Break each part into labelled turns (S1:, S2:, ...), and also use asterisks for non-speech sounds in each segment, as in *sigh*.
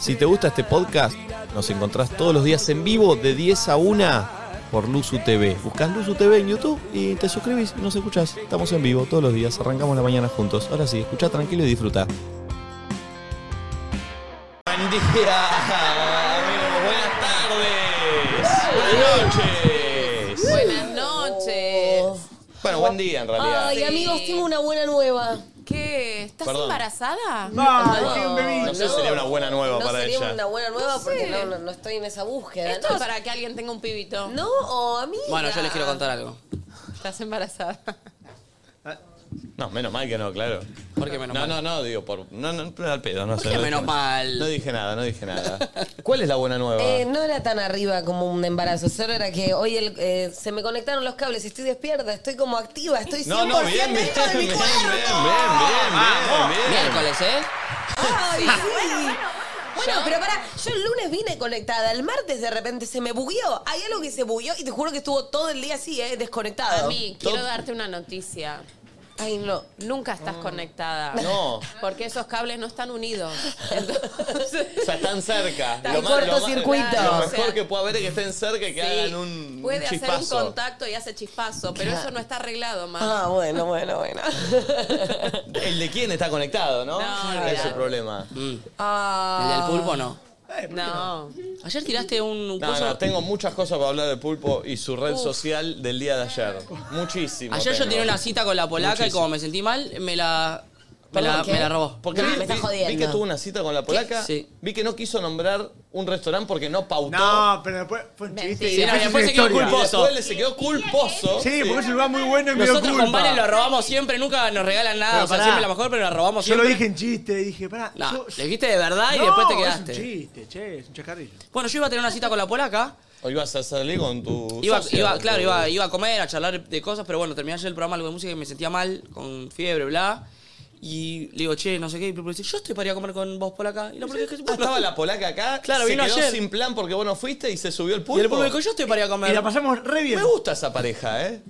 S1: Si te gusta este podcast, nos encontrás todos los días en vivo de 10 a 1 por Luzu TV. Buscás Luzu TV en YouTube y te suscribís y nos escuchás. Estamos en vivo todos los días, arrancamos la mañana juntos. Ahora sí, escucha tranquilo y disfruta. Buen día, amigos. Buenas tardes. Buenas noches.
S2: Buenas noches.
S1: Bueno, buen día en realidad.
S3: Ay,
S2: Sí.
S3: amigos, tengo una buena nueva.
S2: ¿Qué? ¿Estás
S1: Perdón.
S2: embarazada?
S1: No sé si sería una buena nueva
S3: No
S1: para
S3: sería
S1: ella.
S3: una buena nueva
S2: No
S3: porque
S2: sé.
S3: no, no, no estoy en esa búsqueda.
S2: Esto
S3: ¿no?
S2: es para que alguien tenga un pibito.
S3: No, o a mí.
S4: Bueno, yo les quiero contar algo.
S2: Estás embarazada.
S1: No, menos mal que no, claro.
S4: ¿Por qué menos
S1: no,
S4: mal?
S1: No, no, digo, por. No, no, no, al pedo, no sé.
S4: qué
S1: no
S4: menos
S1: dije-
S4: mal?
S1: No dije nada, no dije nada. ¿Cuál es la buena nueva?
S3: Eh, no era tan arriba como un embarazo, solo era que hoy el- eh, se me conectaron los cables, estoy despierta, estoy como activa, estoy 100%
S1: no, no, bien, bien, bien,
S3: dentro de mi
S1: bien, bien, bien, bien,
S3: cuerpo.
S5: Ah, oh.
S1: bien.
S4: Miércoles, ¿eh?
S3: Ay, sí. Bueno,
S2: Yo-
S3: pero pará, yo el lunes vine conectada, el martes de repente se me bugueó. Hay algo que se bugueó y te juro que estuvo todo el día así, eh, desconectado.
S2: A mí, quiero
S1: Todo-
S2: darte una noticia.
S3: Ay, no.
S2: Nunca estás conectada.
S1: No.
S2: Porque esos cables no están unidos. Entonces,
S1: O sea, están cerca.
S2: Está
S1: Lo
S2: en
S1: más- lo más-
S3: cortocircuito.
S1: Lo
S2: O sea,
S1: mejor que puede haber es que estén cerca y que hagan un, un
S2: puede hacer un
S1: chispazo.
S2: contacto y hace chispazo, pero eso no está arreglado más.
S3: Ah, bueno, bueno, bueno.
S1: *laughs* El de quién está conectado, ¿no?
S2: No,
S1: Ese es el
S2: olvidate.
S1: problema.
S4: Mm. ¿El
S3: Ah.
S4: del pulpo no?
S2: No.
S4: Ayer tiraste un, un
S1: No,
S4: coso-
S1: no, tengo muchas cosas para hablar de Pulpo y su red social del día de ayer. Muchísimo.
S4: Ayer yo
S1: tengo.
S4: tenía una cita con la polaca y
S1: Muchísimo.
S4: como me sentí mal, me la. Me,
S3: Perdón,
S4: la,
S3: ¿qué?
S4: me la robó.
S1: Porque
S3: Ah,
S1: vi,
S3: me estás
S1: vi-
S3: jodiendo.
S1: vi que tuvo una cita con la polaca,
S4: Sí.
S1: vi que no quiso nombrar un restaurante porque no pautó.
S5: No, pero después fue un chiste.
S2: Mentira.
S5: y
S4: Sí, no,
S5: después
S4: después
S5: es
S4: se quedó
S5: historia.
S1: Y
S4: culposo.
S1: después le se quedó culposo.
S5: Sí, porque es un lugar muy bueno y me dio
S4: Nosotros
S5: culpa.
S4: con Valen lo robamos siempre, nunca nos regalan nada.
S5: Pero
S4: o sea,
S5: pará.
S4: siempre la mejor, pero la robamos
S5: Yo lo
S4: siempre.
S5: dije en chiste, dije, pará.
S4: No,
S5: yo-
S4: lo dijiste de verdad y
S5: No,
S4: después te
S5: Es un
S4: quedaste.
S5: chiste, che, es un chascarrillo.
S4: Bueno, yo iba a tener una cita con la polaca.
S1: O ibas a salir con tu.
S4: Iba,
S1: socio,
S4: iba,
S1: con
S4: claro,
S1: tu-
S4: iba, iba a comer, a charlar de cosas, pero bueno, terminé ayer el programa algo de música y me sentía mal, con fiebre, bla. Y le digo, che, no sé qué, y Pulpo dice, yo estoy para ir a comer con vos por acá. Y la polaca dice,
S1: Ah, estaba la polaca acá,
S4: Claro,
S1: se
S4: vino
S1: quedó
S4: ayer.
S1: sin plan porque vos no fuiste y se subió el
S4: Y el
S1: pulpo.
S4: Pulpo dijo, yo estoy para ir a
S5: Y
S4: comer.
S5: la pasamos re bien.
S1: Me gusta esa pareja, ¿eh?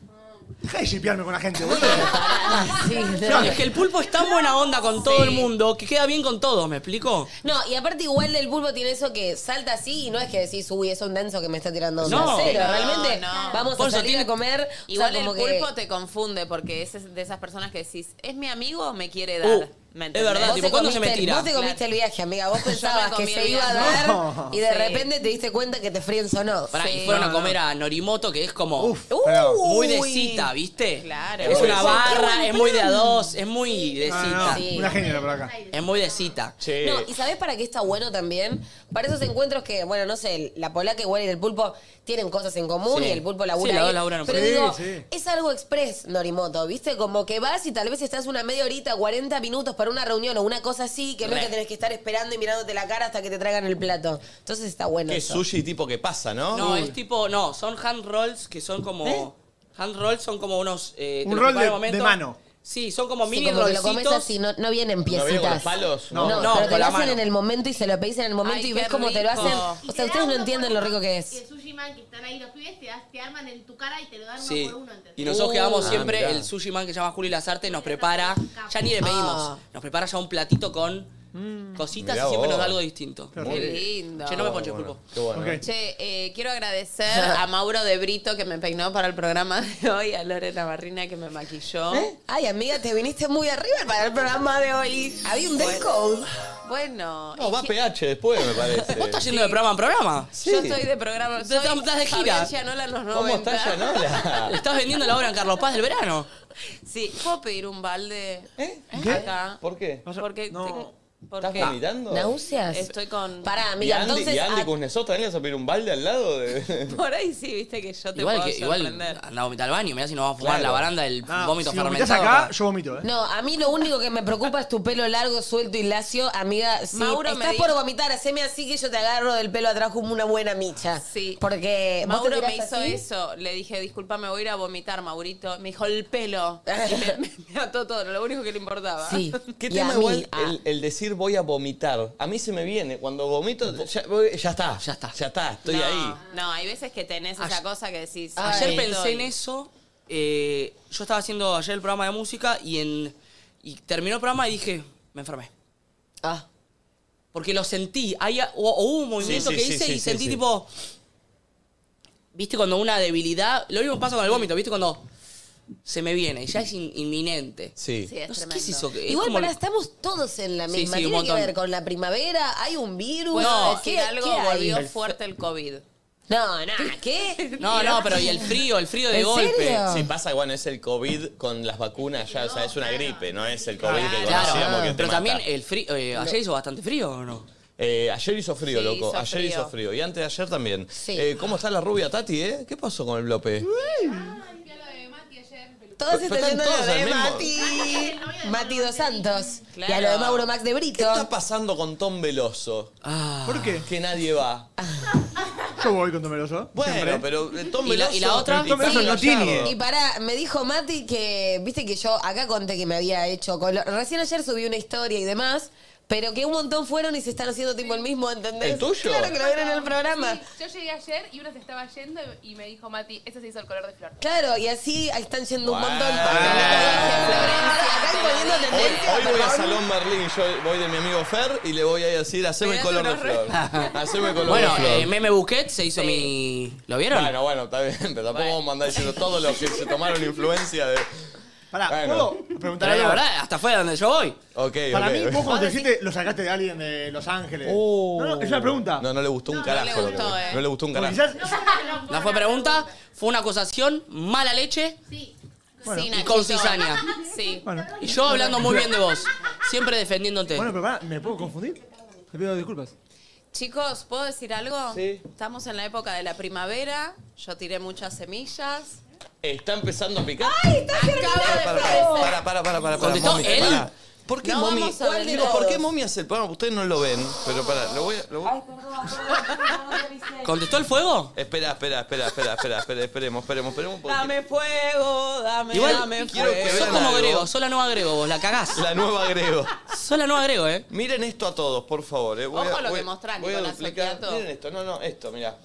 S5: Deja de shipearme con la
S4: *laughs*
S5: gente, boludo. *laughs*
S4: No, es que el Pulpo es tan buena onda con todo el mundo que queda bien con todos, ¿me explico?
S3: No, y aparte igual el pulpo tiene eso que salta así y no es que decís, uy, es un denso que me está tirando onda.
S4: No.
S3: Cero,
S2: No,
S3: realmente
S2: no.
S3: vamos
S4: Por
S3: a
S4: eso
S3: salir
S4: tiene-
S3: a comer. o sea,
S2: Igual el
S3: como que-
S2: pulpo te confunde porque ese es de esas personas que decís, ¿es mi amigo o me quiere dar?
S4: Uh,
S2: ¿Me
S4: es
S2: entendés?
S4: verdad,
S3: Vos
S4: tipo,
S3: te,
S4: ¿cuándo
S3: comiste,
S4: se me tira?
S3: vos te comiste
S2: Claro.
S3: el viaje, amiga. Vos pensabas que
S2: comí
S3: se
S2: el
S3: iba a
S4: *laughs*
S2: viaje.
S3: dar
S5: No.
S3: y de
S2: Sí.
S3: repente te diste cuenta que te frienzonó.
S4: Pará,
S2: Sí.
S4: y fueron
S2: No, Uh,
S4: a comer a Norimoto, que es como
S5: Uf,
S3: Uy.
S5: pero-
S4: muy de cita, ¿viste?
S2: Claro.
S4: Es una
S1: Qué buen
S4: barra, es muy de a dos, es muy de
S5: No, no, no,
S4: cita.
S3: Sí.
S5: Una genia la acá.
S4: Es muy de cita.
S1: Che.
S3: No, ¿y sabés para qué está bueno también? Para esos encuentros que, bueno, no sé, la polaca igual y el pulpo tienen cosas en común
S4: Sí.
S3: y el pulpo
S4: Sí,
S3: labura.
S4: los dos
S3: ahí.
S4: laburan por
S3: pero
S5: ahí.
S3: digo,
S5: Sí, sí.
S3: es algo express, Norimoto, ¿viste? Como que vas y tal vez estás una media horita, 40 minutos para una reunión o una cosa así, que no es
S4: Re.
S3: que tenés que estar esperando y mirándote la cara hasta que te traigan el plato. Entonces está bueno.
S1: Qué
S3: eso.
S1: sushi tipo que pasa, ¿no?
S4: No, es tipo, no, son hand rolls que son como. Hand rolls son como unos. eh,
S5: ¿Eh? Un
S4: te lo
S5: roll
S4: preparan
S5: de-
S4: al momento.
S5: de mano.
S4: Sí, son como
S3: Sí,
S4: mini
S3: como que lo comes
S4: rollcitos.
S3: así, no, no vienen
S1: viene con
S3: piecitas.
S1: los palos?
S3: No,
S5: No.
S4: No,
S3: pero te
S4: con
S3: lo
S4: la
S3: hacen
S4: mano.
S3: en el momento y se lo pedís en el momento
S2: Ay,
S3: y ves
S2: qué
S3: cómo te lo
S2: rico.
S3: hacen. O
S6: Y te
S3: sea,
S6: da
S3: ustedes no
S6: uno
S3: entienden
S6: por
S3: lo
S6: uno.
S3: rico que es.
S6: El sushi man que están ahí los pibes te, das- te arman en tu cara y te lo dan
S4: Sí.
S6: uno por uno. ¿entendés?
S4: Y nosotros
S5: Ah,
S4: quedamos siempre,
S1: mirá.
S4: el sushi man que se llama Juli Lazarte nos prepara, ya ni le pedimos,
S3: Ah.
S4: nos prepara ya un platito con
S5: Mm.
S4: cositas
S1: Mirá
S4: y
S1: vos.
S4: siempre nos da algo distinto.
S2: Qué lindo.
S4: Che, no me ponches,
S1: Bueno,
S4: pulpo.
S1: qué bueno.
S5: Ok.
S2: Che, eh, quiero agradecer a Mauro de Brito que me peinó para el programa de hoy, a Lorena Barrina que me maquilló.
S1: ¿Eh?
S3: Ay, amiga, te viniste muy arriba para el programa de hoy. Había un dress code.
S2: Bueno,
S1: No,
S2: y
S1: va
S2: que-
S1: PH después, me parece.
S4: ¿Vos estás yendo de programa en programa?
S1: Sí.
S2: yo estoy de programa. Soy
S4: Estás- estás de gira.
S2: Javier Gianola en los 90.
S1: ¿Cómo estás, Yanola?
S4: Le *laughs* estás vendiendo la obra en Carlos Paz del verano.
S2: Sí, ¿puedo pedir un balde
S1: ¿Eh?
S5: ¿Qué?
S2: acá?
S1: ¿Por qué?
S2: Porque,
S5: No.
S2: tengo-
S1: ¿Estás
S2: porque
S1: vomitando?
S3: ¿Náuseas?
S2: estoy con...
S3: Pará,
S1: ¿Y
S3: amiga,
S1: Andy,
S3: entonces.
S1: y Andy
S3: ah,
S1: Kuznetsov también le vas a pedir un balde al lado? De... *laughs*
S2: Por ahí sí, viste que yo te
S4: Igual,
S2: puedo
S4: que, igual
S2: sorprender.
S4: anda a vomitar al baño, mirá si nos vamos a fumar
S1: Claro.
S4: la baranda del
S5: Ah,
S4: vómito
S5: si vomitas
S4: fermentado.
S5: acá, yo vomito, ¿eh?
S3: no, a mí lo único que me preocupa es tu pelo largo, suelto y lacio. Amiga, si
S2: Mauro me
S3: estás
S2: dijo-
S3: por vomitar, haceme así que yo te agarro del pelo atrás como una buena micha.
S2: Sí.
S3: Porque vos te
S2: Mauro me
S3: tirás
S2: hizo
S3: así.
S2: eso. Le dije, disculpa, me voy a ir a vomitar, Maurito. Me dijo el
S3: *laughs*
S2: pelo. Y me, me- me ató todo, lo único que le importaba.
S3: Sí.
S1: *laughs* ¿Qué
S3: Y
S1: tema
S3: a mí,
S1: igual
S3: ah,
S1: el, el decir voy a vomitar? A mí se me viene. Cuando vomito, ya, voy- ya está.
S4: Ya está.
S1: Ya está, estoy
S2: no,
S1: ahí.
S2: No, hay veces que tenés esa
S4: Ayer-
S2: cosa que decís.
S4: Ayer
S2: "Ay,
S4: pensé
S2: estoy".
S4: en eso. eh, yo estaba haciendo ayer el programa de música y en y terminó el programa y dije, me enfermé.
S3: ah.
S4: Porque lo sentí. Hay a- o, o hubo un movimiento
S1: sí,
S4: que
S1: sí,
S4: hice
S1: sí,
S4: y
S1: sí,
S4: sentí
S1: sí.
S4: tipo. ¿Viste cuando una debilidad? Lo mismo pasa con el vómito, ¿viste? Cuando se me viene, ya es in- inminente.
S1: Sí.
S2: Sí, es
S4: No sé,
S2: tremendo.
S4: ¿Qué es eso? Es
S3: Igual,
S4: como-
S3: pará, estamos todos en la
S4: Sí,
S3: misma.
S4: sí, un
S3: ¿Tiene que
S4: montón.
S3: ver con la primavera? ¿Hay un virus?
S2: Puedo
S4: No,
S2: decir algo,
S3: hay?
S2: volvió fuerte el COVID.
S3: No, nada,
S2: *laughs*
S3: ¿qué?
S4: No, no, pero y
S3: *laughs*
S4: el frío, el frío de
S3: ¿En
S4: golpe.
S3: serio?
S1: Sí, pasa que bueno, es el COVID con las vacunas ya, o sea, es una gripe, no es el COVID que
S4: Claro,
S1: conocíamos que te
S4: pero
S1: mata.
S4: también el frío. eh, ¿Ayer hizo bastante frío o no?
S1: Eh, ayer hizo frío,
S2: Sí,
S1: loco.
S2: hizo
S1: ayer
S2: frío.
S1: hizo frío. Y antes de ayer también.
S3: Sí.
S1: Eh, ¿Cómo está la rubia Tati, eh? ¿Qué pasó con el blope?
S6: Ay, fui a lo de Mati ayer. peluquero.
S3: Todos
S1: Pero
S3: están
S1: están
S3: yendo
S1: todos
S3: a lo
S1: al
S3: de
S1: mismo.
S2: Ah,
S3: Mati. Mati Dos Santos. Y a
S2: Claro.
S3: lo de Mauro Max de
S1: ¿Qué está
S3: Brito.
S1: pasando con Tom Veloso?
S4: Ah.
S5: ¿Por qué?
S1: Que nadie va.
S5: Yo voy con Tomeroso.
S1: Bueno, pero eh, Tom
S4: ¿Y la-
S1: Veloso.
S4: y la otra?
S5: Tom Veloso
S1: Ricardo
S5: no tiene.
S1: Gallardo.
S3: Y pará, me dijo Mati que, viste que yo acá conté que me había hecho color. Recién ayer subí una historia y demás, pero que un montón fueron y se están haciendo tipo el mismo, ¿entendés?
S1: ¿El tuyo?
S3: Claro que lo vieron en el programa.
S6: Sí, yo llegué ayer y uno se estaba yendo y me dijo, Mati, ese se hizo el color de flor.
S3: Claro, y así están yendo un
S1: Bueno.
S3: montón. Acá están poniendo
S1: Hoy,
S3: tendencia,
S1: hoy voy a
S3: perdón.
S1: Salón Berlín, yo voy de mi amigo Fer y le voy a decir, haceme el
S2: das
S1: color de
S2: una
S1: flor. Haceme el color
S4: Bueno,
S1: de flor.
S4: eh, Meme Buquet se hizo mi. ¿Lo vieron?
S1: Bueno, bueno, está bien, pero tampoco vamos a andar diciendo todos los que se tomaron influencia de.
S5: Pará,
S1: Bueno.
S5: ¿puedo
S4: Pero
S5: preguntar
S4: la
S5: algo?
S4: verdad, hasta fue donde yo voy.
S1: Ok,
S5: Para
S1: ok.
S5: mí, vos cuando te hiciste, lo sacaste de alguien de Los Ángeles.
S1: *laughs* Oh.
S5: No, no, es una pregunta.
S1: No, no le gustó un carajo.
S2: le gustó,
S1: lo que-
S2: eh.
S1: No le gustó un
S5: Porque
S1: carajo.
S5: quizás
S3: *laughs*
S4: No fue pregunta, fue una acusación, mala leche
S6: Sí.
S5: Bueno.
S2: sí,
S4: y
S2: Nachito.
S4: con cizaña. *laughs*
S2: Sí.
S5: Bueno,
S4: Y yo hablando muy bien de vos, siempre defendiéndote.
S5: bueno, pero pará, ¿me puedo confundir? Te pido disculpas.
S2: *laughs* Chicos, ¿puedo decir algo? Sí. Estamos en la época de la primavera. Yo tiré muchas semillas.
S1: Está empezando a picar.
S2: Acaba de florecer.
S1: Para, para, para, para, para.
S4: ¿Contestó
S1: Momi,
S4: él?
S1: para. ¿Por qué
S2: No
S1: Momi?
S2: vamos a ver
S1: Digo,
S2: todos.
S1: ¿por qué Momi hace el programa? Ustedes no lo ven, pero para, lo voy a. lo voy-
S4: ¿Contestó el fuego?
S1: Espera, espera, espera, espera, espera, espera, esperemos, esperemos, esperemos un poquito.
S2: Dame fuego, dame, dame
S4: Igual,
S1: quiero que
S2: fuego.
S4: sos
S1: vean
S4: como
S1: algo.
S4: Grego, sos la nueva Grego, vos la cagás.
S1: La nueva agrego.
S4: Sos la nueva Grego, eh.
S1: Miren esto a todos, por favor. eh. Voy
S2: Ojo
S1: a-
S2: lo
S1: voy-
S2: que mostrás,
S1: voy a
S2: Nicolás
S1: duplicar.
S2: Occhiato.
S1: Miren esto, no, no, esto, mirá.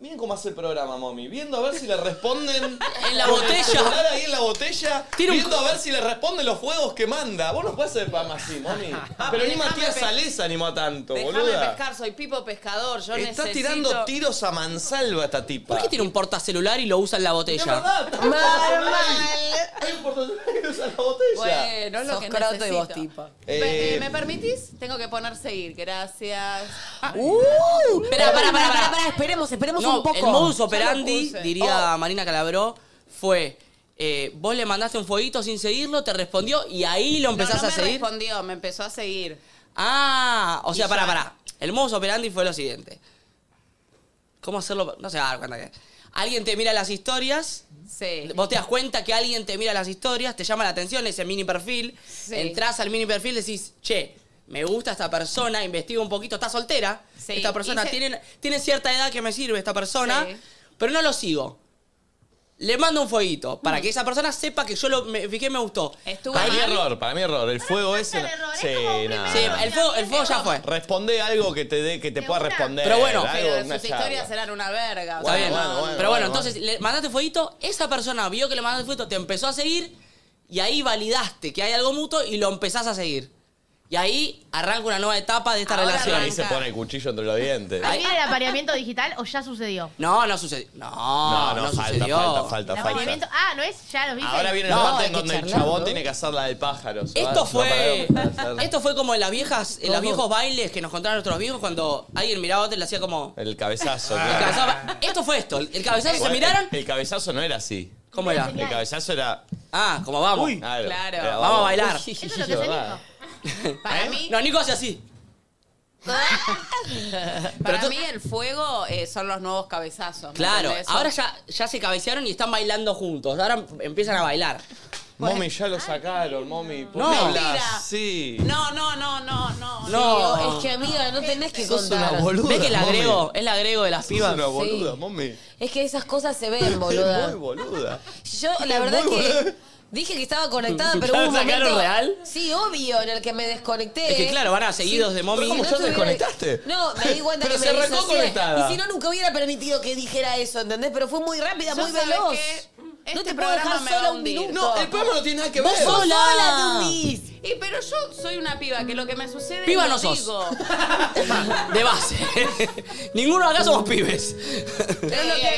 S1: Miren cómo hace el programa, Momi. Viendo a ver si le responden.
S4: *laughs* En la
S1: con el
S4: botella.
S1: celular ahí en la botella.
S4: Tira un
S1: viendo a ver si le responden los juegos que manda. Vos no podés hacer fama así, Momi.
S2: *laughs*
S1: Pero ni
S2: Ah, déjame
S1: Matías
S2: pe-
S1: Salés animó a tanto,
S2: Déjame
S1: boluda.
S2: pescar, soy Pipo Pescador. Yo
S1: Está
S2: necesito...
S1: tirando tiros a mansalva esta tipa.
S4: ¿Por qué tiene un portacelular y lo usa en la
S1: Es
S4: botella?
S1: verdad, está un
S3: Mal,
S1: portacelular
S3: mal.
S1: ahí. Hay un portacelular que usa la botella.
S2: Bueno, es lo
S3: Sos
S2: que
S3: croto y
S2: necesito.
S3: vos tipo.
S1: Eh,
S2: Pe- eh, ¿Me permitís? Tengo que poner seguir, gracias.
S3: ¡Uh!
S4: Espera, pará, pará, pará.
S3: esperemos, esperemos
S4: No,
S3: un poco.
S4: el modus
S2: lo
S4: operandi,
S2: puse. Oh.
S4: diría Marina Calabró, fue... eh, vos le mandaste un fueguito sin seguirlo, te respondió y ahí lo
S2: No,
S4: empezás
S2: no
S4: a
S2: me
S4: seguir.
S2: respondió, me empezó a seguir.
S4: Ah, o sea,
S2: Y
S4: pará,
S2: ya.
S4: pará. El modus operandi fue lo siguiente. ¿Cómo hacerlo? No se va a dar cuenta que. Alguien te mira las historias,
S2: Sí.
S4: vos te das cuenta que alguien te mira las historias, te llama la atención ese mini perfil,
S2: Sí.
S4: entras al mini perfil, decís, che, me gusta esta persona, investigo un poquito, está soltera,
S2: Sí,
S4: esta persona
S2: hice-
S4: tiene, tiene cierta edad que me sirve esta persona,
S2: Sí.
S4: pero no lo sigo. Le mando un fueguito para que esa persona sepa que yo lo me, fijé me gustó.
S2: Mm. Estuvo
S1: Para mí
S2: mal.
S1: error, para mí error. El fuego es.
S6: el error, es
S1: Sí,
S6: como un
S1: nada.
S4: Sí, el fuego, el fuego ya fue.
S1: Responde algo que te dé, que te
S6: De
S1: pueda
S6: una.
S1: responder.
S4: Pero bueno,
S1: algo,
S2: Pero
S1: una
S2: sus historias
S1: charla.
S2: eran una verga. o
S4: Está
S1: Bueno,
S2: sea,
S4: bien.
S1: bueno, bueno,
S4: Pero bueno,
S1: bueno,
S4: entonces le mandaste fueguito, esa persona vio que le mandaste fueguito, te empezó a seguir y ahí validaste que hay algo mutuo y lo empezás a seguir. Y ahí arranca una nueva etapa de esta
S2: Ahora
S4: relación.
S1: Ahí se pone el cuchillo entre los dientes.
S4: Ay.
S6: ¿Ahí viene el apareamiento digital o ya sucedió?
S4: No, no sucedió. No,
S1: No,
S4: no,
S1: no, falta,
S4: sucedió.
S1: falta, falta,
S6: El apareamiento...
S1: falta.
S6: Ah, ¿no es? Ya lo viste.
S1: Ahora viene la
S4: No,
S1: parte
S4: hay
S1: en
S4: que
S1: donde el
S4: charlar,
S1: chabón
S4: ¿no?
S1: tiene que hacer la del pájaro. se va-
S4: Esto
S1: se va
S4: fue,
S1: para- para
S4: *laughs*
S1: hacer
S4: esto fue como en las viejas, en los viejos bailes que nos contaron nuestros viejos cuando alguien miraba a otro y le hacía
S2: *laughs*
S4: como.
S1: El cabezazo.
S4: el cabezazo. Esto fue esto. El cabezazo se
S1: Bueno,
S4: miraron.
S1: El, el cabezazo no era así.
S4: ¿Cómo era?
S1: El cabezazo era.
S4: Ah, como vamos.
S5: Uy.
S1: Claro.
S2: Claro.
S1: era-
S4: Vamos a bailar.
S6: Eso es lo que se
S1: ¿verdad?
S6: dijo.
S2: Para mí,
S4: ¿Eh? No, Nico hace
S2: *laughs*
S4: así.
S2: para
S4: tú-
S2: mí el fuego eh, son los nuevos cabezazos. ¿me
S4: Claro,
S2: entendés?
S4: ahora ya, ya se cabecearon y están bailando juntos. Ahora empiezan a bailar.
S1: Mami, ya lo sacaron, mami. ¿Por
S4: No.
S1: qué hablas
S2: Mentira.
S1: así?
S2: No, no, no, no, no.
S4: No.
S3: Digo, es que amiga, no tenés que
S1: Sos una
S3: contar.
S1: boluda.
S4: ¿Ves que el
S1: mami.
S4: agrego? Es el agrego de las
S1: Sos
S4: pibas.
S1: una boluda,
S3: Sí.
S1: mami.
S3: Es que esas cosas se ven, boluda.
S1: Muy boluda.
S3: Yo, la verdad
S1: Muy
S3: que
S1: boluda.
S3: dije que estaba conectada, pero
S4: ¿Ya
S3: hubo un
S4: sacaron
S3: momento...
S4: real?
S3: Sí, obvio, en el que me desconecté.
S4: Es que claro, van a seguidos de
S1: Pero
S4: mommy.
S1: ¿Cómo
S3: No
S1: ya
S3: tuviera-
S1: desconectaste?
S3: No, me di cuenta
S1: Pero
S3: que
S1: se
S3: me
S1: arrancó
S3: disocié.
S1: conectada.
S3: Y si no, nunca hubiera permitido que dijera eso, ¿entendés? Pero fue muy rápida,
S2: Yo
S3: muy
S2: sabés
S3: veloz.
S2: que
S3: no
S2: este
S3: te puedo dejar
S2: programa me va
S3: sola
S2: a
S3: un
S2: hundir.
S3: minuto.
S2: Ah,
S1: No, el programa no tiene nada que ver.
S3: ¡Vos sola,
S4: sola.
S3: Dundis!
S2: Y pero yo soy una piba, que lo que me sucede
S4: Piba
S2: lo
S4: no sos. *laughs*
S2: digo. Eh,
S4: De base. *laughs* Ninguno acá somos pibes.
S2: Pero lo que-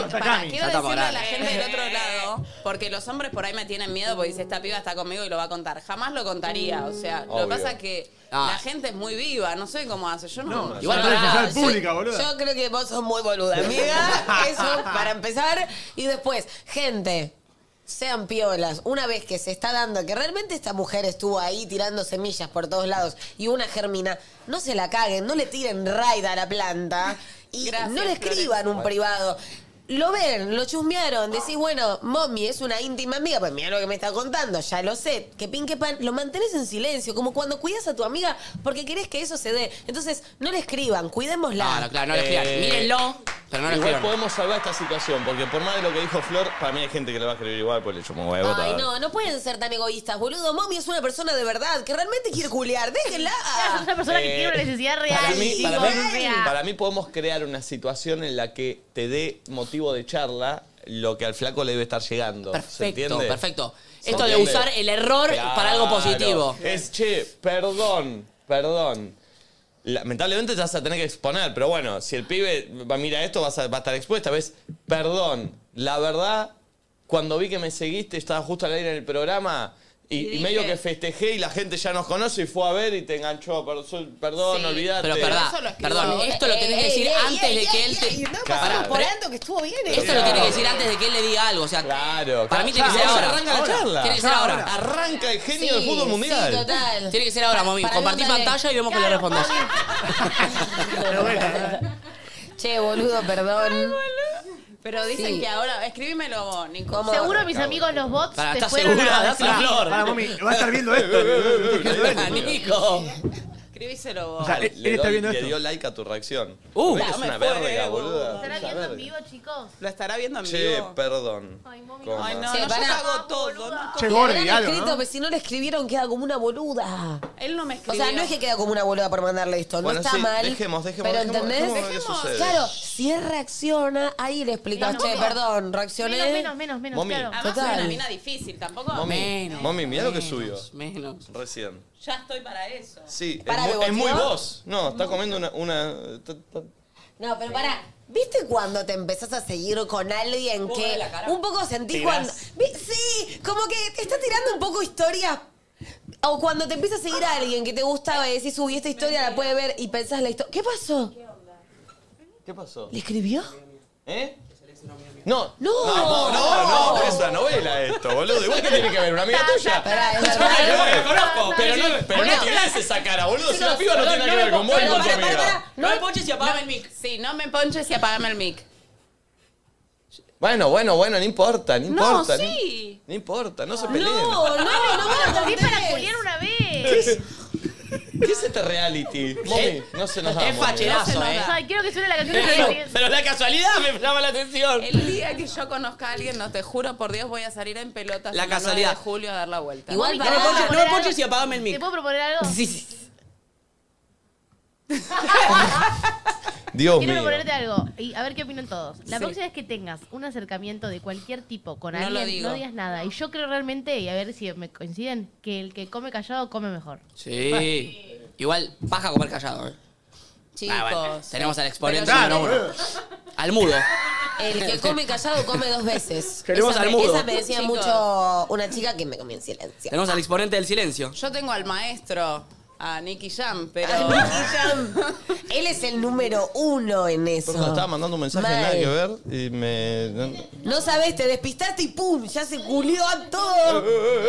S2: Pará,
S5: Atacame.
S2: quiero
S4: Ya estamos,
S2: eh. decirle a la
S4: dale.
S2: gente del otro lado, porque los hombres por ahí me tienen miedo porque dice esta piba está conmigo y lo va a contar. Jamás lo contaría, o sea, lo
S1: Obvio.
S2: que pasa es que
S4: Ah.
S2: la gente es muy viva, no sé cómo hace, yo no.
S5: No,
S4: Igual
S5: igual
S4: pará,
S5: para
S3: yo-
S5: pública, boludo.
S3: Yo creo que vos sos muy boluda, amiga. Eso para empezar. Y después, gente, sean piolas. Una vez que se está dando, que realmente esta mujer estuvo ahí tirando semillas por todos lados y una germina, no se la caguen, no le tiren raida a la planta y
S2: Gracias,
S3: no le escriban
S2: Florencia.
S3: un privado. Lo ven, lo chusmearon, decís, bueno, mommy es una íntima amiga, pues mira lo que me está contando, ya lo sé, que pin que pan, lo mantenés en silencio, como cuando cuidas a tu amiga porque querés que eso se dé. Entonces, no le escriban, cuidémosla.
S4: Claro, claro, no lo escriban.
S1: Eh,
S4: Mírenlo, pero no lo
S1: Igual
S4: escriban.
S1: podemos salvar esta situación, porque por más de lo que dijo Flor, para mí hay gente que le va a escribir igual, pues le chupo un huevo.
S3: Ay,
S1: tal.
S3: no, no pueden ser tan egoístas, boludo. Mommy es una persona de verdad que realmente quiere culiar. Déjenla.
S6: Es una persona que
S1: Eh,
S6: tiene una necesidad real.
S1: Para mí,
S6: sí,
S1: para,
S6: como
S1: mí,
S6: sea.
S1: para mí podemos crear una situación en la que te dé motivo de charla lo que al flaco le debe estar llegando. ¿Se
S4: Perfecto,
S1: entiende?
S4: perfecto.
S1: ¿Se
S4: Esto de
S1: entiende?
S4: usar el error
S1: Claro.
S4: para algo positivo.
S1: Es, che, perdón, perdón. Lamentablemente te vas a tener que exponer, pero bueno, si el pibe va a mirar esto, vas a, va a estar expuesta. ¿Ves? Perdón, la verdad, cuando vi que me seguiste, estaba justo al aire en el programa. Y, y
S2: dije-
S1: medio que festejé y la gente ya nos conoce y fue a ver y te enganchó. per- Perdón,
S2: Sí,
S1: olvidate.
S4: Pero
S2: Eso lo
S4: perdón,
S2: escribo.
S4: perdón, esto lo tenés que decir antes de que él te...
S3: No,
S1: Claro.
S3: pasamos por
S1: Pará.
S3: alto que estuvo bien. eh.
S4: Esto lo tenés que decir antes de que él le diga algo, o sea...
S1: Claro,
S4: Para
S1: claro.
S4: mí tiene que
S1: Ya,
S4: ser ahora.
S1: Ah, Arranca la
S4: Ahora.
S1: charla.
S4: Tiene que ser
S1: Ya,
S4: ahora.
S1: Arranca el genio del
S3: Sí,
S1: fútbol mundial.
S3: Sí, total.
S4: Tiene que ser ahora, mami.
S3: Para mí,
S4: Compartí
S3: dale.
S4: pantalla y vemos que le respondes.
S3: Che, boludo, perdón.
S2: Pero dicen
S3: Sí.
S2: que ahora, escríbemelo vos, Nico.
S3: ¿Cómo?
S6: Seguro mis amigos los bots
S4: Pará,
S6: te
S4: ¿estás
S6: fueron
S4: segura?
S6: a...
S4: Dásela a Flor.
S5: Para, mami, va a estar
S1: *laughs*
S5: viendo esto.
S4: Ah, Nico.
S2: Escribíselo vos.
S5: O sea, él, él está
S1: doy-
S5: viendo
S1: le dio
S5: esto.
S1: like a tu reacción.
S4: Uh.
S1: Ves que es
S2: Me
S1: una
S2: fue,
S1: verga,
S2: boludo.
S1: eh, boluda.
S6: ¿Estará viendo en vivo, chicos?
S2: ¿Lo estará viendo en
S1: Che,
S2: vivo?
S1: perdón.
S7: Ay, mami,
S1: Coma.
S2: Ay, no,
S3: Che,
S2: no, yo
S3: pará.
S2: cago todo. no
S5: Che,
S3: Le
S5: Gordi,
S3: habrán
S5: algo,
S3: escrito,
S5: ¿no?
S3: pero si no le escribieron queda como una boluda.
S2: co- Él no me
S3: O
S2: escribió.
S3: sea, no es que queda como una boluda por mandarle esto, no
S1: Bueno,
S3: está
S1: sí,
S3: mal.
S1: dejemos, dejemos,
S3: Pero
S1: dejemos,
S3: ¿entendés?
S1: dejemos ver qué sucede.
S3: Claro, si él reacciona, ahí le explicas,
S6: Menos,
S3: che,
S6: menos.
S3: perdón, reaccioné.
S6: Menos, menos, menos, menos,
S1: Mami.
S6: claro.
S2: Además soy
S3: Total.
S2: una mina difícil, tampoco.
S1: Mami,
S4: Menos,
S1: mami, mirá lo que subió.
S4: Menos.
S1: Recién.
S2: Ya estoy para eso.
S1: Sí,
S3: Pará,
S1: es,
S3: ¿me
S1: muy, es muy
S3: boteó?
S1: vos. No, está comiendo una. una ta- ta-
S3: No, pero pará. ¿Viste cuando te empezás a seguir con alguien
S2: Vos
S3: que
S2: ves la cara.
S3: un poco sentís
S5: Tirás.
S3: cuando... vi- Sí, como que te está tirando un poco historias. O cuando te empieza a seguir a alguien que te gustaba y decís, uy, esta historia la puede ver y pensás la historia. ¿Qué pasó?
S1: ¿Qué pasó? *laughs*
S3: ¿Le escribió?
S1: ¿Eh? No, Ah,
S3: No.
S1: no, no, no, es una novela esto, boludo. Igual que tiene que ver una amiga tuya.
S3: Pará, es
S1: Yo
S3: verdad.
S1: me lo conozco, pero no, pero no tirás esa cara, boludo. Si la piba no tiene nada que ver con vos y con tu amiga.
S4: No me ponches y apagame el mic.
S2: Sí, no me ponches y apagame el mic.
S1: Bueno, bueno, bueno, no importa, no importa.
S2: no,
S1: ni-
S2: sí.
S1: No importa, no se peleen.
S3: No, no, no me Ah, lo
S6: Sí, para
S3: contés.
S6: culiar una vez.
S1: ¿Qué es este reality? Mami, no se nos da.
S4: Eh, Es
S1: mami.
S4: facherazo, eh.
S6: Ay, quiero que suene la canción
S4: Pero,
S6: de
S4: pero la casualidad me llama la atención.
S2: El día que yo conozca a alguien, no te juro por Dios, voy a salir en pelotas
S4: La
S2: el 9
S4: casualidad.
S2: de julio a dar la vuelta.
S3: Igual
S6: No
S4: No me
S3: pará.
S4: ponches, no me ponches y apagame el
S6: ¿Te
S4: mic.
S6: puedo proponer algo?
S4: Sí, sí.
S1: Dios
S6: Quiero
S1: mío.
S6: proponerte algo y a ver qué opinan todos. La
S2: Sí.
S6: próxima vez que tengas un acercamiento de cualquier tipo con
S2: No lo
S6: alguien,
S2: digo.
S6: no digas nada. Y yo creo realmente, y a ver si me coinciden, que el que come callado come mejor.
S4: Sí. Igual, baja a comer callado, eh.
S3: Chicos,
S4: Ah, bueno, tenemos al exponente
S5: Claro,
S4: número uno. Al mudo.
S3: El que come callado come dos veces.
S4: Queremos
S3: esa,
S4: al
S3: me,
S4: mudo.
S3: esa me decía
S2: Chicos.
S3: mucho una chica que me comía en silencio.
S4: Tenemos al exponente del silencio.
S2: Yo tengo al maestro, a Nicky Jam, pero.
S3: A Nicky
S2: *laughs*
S3: Jam. Él es el número uno en eso.
S1: Por eso estaba mandando un mensaje
S3: Mal.
S1: nada que ver y me.
S3: No sabes, te despistaste y pum, ya se culió a
S1: *laughs*
S3: todo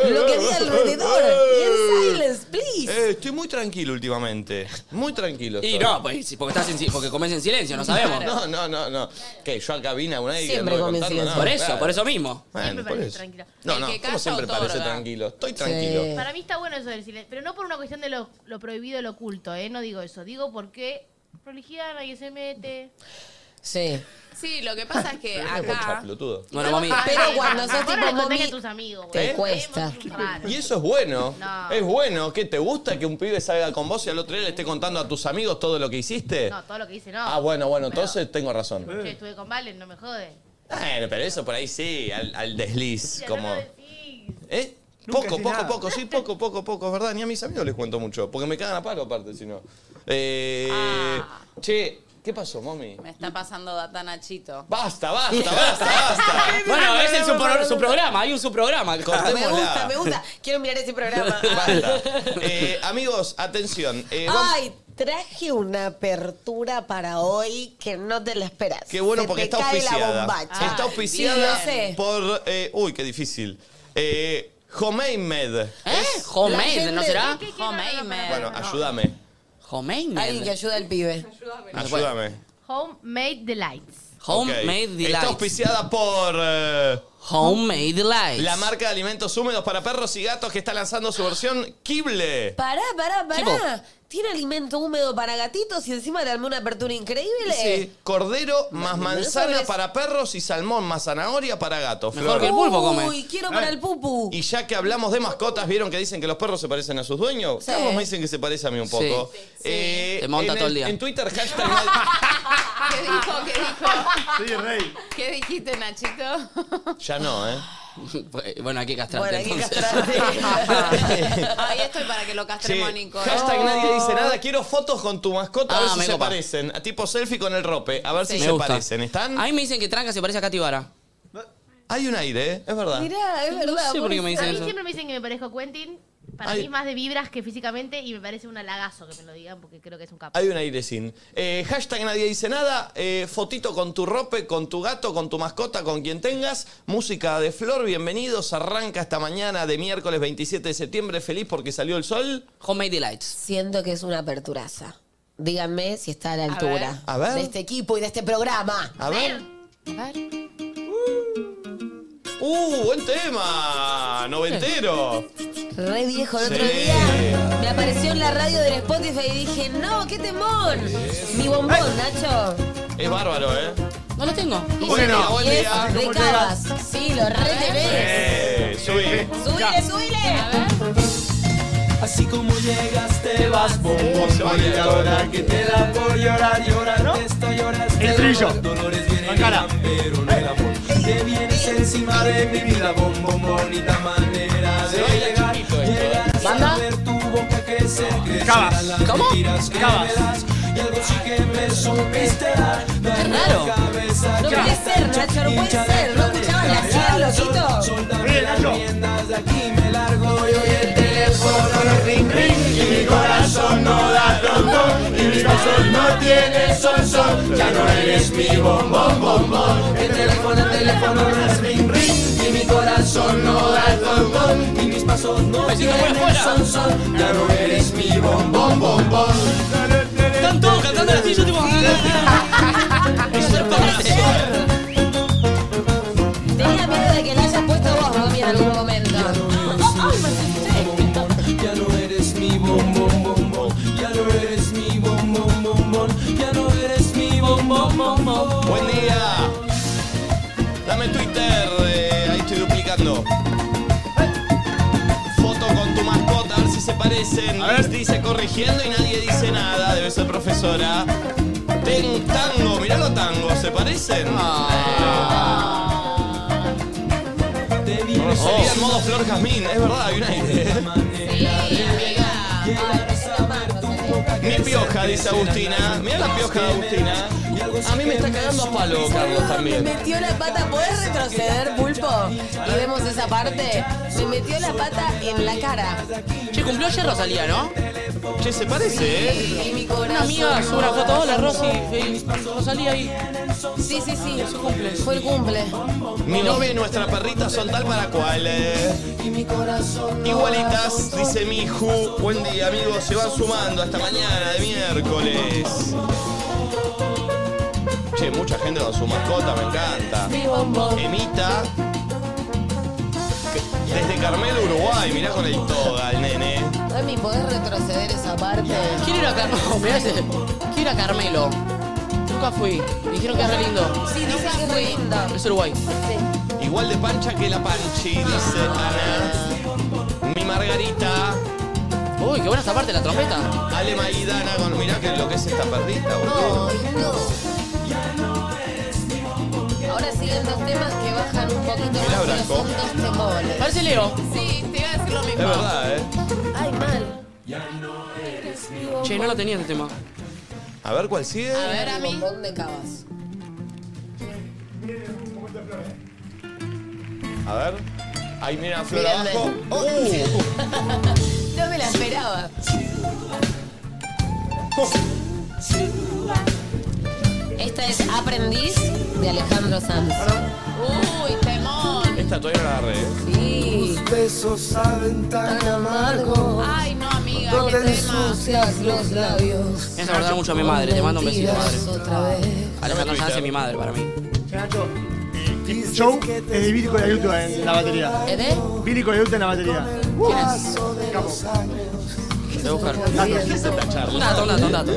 S3: lo que había alrededor. Y en silence, please.
S1: Eh, estoy muy tranquilo últimamente. Muy tranquilo.
S4: Y
S1: estoy.
S4: no, pues, sí, porque, estás en si- porque comes en silencio, no sabemos.
S1: No, no, no, no. Que yo acá vine a una y
S3: Siempre
S1: anduve
S3: comí en
S1: contando,
S3: silencio.
S1: no,
S4: Por eso,
S1: claro.
S4: por eso mismo.
S1: Bueno,
S6: Siempre
S1: por
S6: parece
S1: eso.
S6: tranquilo.
S1: No,
S2: El
S1: no,
S2: que
S1: como
S2: calla
S1: siempre parece
S2: otorga.
S1: tranquilo. Estoy tranquilo.
S3: Sí.
S6: Para mí está bueno eso del silencio, pero no por una cuestión de lo, lo prohibido y lo oculto, ¿eh? No digo eso, digo porque prolijidad, nadie se mete.
S3: Sí.
S2: Sí, lo que pasa es que
S1: Es por
S2: acá.
S1: chaplotudo.
S4: Bueno, mami.
S3: Pero cuando sos
S6: Vos no
S3: tipo
S6: le contás
S3: momi-
S6: a tus amigos,
S3: te
S1: ¿Eh?
S6: güey.
S3: cuesta.
S6: Vos sos raro.
S1: Y eso es bueno.
S6: No.
S1: Es bueno. ¿Qué te gusta que un pibe salga con vos y al otro día le esté contando a tus amigos todo lo que hiciste?
S6: No, todo lo que dice no.
S1: Ah, bueno, bueno,
S6: Pero,
S1: entonces tengo razón.
S6: che, estuve con Valen, no me jode.
S1: Bueno, pero eso por ahí sí, al, al desliz,
S6: Ya,
S1: como...
S6: no lo decís.
S1: ¿Eh?
S8: Nunca
S1: poco,
S8: sé
S1: poco,
S8: nada.
S1: poco, sí, poco, poco, poco, es verdad. Ni a mis amigos les cuento mucho, porque me cagan a palo aparte, si no. Eh,
S6: Ah.
S1: Che, ¿qué pasó, mami?
S2: Me está pasando data Nachito.
S1: Basta, basta, basta,
S6: *laughs*
S1: basta.
S4: Bueno, ese es su, pro- su programa, hay un su programa.
S3: Me
S1: Cortémosla.
S3: gusta, me gusta. Quiero mirar ese programa.
S1: Basta. Eh, amigos, atención. eh, vamos-
S3: Ay, traje una apertura para hoy que no te la esperas.
S1: Qué bueno
S3: Se
S1: porque está
S3: te cae La
S1: auspiciada.
S3: bombacha.
S1: está
S2: Ay,
S1: auspiciada
S3: bien. Lo sé.
S1: por. eh, uy, qué difícil. Eh, Homemade Med.
S4: ¿Eh?
S3: La gente-
S4: Homemade, ¿no será?
S9: ¿Qué, qué, qué?
S2: Homemade.
S1: Bueno, ayúdame.
S3: Alguien que
S4: Homemade.
S3: ayuda al pibe.
S1: Ayúdame.
S6: Homemade Delights.
S4: Homemade
S1: Ok. Está
S4: Delights.
S1: auspiciada por eh,
S4: Homemade Delights.
S1: la marca de alimentos húmedos para perros y gatos que está lanzando su versión Kible.
S3: Pará, pará, pará.
S4: Chico.
S3: Tiene alimento húmedo para gatitos y encima le armé una apertura increíble.
S1: Dice, Cordero más
S3: no
S1: manzana
S3: sabes.
S1: para perros y salmón más zanahoria para gatos.
S4: Mejor
S1: Flor.
S4: que el pulpo come.
S3: Uy, quiero para el pupu.
S1: Y ya que hablamos de mascotas, ¿vieron que dicen que los perros se parecen a sus dueños?
S3: Sí.
S1: Todos me dicen que se parece a mí un poco. Eh,
S4: Te monta
S1: en
S4: todo el día.
S1: En Twitter, hashtag nadie-
S2: ¿Qué dijo? ¿Qué dijo?
S8: Sí, rey.
S2: ¿Qué dijiste, Nachito?
S1: Ya no,
S5: *laughs*
S1: ¿eh?
S4: Bueno, aquí castrante.
S3: Bueno, hay que
S4: entonces. *laughs*
S3: castrarte.
S2: Ahí estoy para que lo castremos,
S1: Che,
S2: Nico.
S1: hashtag nadie dice nada. Quiero fotos con tu mascota a
S4: Ah,
S1: ver si
S4: me
S1: se
S4: copa.
S1: parecen. A Tipo selfie con el rope. A ver si
S4: Me
S1: se
S4: gusta.
S1: parecen. ¿Están?
S4: A mí me dicen que Tranca se parece a Katy Vara.
S1: Hay un aire, ¿eh? Es verdad.
S3: Mirá, es verdad.
S4: No sé por qué me
S6: A
S4: dicen
S6: mí
S4: eso.
S6: siempre me dicen que me parezco a Quentin. Para
S1: Ay.
S6: mí es más de vibras que físicamente y me parece un halagazo que me lo digan porque creo que es un capo.
S1: Hay un aire sin. Eh, hashtag nadie dice nada. eh, fotito con tu rope, con tu gato, con tu mascota, con quien tengas. Música de flor, bienvenidos. Arranca esta mañana de miércoles 27 de septiembre. Feliz porque salió el sol.
S4: Homemade Delights.
S3: Siento que es una aperturaza. Díganme si está a la altura
S1: A ver. A ver.
S3: de este equipo y de este programa.
S1: A ver.
S2: A ver.
S1: ¡Uh! ¡Buen tema! ¡Noventero!
S3: Re viejo el otro
S1: Sí.
S3: día. Me apareció en la radio del Spotify y dije, no, qué temón. Mi bombón, Nacho.
S1: Es bárbaro, ¿eh?
S4: No lo tengo.
S8: ¿Cómo que no?
S1: Buen
S3: Y es
S1: día.
S3: de
S8: ¿Cómo
S3: Cabas. Sí, lo re tenés.
S1: ¡Eh! ¡Subí!
S3: Subile, subile.
S5: Así como llegas te vas bombón
S1: Sí.
S5: Voy a llorar que te da por llorar Llorar
S8: ¿No?
S5: esto, lloras
S8: El trillo.
S5: Dolores vienen y
S8: Bacala.
S5: van, pero no el amor Te vienes encima de mi vida bombón Bonita manera de
S1: baila
S5: llegar
S1: chiquito esto, ¿eh?
S5: Llegas
S4: ¿Banda?
S5: a ver tu boca crecer Crecerán
S8: Cabas.
S5: las
S4: ¿Cómo?
S5: mentiras que
S8: Cabas.
S5: me das Y algo sí que me supiste dar Dar la
S4: raro.
S5: cabeza
S3: No
S5: que
S3: puede
S5: está
S3: ser,
S5: hecha
S3: Nacho, no
S5: hincha
S3: puede
S5: de
S3: ser. ¿No
S5: planeta.
S3: escuchabas la sierra, loquito?
S5: Soltame
S8: Bien,
S5: las
S8: Nacho.
S5: riendas de aquí me largo y hoy el teléfono ring ring y mi corazón no da trombón y mi corazón no tiene son son ya no eres mi bombón bombón el teléfono el teléfono no es ring ring y mi corazón no da trombón y mis pasos no tienen son son ya no eres mi bombón bombón
S4: Están todos cantando las sillas, tipo.
S3: Tenía miedo de que la hayas puesto vos, Romy, en algún momento.
S5: ya no eres mi bombón bombón ya no eres mi bombón bombón ya no eres mi bombón bombón
S1: ¡Buen día! Dame Twitter, eh, ahí estoy duplicando. Foto con tu mascota, a ver si se parecen. Liz dice corrigiendo y nadie dice nada, debe ser profesora. Ten tango, mirá los tangos, ¿se parecen?
S5: te vienes
S1: Sería en modo flor jazmín, es verdad, hay un aire. Ni pioja, dice Agustina. Mirá la pioja de Agustina. A mí me está cagando a palo, Carlos,
S3: Me
S1: también.
S3: metió la pata, ¿puedes retroceder, pulpo? Y vemos esa parte. Me metió la pata en la cara.
S4: Che, cumplió ayer Rosalía, ¿no?
S1: Che, se parece, ¿eh?
S3: Y mi corazón.
S4: Una amiga sube una foto. Hola, Rosy. Feliz Rosalía ahí.
S3: Sí, sí, sí. Fue el cumple.
S1: Mi novia y nuestra perrita son tal para cual. eh. Igualitas, dice Miju. Buen día, amigos. Se van sumando hasta mañana de miércoles. Che, mucha gente con su mascota, me encanta. Emita. que- Desde Carmelo, Uruguay. Mirá con el toga, el nene.
S3: Romy, ¿podés retroceder esa parte?
S4: ¿Quién era Carmelo? Oh, Mirá ese. ¿Quién era Carmelo? Nunca fui. Dijeron que es re lindo.
S3: Sí, dice que es re lindo.
S4: Es Uruguay.
S1: Igual de pancha que la panchi, dice Ana. Mi Margarita.
S4: Uy, qué buena esta parte, la trompeta.
S1: Ale Maidana con. Mirá que lo que es esta perrita, boludo.
S3: Ay, no. Ahora siguen dos temas que bajan un poquito
S1: Mirá,
S3: más, pero
S1: Branco.
S3: son dos temores.
S4: Parece Leo.
S2: Sí, te iba a
S3: yo
S10: Es
S3: misma.
S10: verdad, ¿eh?
S3: Ay, mal.
S4: Che, no lo tenía este tema.
S10: A ver cuál sigue.
S2: A ver, a mí.
S3: ¿Dónde cavas?
S10: A ver. Ahí viene la flor
S3: Miranda.
S10: abajo.
S1: Oh,
S3: Uh. No me la esperaba.
S1: Oh.
S3: Esta es Aprendiz de Alejandro Sanz.
S4: eh.
S2: Uy, temón.
S10: Esta todavía no la agarré. ¿eh?
S3: Sí.
S5: Besos saben tan amargo.
S2: Ay, no, amiga,
S5: No
S2: qué
S5: te
S2: tema.
S3: Sucias los labios.
S4: Me hace acordar mucho a mi madre. Te mando un besito, madre.
S3: Mentiras otra vez.
S4: Alejandro Sanz es mi madre para mí.
S11: Tip Show es de Billy Coyayuta en la batería.
S3: ¿Eh, eh?
S11: Billy Coyayuta en la batería. Ah,
S4: Te voy a buscar. Un dato, un dato, un dato.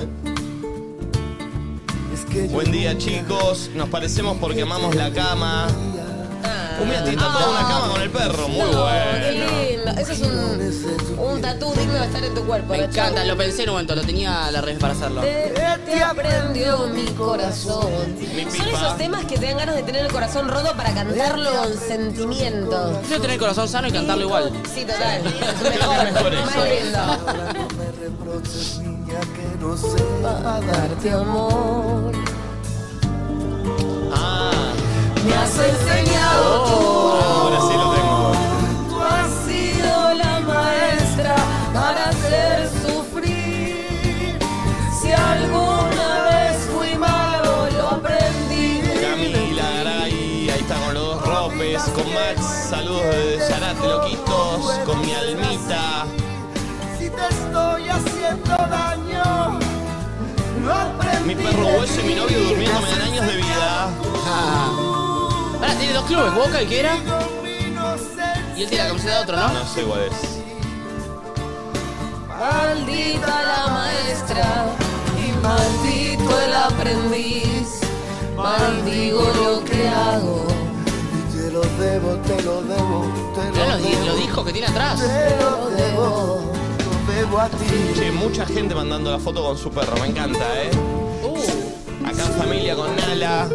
S1: Buen día chicos, nos parecemos porque amamos la cama. Un mira, Tita toda una cama con el perro, muy
S3: Ah. No,
S1: bueno.
S3: qué lindo. Eso es un, un tatú digno de estar en tu cuerpo.
S4: Me
S3: la chapa.
S4: encanta, lo pensé en un momento, lo tenía la red para hacerlo.
S3: Te, te aprendió mi corazón.
S1: Mi
S3: Son
S1: pipa.
S3: esos temas que te dan ganas de tener el corazón roto para cantarlo con sentimiento.
S4: Prefiero tener el corazón sano y
S1: *laughs*
S4: cantarlo igual.
S3: Sí, total. Es mejor.
S1: Mejor eso.
S3: Más lindo.
S5: Me reproches, niña, que no sepa darte
S3: Darte amor.
S1: Ah,
S3: Me has enseñado
S1: Oh, ahora sí lo tengo.
S3: Tú has sido la maestra para hacer sufrir. Si alguna vez fui malo, lo aprendí.
S1: Camila, Garay, ahí está con los dos ropes, con Max, saludos de Yarate, loquitos, con mi almita.
S5: si te estoy haciendo daño. Lo
S1: Mi
S5: aprendí
S1: perro
S5: de
S1: hueso y mi
S5: ti.
S1: novio durmiéndome en años de vida.
S4: Ahora tiene dos clubes, Boca y que era. Y él tiene la camiseta de otro, ¿no?
S1: No sé cuál es.
S3: Maldita la maestra y maldito el aprendiz. Maldigo lo que hago.
S5: Te lo debo, te lo debo, te
S4: Mirá
S5: lo
S4: los, di- los
S5: debo.
S4: discos que tiene atrás.
S5: Te lo debo, lo debo a ti.
S1: Che, mucha gente mandando la foto con su perro, me encanta, eh.
S3: Uh.
S1: Acá en familia con Nala.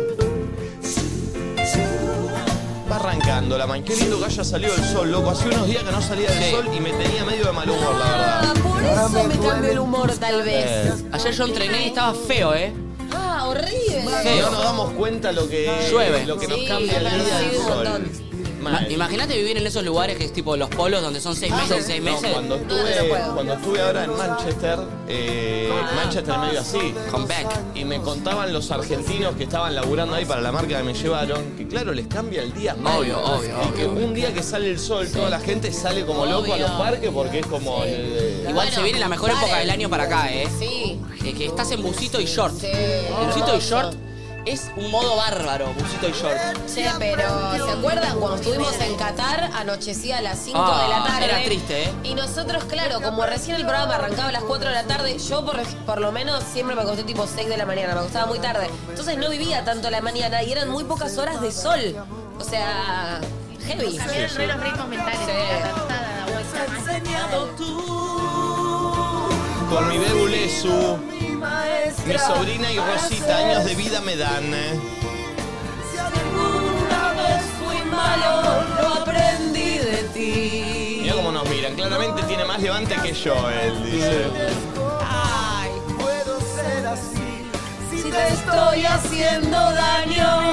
S1: Va arrancando la man. Qué lindo que haya salido el sol, loco. Hace unos días que no salía del
S4: Sí.
S1: sol y me tenía medio de mal humor, la
S3: Ah,
S1: verdad. Eh,
S3: por eso me cambió el humor tal vez.
S4: Ayer yo entrené y estaba feo, ¿eh.
S3: Ah, horrible.
S1: Eh,
S4: Feo.
S1: no nos damos cuenta lo que
S4: Llueve.
S1: lo que nos
S3: Sí,
S1: cambia el
S3: claro,
S1: día
S3: sí,
S1: del
S3: un
S1: sol.
S3: montón.
S1: Mal.
S4: Ma- Imagínate vivir en esos lugares que es tipo los polos donde son seis meses y seis
S1: Ah, No,
S4: meses.
S1: cuando
S3: no
S1: estuve,
S3: puedo.
S1: cuando estuve ahora en Manchester, eh,
S4: Ah.
S1: Manchester medio así.
S4: Con Beck.
S1: Y me contaban los argentinos que estaban laburando ahí para la marca que me llevaron, que claro, les cambia el día. mal.
S4: Obvio, obvio,
S1: Y que un día que sale el sol, toda la gente sale como loco a los parques porque es como el... eh,
S4: Igual se viene la mejor época del año para acá, ¿eh?
S3: Sí.
S4: Que, que estás en busito y short. Busito y short es un modo bárbaro, busito y short.
S3: Che, pero ¿se acuerdan cuando estuvimos en Qatar? Anochecía a las 5
S4: Ah,
S3: de la tarde.
S4: era triste, ¿eh?
S3: Y nosotros, claro, como recién el programa arrancaba a las 4 de la tarde, yo por, por lo menos siempre me acosté tipo 6 de la mañana, me acostaba muy tarde. Entonces no vivía tanto la mañana y eran muy pocas horas de sol. O sea, heavy.
S6: Cambiaron re los ritmos mentales.
S3: Sí.
S6: La tartada, la vuelta, más tarde.
S1: Con mi bebulesu, mi sobrina y Rosita, años de vida me dan. eh.
S3: Una vez fui malo, lo aprendí de ti.
S1: Mira cómo nos miran, claramente tiene más levante que yo, él dice.
S3: Ay,
S5: Puedo ser así. Si
S3: si
S5: te
S3: te estoy haciendo daño,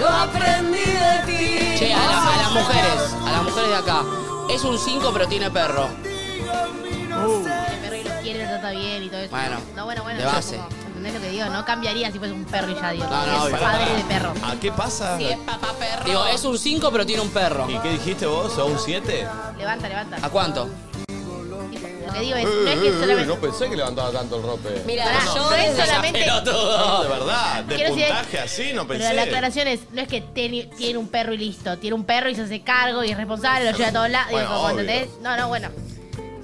S3: lo aprendí de ti.
S4: Che, a, la- a las mujeres, a las mujeres de acá. Es un 5 pero tiene perro.
S6: El perro y lo quiere, lo trata bien y todo eso.
S4: Bueno,
S6: No, bueno, bueno.
S4: de
S6: yo
S4: base.
S6: como- ¿Entendés lo que digo? No cambiaría si fuese un perro y ya digo.
S4: No, no,
S6: es
S4: obvio.
S6: padre de perro.
S1: ¿A qué pasa?
S2: Si es papá perro.
S4: Digo, es un 5 pero tiene un perro.
S1: ¿Y qué dijiste vos? ¿A un 7?
S6: Levanta, levanta.
S4: ¿A cuánto?
S6: Lo que digo es, no es que
S1: Uh. *laughs*
S6: solamente.
S1: Eh, no pensé que levantaba tanto el rope.
S3: Mira,
S6: Pará,
S3: yo
S6: no es
S3: desde-
S6: solamente.
S1: No, Ah, de verdad, de
S6: Quiero decir-
S1: puntaje así no
S6: Pero
S1: pensé.
S6: la aclaración es, no es que teni- tiene un perro y listo, tiene un perro y se hace cargo y es responsable, lo lleva a todos lados.
S1: Bueno,
S6: Digo,
S1: obvio.
S6: ¿entendés? No, no, bueno.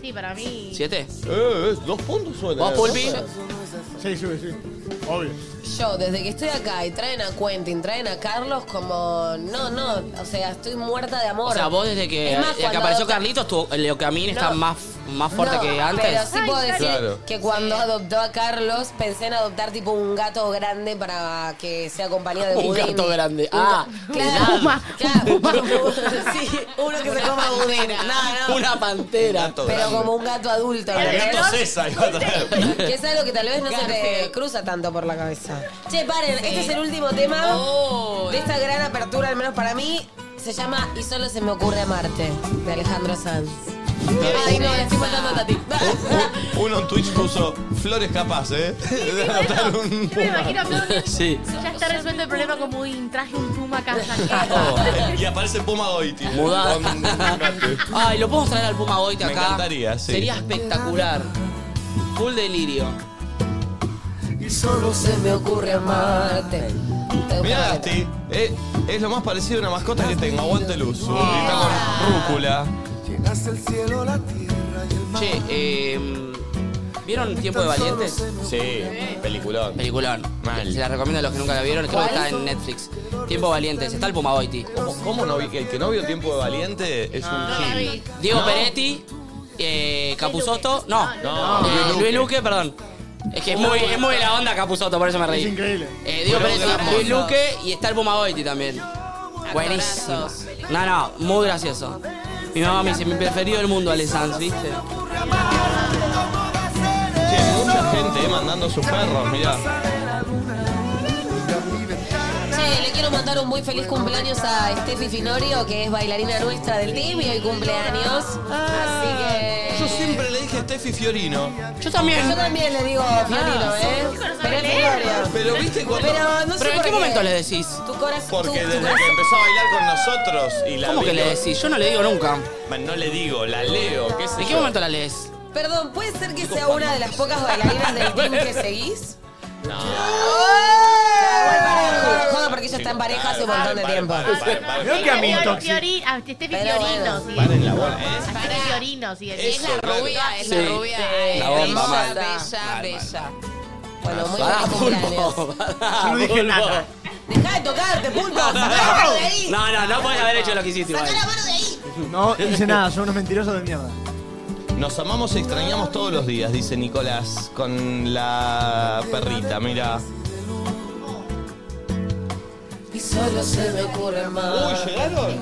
S6: Sí, para mí.
S4: ¿Siete?
S1: Eh, es dos puntos suena. ¿eh?
S4: ¿Vos, Pulpi?
S11: Sí, sube, sí. Obvio.
S3: yo desde que estoy acá y traen a Quentin, traen a Carlos como no, no, o sea, estoy muerta de amor.
S4: O sea, vos desde que,
S3: Es más,
S4: desde que
S3: cuando-
S4: apareció Carlitos, tu, lo que a mí está
S3: No.
S4: más más fuerte
S3: No,
S4: que antes.
S3: Pero sí puedo decir
S1: Claro.
S3: que cuando adoptó a Carlos pensé en adoptar tipo un gato grande para que sea compañía
S4: *laughs*
S3: de
S4: Un
S3: budín.
S4: gato grande.
S3: Un *laughs*
S4: Ah,
S3: ga- claro, claro.
S4: *laughs*
S3: sí, uno que se coma budín. No, no.
S4: Una pantera.
S1: Gato
S3: Pero
S1: grande.
S3: como un gato adulto.
S1: El
S3: ¿no?
S1: gato César iba a traer.
S3: *laughs* Que es algo que tal vez no se te cruza tanto por la cabeza. Che, paren, este es el último tema
S4: Oh.
S3: de esta gran apertura, al menos para mí. Se llama Y solo se me ocurre amarte, de Alejandro Sanz. Ay, no, le estoy faltando a Tati.
S1: Uno en Twitch puso flores capaz, ¿eh? *laughs* De anotar un.
S6: Yo me imagino a Pudín.
S4: Sí.
S6: Ya está resuelto el problema como un traje, un puma,
S4: Oh.
S6: casaquero.
S1: Y aparece Puma Goiti. ¿eh?
S4: Mudado.
S1: Con un gato.
S4: *laughs* Ay, lo podemos traer al Puma hoy acá.
S1: Me encantaría, sí.
S4: Sería espectacular. Full delirio.
S3: Solo se me ocurre amarte.
S1: Mirá, Gasti, eh, es lo más parecido a una mascota que tengo. Aguante luz.
S6: Ah.
S1: Y está con rúcula.
S4: Che, eh, ¿vieron Tiempo de Valientes?
S1: Sí, peliculón.
S4: Peliculón.
S1: Mal.
S4: Se la recomiendo a los que nunca la vieron. Creo que está en Netflix. Tiempo de Valientes. Está el Puma Goiti.
S1: ¿Cómo, cómo no vi? El que no vio Tiempo de Valiente es un gil.
S4: Diego Peretti, eh, Capuzotto, no,
S1: No,
S4: eh,
S1: Luis
S4: Luis,
S1: Luque.
S4: Luque, perdón. Es que es muy, es muy la onda Capuzotto, por eso me reí.
S11: Es increíble.
S4: Eh, Diego
S1: Bueno,
S4: Peretti,
S1: hermoso.
S4: Luis Luque y está el Puma Goiti también. Buenísimo. No, no, muy gracioso. Mi mamá me dice, mi preferido del mundo, Ale Sanz, ¿viste?
S1: Che, mucha gente eh, mandando sus perros, mirá.
S3: Che, le quiero mandar un muy feliz cumpleaños a Steffi Finorio, que es bailarina nuestra del team y hoy cumpleaños. Así que.
S1: Yo siempre le dije a Steffi Fiorino,
S4: Ah. Yo también. Ah,
S3: Yo también le digo Fiorino, ¿eh? Pero es Finorio.
S1: pero viste cuando...
S3: Pero no sé
S4: ¿Pero en
S3: por
S4: qué momento le decís?
S3: Tu corazón. tu-
S1: Porque
S3: tu
S1: desde que
S3: corazón-
S1: empezó a bailar con nosotros y la
S4: ¿Cómo que
S1: vino-
S4: le decís? Yo no le digo nunca.
S1: Bueno, no le digo, la leo, qué sé
S4: ¿En qué
S1: yo.
S4: momento la lees?
S3: Perdón, ¿puede ser que sea una de las pocas bailarinas del team *laughs* que seguís? No. Joda porque ella está en pareja hace un montón de
S1: Paren,
S3: tiempo.
S1: paren, paren, paren,
S11: Creo que a mí,
S6: Fiori-
S11: Toxic.
S6: Fiori- a este Steffi
S3: Pero
S6: Fiorino,
S3: bueno.
S6: sí.
S1: Paren la bola, ¿eh?
S6: A Steffi Fiorino, sí.
S1: Eso,
S2: Es la
S1: claro.
S2: rubia, es
S4: Sí.
S2: la rubia.
S6: eh,
S2: Ay,
S4: La bomba, mal.
S2: bella, bella,
S4: Mal,
S2: bella.
S1: Ah,
S3: Bueno, muy
S4: Pará,
S3: feliz cumpleaños.
S4: *laughs* pulpo.
S11: Yo
S4: Pará,
S11: no dije
S4: pulpo. *laughs*
S11: nada.
S3: Deja de tocarte, *laughs* pulpo. Sacá la mano de ahí.
S4: No, no, no podés haber hecho lo que hiciste.
S3: Sacá
S4: igual.
S3: la mano de ahí.
S11: No hice nada, son unos mentirosos de mierda.
S1: Nos amamos y extrañamos todos los días, dice Nicolás, con la perrita, mira.
S3: Y solo se me ocurre más.
S1: ¿llegaron?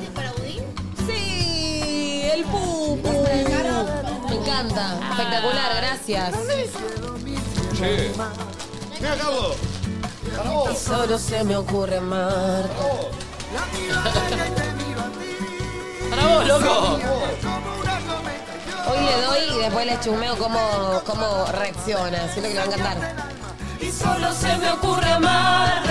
S3: Sí, el pupu. Me encanta. Espectacular, gracias.
S1: Che. Mira, Cabo.
S3: Y solo se me ocurre más.
S4: Para vos,
S3: *laughs*
S4: loco.
S3: Hoy le doy y después le chumeo cómo, cómo reacciona. Siento que le va a encantar. Y solo se me ocurre amarte.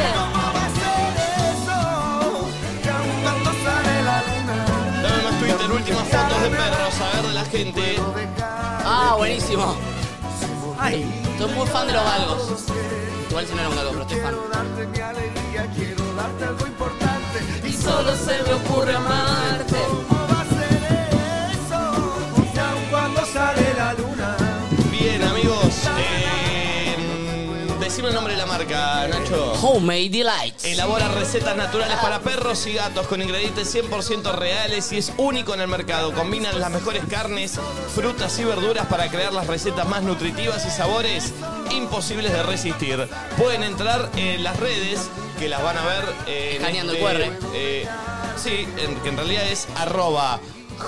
S1: Dame más Twitter, últimas fotos de perros, a ver de la gente.
S4: Ah, buenísimo.
S11: Ay,
S4: Soy muy fan de los galgos. Igual si no era un galgo, pero estoy fan.
S3: Y solo se me ocurre amarte.
S1: Bien, amigos. eh, decime el nombre de la marca, Nacho.
S4: Homemade Delights.
S1: Elabora recetas naturales para perros y gatos con ingredientes 100% reales y es único en el mercado. Combinan las mejores carnes, frutas y verduras para crear las recetas más nutritivas y sabores imposibles de resistir. Pueden entrar en las redes que las van a ver eh, en
S4: Escaneando
S1: este,
S4: el QR.
S1: eh, sí, en- que en realidad es arroba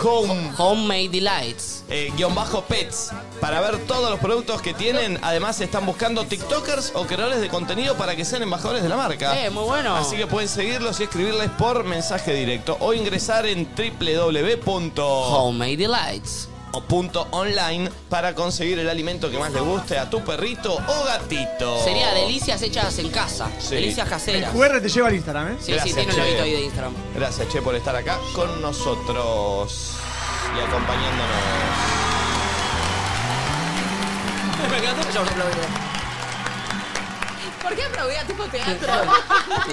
S1: home
S4: Homemade Delights.
S1: eh, guión bajo pets para ver todos los productos que tienen. Además están buscando TikTokers o creadores de contenido para que sean embajadores de la marca.
S4: Eh, muy bueno.
S1: Así que pueden seguirlos y escribirles por mensaje directo o ingresar en www.online
S4: Homemade Delights.
S1: para conseguir el alimento que más le guste a tu perrito o gatito.
S4: Sería delicias hechas en casa.
S1: Sí.
S4: Delicias
S11: el
S4: caseras.
S11: QR te lleva al Instagram, ¿eh?
S4: Sí, sí,
S1: Gracias,
S4: tiene un
S1: che.
S4: lobito ahí de Instagram.
S1: Gracias, Che, por estar acá con nosotros y acompañándonos.
S4: Me encantó que yo lo lobito.
S2: ¿Por qué aplaudí a tipo
S4: *laughs*
S2: teatro?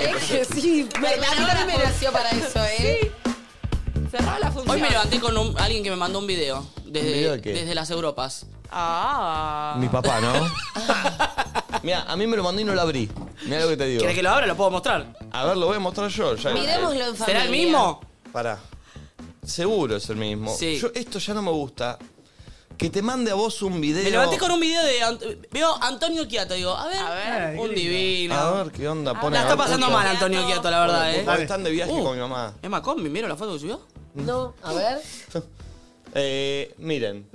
S3: Es que sí, me, a mí también me nació para eso, ¿eh?
S2: Cerraba la función.
S4: Hoy me levanté con un- alguien que me mandó un video. Desde,
S1: ¿Un video de qué?
S4: desde las Europas.
S2: Ah.
S1: Mi papá, ¿no? *laughs* Mira, a mí me lo mandó y no lo abrí. Mira lo que te digo.
S4: ¿Querés que lo abra? Lo puedo mostrar.
S1: A ver, lo voy a mostrar yo. Ya
S3: Miremoslo en familia.
S4: ¿Será el mismo?
S1: Pará. Seguro es el mismo.
S4: Sí.
S1: Yo, esto ya no me gusta. que te mande a vos un video.
S4: Me levanté con un video de. Ant- veo Antonio Quiato, digo, a ver, un divino.
S1: A ver qué onda
S4: Ah,
S1: pone.
S4: la está pasando mal Antonio Quiato, la verdad, eh.
S1: Están de viaje
S4: Uh.
S1: con mi mamá.
S4: Es Macón, ¿me ¿vieron la foto que subió?
S3: No, a ver.
S1: Eh, miren.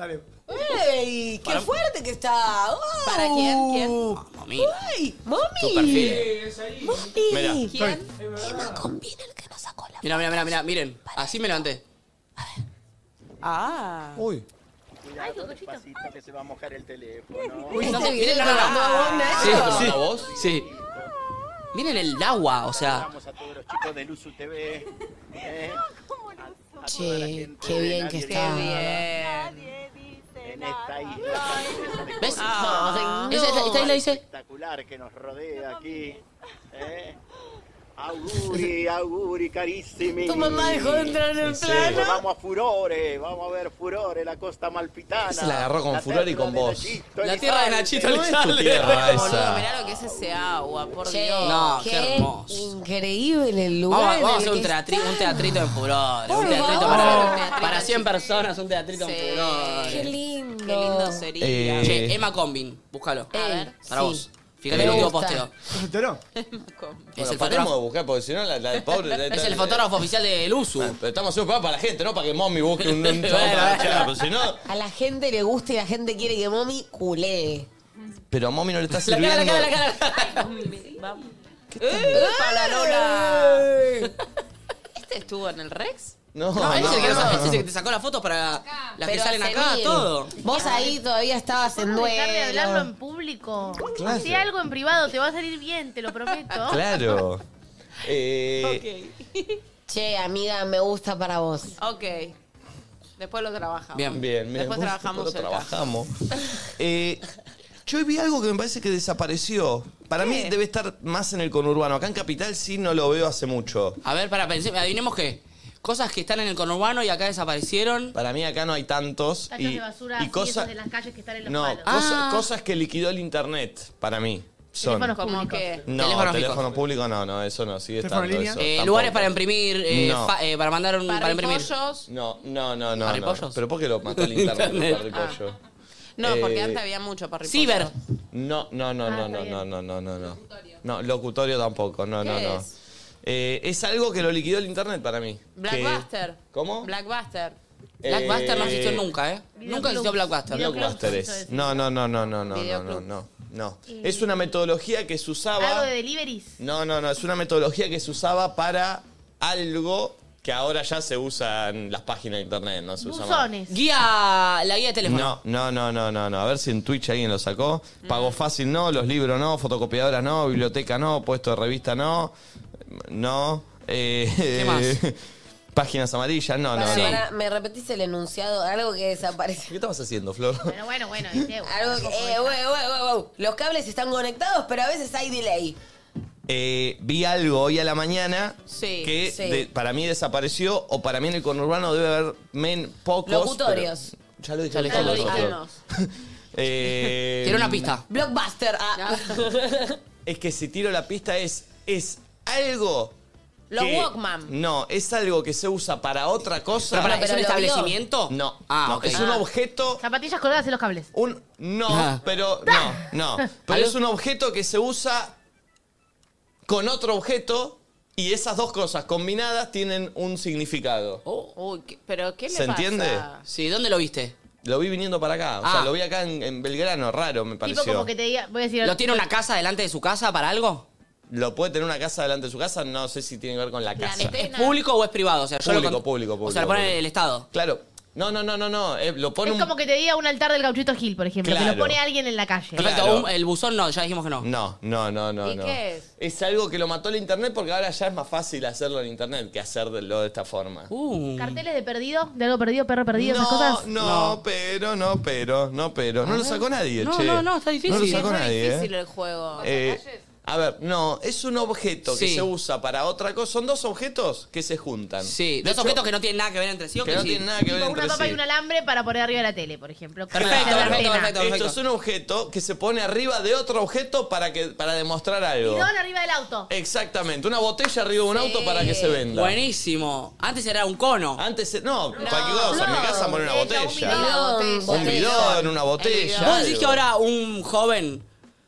S3: ¡Ey! ¡Qué fuerte que está!
S2: ¿Para quién? ¿Quién?
S4: Mamila.
S3: ¡Ay!
S1: Tu perfil.
S3: ¡Mami! ¡Mami!
S1: Mira,
S2: ¿Quién?
S4: Mira, mira, mira, mira, miren. Así me levanté.
S2: Ah.
S10: Uy.
S6: Ay, qué cochito.
S5: que se va a mojar el teléfono.
S4: No,
S3: Este
S4: miren
S3: video
S4: la
S3: te
S4: cara.
S3: mandó a vos,
S4: Sí,
S3: Nacho.
S4: sí. Sí. Miren el agua, o sea.
S5: Vamos a todos los chicos de Luzu TV.
S3: *laughs*
S5: ¿eh?
S3: Che, qué bien que
S2: Qué
S3: está.
S2: bien.
S5: En esta isla tan desastrosamente
S4: ¿Ves?
S2: Ah.
S4: Esa- esa- esta ahí la dice.
S5: espectacular que nos rodea aquí. ¿eh? Auguri, auguri, carísimi.
S3: Tu mamá dejó de entrar en el plano.
S5: Vamos a Furore, vamos a ver Furore, la costa malpitana.
S1: Se la agarró con Furore y con
S5: tierra de
S1: vos.
S5: Nachito
S4: La tierra de
S5: Elizalde.
S4: Nachito
S1: No es tu
S4: Elizalde.
S1: tierra
S2: Boludo,
S1: esa.
S2: mirá lo que es ese agua, por
S3: Che,
S2: Dios.
S4: No, qué
S3: qué,
S4: hermoso.
S3: increíble el lugar.
S4: Vamos, a-
S3: en
S4: vamos a
S3: el
S4: hacer un,
S3: que
S4: teatri-
S3: está.
S4: un teatrito en furor.
S3: Por
S4: Un teatrito
S3: favor.
S2: Un
S4: para,
S2: teatrito
S4: para 100
S2: chiquito.
S4: personas, un teatrito
S2: Sí.
S4: en furor.
S3: Qué lindo.
S2: Qué lindo sería.
S10: Eh,
S4: Che, Emma Combin, búscalo. Eh,
S3: A ver.
S4: Para
S3: Sí.
S4: vos. Fíjate
S3: Me
S4: el último
S3: gusta.
S4: posteo.
S11: ¿Se enteró?
S4: Es el
S1: Bueno, paremos de
S4: fotógrafo.
S1: buscar, porque si no, la, la del pobre.
S4: *laughs*
S1: la-
S4: Es
S1: la-
S4: el fotógrafo oficial del Usu.
S1: Pero estamos haciendo programa para la gente, no para que mommy busque un. un
S4: *laughs*
S1: chabón
S4: Bueno,
S1: para
S4: bueno.
S1: echar, pero si no.
S3: A la gente le gusta y la gente quiere que mommy culé.
S1: Pero a mommy no le está
S4: *laughs* La cara,
S1: sirviendo.
S4: la cara, la cara.
S2: Vamos. ¡Epa, la Lola! ¿Este estuvo en el Rex?
S1: No,
S4: No, ese es el que nos-
S1: no.
S4: ese es el que te sacó la foto para las que
S3: Pero
S4: salen
S3: hace
S4: acá,
S3: mil.
S4: todo.
S3: Vos ahí todavía estabas en
S6: Vamos a dejar de hablarlo
S3: duelo.
S6: en público.
S1: Claro.
S6: Si algo en privado te va a salir bien, te lo prometo.
S4: *laughs*
S1: Claro. Eh,
S3: Che, amiga, me gusta para vos.
S2: Ok. Después lo trabajamos.
S4: Bien.
S1: Bien, bien.
S2: Después
S1: Vos-
S2: trabajamos
S1: después
S2: el
S1: lo
S4: *laughs*
S1: trabajamos. Eh, yo hoy vi algo que me parece que desapareció. Para mí debe estar más en el conurbano. Acá en Capital sí no lo veo hace mucho.
S4: A ver, para, pensemos, adivinemos qué. Cosas que están en el conurbano y acá desaparecieron.
S1: Para mí acá no hay tantos.
S6: Tachos
S1: Y,
S6: de basura
S1: y
S6: así,
S1: cosas.
S6: esos de las calles que están en los
S1: No,
S6: palos.
S1: cosa- cosas que liquidó el internet, para mí. Son.
S6: Teléfonos
S2: Como
S6: públicos.
S2: que.
S1: No,
S4: Teléfonos
S1: teléfono público no, no, eso no, sigue
S11: ¿Teléfono
S1: estando
S11: en línea?
S1: eso,
S4: Eh,
S1: tampoco.
S4: lugares para imprimir, eh,
S1: No.
S4: fa- eh, para mandar un, para imprimir.
S2: Parripollos.
S1: No, no, no, no. no.
S4: ¿Parripollos?
S1: ¿Pero por qué lo mató el
S4: *laughs*
S1: internet, el parripollo?
S2: No, porque
S1: Eh,
S2: antes había mucho parripollos.
S4: Ah. Ciber.
S1: No, no, no, no,
S6: Ah, está
S1: no,
S6: bien.
S1: no, no, no, no, no. No, locutorio tampoco, no,
S2: ¿Qué
S1: no, no.
S2: es?
S1: Eh, es algo que lo liquidó el internet para mí.
S2: Blackbuster.
S1: Que- ¿Cómo?
S2: Blackbuster.
S1: Eh,
S4: Blackbuster no existió nunca, ¿eh?
S6: Videoclub.
S4: Nunca existió Blackbuster.
S6: Videoclub.
S1: Blockbuster es. No, no, no, no, no, no, no, no,
S2: Videoclub.
S1: no. no. Es una metodología que se
S6: Algo
S1: usaba.
S6: de deliveries.
S1: No, no, no. Es una metodología que se usaba para algo que ahora ya se usa en las páginas de internet, no se usa más.
S6: Buzones.
S4: Guía, la guía de teléfono.
S1: No, no, no, no, no, no. A ver si en Twitch alguien lo sacó. Pago fácil no, los libros no, fotocopiadora no, biblioteca no, puesto de revista no, no. eh,
S4: más?
S1: *laughs* Páginas amarillas, no, no,
S3: Pará,
S1: no.
S3: pará, me repetís el enunciado, algo que desapareció.
S1: ¿Qué estabas haciendo, Flor?
S6: Bueno, bueno, bueno. viste,
S3: Algo que.
S6: un poco
S3: eh, wow, wow, wow, wow. Los cables están conectados, pero a veces hay delay.
S1: Eh, vi algo hoy a la mañana
S2: Sí,
S1: que
S3: sí.
S1: de- para mí desapareció o para mí en el conurbano debe haber men pocos.
S3: Locutorios.
S1: pero- ya lo dije.
S4: Ya lo
S1: ya lo
S4: dijimos.
S1: dije.
S2: Menos.
S1: Eh,
S4: Tiene una pista.
S3: Blockbuster. ah.
S1: Es que si tiro la pista es, es algo.
S2: Los
S1: que-
S2: Walkman.
S1: No, es algo que se usa para otra cosa.
S4: Pero para,
S3: pero
S4: ¿Es un
S3: lo
S4: establecimiento?
S1: No,
S4: Ah,
S1: no,
S4: ok.
S1: es un objeto.
S6: Zapatillas colgadas en los cables.
S1: Un. No,
S4: Ah.
S1: pero. No, no. Pero
S4: ¿Algo?
S1: es un objeto que se usa con otro objeto y esas dos cosas combinadas tienen un significado.
S4: Oh.
S2: Uy, qué- pero ¿qué le
S1: ¿Se
S2: pasa?
S1: entiende?
S4: Sí, ¿dónde lo viste?
S1: Lo vi viniendo para acá. O sea,
S4: Ah.
S1: lo vi acá en, en Belgrano, raro me pareció.
S6: Tipo como que te diga, voy a decir.
S4: ¿Lo tiene una casa delante de su casa para algo?
S1: Lo puede tener una casa delante de su casa, no sé si tiene que ver con la casa.
S2: neta-
S4: ¿Es público o es privado? O sea, yo lo
S1: Público,
S4: cont-
S1: público,
S4: O sea, lo
S1: público,
S4: pone
S1: público.
S4: el Estado.
S1: Claro. No, no, no, no, no. eh, lo pone
S6: Es
S1: un-
S6: como que te diga un altar del gauchito Gil, por ejemplo, que
S1: Claro.
S6: lo pone alguien en la calle.
S1: Claro.
S4: Perfecto, un- el buzón no, ya dijimos que no.
S1: No, no, no, no.
S2: ¿Y
S1: no.
S2: qué es?
S1: Es algo que lo mató el internet porque ahora ya es más fácil hacerlo en internet que hacerlo de esta forma.
S4: Uh.
S6: Carteles de perdido, de algo perdido, perro perdido, esas cosas.
S1: no, pero, no, pero, no, pero. No lo sacó nadie,
S4: No,
S1: che.
S4: no, no, está difícil.
S1: No lo
S2: Sí, es
S1: sacó
S2: muy
S1: nadie,
S2: difícil
S1: eh.
S2: el juego.
S1: Eh, A ver, no, es un objeto que
S4: Sí.
S1: se usa para otra cosa. Son dos objetos que se juntan. De
S4: Sí, dos
S1: hecho,
S4: objetos que no tienen nada que ver entre sí. ¿o
S1: que no
S4: sí?
S1: tienen nada que ver
S6: Tipo una
S1: entre
S6: papa
S1: sí.
S6: y un alambre para poner arriba de la tele, por ejemplo. Como
S4: Perfecto,
S6: para la
S4: perfecto,
S6: antena.
S4: perfecto.
S1: Esto es un objeto que se pone arriba de otro objeto para, que, para demostrar algo.
S6: Bidón arriba del auto.
S1: Exactamente, una botella arriba de un auto para que se venda.
S4: Buenísimo. Antes era un cono.
S1: Antes, no, cualquier cosa, en mi casa pone una
S6: no, un
S1: botella.
S3: bidón,
S1: Un bidón, una botella.
S4: ¿Vos decís
S1: algo.
S4: que ahora un joven,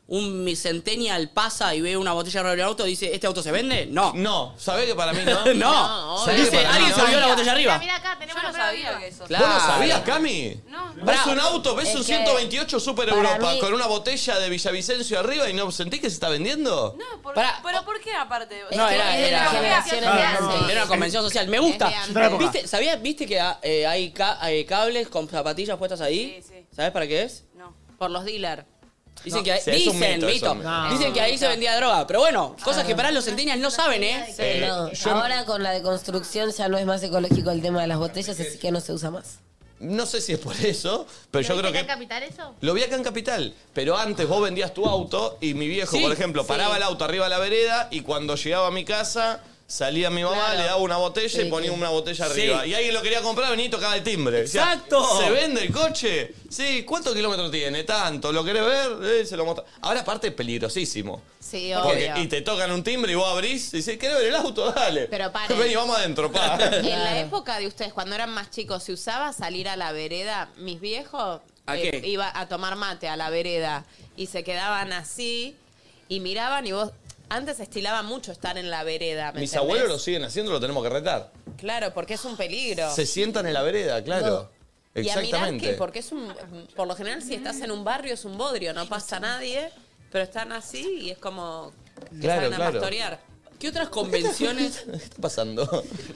S4: un centennial pasa y ve una botella arriba del auto y dice, ¿este auto se vende? No.
S1: No, ¿sabés que para mí no?
S4: *laughs* No.
S12: No, obvio.
S1: Dice,
S4: alguien se olvidó la botella
S6: Mira,
S4: arriba.
S6: mira acá, tenemos
S12: Yo no
S6: la prueba
S12: sabía
S6: viva.
S12: que eso.
S1: ¿Vos lo sabías, Cami?
S12: No.
S1: Ves un auto, ves
S3: Es
S1: un
S3: que
S1: 128 Super
S3: para
S1: Europa
S3: mí-
S1: con una botella de Villavicencio arriba y no sentís que se está vendiendo?
S12: No, por-
S4: Pará.
S12: pero ¿por qué aparte?
S4: No, era-
S3: es de
S4: era-
S3: las generaciones de
S11: Claro, no,
S3: antes.
S4: Ah, Era una convención social. Me gusta.
S2: Es de
S11: Otra época.
S4: ¿Viste, ¿Sabías? ¿Viste que ah, eh, hay, ca- hay cables con zapatillas puestas ahí?
S12: Sí, sí.
S4: ¿Sabes para qué es?
S12: No.
S2: Por los dealers.
S4: Dicen que ahí,
S1: sí, es un
S4: dicen,
S1: mito, es
S4: mito.
S1: un mito.
S11: No.
S4: dicen que ahí se vendía droga. Pero bueno, cosas que para los centenias no saben, ¿eh?
S3: Sí, no. Ahora con la deconstrucción ya no es más ecológico el tema de las botellas, así que no se usa más.
S1: No sé si es por eso, pero yo
S6: ¿Viste
S1: creo
S6: en
S1: que...
S6: capital eso?
S1: Lo vi acá en Capital, pero antes vos vendías tu auto y mi viejo,
S4: Sí,
S1: por ejemplo, paraba el auto arriba de la vereda y cuando llegaba a mi casa salía mi mamá, le daba una botella y ponía una botella
S4: Sí.
S1: arriba. Y alguien lo quería comprar, venía y tocaba el timbre. Decía,
S4: Exacto.
S1: ¿Se vende el coche? Sí, ¿cuántos kilómetros tiene? Tanto, ¿lo querés ver? Eh, se lo muestra. Ahora aparte es peligrosísimo.
S2: Sí,
S1: Porque-
S2: obvio.
S1: y te tocan un timbre y vos abrís y decís, ¿querés ver el auto? Dale.
S2: Pero
S1: *laughs*
S2: paren.
S1: Vení, vamos adentro, pa.
S2: Y *laughs* en la
S3: Claro.
S2: época de ustedes, cuando eran más chicos, ¿se usaba salir a la vereda? Mis viejos Eh,
S4: ¿A qué?
S2: iba a tomar mate a la vereda y se quedaban así y miraban y vos... Antes estilaba mucho estar en la vereda. ¿me
S1: Mis
S2: entendés?
S1: abuelos lo siguen haciendo, lo tenemos que retar.
S2: Claro, porque es un peligro.
S1: Se sientan en la vereda, claro.
S2: Y a mirar
S1: Exactamente.
S2: que, porque es un. Por lo general, si estás en un barrio, es un bodrio, no pasa nadie, pero están así y es como. Que
S1: Claro,
S2: salen a
S1: claro.
S2: pastorear.
S4: ¿Qué otras
S2: *laughs*
S4: convenciones?
S1: *laughs* ¿Qué está pasando?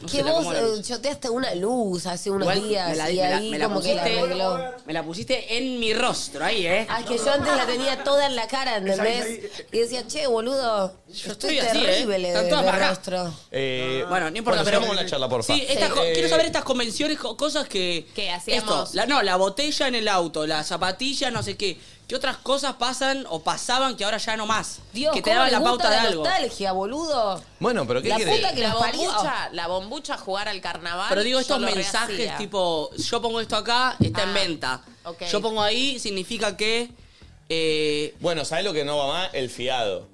S4: No sé,
S3: Que
S4: la
S3: vos
S4: como la-
S3: eh, choteaste una luz hace unos
S4: Igual
S3: días
S4: me la-
S3: y
S4: me la-
S3: ahí
S4: me la
S3: como que la
S4: pusiste.
S3: arregló.
S4: Me la pusiste en mi rostro, ahí, ¿eh?
S3: Ah, es que yo antes la tenía toda en la cara, ¿entendés?
S11: Exacto.
S3: Y decía, che, boludo,
S4: Yo
S3: estoy,
S4: eh. estoy así, ¿eh?
S3: terrible
S4: Están
S3: de,
S4: todas
S3: de
S4: para acá.
S3: rostro.
S1: Eh,
S4: Bueno, no importa, pero-
S1: sigamos con la charla, porfa.
S4: Sí, estas
S3: Sí.
S4: co-
S1: Eh,
S4: quiero saber estas convenciones, co- cosas que...
S2: Que hacíamos.
S4: Esto, la- no, la botella en el auto, la zapatilla, no sé qué. ¿Qué otras cosas pasan o pasaban que ahora ya no más?
S3: Dios,
S4: que te
S3: cómo
S4: daban
S3: les
S4: la
S3: gusta
S4: pauta de algo.
S3: nostalgia, boludo.
S1: Bueno, pero ¿qué
S3: La
S1: querés?
S3: puta que
S2: La
S3: los parió.
S2: bombucha, la bombucha jugar al carnaval.
S4: Pero digo
S2: yo
S4: estos
S2: lo
S4: mensajes
S2: rehacía.
S4: tipo, yo pongo esto acá, está en
S2: Ah,
S4: venta.
S2: ok.
S4: Yo pongo ahí, significa que... eh,
S1: Bueno, ¿sabés lo que no va más? El fiado.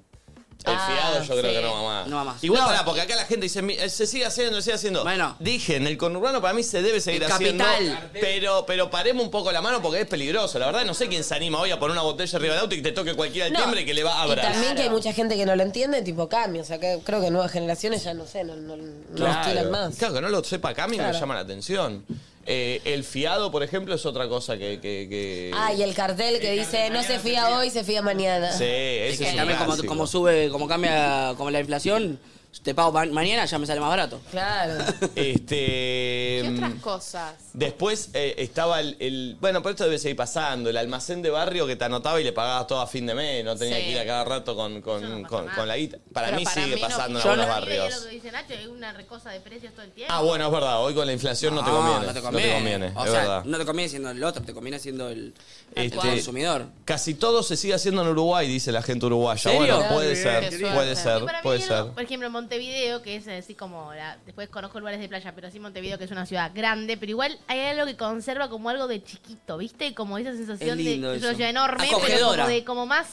S1: El
S3: Ah,
S1: fiado yo creo
S2: sí.
S1: que no va más.
S4: No va más.
S1: Igual
S4: No.
S1: pará, porque acá la gente dice, "Mi- eh, se sigue haciendo, se sigue haciendo.
S4: Bueno.
S1: Dije, en el conurbano para mí se debe seguir
S4: En
S1: haciendo.
S4: Capital.
S1: Pero, pero paremos un poco la mano porque es peligroso. La verdad, no sé quién se anima hoy a poner una botella arriba del auto y que te toque cualquiera el
S3: No.
S1: timbre que le va a
S3: Y
S1: abrazar.
S3: también que hay mucha gente que no lo entiende, tipo cambio. O sea, que creo que nuevas generaciones ya no sé, no, no, no los tiran más.
S1: Claro, que no lo sepa Cami me
S3: Claro.
S1: llama la atención. Eh, el fiado, por ejemplo, es otra cosa que. que, que-
S3: Ah, y el cartel que dice, no se fía hoy, se fía mañana.
S1: Sí, ese
S4: Es
S1: es
S4: que
S1: un
S4: también como,
S1: clásico.
S4: como sube, como cambia, como la inflación, te pago ma- mañana, ya me sale más barato.
S3: Claro.
S1: Este.
S2: ¿Qué otras
S1: mm,
S2: cosas?
S1: Después eh, estaba el, el- Bueno, pero esto debe seguir pasando. El almacén de barrio que te anotaba y le pagabas todo a fin de mes. No tenía
S2: Sí.
S1: que ir a cada rato con, con- con- con la guita. Para
S2: Pero
S1: mí
S2: para
S1: sigue
S2: mí no-
S1: pasando
S4: Yo
S1: en algunos
S4: no-
S6: Mira, mira
S1: barrios.
S6: lo que dice Nacho, es una recosa de precios todo el tiempo.
S1: Ah, bueno, es verdad. Hoy con la inflación no, te conviene.
S4: No te conviene.
S1: es
S4: O sea,
S1: verdad.
S4: no te conviene siendo el otro, te conviene siendo el, el
S1: Este-
S4: consumidor.
S1: Casi todo se sigue haciendo en Uruguay, dice la gente uruguaya.
S4: ¿Serio?
S1: Bueno, puede
S11: Qué
S1: ser,
S11: suerte.
S1: puede
S6: Porque
S1: ser,
S6: para mí
S1: puede
S6: algo,
S1: ser.
S6: Por ejemplo, Montevideo, que es así como. la- después conozco lugares de playa, pero sí Montevideo, que es una ciudad grande, pero igual hay algo que conserva como algo de chiquito, ¿viste? Como esa sensación
S4: Es lindo
S6: de. Es
S4: eso.
S6: una ciudad enorme, pero
S4: Acogedora.
S6: como de como más.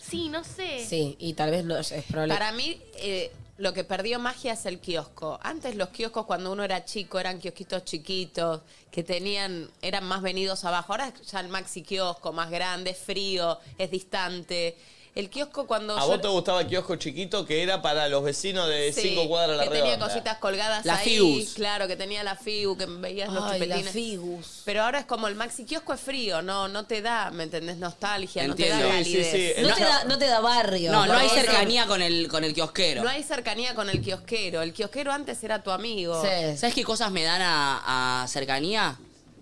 S6: Sí, no sé.
S3: Sí, y tal vez no es probable.
S2: Para mí, eh, lo que perdió magia es el kiosco. Antes los kioscos, cuando uno era chico, eran kiosquitos chiquitos, que tenían, eran más venidos abajo. Ahora es ya el maxi kiosco, más grande, es frío, es distante. El kiosco cuando
S1: ¿A
S2: yo-
S1: vos te gustaba el kiosco chiquito que era para los vecinos de
S2: Sí,
S1: cinco cuadras a la
S2: que tenía
S1: redonda?
S2: cositas colgadas
S4: La
S2: ahí.
S4: Fius.
S2: Claro, que tenía la FIU, que veías los
S3: Ay, la
S2: chupetines.
S3: figus.
S2: Pero ahora es como el maxi kiosco es frío, no, no te da, ¿me entendés? Nostalgia, no te
S4: Entiendo.
S2: da
S1: Sí, sí,
S2: calidez.
S1: sí.
S3: No,
S1: No,
S3: te da, no te da barrio.
S4: No, no hay
S3: Eso-
S4: cercanía con el, con el kiosquero.
S2: No hay cercanía con el kiosquero. El kiosquero antes era tu amigo.
S3: Sí.
S4: ¿Sabes qué cosas me dan a, a cercanía?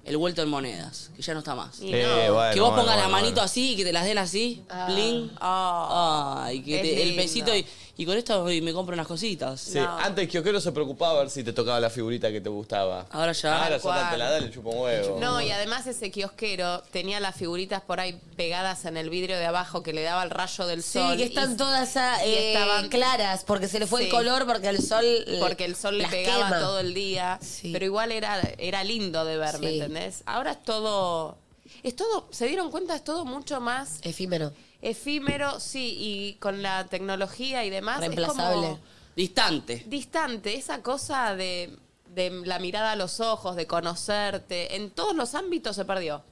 S4: El vuelto en monedas, que ya no está más.
S2: Y
S1: Eh,
S2: no.
S1: bueno,
S4: que vos
S1: bueno,
S4: pongas la
S1: bueno,
S4: manito
S1: bueno.
S4: así y que te las den así, bling.
S2: Ah.
S4: Ay, que
S2: Es
S4: te- el
S2: lindo.
S4: besito y, Y con esto y me compro unas cositas.
S1: Sí, Antes el kiosquero se preocupaba a ver si te tocaba la figurita que te gustaba.
S4: Ahora ya.
S1: Ahora
S4: Tal
S1: ya
S4: cual.
S1: te la da el chupo huevo.
S2: No, y además ese kiosquero tenía las figuritas por ahí pegadas en el vidrio de abajo que le daba el rayo del
S3: Sí,
S2: sol.
S3: que están
S2: y-
S3: todas ah,
S2: y
S3: eh, claras, porque se le fue el color, porque el sol, eh,
S2: Porque el sol le
S3: las
S2: pegaba
S3: quema.
S2: todo el día. Pero igual era, era lindo de ver, ¿me
S3: Sí.
S2: entendés? Ahora es todo. Es todo, se dieron cuenta, es todo mucho más
S3: Efímero.
S2: efímero, sí, y con la tecnología y demás. es como-
S3: Reemplazable.
S4: Distante.
S2: distante, esa cosa de, de la mirada a los ojos, de conocerte, en todos los ámbitos se perdió.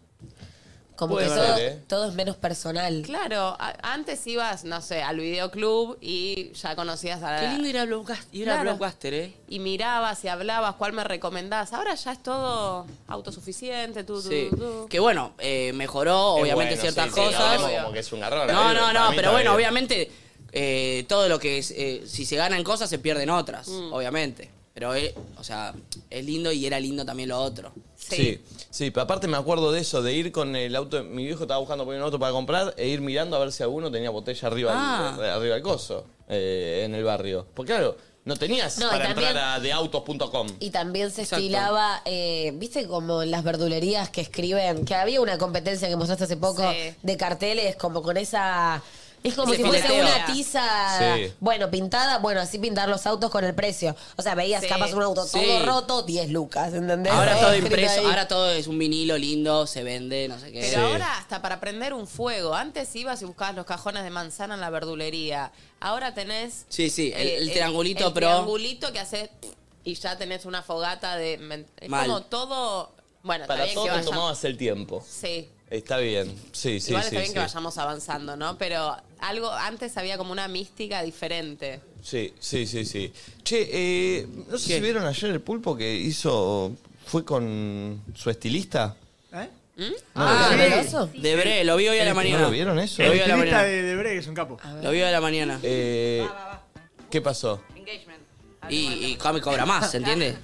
S3: Como
S1: Puede
S3: que
S1: ser,
S3: todo,
S1: ¿eh?
S3: todo es menos personal.
S2: Claro, a- antes ibas, no sé, al videoclub y ya conocías a la...
S4: Qué lindo ir a Blockbuster, ir a
S2: Claro.
S4: Blockbuster, ¿eh?
S2: Y mirabas y hablabas, cuál me recomendabas. Ahora ya es todo autosuficiente, tú, tú,
S4: Sí.
S2: tú.
S4: Que bueno, eh, mejoró
S1: Es
S4: obviamente
S1: bueno,
S4: ciertas
S1: sí, sí,
S4: cosas.
S1: hablemos como que es un garrón.
S4: No,
S1: ¿eh?
S4: no,
S1: Para
S4: no,
S1: mí
S4: pero bueno,
S1: todavía.
S4: obviamente eh, todo lo que es, eh, si se ganan cosas se pierden otras,
S2: Mm.
S4: obviamente. Pero, eh, o sea, es lindo y era lindo también lo otro.
S1: Sí. sí, pero aparte me acuerdo de eso, de ir con el auto. Mi viejo estaba buscando por ahí un auto para comprar e ir mirando a ver si alguno tenía botella arriba,
S4: Ah.
S1: del, arriba del coso eh, en el barrio. Porque claro, no tenías
S3: No, y
S1: para
S3: también-
S1: entrar a deautos.com.
S3: Y también se
S4: Exacto.
S3: estilaba, eh, viste como en las verdulerías que escriben, que había una competencia que mostraste hace poco
S2: Sí.
S3: de carteles, como con esa... Es como
S4: Ese
S3: si fuese
S4: fileteo.
S3: una tiza,
S1: Sí.
S3: bueno, pintada, bueno, así pintar los autos con el precio. O sea, veías
S2: Sí.
S3: capaz un auto
S4: Sí.
S3: todo roto, 10 lucas, ¿entendés?
S4: Ahora
S3: *laughs* Eh,
S4: todo
S3: escrito
S4: impreso,
S3: ahí.
S4: ahora todo es un vinilo lindo, se vende, no sé qué.
S2: Pero
S1: Sí.
S2: ahora hasta para prender un fuego. Antes ibas y buscabas los cajones de manzana en la verdulería. Ahora tenés... eh,
S4: Sí, sí, el- el triangulito
S2: el
S4: pro.
S2: triangulito que haces y ya tenés una fogata de... men- Es
S4: Mal.
S2: como todo... Bueno,
S1: Para
S2: está
S1: todo
S2: bien que
S1: te
S2: vayamos...
S1: tomabas el tiempo.
S2: Sí.
S1: Está bien, sí, sí,
S2: Igual
S1: sí.
S2: está bien
S1: sí.
S2: que vayamos avanzando, ¿no? Pero algo antes había como una mística diferente.
S1: Sí, sí, sí, sí. Che, eh, no sé
S4: ¿Qué?
S1: si vieron ayer el pulpo que hizo. fue con su estilista.
S11: ¿Eh?
S13: ¿Mm?
S1: Ah,
S11: Sí.
S4: De Bre, lo vi hoy a la
S1: ¿No
S4: mañana.
S1: lo vieron eso?
S4: Lo
S11: El
S4: vi a la
S11: estilista
S4: mañana.
S11: de, de Bre, que es un capo.
S4: Lo vi a la mañana.
S1: Eh, ¿Qué pasó?
S12: Engagement.
S4: Y, y Cami cobra más, ¿entiendes?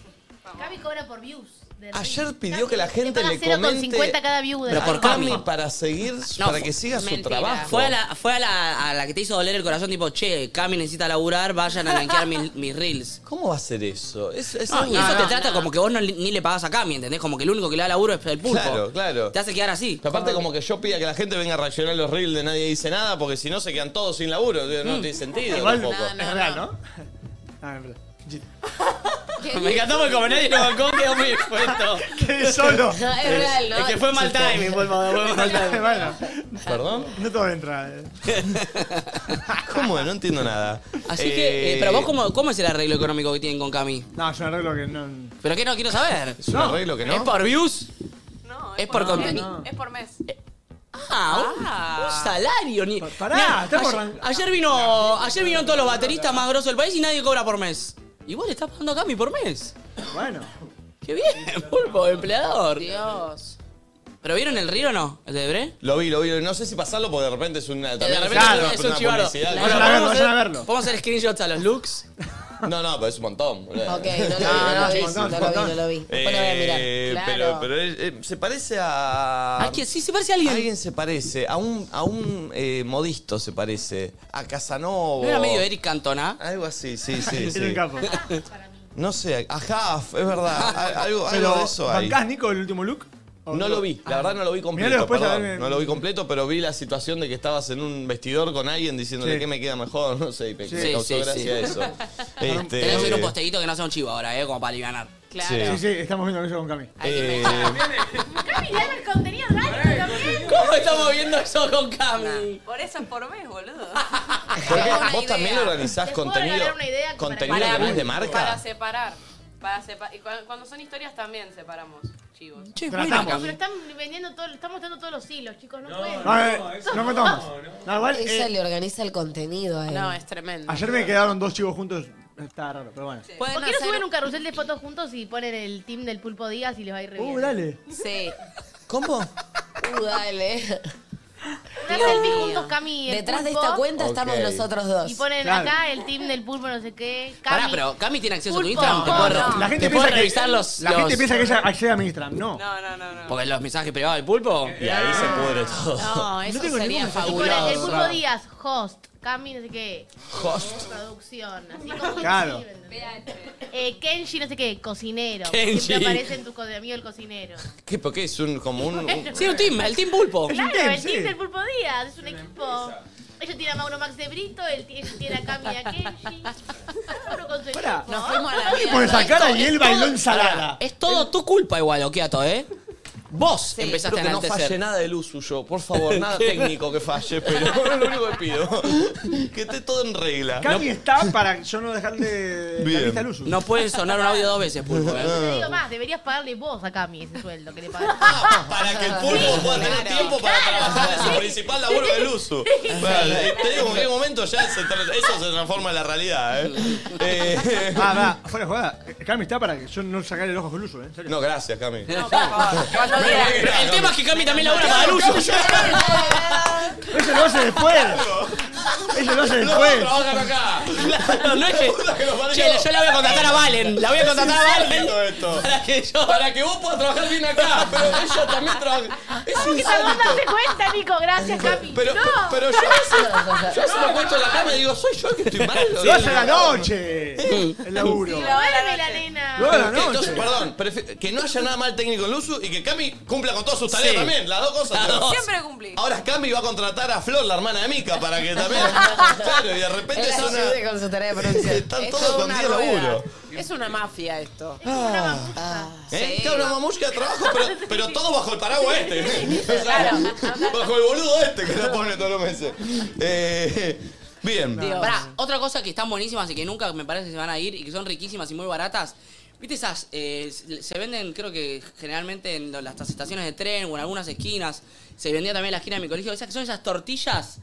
S6: Cami cobra por views. de
S1: Ayer
S6: Reels.
S1: pidió
S6: Cami
S1: que la gente le
S6: paga 0,50
S1: comente-
S6: cada view de
S4: Pero
S1: A
S4: por
S6: Reels.
S4: Cami.
S1: para seguir,
S4: No,
S1: para
S4: fu-
S1: que siga su
S2: mentira.
S1: trabajo.
S4: Fue, a la, fue a, la, a la que te hizo doler el corazón, tipo, che, Cami necesita laburar, vayan a
S1: *laughs*
S4: blanquear mis, mis reels.
S1: ¿Cómo va a ser eso? Es, es
S4: No,
S1: algo-
S4: y eso te trata como que vos no, li- ni le pagás a Cami, ¿entendés? Como que el único que le da laburo es el pulpo.
S1: Claro, claro.
S4: Te hace quedar así.
S1: Pero Aparte como que yo pida que la gente venga a reaccionar los reels de nadie dice nada, porque si no se quedan todos sin laburo, no
S4: Mm.
S1: tiene sentido
S11: Igual,
S1: tampoco.
S2: No, no,
S11: es real,
S2: no.
S11: ¿no? Ah, es verdad.
S4: Me encantó porque como nadie lo bancó, quedó muy expuesto.
S11: *laughs* Quedé solo.
S3: No, es real, ¿no?
S4: Es que fue mal timing, fue mal fue mal
S11: *laughs*
S4: timing.
S11: bueno,
S1: ¿Perdón?
S11: no todo entra.
S1: *laughs*
S11: eh.
S1: ¿Cómo? No entiendo nada.
S4: Así que, eh,
S1: Eh,
S4: pero vos, cómo, ¿cómo es el arreglo económico que tienen con Cami?
S11: No, yo arreglo que no...
S4: ¿Pero qué no quiero saber?
S1: ¿Es un arreglo que
S4: ¿Es
S1: no?
S4: por views?
S12: No,
S4: Es por contenido.
S12: Es por mes.
S4: Ah, un- un, salario. Ni,
S11: pará,
S4: Mirá,
S11: estamos
S4: ayer,
S11: arran-
S4: ayer vino, ayer vinieron todos los bateristas más grosos del país y nadie cobra por mes. Y vos le estás pagando a Cami por mes.
S11: Bueno. *laughs*
S4: Qué bien, pulpo, empleador.
S2: Dios.
S4: ¿Pero vieron el río o no? ¿El de Debré?
S1: Lo vi, lo vi. No sé si pasarlo porque de repente es una...
S4: De
S1: también
S4: repente
S11: claro,
S4: es un
S1: una
S4: chivardo.
S1: publicidad.
S11: Vayan a verlo, vayan a verlo.
S4: Podemos hacer screenshots a los looks.
S1: No, no, pero es un montón. boludo.
S3: Ok, no lo vi, no lo vi,
S11: No, no,
S3: no lo vi, no lo vi. Después lo voy a mirar.
S1: Eh,
S2: claro.
S1: Pero, pero, eh, se parece a...
S4: Ah, que sí, se parece a alguien.
S1: Alguien se parece, a un, a un eh, modisto se parece, a Casanova.
S4: ¿No era medio Eric Cantona?
S1: Algo así, sí, sí,
S11: *laughs* Es un
S1: sí.
S11: capo.
S1: No sé, a Jaff, es verdad, a- algo, algo
S11: Pero,
S1: de eso hay.
S11: ¿bancás, Nico, el último look?
S5: Oh,
S11: ¿O
S1: No lo vi, la verdad no lo vi completo,
S11: Miralo después,
S1: perdón,
S11: a ver, me-
S1: no lo vi completo, pero vi la situación de que estabas en un vestidor con alguien diciéndole
S11: Sí.
S1: que me queda mejor, no sé, y me
S4: Sí,
S1: causó
S4: sí,
S1: gracia
S4: sí.
S1: eso. Este,
S4: Tenés que hacer un posteguito que no sea un chivo ahora, eh, como para alivianar.
S2: Claro.
S11: Sí, sí, estamos viendo aquello con Cami.
S1: *laughs* eh,
S6: Cami, dame el contenido orgánico también.
S4: ¿Cómo estamos viendo eso con Cami?
S12: Por eso es por mes, boludo.
S1: porque
S2: Tengo una
S1: vos también
S2: idea.
S1: organizás
S6: Te puedo
S1: contenido,
S6: regalar una idea que
S1: contenido
S12: para-
S1: que no
S12: para-
S1: es de marca.
S12: Para separar. Para sepa- y cu- cuando, son historias también separamos chivos.
S4: Che,
S11: Tratamos.
S4: buena,
S6: No,
S4: Cami.
S6: pero están vendiendo todo, están mostrando todos los hilos, chicos, no, pueden.
S11: No, eh,
S6: *laughs*
S11: no contamos más. No, igual, eh,
S3: Ella le organiza el contenido a él.
S2: No, es tremendo.
S11: ayer me quedaron dos chivos juntos. Está raro, pero
S3: Este,
S11: bueno.
S2: Pueden
S6: ¿Por qué no
S2: hacer-
S6: suben un carrusel de fotos juntos y ponen el team del Pulpo Díaz y les va a ir re bien?
S11: Uh, dale.
S6: *laughs*
S2: Sí.
S1: ¿Cómo?
S3: Uh, dale.
S6: Una selfie juntos, Cami y el
S3: Detrás de
S6: Pulpo,
S3: esta cuenta estamos
S1: Ok.
S3: nosotros dos.
S6: Y ponen
S11: Claro.
S6: acá el team del Pulpo no sé qué. Cami.
S4: Pará, pero Cami tiene acceso a tu
S6: Pulpo.
S4: Instagram. ¿Te
S6: No,
S4: puedo,
S6: no.
S4: re-
S11: La gente
S4: te puedo
S11: piensa que-
S4: revisar los.
S11: La gente
S4: los-
S11: piensa que ella accede a mi Instagram. No.
S12: No, no, no, no.
S4: Porque los mensajes privados del pulpo.
S1: Y ahí se pudre todo.
S2: No, eso
S11: tengo
S2: sería
S11: ningún-
S6: Y ponen el
S2: fabuloso.
S6: Pulpo Díaz, host, Cami, no sé qué.
S1: Host.
S6: Producción. Así como
S1: Claro.
S6: sí, ¿entendés? Eh, Kenji, no sé qué, cocinero.
S1: Kenji.
S6: Siempre aparece en tu co- de amigo el cocinero.
S1: ¿Qué? ¿Por qué? Es un, como un...
S6: Bueno.
S4: Sí, un team, el team pulpo.
S6: Claro, el team del Pulpo Díaz, es un equipo. Ella tiene a Mauro Max de Brito, él tiene, ella tiene a Cami y
S1: *laughs*
S6: a Kenji. Cada uno con su equipo.
S2: Nos fuimos a la
S11: Y por esa
S2: mierda.
S11: cara y él bailó
S4: Pará,
S11: ensalada.
S4: Es todo tu culpa igual, Okiato, ¿eh? Vos
S1: Espero
S4: empezaste a
S1: que no falle
S4: enaltecer.
S1: nada de luz suyo, por favor, nada técnico que falle, pero *laughs* es lo único que pido. *laughs* Que esté todo en regla.
S11: Cami está para yo no dejarle la
S1: Bien.
S11: vista al uso.
S4: No puedes sonar un audio dos veces, pulpo, ¿eh?
S6: Te digo más, deberías pagarle vos a Cami ese sueldo que
S1: *laughs*
S6: le pagas.
S1: Ah, Para que el pulpo pueda tener tiempo para trabajar en *laughs* su principal laburo de Luzu. Vale, te digo, en qué momento ya se tra- eso se transforma en la realidad, ¿eh? Eh,
S11: *laughs* Ah, va, fuera de jugada. Cami está para que yo no sacarle el ojo al uso, ¿eh? En serio.
S1: No, gracias, Cami. *laughs*
S4: Pero El tema es que Cami también labura para Luzu.
S11: Eso lo hace después. Eso lo hace después.
S1: trabajan acá.
S4: No, no es que...
S1: Puta que lo parió.
S4: Che, yo la voy a contratar a Valen. La voy a contratar a Valen.
S1: Insólito esto.
S4: *laughs* Para que yo...
S1: Para que vos puedas trabajar bien acá, pero ella también trabaja. Es
S6: Esa vos
S1: insólito.
S6: date cuenta, Nico, gracias, Cami.
S1: Pero,
S6: no,
S1: pero yo a veces, yo a veces me cuento en la cama y digo, soy yo el que estoy mal.
S11: Lo hace a la noche. El laburo.
S6: duerme la nena.
S11: Lo hace a la
S1: Que, entonces,
S11: noche.
S1: perdón, prefi- que no haya nada mal técnico en Luzu y que Cami cumpla con todas sus tareas
S4: Sí.
S1: también, las dos cosas.
S4: Las
S1: pero-
S4: dos.
S12: Siempre cumplí.
S1: Ahora Cami va a contratar a Flor, la hermana de Mica, para que
S4: *laughs*
S1: también. claro, y de repente
S3: Él
S1: es una.
S3: ayude con su tarea
S2: *laughs*
S3: de producción.
S1: Están
S2: Es
S1: todos
S2: toda
S1: con
S2: una
S1: 10
S2: rueda.
S1: laburo.
S2: Es una mafia esto.
S3: Ah.
S1: ¿Eh?
S2: Sí.
S1: Claro, una mamushka de trabajo, pero, pero todo bajo el paraguas este. O sea,
S2: Claro.
S1: bajo el boludo este que lo pone todos los meses. Eh, bien.
S4: Pará, otra cosa que están buenísimas y que nunca me parece que se van a ir y que son riquísimas y muy baratas. ¿Viste esas? eh, se venden, creo que generalmente en lo- las las estaciones de tren o en algunas esquinas. Se vendía también en la esquina de mi colegio. Esas que son esas tortillas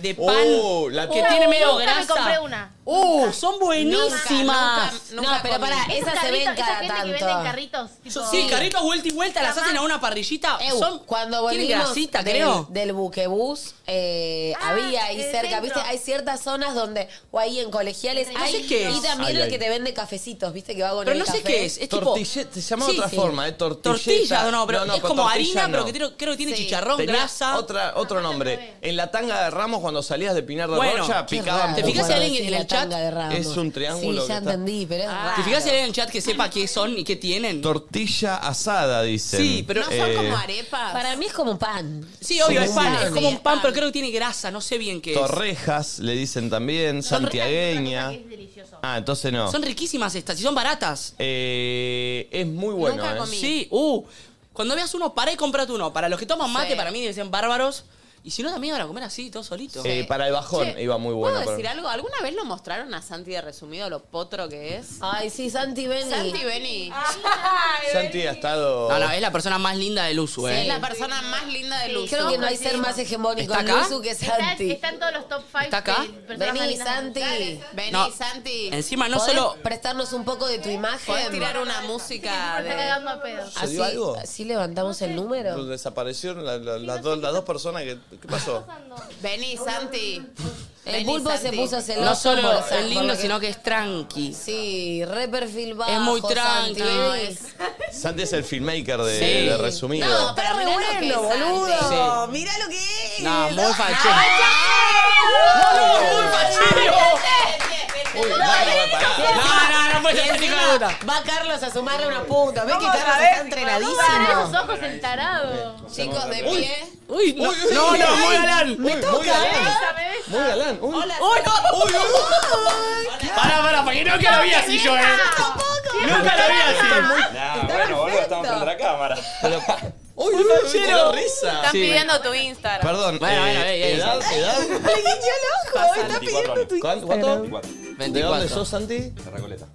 S4: de pan
S1: Oh, la
S4: que
S1: que-
S4: tiene
S6: Uh,
S4: medio
S6: nunca me
S4: grasa.
S6: compré una.
S4: ¡Uh! ¡Son buenísimas!
S2: Nunca,
S3: No, pero
S2: comí.
S3: pará, esas se ven
S6: esa
S3: cada
S6: gente que vende en
S3: tanto.
S6: carritos. Tipo,
S4: Sí, carritos vuelta y vuelta, las hacen a una parrillita.
S3: Eu,
S4: son,
S3: Eh, cuando
S4: tienen
S3: volvimos
S4: grasita,
S3: del,
S4: creo.
S3: del buquebús, eh,
S6: Ah,
S3: había ahí
S6: el
S3: cerca,
S6: centro.
S3: ¿viste? Hay ciertas zonas donde, o ahí en colegiales,
S6: No
S3: hay,
S4: sé qué
S3: y
S4: es.
S3: también
S1: Ay,
S3: el
S1: ay.
S3: que te vende cafecitos, ¿viste? Que va con
S4: Pero
S3: el
S4: no sé
S3: café.
S4: qué es. Es tipo.
S1: Tortille- se llama de
S4: Sí,
S1: otra
S4: sí.
S1: forma, ¿eh? Tortilleta.
S4: Tortilla, no, pero es
S1: pero
S4: como
S1: tortilla
S4: harina,
S1: no.
S4: pero que tiene- creo que tiene chicharrón,
S1: Tenía
S4: grasa.
S1: Otra, otro nombre. En la tanga de Ramos, cuando salías de Pinar de
S4: Bueno.
S1: Rocha,
S3: Qué
S1: picaban.
S3: raro,
S4: ¿Te fijas si
S3: cuando
S4: alguien
S3: decís
S4: en
S3: la
S4: el chat Ah.
S3: tanga de Ramos.
S1: es un triángulo
S3: Sí,
S1: que
S3: ya
S1: está-
S3: entendí, pero es
S4: ¿Te
S3: raro.
S4: fijas si hay alguien en el chat que sepa qué son y qué tienen?
S1: Tortilla asada, dicen.
S4: Sí, pero-
S2: ¿No son
S1: Eh,
S2: como arepas?
S3: Para mí es como pan.
S4: Sí, obvio, es pan.
S2: Sí,
S4: Es como un pan,
S2: pan.
S4: pero creo que tiene grasa. No sé bien qué es.
S1: Torrejas, le dicen también. santiagueña.
S6: Es delicioso.
S1: Ah, entonces no.
S4: Son riquísimas estas y son baratas.
S1: Eh, es muy bueno.
S2: Nunca
S1: eh.
S2: comí.
S4: Sí, uh. Cuando veas uno, para y comprate uno. Para los que toman mate, para mí deben ser bárbaros. Y si no, también van a comer así, todo solito.
S1: Eh, para el bajón
S2: Che,
S1: iba muy bueno.
S2: ¿Puedo
S1: pero-
S2: decir algo? ¿Alguna vez lo mostraron a Santi de resumido lo potro que es?
S3: Ay, sí, Santi, ven.
S2: Santi, Ah, vení.
S1: Santi ha estado.
S4: No, no, es la persona más linda del uso, eh.
S2: Es la persona más linda del uso.
S3: Creo que no hay ser más hegemónico
S4: ¿Está
S3: en
S4: acá?
S3: Luzu que
S6: Está,
S3: Santi.
S6: está en todos los top 5
S4: ¿Está acá?
S3: Vení, Santi.
S2: Vení,
S4: No.
S2: Santi.
S4: Encima, no
S3: ¿Podés
S4: solo.
S3: prestarnos un poco de tu
S2: ¿Podés
S3: imagen?
S2: tirar una música
S6: Está
S2: de...
S6: cagando a pedo.
S1: ¿Se dio algo?
S3: ¿Así levantamos el número?
S1: Pues Desaparecieron la- la- las, dos, las dos personas que. ¿Qué pasó?
S2: Vení, Santi.
S3: El
S2: Vení,
S3: pulpo se
S2: Santi.
S3: puso celoso.
S4: No solo
S3: por San-
S4: es lindo,
S3: por lo que-
S4: sino que es tranqui.
S3: Sí, re perfil bajo.
S4: Es muy
S3: Santi.
S4: tranqui.
S3: Es-
S1: Santi es el filmmaker de,
S4: Sí.
S1: de resumido.
S2: No, pero mirá lo que es Santi.
S4: Sí.
S3: Mirá lo que es.
S4: No, muy fachero. ¡No, no, muy fachero!
S1: Uy, no, no, pará.
S4: No, no, no puede
S3: Y
S4: ser
S3: encima
S4: hijo de puta.
S3: Va Carlos a sumarle una punta. Ves que Carlos está
S6: Para esos
S3: entrenadísimo.
S6: ojos el tarado.
S2: Chicos, de pie.
S4: Uy, no, no, no, muy galán.
S1: Uy, muy
S4: ¿eh?
S1: galán.
S6: Esa me besa.
S1: Muy galán. Uy,
S4: Uy, no.
S1: uy, uy.
S4: Pará, pará, porque nunca lo vi así yo, eh. Nunca lo vi así.
S5: bueno, boludo, estamos contra la cámara.
S13: *laughs*
S1: Pero pa- Uy, uy, uy, qué la risa.
S12: Están pidiendo tu Instagram.
S1: Perdón,
S4: Bueno, bueno,
S1: eh,
S4: ey, ey.
S1: edad,
S2: *laughs*
S1: edad.
S5: Está pidiendo tu
S1: ¿Cuán- ¿Cuánto? ¿De dónde
S4: 24.
S1: sos, Santi?
S5: De Recoleta.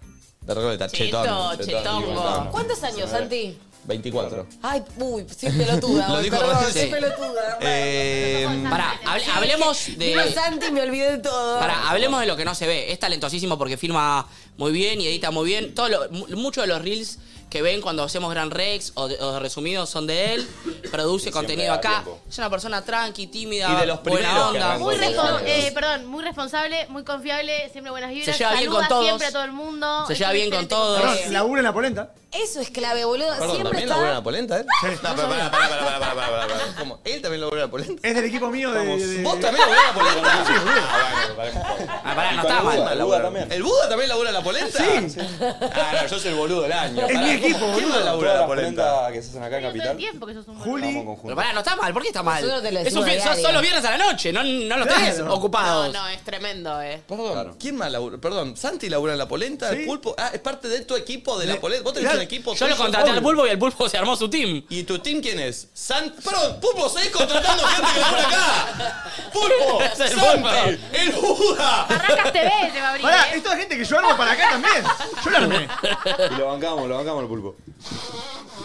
S1: De Recoleta,
S2: Cheto,
S1: chetón. chetón,
S2: chetongo.
S1: chetón.
S3: ¿Cuántos años, Santi?
S1: 24.
S3: Ay, uy, soy pelotuda.
S1: Lo
S3: hoy,
S1: dijo
S3: perdón,
S1: recién.
S3: soy pelotuda.
S1: Eh,
S4: Pará, hable- hablemos
S3: Digo
S4: de.
S3: Santi, me olvidé de todo.
S4: Pará, hablemos de lo que no se ve. Es talentosísimo porque filma muy bien y edita muy bien. Todo lo- mu- mucho de los reels que ven cuando hacemos Gran Rex o, de- o de resumidos son de él. Produce contenido
S13: da
S4: acá.
S13: tiempo.
S4: Es una persona tranqui, tímida,
S1: Y de los
S4: buena
S1: primeros que
S4: onda.
S1: arrancó Muy con
S6: Respon- eh, perdón, muy responsable, muy confiable, siempre buenas vibras.
S4: lleva bien
S6: saluda
S4: con todos.
S6: siempre a todo el mundo.
S4: Se lleva bien con todos.
S11: Perdón, labura en la polenta.
S3: Eso es clave, boludo.
S1: Perdón,
S3: Siempre
S1: ¿también
S3: está.
S1: laburó en la polenta, eh? No, pero pará, pará, pará, pará, pará, pará, pará. ¿Cómo? ¿Él también laburó en la polenta?
S11: Es del equipo mío de. de-
S1: ¿Vos también laburás en la polenta?
S13: Ah, bueno, pará.
S4: Ah, pará, no
S13: Y con
S4: está
S13: el
S4: mal.
S13: Buda, el Buda también.
S1: ¿El Buda también labura en la polenta? Sí.
S13: Ah, no, yo soy el boludo del año.
S11: Es
S13: pará.
S11: mi equipo,
S1: ¿Quién no
S11: boludo.
S1: labura en la
S13: Todas las
S1: polenta?
S13: polenta que se hacen acá en
S6: Pero todo el
S13: Capital.
S6: tiempo que sos un boludo.
S11: Juli.
S13: Vamos
S4: Pero
S13: conjunto.
S4: pará, no está mal. ¿Por qué está mal?
S3: Nosotros te lo
S4: Es un
S3: decimos
S4: fin,
S3: a
S4: son,
S3: diario.
S4: son los viernes a la noche, no, no los
S11: Claro.
S4: tenés
S2: No,
S4: ocupados.
S2: no, es tremendo, ¿eh?
S1: Perdón,
S13: Claro.
S1: ¿quién más labura? Perdón, ¿Santi labura en la polenta? ¿El
S11: Sí.
S1: pulpo? Ah, es parte de tu equipo de la
S11: Le-
S1: polenta. ¿Vos tenés
S11: Claro.
S1: un equipo
S4: Yo lo
S1: tuyo?
S4: contraté al pulpo y el pulpo se armó su team.
S1: ¿Y tu team quién es? San... Perdón, Pulpo, seguís contratando gente que labura acá. Pulpo,
S4: *laughs* Es el
S1: Santi, el Buda.
S6: Barracas TV se va a abrir.
S11: Pará,
S6: ¿eh?
S11: es toda gente que yo armo para acá también. Yo la armé.
S13: *laughs* Y lo bancamos, lo bancamos el pulpo.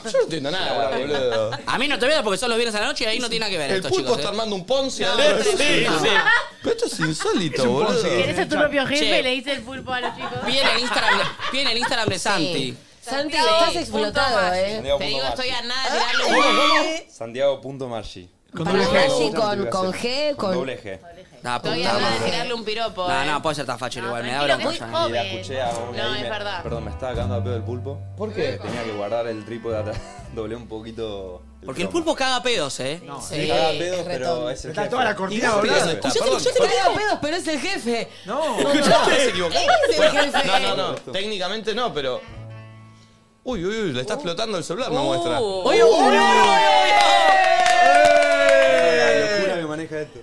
S1: Yo no entiendo nada,
S13: *laughs*
S1: boludo.
S4: A mí no te veas porque son los viernes a la noche y ahí no tiene nada que ver
S1: El
S4: esto,
S1: pulpo
S4: chicos.
S1: está
S4: ¿eh?
S1: armando un ponce. adentro
S4: Sí,
S1: de su
S4: sí.
S1: equipo. Pero esto es insólito,
S11: Es un
S1: boludo.
S11: Ponzi.
S6: ¿Quieres ser tu
S11: Che.
S6: propio jefe?
S4: Che.
S6: Le dice el pulpo a los chicos.
S4: Viene el Instagram, de- viene el Instagram de Santi.
S3: Santi,
S2: Santiago,
S3: estás
S2: punto
S3: explotado,
S2: más.
S3: eh.
S13: Santiago
S2: Te
S13: punto
S2: digo,
S13: Maggi.
S2: estoy
S4: *laughs*
S2: a nada de tirarle un-
S13: Santiago.margi.
S11: Con
S3: Para
S11: doble
S3: Maggi
S11: G.
S3: con, con G,
S13: Con
S3: con.
S13: doble G.
S4: Nah, puta
S2: Estoy a nada de
S4: madre.
S2: tirarle un piropo.
S4: No,
S2: ¿eh?
S4: no, puede ser tan fácil
S3: Ah,
S6: No,
S4: igual, me da
S6: tranquilo, que
S4: vergüenza.
S6: es
S13: Y la
S6: joven.
S13: escuché a una
S2: No,
S13: ahí
S2: es
S13: me-
S2: verdad.
S13: Perdón, me estaba cagando a pedo el pulpo. ¿Por qué? Tenía que guardar el trípode atrás. *laughs* Doblé un poquito.
S4: Porque el
S13: cromo.
S4: pulpo caga pedos, ¿eh?
S13: Sí,
S3: Sí,
S13: caga
S3: es
S13: pedos, pero
S3: retonto.
S13: es el
S11: Está
S13: jefe.
S11: toda la cortina
S1: Pero
S11: doblada.
S1: no está,
S4: Yo te-
S1: perdón.
S4: yo te-
S3: Te cago pedos, pero es el jefe.
S11: No.
S1: ¿Escuchaste? Se equivocó.
S3: Es el jefe.
S1: No, no, no. Técnicamente no, pero. Uy, uy, uy, le está explotando el celular, me muestra.
S4: Uh.
S1: Uy, uy, uy, uy,
S13: La
S1: uy, uy.
S13: locura me maneja esto.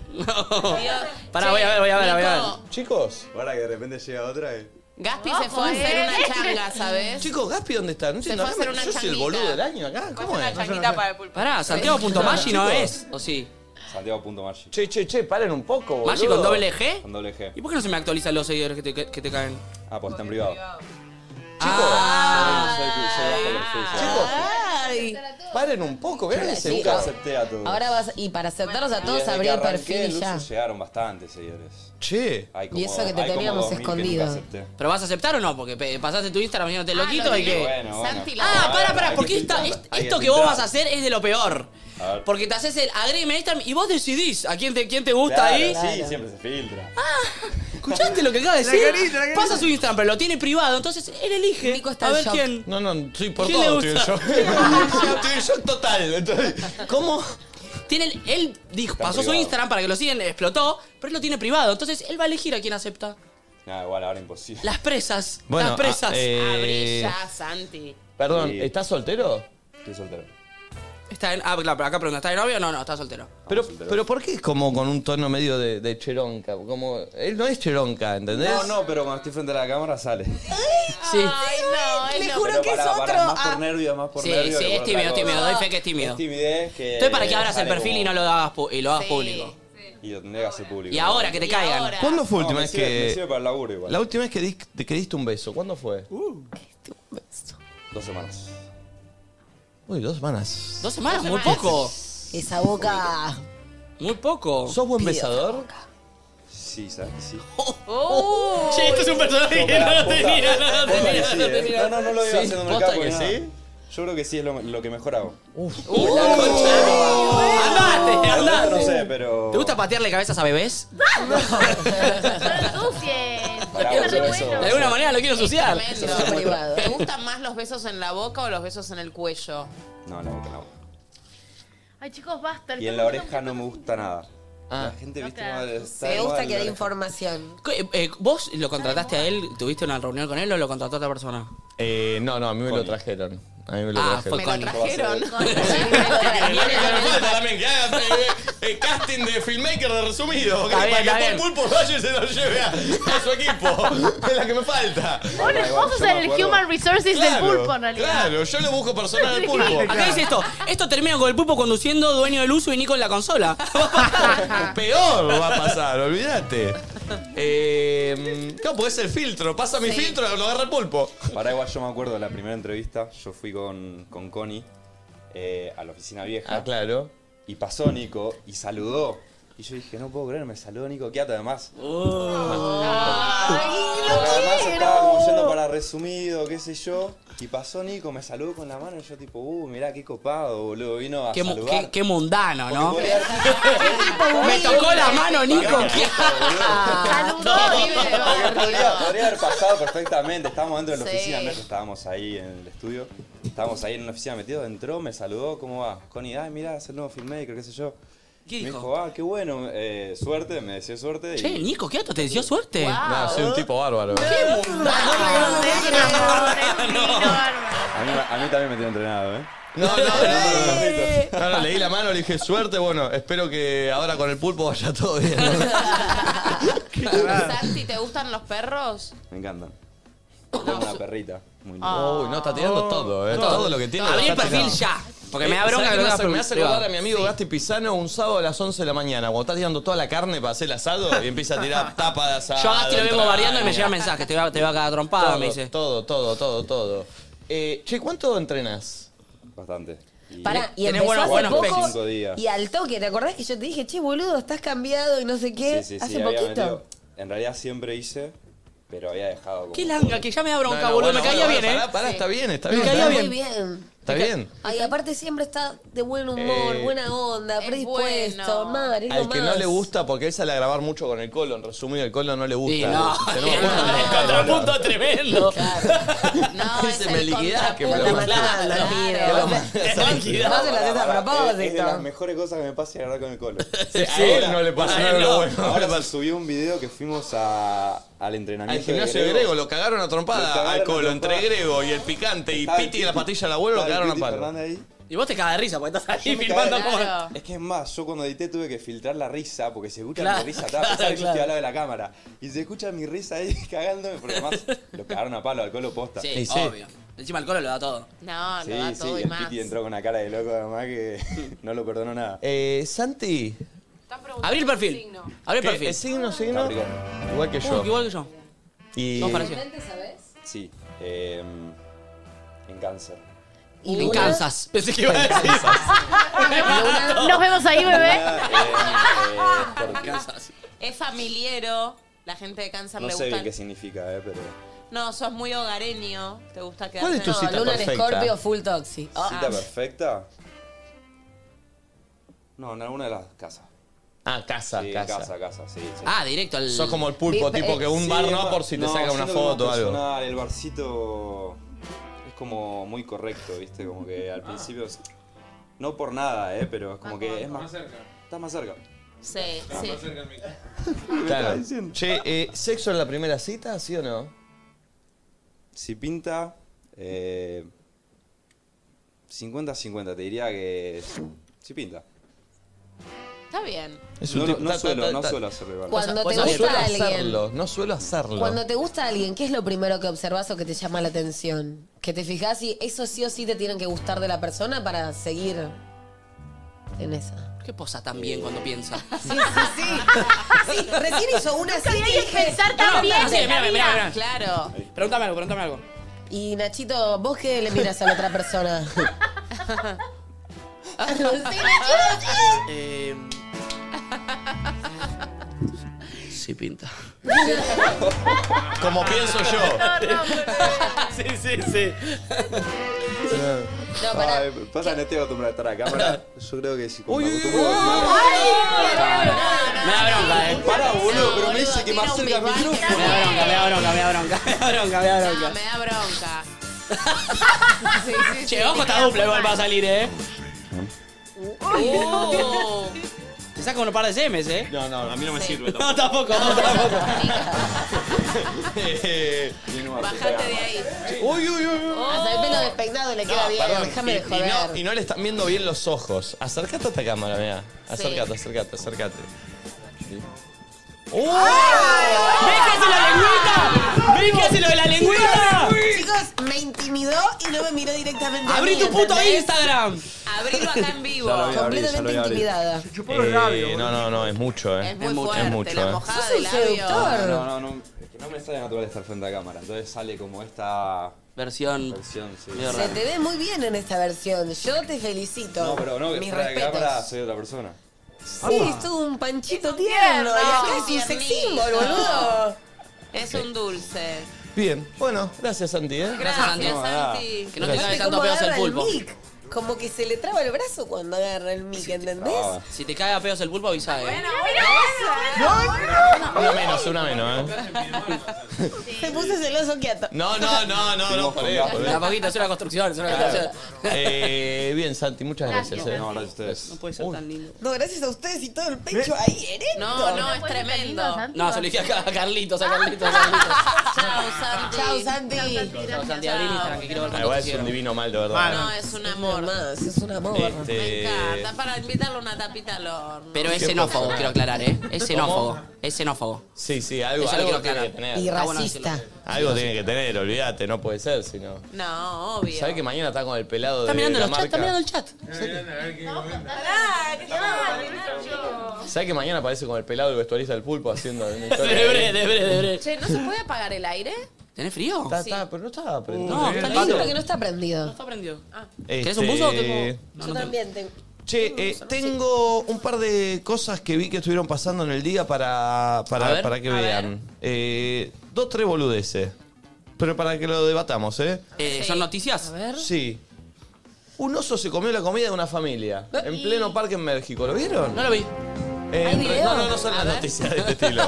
S4: Pará, voy a ver, voy a ver, voy a ver.
S2: Nico,
S1: Chicos,
S13: Ahora que de repente llega otra y...
S2: Gaspi
S6: Ojo,
S2: se fue a hacer
S6: eh.
S2: una changa, ¿sabes?
S1: chicos, Gaspi, ¿dónde está? No entiendo.
S2: fue a hacer una
S1: ¿Yo soy el
S2: changuita.
S1: boludo del año acá? ¿Cómo
S12: Una
S1: es?
S12: changuita para el pulpo.
S4: Pará, Santiago.maggi no es, ¿o sí?
S13: Santiago.margi.
S1: Che, che, che, paren un poco, boludo.
S4: ¿Maggi con doble G?
S13: Con doble G.
S4: ¿Y por qué no se me actualizan los seguidores que te, que, que te caen?
S13: Ah, pues está en privado.
S4: Chicos, Ah.
S13: Soy- soy bajo el perfil, soy bajo el perfil.
S3: Ay.
S1: Paren un poco, vean ese
S3: Sí,
S13: Nunca
S3: ah.
S13: acepté a todos.
S3: Ahora vas. Y para aceptarlos a
S13: Y desde
S3: todos,
S13: que
S3: abrí el
S13: arranqué
S3: perfil y
S13: Luzu
S3: ya.
S13: llegaron bastantes seguidores.
S1: Che.
S13: Hay
S3: Y eso que te
S13: hay como
S3: teníamos
S13: 2000 que nunca
S3: escondido.
S13: acepté.
S4: ¿pero vas a aceptar o no? Porque pe- pasaste tu Instagram yéndote
S2: Ah, lo
S4: loquito y
S2: tiré.
S4: que.
S13: Bueno, bueno.
S2: Santi la-
S4: Ah,
S13: Bueno,
S4: para,
S13: hay
S4: para,
S13: que
S4: porque esta-
S13: filtrar,
S4: est-
S13: hay que
S4: esto que vos
S13: filtrar.
S4: vas a hacer es de lo peor.
S13: A ver.
S4: Porque te haces el agreme a Instagram y vos decidís a quién te, quién te gusta
S13: Claro,
S4: ahí.
S13: Sí, siempre se filtra.
S4: Ah, ¿Escuchaste lo que acaba de
S11: La
S4: decir?
S11: carita, la carita.
S4: Pasa su Instagram, pero lo tiene privado, entonces él elige.
S3: Nico está
S4: a
S3: en
S4: ver
S3: shock.
S4: quién.
S1: No, no, estoy por
S4: *laughs* ¿Quién le
S1: todo, estoy en
S4: gusta?
S1: shock. Estoy en shock total. Entonces, ¿Cómo?
S4: Tiene el- él dijo,
S13: Está
S4: pasó su
S13: privado.
S4: Instagram para que lo sigan, explotó, pero él lo tiene privado, entonces él va a elegir a quién acepta.
S13: Nada, igual, ahora imposible.
S4: Las presas,
S1: Bueno,
S4: las presas.
S1: ah, eh,
S2: Abrí ya, Santi.
S1: Perdón,
S13: Sí.
S1: ¿estás soltero?
S13: Estoy soltero.
S4: Está en, ah, claro, pero acá pregunta, ¿está de novio? No, no, está soltero.
S1: Pero,
S13: soltero.
S1: pero ¿por qué es como con un tono medio de, de cheronca? Como, él no es cheronca, ¿entendés?
S13: No, no, pero cuando estoy frente a la cámara sale.
S4: Sí.
S2: Ay, no, es
S3: Le
S2: lo-
S3: juro
S13: Pero
S3: que es
S13: para-
S3: otro. Ah.
S13: para, más por nervios, más por
S4: Sí,
S13: nervios.
S4: sí,
S13: que
S4: es
S13: por
S4: tímido,
S13: otra
S4: tímido,
S13: cosa.
S4: doy fe que es tímido.
S13: Es timidez que...
S4: Estoy para que abras el
S13: sale
S4: perfil
S13: como-
S4: y no lo hagas, pu- y lo hagas
S2: Sí.
S4: público.
S13: Y lo tendría que hacer público.
S4: Y ahora que te
S2: Y
S4: caigan.
S2: ahora.
S1: ¿Cuándo fue la
S13: No,
S1: última
S13: me
S1: vez
S13: sirve- Me
S1: que.
S13: sirve para el laburo igual.
S1: La última vez que, dis- te- que diste un beso, ¿cuándo fue?
S13: Dos semanas.
S1: Uy, dos semanas.
S4: Dos semanas, muy poco.
S3: Esa boca.
S4: Muy poco.
S1: ¿Sos buen besador?
S13: Sí, ¿sabes que sí? Oh.
S4: Che, esto es un personaje que no lo tenía, no lo
S13: Posta
S4: tenía,
S13: que sí,
S4: no lo
S13: ¿eh?
S4: tenía.
S13: No, no, no lo veo
S1: Sí,
S13: haciendo en el
S1: posta
S13: capo
S1: que
S13: ni nada.
S1: sí.
S13: Yo creo que sí es lo, lo que mejor hago.
S4: Uh, la concha de mi madre. Andate,
S13: No, no
S4: andate.
S13: sé, pero.
S4: ¿Te gusta patearle cabezas a bebés?
S6: No lo ensucies.
S13: Pará,
S6: Es re
S13: boludo, eso-
S6: bueno.
S4: De alguna manera lo quiero ensuciar.
S2: Tremendo.
S3: Eso es privado.
S2: ¿Te gustan más los besos en la boca o los besos en el cuello?
S13: No, la boca, la boca.
S6: Ay, chicos, basta.
S13: Y en la oreja no me gusta nada.
S1: Ah.
S13: La gente,
S6: No,
S13: viste,
S6: claro.
S13: madre, está de
S3: Me
S13: moda
S3: gusta
S13: en
S3: que dé
S13: la oreja.
S3: información.
S4: Eh, eh, ¿Vos lo contrataste a él? ¿Tuviste una reunión con él o lo contrató otra persona?
S1: Eh, no, no, a mí me lo
S13: Connie.
S1: trajeron. A mí me lo
S4: Ah,
S1: trajeron.
S4: fue
S2: Me lo
S4: Connie.
S2: trajeron.
S1: *laughs* también que haga el casting de filmmaker de resumido.
S4: Está bien, para que está todo el
S1: pulpo vaya y se lo lleve a, su equipo. Es la que me falta.
S6: Vos no- vos sos
S13: Yo me
S6: el
S13: acuerdo.
S6: human resources del pulpo, en realidad.
S1: yo lo busco personal al pulpo.
S4: Acá dice esto. Esto termina con el pulpo conduciendo, dueño del uso y Nico en la consola.
S1: Peor va a pasar, olvídate. Eh, claro, porque es el filtro. Pasa mi filtro, lo agarra el pulpo.
S13: Pará, igual yo me acuerdo de la primera entrevista. Yo fui con, con Connie eh, a la oficina vieja.
S1: Ah, claro.
S13: Y pasó Nico y saludó. Y Y yo dije, no puedo creer, me saludó Nico Quiato además.
S5: ¡Ay,
S13: Además estaba como yendo para resumido, qué sé yo. Y pasó Nico, me saludó con la mano y yo tipo, uh, mirá qué copado, boludo. Vino a
S4: Qué, mu-
S13: saludar.
S4: qué- *laughs* qué mundano, ¿no?
S13: Porque
S4: Me tocó la mano, Nico.
S13: podría, podría haber pasado perfectamente. Estábamos dentro de la
S2: Sí.
S13: oficina, nosotros estábamos ahí en el estudio. Estábamos ahí en la oficina metidos, entró, me saludó, ¿cómo va? Connie, ay, mirá, es el nuevo filmmaker, qué sé yo.
S4: ¿Qué
S13: me
S4: dijo?
S13: dijo? ah, qué bueno, eh, suerte, me deseó suerte.
S4: Che, Nico, ¿qué te deseó suerte?
S13: No, soy un tipo
S1: bárbaro.
S13: A mí, a mí también me tiene entrenado, ¿eh?
S1: No, no, leí la mano, le dije suerte. Bueno, espero que ahora con el pulpo vaya todo bien. ¿no?
S2: Santi, ¿te gustan los perros?
S13: Me encantan. Tengo una perrita. Muy
S2: Ah.
S1: Uy, no, está
S4: Oh.
S1: tirando todo, ¿eh?
S4: Todo.
S1: Todo, lo que tiene.
S4: Abrí
S1: lo
S4: el
S1: está
S4: perfil
S1: tirando.
S4: ya, porque me da
S1: ¿sabes
S4: bronca
S1: qué
S4: que lo
S1: me
S4: hagas
S1: hace,
S4: por
S1: me hace
S4: privado?
S1: acordar a mi amigo Gasti Pisano un sábado a las 11 de la mañana, cuando está tirando toda la carne para hacer el asado y empieza a
S4: *laughs*
S1: tirar tapa de asado.
S4: Yo a Gasti lo vengo
S1: entraña.
S4: variando y me llegan mensajes. Te va, te va a cagar trompada,
S1: Todo,
S4: me dice.
S1: Todo, todo, todo, todo. Eh, che, ¿cuánto entrenas?
S13: Bastante.
S3: Pará, y
S1: Tenés
S3: empezó
S1: buenos-
S3: hace
S1: buenos
S3: poco,
S1: pecs. Cinco días.
S3: Y al toque, ¿te acordás que yo te dije, che, boludo, estás cambiado y no sé
S4: Eh,
S3: qué?
S13: Sí, sí,
S3: hace
S13: sí, había
S3: poquito.
S13: metido- En realidad siempre hice, pero había dejado como.
S4: Qué langa, que ya me da bronca,
S1: No, no,
S4: boludo.
S1: bueno,
S4: me caía
S1: bueno,
S4: bien,
S1: pará,
S4: ¿eh?
S1: pará, está bien, está
S4: Me
S1: bien.
S4: caía
S1: está
S3: Muy
S4: bien.
S3: bien.
S1: Está bien.
S3: Ay, aparte siempre está de buen humor,
S1: Eh,
S3: buena onda, predispuesto, madre, es
S1: Al
S3: lo
S1: que
S3: más.
S1: no le gusta, porque él sale a grabar mucho con el colon. En resumido, el colon no le gusta.
S4: Sí, no.
S1: Tenemos
S4: El *laughs* contrapunto tremendo.
S1: Dice, me liquidás, que me lo
S3: contrapunto. Claro,
S1: matás.
S3: claro.
S1: Que lo matás.
S3: Te liquidás. No se las haces a
S13: Ahora,
S3: propósito.
S13: Es, es de las mejores cosas que me pasa agarrar con el colo.
S1: *laughs* Sí, a él no le pasa nada de lo bueno.
S13: Ahora subí un video que fuimos a, al entrenamiento.
S1: Al gimnasio de Grego lo cagaron a
S13: Lo
S1: trompada
S13: cagaron
S1: al
S13: a
S1: colo, entre
S13: trompada.
S1: Grego y el picante y
S13: Estaba el
S1: Piti y la
S13: Piti.
S1: patilla del abuelo lo
S13: Estaba el
S1: cagaron a
S13: Piti
S1: palo.
S13: Fernández ahí.
S4: Y vos te cagas de risa porque estás
S13: Yo
S4: ahí
S13: me
S4: filmando
S13: cagué.
S4: como.
S13: Es que es más, yo cuando edité tuve que filtrar la risa, porque se escucha
S4: Claro,
S13: mi risa, estaba
S4: *laughs*
S13: pensando que yo
S4: claro,
S13: estoy al lado de la cámara. Y se escucha mi risa ahí *laughs* cagándome, porque además lo cagaron a palo al colo posta.
S4: Sí, obvio. Encima el colo lo da todo.
S2: No,
S13: Sí,
S2: Ah, lo da
S13: sí,
S2: todo
S13: y
S2: y
S13: el
S2: más.
S13: Piti entró con una cara de loco además que no lo perdonó nada.
S1: Eh, Santi.
S4: Abrí el perfil. Abrí el
S1: ¿Qué?
S4: perfil.
S1: ¿Es signo, signo? Igual que
S4: Uh,
S1: yo.
S4: Igual que yo.
S1: Y...
S4: Somos parecidos.
S13: Sí, eh, en cáncer.
S3: Y
S4: En
S3: Luna,
S4: Kansas. Pensé que
S1: *laughs*
S4: iba
S13: *laughs*
S4: a decir.
S6: Nos vemos ahí, bebé.
S4: Kansas.
S2: Es familiero. La gente de cáncer
S13: No
S2: le
S13: sé
S2: gusta.
S13: bien qué significa, eh, pero...
S2: No, sos muy hogareño. Te gusta quedarte.
S1: ¿Cuál es tu
S2: No,
S1: cita
S3: Luna en
S1: perfecta?
S3: Scorpio, full toxic.
S13: ¿Cita perfecta? No, en alguna de las casas.
S1: Ah, casa,
S13: Sí,
S1: casa.
S13: casa, casa, sí. sí.
S4: Ah, directo al.
S1: Sos como el pulpo,
S3: Sí,
S1: tipo que un
S13: Sí,
S1: bar
S13: es
S1: no
S13: más-
S1: por si te
S13: no,
S1: saca una
S13: siento que es más
S1: foto o algo.
S13: personal, El barcito es como muy correcto, ¿viste? Como que al principio. es- No por nada, ¿eh? Pero es como que es más. Estás más cerca.
S2: Sí, sí.
S1: Claro. Che, eh, ¿sexo en la primera cita, sí o no?
S13: Si pinta. eh, 50-50, te diría que. Si pinta.
S2: Está bien.
S1: Es
S13: No,
S1: un
S13: no,
S1: tipo- ta, ta,
S13: suelo,
S1: ta,
S13: no
S1: ta.
S13: suelo hacerlo igual.
S3: Cuando
S1: Vos
S3: te
S1: no suelo
S3: gusta alguien.
S1: hacerlo, no suelo hacerlo. *laughs*
S3: Cuando te gusta alguien, ¿qué es lo primero que observas o que te llama la atención? Que te fijas y eso sí o sí te tienen que gustar de la persona para
S6: *laughs*
S3: seguir en esa.
S4: ¿Qué posa tan bien cuando piensa?
S3: Sí, sí, sí. Sí, recién hizo una así
S6: había
S3: que
S6: que
S3: dije-
S6: pensar
S4: No, no,
S6: tan bien.
S4: sí,
S6: de la
S4: mira, mira,
S6: vida.
S4: mira.
S2: Claro.
S4: Pregúntame algo, pregúntame algo.
S3: Y Nachito, ¿vos qué le miras a la otra
S6: *laughs*
S3: persona? *laughs* sí, Nachito, sí.
S4: Eh... Sí pinta.
S1: Como pienso yo.
S4: sí, sí, sí.
S3: No, pará.
S13: Ay, Ah, pasa, no estoy acostumbrado a estar a cámara. Yo creo que si.
S1: Uy,
S13: me
S1: uy, uy.
S13: acostumbro
S4: Me da bronca, eh.
S13: Para, boludo, pero
S2: boludo,
S13: me dice que
S2: tira
S13: más
S2: un
S13: cerca el
S2: bimbal.
S13: micrófono.
S4: Me da bronca, me da bronca, me da bronca, me da bronca, me da
S2: No,
S4: bronca.
S2: me da bronca. *laughs* Sí, sí, sí.
S4: Che, ojo esta dupla igual va a salir, eh.
S2: Oh.
S4: Te saca unos par de CMs, eh.
S1: No, no, a mí no me sirve.
S4: No, tampoco, no, tampoco.
S13: *laughs*
S2: Bajate de ahí.
S1: uy, uy, uy. uy.
S3: Hasta el pelo despeinado le queda
S1: Ah,
S3: bien.
S1: perdón.
S3: Déjame
S1: y,
S3: de
S1: y
S3: joder.
S1: no, y no le están viendo bien los ojos. Acercate a esta cámara, mira. Acercate, acercate, acercate. ¡Uy!
S4: ¡Ven que hace lo de la lengüita! ¡Ven que hace lo de la lengüita!
S3: Chicos, me intimidó y no me miró directamente. a
S4: ¡Abrí
S3: mí,
S4: tu puto
S3: ¿entendés?
S4: Instagram!
S2: Abrilo acá en vivo.
S13: Ya lo vi. Ya lo
S3: Completamente
S13: voy a abrir.
S3: intimidada.
S11: Chupó los labios.
S1: Eh,
S11: boludo.
S1: no, no, no, es mucho, eh.
S2: Es muy
S4: mucho, es
S2: fuerte.
S1: mucho,
S2: la
S1: eh.
S2: mojada
S3: Sos
S2: de
S3: un
S2: labio.
S3: seductor.
S13: No, no, no. Es que no me sale natural estar frente a cámara. Entonces sale como esta
S4: Versión.
S13: versión. sí.
S4: Medio
S3: Se
S4: raro.
S3: te ve muy bien en esta versión. Yo te felicito.
S13: No, pero no, que
S3: Mis
S13: fuera de Ah.
S3: respetos.
S13: cámara soy otra persona.
S3: Sí, es todo un panchito tierno.
S2: tierno.
S3: Y acá es un sex
S2: Tiernito.
S3: symbol, boludo.
S2: Es un dulce.
S1: Bien, bueno, gracias Santi, ¿eh?
S2: Gracias, Santi.
S1: No, nada.
S2: Santi.
S4: Que no te cae
S3: Aparte,
S4: tanto
S3: cómo
S4: pedos el
S3: agarra
S4: pulpo.
S3: mic. Como que se le traba el brazo cuando agarra el mic, ¿entendés?
S4: Si te cae a pedos el pulpo, avisa, eh.
S1: Una menos, una menos, ¿eh?
S3: Se puso celoso quieto.
S1: No, no, no, no, no, por eso, por eso.
S4: La poquita es una construcción, es una construcción.
S1: Eh, bien, Santi, muchas gracias.
S4: Gracias.
S1: eh.
S4: No,
S13: gracias a ustedes.
S4: No puede ser tan lindo.
S3: No, gracias a ustedes y todo el pecho ahí erecto.
S2: No, no, es tremendo.
S4: No, se lo dije acá a Carlitos, a Carlitos, a Carlitos.
S2: Chao, Santi.
S3: Chao, Santi.
S4: Chao, Santi, abrí el Instagram que quiero
S1: Ah,
S4: ver cuánto
S1: igual
S4: te
S1: es un
S4: hicieron.
S1: divino mal, de verdad.
S2: Ah, No, es un amor.
S3: Más, es un amor.
S1: Este,
S2: Carta para invitarle una tapita al horno.
S4: Eh, Pero es
S1: ¿Qué
S4: xenófobo,
S1: pasa?
S4: quiero aclarar, ¿eh? Es xenófobo, es xenófobo.
S1: sí, sí, algo,
S4: Eso lo
S1: algo tiene
S4: quiero
S1: que
S4: aclarar.
S1: tener.
S3: Y
S4: Está bueno
S3: racista.
S4: decirlo.
S1: Algo tiene que tener, olvídate, no puede ser, sino.
S2: No, obvio.
S1: ¿Sabés que mañana está con el pelado
S4: Está
S1: de
S4: mirando
S1: la
S4: los chats, está
S1: marca?
S4: mirando el chat.
S1: ¿Sabés que mañana aparece con el pelado el vestuarista del pulpo haciendo
S4: *laughs*
S1: una historia?
S4: Debre, debre, debre.
S2: Che, ¿no se puede apagar el aire?
S4: ¿Tenés frío?
S1: Está, está, pero no está aprendiendo.
S4: No, está
S3: Yo
S4: lindo.
S3: creo que no está prendido.
S4: Está prendido. Ah.
S1: Este,
S4: ¿Querés un buzo o tengo...? No,
S3: Yo
S4: no tengo.
S3: también tengo.
S1: Che, eh, tengo un par de cosas que vi que estuvieron pasando en el día para,
S4: A
S1: para,
S4: ver,
S1: para que
S4: a
S1: vean. Eh, dos, tres boludeces. Pero para que lo debatamos, ¿eh?
S4: Eh, ¿Son noticias?
S1: Sí. Un oso se comió la comida de una familia en pleno parque en México. ¿Lo vieron?
S4: No lo vi.
S1: Eh,
S3: Eh, ¿Hay
S1: en re-
S3: video?
S1: No, no, no son las noticias de este
S3: *laughs*
S1: estilo.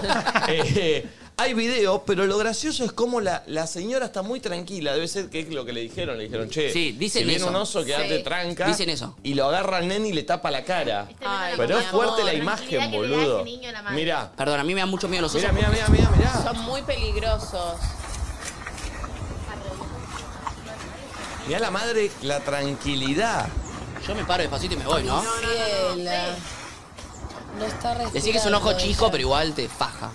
S1: Eh, eh, hay video, pero lo gracioso es cómo la, la señora está muy tranquila. Debe ser que es lo que le dijeron. Le dijeron, che,
S4: Sí, dicen
S1: si viene
S4: eso.
S1: un oso, quédate
S2: Sí.
S1: tranca.
S4: Dicen eso.
S1: Y lo agarra al nene y le tapa la cara.
S2: Ay,
S1: pero es
S2: mi
S1: fuerte
S2: amor,
S1: la imagen,
S6: tranquilidad que le da
S1: boludo.
S6: ese niño a la madre.
S1: Mirá,
S4: Perdón, a mí me dan mucho miedo los osos.
S1: mirá, mirá, mirá, mirá, mirá.
S2: Son muy peligrosos.
S1: Mirá la madre, la tranquilidad.
S4: Ah. Yo me paro despacito y me voy, ¿no?
S3: Fiela. No está respirando.
S4: Decís que es un ojo chico,
S3: ella.
S4: pero igual te faja.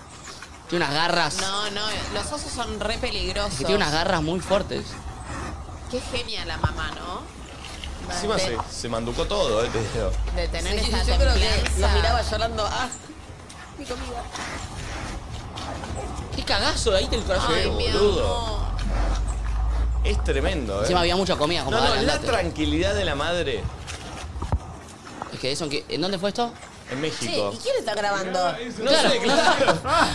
S4: Tiene unas garras.
S2: No, no, los osos son re peligrosos.
S4: Que tiene unas garras muy fuertes.
S2: Qué genia la mamá, ¿no?
S1: Encima
S2: de,
S1: se, se manducó todo, eh, te digo.
S2: de tener
S3: Sí,
S2: esa
S3: yo creo que lo
S2: templanza.
S3: miraba llorando. Ah,
S4: Qué cagazo, ahí te el corazón.
S2: Ay,
S1: Sí,
S2: mi
S1: boludo.
S2: amor.
S1: Es tremendo, eh.
S4: Encima había mucha comida, como
S1: No, no,
S4: dale,
S1: la
S4: andate.
S1: tranquilidad de la madre
S4: Es que eso, ¿en qué- ¿en dónde fue esto?
S1: en
S3: che,
S1: México.
S3: ¿y quién está grabando?
S1: No sé,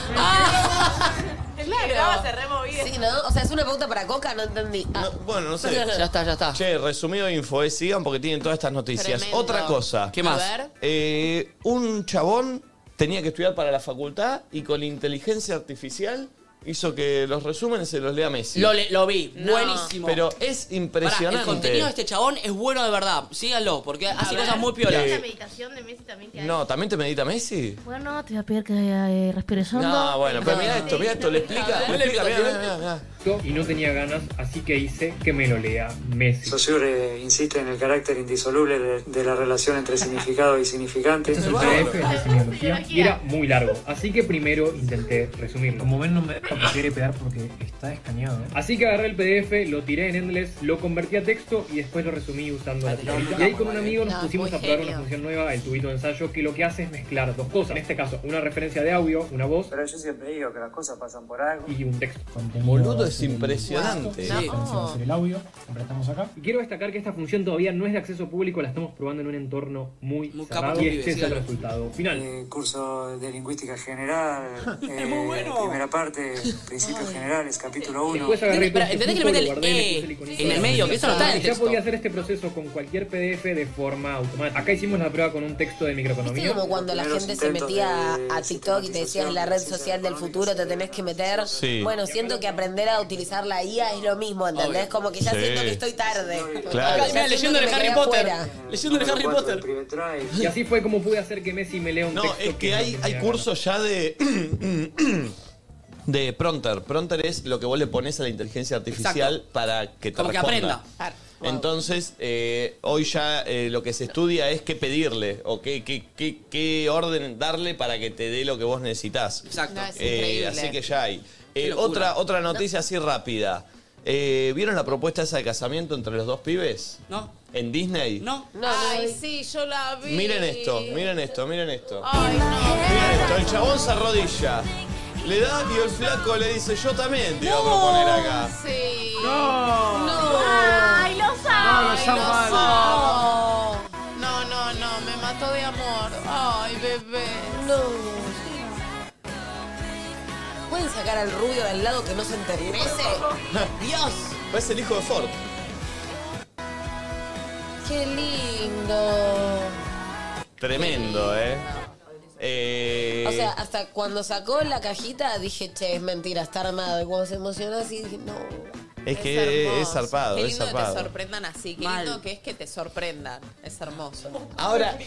S1: Ah, *laughs* claro.
S12: Claro. Se removía.
S3: Sí, ¿no? O sea, es una pauta para coca, no entendí. Ah,
S1: No, bueno, no
S3: *laughs*
S1: sé.
S4: Ya está, ya está.
S1: Che, resumido info, eh, sigan porque tienen todas estas noticias.
S2: Tremendo.
S1: Otra cosa.
S4: ¿Qué más?
S2: A ver.
S1: Eh, un chabón tenía que estudiar para la facultad y con inteligencia artificial hizo que los resúmenes se los lea Messi.
S4: Lo, le- lo vi,
S2: No.
S4: buenísimo.
S1: Pero es
S4: Pará,
S1: impresionante.
S4: el contenido de este chabón es bueno de verdad. Síganlo, porque hace cosas muy piolas.
S6: ¿Es la
S1: Eh,
S6: meditación de Messi también que hay?
S1: No, ¿también te medita Messi?
S6: Bueno, te voy a pedir que eh, respires hondo.
S1: No, bueno, pero mira esto, mira esto, le explica, le explica, mirá, mirá, mirá.
S8: y no tenía ganas, así que hice que me lo lea Messi.
S14: Saussure eh, insiste en el carácter indisoluble de, de la relación entre significado y significante.
S8: Esto es un PDF de semiología y era muy largo, así que primero intenté resumirlo. Como ven, no me quiere pegar porque está escaneado. ¿eh? Así que agarré el PDF, lo tiré en Endless, lo convertí a texto y después lo resumí usando la tijera. Y ahí con un amigo nos
S2: Ah, No,
S8: pusimos
S2: muy
S8: a probar una
S2: genio.
S8: función nueva, el tubito de ensayo, que lo que hace es mezclar dos cosas. En este caso, una referencia de audio, una voz
S14: Pero yo siempre digo que las cosas pasan por algo.
S8: y un texto.
S1: Boludo, es impresionante.
S2: No.
S8: el audio, estamos acá. Y quiero destacar que esta función todavía no es de acceso público, la estamos probando en un entorno muy,
S4: Muy
S8: cerrado
S4: capo,
S8: y
S4: muy
S8: este es el
S4: divertido.
S8: resultado final.
S14: Eh, curso de
S3: *laughs*
S14: lingüística general, eh,
S4: muy bueno.
S14: primera parte, principios generales, capítulo 1.
S8: Después agarré
S4: Espera,
S8: todo
S4: ¿entendés que
S8: el
S4: le mete
S8: lo
S4: el
S8: guardé, le puse el
S4: E
S8: iconito
S4: en el medio? Que eso no está en el
S8: Ya
S4: texto.
S8: podía hacer este proceso con cualquier PDF de forma automática. Acá hicimos la prueba con un texto de
S3: ¿Viste
S8: microeconomía.
S3: como cuando la
S14: Los
S3: gente se
S14: intentos
S3: metía
S14: de
S3: a TikTok y te decían
S14: sistematización
S3: la red
S14: de ciencias
S3: social del
S14: económicas
S3: futuro
S14: y
S3: te
S14: de
S3: tenés que meter?
S1: Sí.
S3: Bueno, siento que aprender a utilizar la IA es lo mismo, ¿entendés?
S4: Obvio.
S3: Como que ya
S1: Sí.
S3: siento que estoy tarde.
S1: Claro.
S3: Ya
S1: Mirá,
S3: siento
S4: leyendo
S3: que
S4: de
S3: me
S4: Harry
S3: quedé
S4: Potter.
S3: afuera.
S4: Leyendo el Harry Potter.
S8: Y así fue como pude hacer que Messi me lea un
S1: No,
S8: texto.
S1: es que hay, hay
S8: tenía
S1: cursos ya de. de Pronter. Pronter es lo que vos le pones a la inteligencia artificial para *coughs* que te
S4: Como que
S1: responda.
S4: aprenda.
S1: Entonces, eh, hoy ya eh, lo que se estudia es qué pedirle o qué, qué, qué, qué orden darle para que te dé lo que vos necesitas.
S4: Exacto.
S2: No, es
S1: Eh,
S2: increíble.
S1: así que ya hay. Eh,
S4: Qué locura.
S1: otra, otra noticia así rápida. Eh, ¿Vieron la propuesta esa de casamiento entre los dos pibes?
S4: No.
S1: ¿En Disney?
S4: No.
S2: Ay, sí, yo la vi.
S1: Miren esto, miren esto, miren esto.
S2: Ay, no.
S1: Mira esto, el chabón se arrodilla. Le da y el flaco le dice, yo también te iba a proponer acá.
S2: Sí.
S11: No.
S6: ¡Ay, lo
S11: No,
S6: sabe!
S11: no, está mal.
S2: No, no, no, me mató de amor. Ay, bebé.
S3: No. ¿Pueden sacar al rubio del lado que no se enterece?
S1: ¡Dios! *laughs* Es el hijo de Ford.
S3: ¡Qué lindo!
S1: Tremendo, ¿eh? Eh,
S3: O sea, hasta cuando sacó la cajita dije, che, es mentira, está armado. Y cuando se emocionó así dije, no.
S1: es que es,
S2: hermoso.
S1: zarpado,
S2: Qué
S1: es
S2: lindo que te
S1: zarpado.
S2: sorprendan así. Qué lindo que es que te sorprendan. Es hermoso.
S1: Ahora-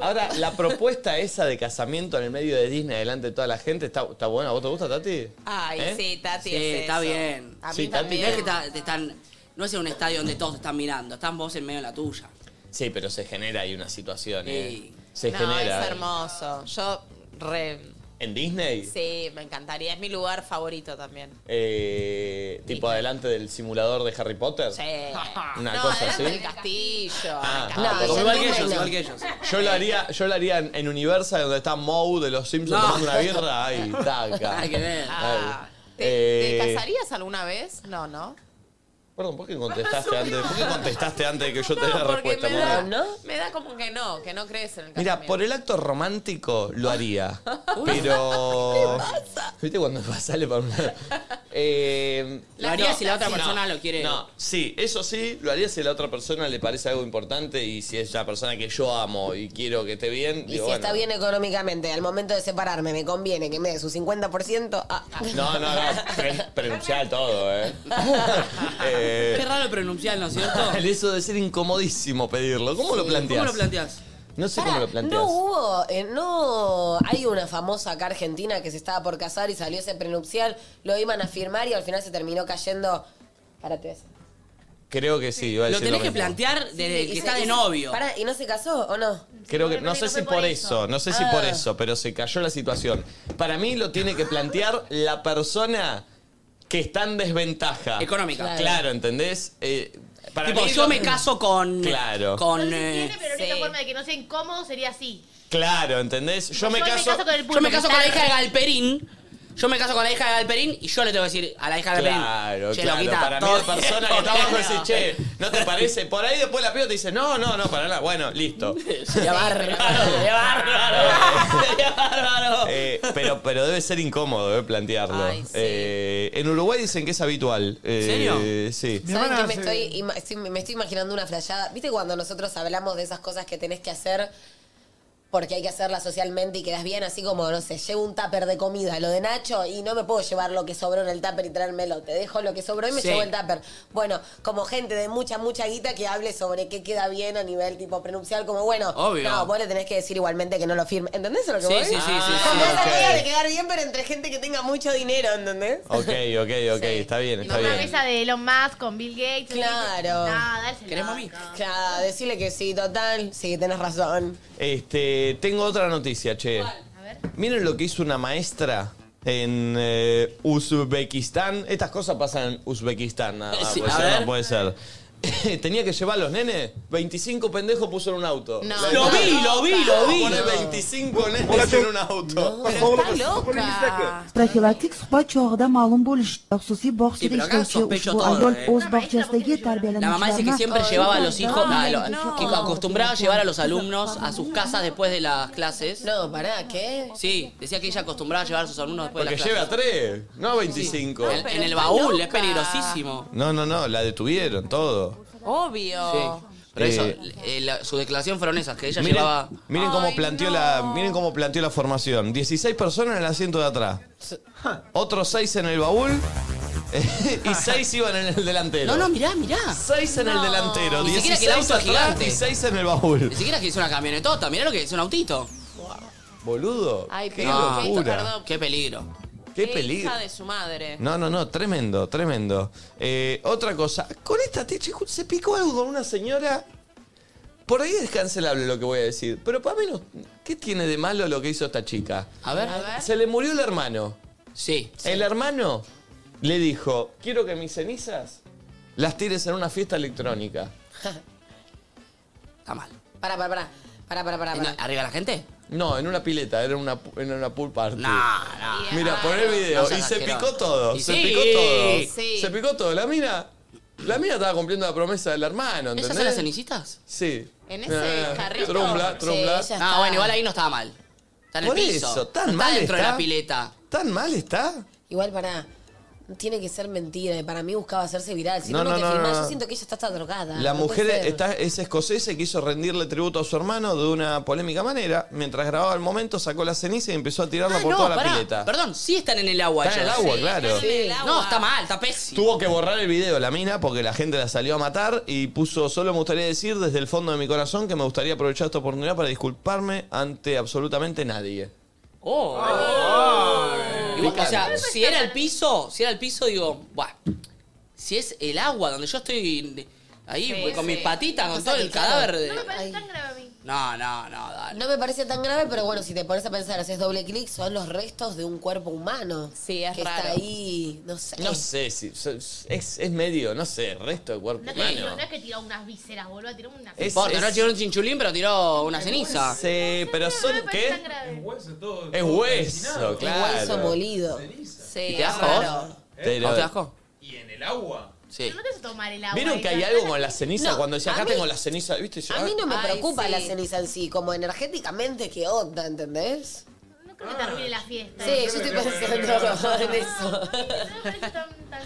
S1: Ahora, la propuesta esa de casamiento en el medio de Disney delante de toda la gente, ¿está, está buena? ¿Vos te gusta, Tati?
S2: Ay,
S1: ¿Eh?
S2: sí, Tati.
S4: Sí,
S2: es
S4: está
S2: eso.
S4: bien.
S2: A mí
S1: Sí, Tati.
S4: No
S2: también.
S4: es que ta- te están. No es en un estadio donde todos te están mirando, están vos en medio de la tuya.
S1: Sí, pero se genera ahí una situación, ¿eh?
S4: Sí.
S1: Se
S2: no,
S1: genera.
S2: es hermoso. Yo re.
S1: ¿En Disney?
S2: Sí, me encantaría. Es mi lugar favorito también.
S1: Eh, tipo adelante del simulador de Harry Potter.
S2: Sí.
S1: *laughs* Una
S2: no,
S1: cosa así.
S2: adelante del castillo.
S1: Ah,
S2: Ay,
S1: ah,
S2: castillo.
S1: como igual que ellos, igual que ellos. Yo lo haría, yo lo haría en, en Universal donde está Moe de los Simpsons
S2: No.
S1: tomando una birra. Ay, taca.
S2: Hay que ver. Ah,
S1: Ay.
S2: ¿Te
S1: Eh,
S2: casarías alguna vez? No, no.
S1: Perdón, ¿por qué contestaste antes? ¿Por qué contestaste antes de que yo te dé la
S2: Porque
S1: respuesta?
S2: me da,
S1: Mona?
S2: me da como que no, que no crees en el
S1: Mira, por el acto romántico lo
S2: *laughs*
S1: haría. Pero. ¿Viste cuando *laughs* sale para un lado? Eh,
S4: Lo haría si la otra persona lo quiere.
S1: No, sí, eso sí, lo haría si a la otra persona le parece algo importante y si es la persona que yo amo y quiero que esté bien.
S3: Y si está bien económicamente, al momento de separarme, me conviene que me dé su 50%. Ah.
S1: No, no, no, pre- pronunciar todo, ¿eh? *laughs*
S4: Qué raro pronunciarlo, ¿no es cierto?
S1: El eso de ser incomodísimo pedirlo. ¿Cómo lo
S4: Sí.
S1: planteas?
S4: ¿Cómo lo planteas?
S1: No sé cómo lo planteas.
S3: No hubo, eh, no hay una famosa acá argentina que se estaba por casar y salió ese prenupcial, lo iban a firmar y al final se terminó cayendo. Párate eso.
S1: Creo que sí, iba a
S4: Lo
S1: decir
S4: tenés que
S1: mismo.
S4: plantear desde
S3: Y
S4: que
S3: se-
S4: está de
S3: y se-
S4: novio.
S3: Pará, ¿y no se casó o no?
S1: Creo que, no sé si por eso, no sé si
S3: Ah.
S1: por eso, pero se cayó la situación. Para mí lo tiene que plantear la persona que está en desventaja.
S4: Económica.
S1: Claro,
S4: Claro.
S1: ¿entendés? Eh, para
S4: Tipo,
S1: mí
S4: yo
S1: lo-
S4: me caso con.
S1: Claro.
S4: Con.
S6: Tiene,
S4: eh,
S6: pero la única forma de que no sea incómodo sería así.
S1: Claro, ¿entendés? Yo me caso.
S6: con
S4: yo
S6: el
S4: me
S6: pulpo,
S4: caso
S6: que
S4: con la
S6: está-
S4: hija de Galperín. Yo me caso con la hija de Galperín y yo le tengo que decir a la hija de Galperín.
S1: Claro,
S4: "Che,
S1: claro.
S4: loquita,
S1: Para mí
S4: todo
S1: la persona
S4: bien,
S1: que está abajo
S4: *laughs* boludo".
S1: dice, che, ¿no te parece? Por ahí después la piba te dice, no, no, no, para nada. Bueno, listo.
S4: *laughs* Sería
S1: *laughs*
S4: bárbaro, sería bárbaro. *laughs* Sería bárbaro.
S1: Eh, pero, pero debe ser incómodo eh, plantearlo.
S3: Ay, sí.
S1: Eh, en Uruguay dicen que es habitual. Eh, Sí.
S3: ¿Saben que me estoy, ima- estoy- me estoy imaginando una flayada? ¿Viste cuando nosotros hablamos de esas cosas que tenés que hacer porque hay que hacerlas socialmente y quedas bien? Así como, no sé, llevo un tupper de comida, lo de Nacho, y no me puedo llevar lo que sobró en el tupper y traérmelo. Te dejo lo que sobró y me
S2: Sí.
S3: llevo el tupper. Bueno, como gente de mucha, mucha guita que hable sobre qué queda bien a nivel tipo prenupcial, como, bueno,
S1: Obvio.
S3: no, vos le tenés que decir igualmente que no lo firme. ¿Entendés a lo que
S1: Sí,
S3: voy?
S1: sí, sí, sí,
S3: Como
S1: sí,
S3: esa
S1: ok.
S3: idea de quedar bien, pero entre gente que tenga mucho dinero, ¿entendés?
S1: Ok, ok, ok, está bien, está
S6: Una
S1: bien.
S6: mesa de Elon Musk con Bill Gates.
S3: Claro.
S6: Nada,
S3: Claro, decirle que sí, total. Sí, tenés razón.
S1: Este, tengo otra noticia, che. Miren lo que hizo una maestra en eh, Uzbekistán. Estas cosas pasan en Uzbekistán, nada más,
S5: Sí,
S1: puede
S5: a
S1: ser,
S5: ver.
S1: no puede ser. *laughs* Tenía que llevar a los nenes. 25 pendejos puso en un auto.
S5: No.
S1: La-
S5: Lo vi, lo vi, lo vi.
S1: Pone 25 nenes en este un auto.
S15: профилактик чорда ma'lum bo'lishi xususiy
S4: Sí, pero
S15: bog'chada
S4: acá
S15: ishlovchi
S4: sospecho
S15: ushbu
S4: todo,
S15: ayol
S4: eh.
S15: o'z bog'chasidagi
S4: La mamá dice que siempre
S15: tarbiyalanuvchilarni
S4: llevaba a los hijos, a lo-
S3: No.
S4: que acostumbraba a llevar a los alumnos a sus casas después de las clases.
S3: No, pará, ¿qué?
S4: Sí, decía que ella acostumbraba a llevar a sus alumnos después
S1: Porque
S4: de las
S1: lleve a
S4: clases.
S1: tres, no a 25.
S4: En- en el baúl, es peligrosísimo.
S1: No, no, no, la detuvieron, todo.
S2: Obvio.
S4: Sí. Pero eso,
S1: Eh,
S4: eh, la- su declaración fueron esas, que ella
S1: miren,
S4: llevaba.
S1: miren cómo planteó la, miren cómo planteó la formación. 16 personas en el asiento de atrás. Otros 6 en el baúl. eh, y 6 iban en el delantero.
S4: No, no, mirá, mirá.
S1: Seis en el delantero,
S4: Ni siquiera que el
S1: 16
S4: auto
S1: atrás
S4: es gigante.
S1: y 6 en el baúl.
S4: Ni siquiera que es una camionetota, mirá lo que es un autito.
S1: Boludo. qué
S4: no,
S1: locura.
S4: Qué peligro.
S1: Qué
S4: Eh,
S2: Hija
S1: peligro.
S2: de su madre.
S1: No, no, no, tremendo, tremendo. Eh, otra cosa, con esta teche se picó algo con una señora. Por ahí es cancelable lo que voy a decir, pero para mí no. ¿Qué tiene de malo lo que hizo esta chica?
S4: A ver. A ver.
S1: Se le murió el hermano.
S4: Sí.
S1: El hermano le dijo, quiero que mis cenizas las tires en una fiesta electrónica.
S4: *laughs* Está mal.
S3: Pará, pará, pará. Pará, pará, pará. pará.
S4: ¿Arriba la gente?
S1: No, en una pileta, era una, pu- era una pool party.
S4: No, no.
S1: Mira, pon el video.
S4: No seas
S1: y se
S4: asqueroso.
S1: picó todo.
S4: Y
S1: se
S4: sí.
S1: picó todo.
S4: Sí.
S1: Se picó todo. La mina. La mina estaba cumpliendo la promesa del hermano, ¿entendés?
S4: ¿Esas son las cenicitas?
S1: Sí. Eh,
S4: ¿En
S1: ese Eh, carrito? trumbla, trumbla.
S4: ah, bueno, igual ahí no estaba mal. Está en el
S1: Por
S4: piso.
S1: eso, tan
S4: No está
S1: mal
S4: dentro de
S1: está.
S4: la pileta.
S1: ¿Tan mal está?
S3: Igual para. Tiene que ser mentira. y Para mí buscaba hacerse viral. Si
S1: No,
S3: no,
S1: no,
S3: no, te
S1: no,
S3: filmás,
S1: no.
S3: yo siento que ella está, hasta drogada.
S1: La
S3: no
S1: mujer
S3: puede ser.
S1: está, es escocesa y quiso rendirle tributo a su hermano de una polémica manera. Mientras grababa el momento, sacó la ceniza y empezó a tirarla
S4: Ah,
S1: por
S4: no,
S1: toda la
S4: pará.
S1: pileta.
S4: Perdón, sí están en el agua.
S1: Están en el
S4: ellos.
S1: agua, claro.
S4: están en el agua. No, está mal, está pésimo.
S1: Tuvo que borrar el video la mina porque la gente la salió a matar y puso, solo me gustaría decir desde el fondo de mi corazón que me gustaría aprovechar esta oportunidad para disculparme ante absolutamente nadie.
S4: Oh. Igual, o sea, si era el piso, si era el piso, digo, buah. Si es el agua donde yo estoy ahí
S3: Sí,
S4: con
S3: sí.
S4: mis patitas,
S3: O
S4: con
S3: sea,
S4: todo
S3: que
S4: el
S3: claro,
S4: cadáver. de-
S3: no me
S6: parece tan grave a mí.
S4: No, no, no, dale.
S3: No me parece tan grave, pero bueno, si te pones a pensar, haces doble clic, son los restos de un cuerpo humano. Sí, es que
S2: raro.
S3: está ahí, no sé. Eh.
S1: No sé si. so- Es, es medio, no sé, resto de cuerpo
S6: No, es que tiró-
S1: humano.
S6: no es que tiró unas vísceras, boludo, tiró unas
S4: No importa, no tiró un chinchulín, pero tiró una ceniza.
S1: Sí, pero son.
S6: ¿Qué?
S1: Es hueso, claro.
S3: Hueso molido.
S2: Sí,
S1: ¿Y te asco?
S4: ¿Eh? ¿A vos te asco?
S16: ¿Y en el agua?
S4: Sí.
S6: No te hace tomar el agua.
S1: ¿Vieron
S6: eh,
S1: que hay
S6: no,
S1: algo
S6: no,
S1: con la ceniza?
S3: No,
S1: Cuando decía,
S3: a
S1: acá
S3: mí-
S1: tengo la ceniza, ¿viste? Yo,
S3: A mí no me
S1: ah,
S3: preocupa
S2: sí.
S3: la ceniza en sí, como energéticamente, qué onda, ¿entendés?
S6: No creo que te arruine la fiesta.
S3: Sí, yo estoy pensando en eso.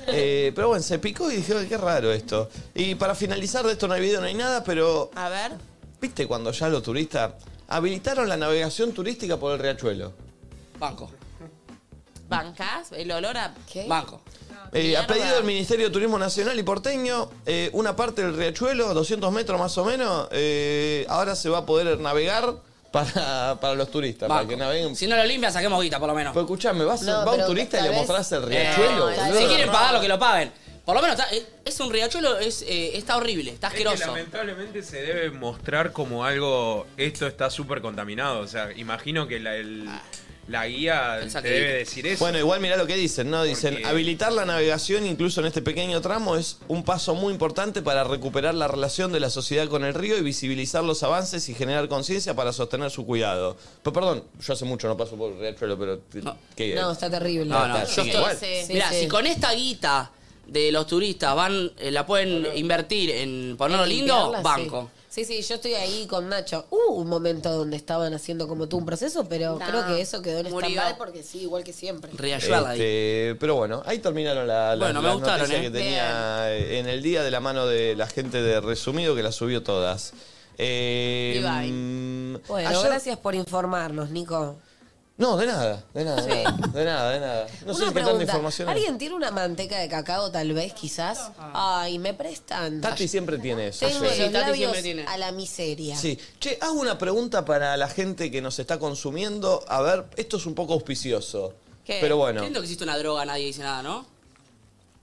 S1: eh, pero bueno, se picó y dije, "Ay, qué raro esto. Y para finalizar de esto no hay video, no hay nada, pero...
S2: A ver.
S1: ¿Viste cuando ya los turistas habilitaron la navegación turística por el riachuelo?
S4: Banco.
S2: ¿Bancas? ¿El olor a qué?
S4: Banco.
S1: Eh, a pedido del Ministerio de Turismo Nacional y Porteño, eh, una parte del riachuelo, 200 metros más o menos, eh, ahora se va a poder navegar para, para los turistas, para
S4: Banco.
S1: que naveguen.
S4: Si no lo limpia, saquemos guita, por lo menos.
S1: Pues escuchame, vas,
S4: No,
S1: va un
S4: pero
S1: turista y
S4: tal
S1: le
S4: vez-
S1: mostrás el
S4: Eh,
S1: riachuelo.
S4: si
S1: boludo.
S4: quieren pagarlo, que lo paguen. Por lo menos está- eh, es un riachuelo, es, eh, está horrible, está
S16: Es que
S4: asqueroso.
S16: lamentablemente se debe mostrar como algo, esto está súper contaminado. O sea, imagino que la, el- la guía te
S1: que-
S16: debe decir eso.
S1: Bueno, igual mirá lo que dicen, ¿no? Dicen, habilitar la navegación incluso en este pequeño tramo es un paso muy importante para recuperar la relación de la sociedad con el río y visibilizar los avances y generar conciencia para sostener su cuidado. Pero perdón, yo hace mucho no paso por el riachuelo, pero... ¿qué?
S3: No, está terrible.
S4: No, no, yo
S1: sí,
S4: estoy-
S1: igual.
S3: Sí,
S4: Mirá,
S3: sí.
S4: si con esta guita de los turistas van, eh, la pueden invertir en ponerlo
S3: En
S4: lindo,
S3: limpiarla,
S4: banco.
S3: Sí. sí, sí, yo estoy ahí con Nacho. Hubo un momento donde estaban haciendo como tú un proceso, pero
S2: Nah,
S3: creo que eso quedó en
S2: murió.
S3: stand porque sí, igual que siempre.
S1: Este, pero bueno, ahí terminaron la, la-
S4: Bueno, me
S1: las
S4: gustaron,
S1: noticias
S4: ¿eh?
S1: que tenía eh, en el día de la mano de la gente de Resumido que las subió todas. Eh,
S3: Ibai.
S1: mm,
S3: Bueno,
S1: ayer-
S3: gracias por informarnos, Nico.
S1: No, de nada, de nada, de nada, de nada, de nada. No sé
S3: Una
S1: si qué tanta
S3: pregunta,
S1: información. hay.
S3: ¿Alguien tiene una manteca de cacao tal vez, quizás?
S2: Ah.
S3: Ay, me prestan.
S1: Tati siempre tiene eso.
S3: Tengo
S1: sí.
S3: los labios a la miseria.
S1: Sí. Che, hago una pregunta para la gente que nos está consumiendo. A ver, esto es un poco auspicioso.
S4: ¿Qué?
S1: Pero bueno,
S4: Qué lindo que existe una droga, nadie dice nada, ¿no?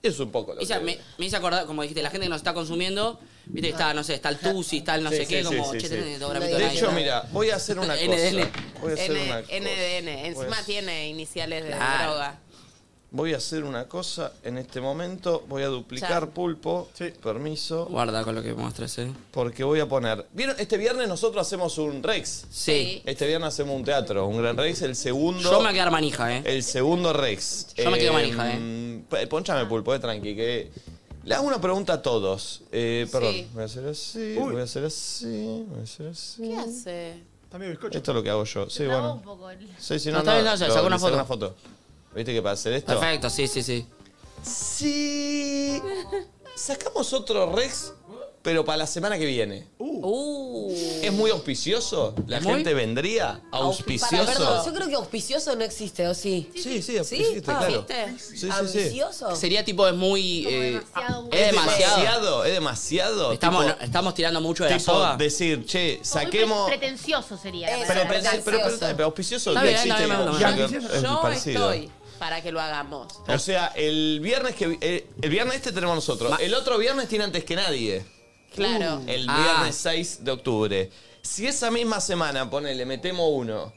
S1: es un poco lo
S4: Esa-
S1: que-
S4: me, me hice acordar, como dijiste, la gente que nos está consumiendo, viste que está, no sé, está el
S3: Ah.
S4: Tusi, está el no
S1: Sí,
S4: sé
S1: sí,
S4: qué,
S1: sí,
S4: como,
S1: sí,
S4: che,
S1: sí.
S4: tenés dos gramitos
S1: De
S4: nadie,
S1: hecho,
S4: ¿no?
S1: mira, voy a hacer
S4: *laughs*
S1: una cosa.
S4: NDN.
S1: Voy a hacer
S2: N-
S1: una cosa.
S2: NDN. Encima
S1: Pues-
S2: tiene iniciales de
S1: Claro.
S2: droga.
S1: Voy a hacer una cosa en este momento. Voy a duplicar
S2: Ya.
S1: pulpo. Permiso.
S4: Guarda con lo que muestres, eh.
S1: Porque voy a poner. ¿Vieron? Este viernes nosotros hacemos un Rex.
S4: Sí.
S1: Este viernes hacemos un teatro, un gran Rex, el segundo.
S4: Yo me voy a quedar manija, eh.
S1: El segundo Rex.
S4: Yo me quedo manija,
S1: eh. Ponchame pulpo, eh, tranqui, que. Le hago una pregunta a todos. Eh, perdón,
S2: Sí.
S1: voy a hacer así,
S2: Uy.
S1: voy a hacer así, voy a hacer así.
S3: Mm.
S2: ¿Qué hace?
S11: También bizcocho.
S1: Esto es lo que hago yo. Sí,
S6: trabó
S1: bueno.
S6: un poco el-
S1: Sí, sí,
S4: No,
S1: no,
S4: está bien, no,
S1: lo-
S4: sacó una
S1: le saco
S4: foto.
S1: ¿Viste que para hacer esto?
S4: Perfecto, sí, sí, sí.
S1: Sí. Sacamos otro Rex, pero para la semana que viene.
S4: Uh.
S1: ¿Es muy auspicioso? ¿La
S3: Muy.
S1: gente vendría?
S3: Uh, Para, perdón, yo
S1: ¿Auspicioso?
S3: creo que auspicioso no existe, ¿o sí?
S1: Sí, sí,
S3: ¿Sí?
S1: auspicioso,
S3: Ah,
S1: claro.
S3: ¿viste?
S1: Sí, sí, sí.
S3: ¿Auspicioso?
S4: Sería tipo, es muy. eh,
S1: ¿Es
S4: es demasiado.
S1: demasiado? ¿Es demasiado?
S4: Estamos,
S1: Tipo-
S4: no- estamos tirando mucho de la
S1: tipo
S4: soga.
S1: decir, che,
S6: Muy
S1: saquemos...
S6: Pretencioso sería. la
S1: Pero,
S6: palabra.
S1: pero, pero, pero, pero auspicioso
S2: Está
S1: no
S2: bien,
S1: existe.
S2: está bien,
S1: digamos,
S2: está bien.
S1: yo creo que es
S2: Yo
S1: parecido.
S2: estoy para que lo hagamos.
S1: O sea, el viernes que vi- eh, el viernes este tenemos nosotros. El otro viernes tiene antes que nadie.
S2: Claro.
S1: Uh, El
S2: Ah.
S1: viernes 6 de octubre. Si esa misma semana, ponele, metemos uno.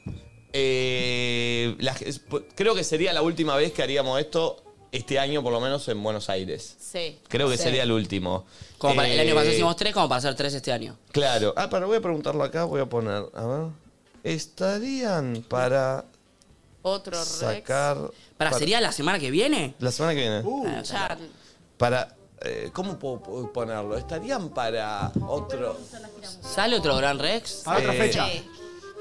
S1: eh, la- es- po- creo que sería la última vez que haríamos esto este año, por lo menos en Buenos Aires.
S2: Sí.
S1: Creo que
S4: Sí.
S1: sería el último.
S4: Como para- el año pasado
S1: Eh,
S4: hicimos tres, como para hacer tres este año.
S1: Claro. Ah, pero voy a preguntarlo acá, voy a poner. A ver. ¿Estarían para
S2: Otro Rex.
S1: sacar.
S4: Para, ¿sería la semana que viene? Uh.
S1: La semana que viene. Ah,
S2: Ah, Ya,
S1: Uh. Para. eh, ¿Cómo puedo po- ponerlo? ¿Estarían para otro.
S4: ¿Sale otro Gran Rex?
S1: Para otra Eh, fecha.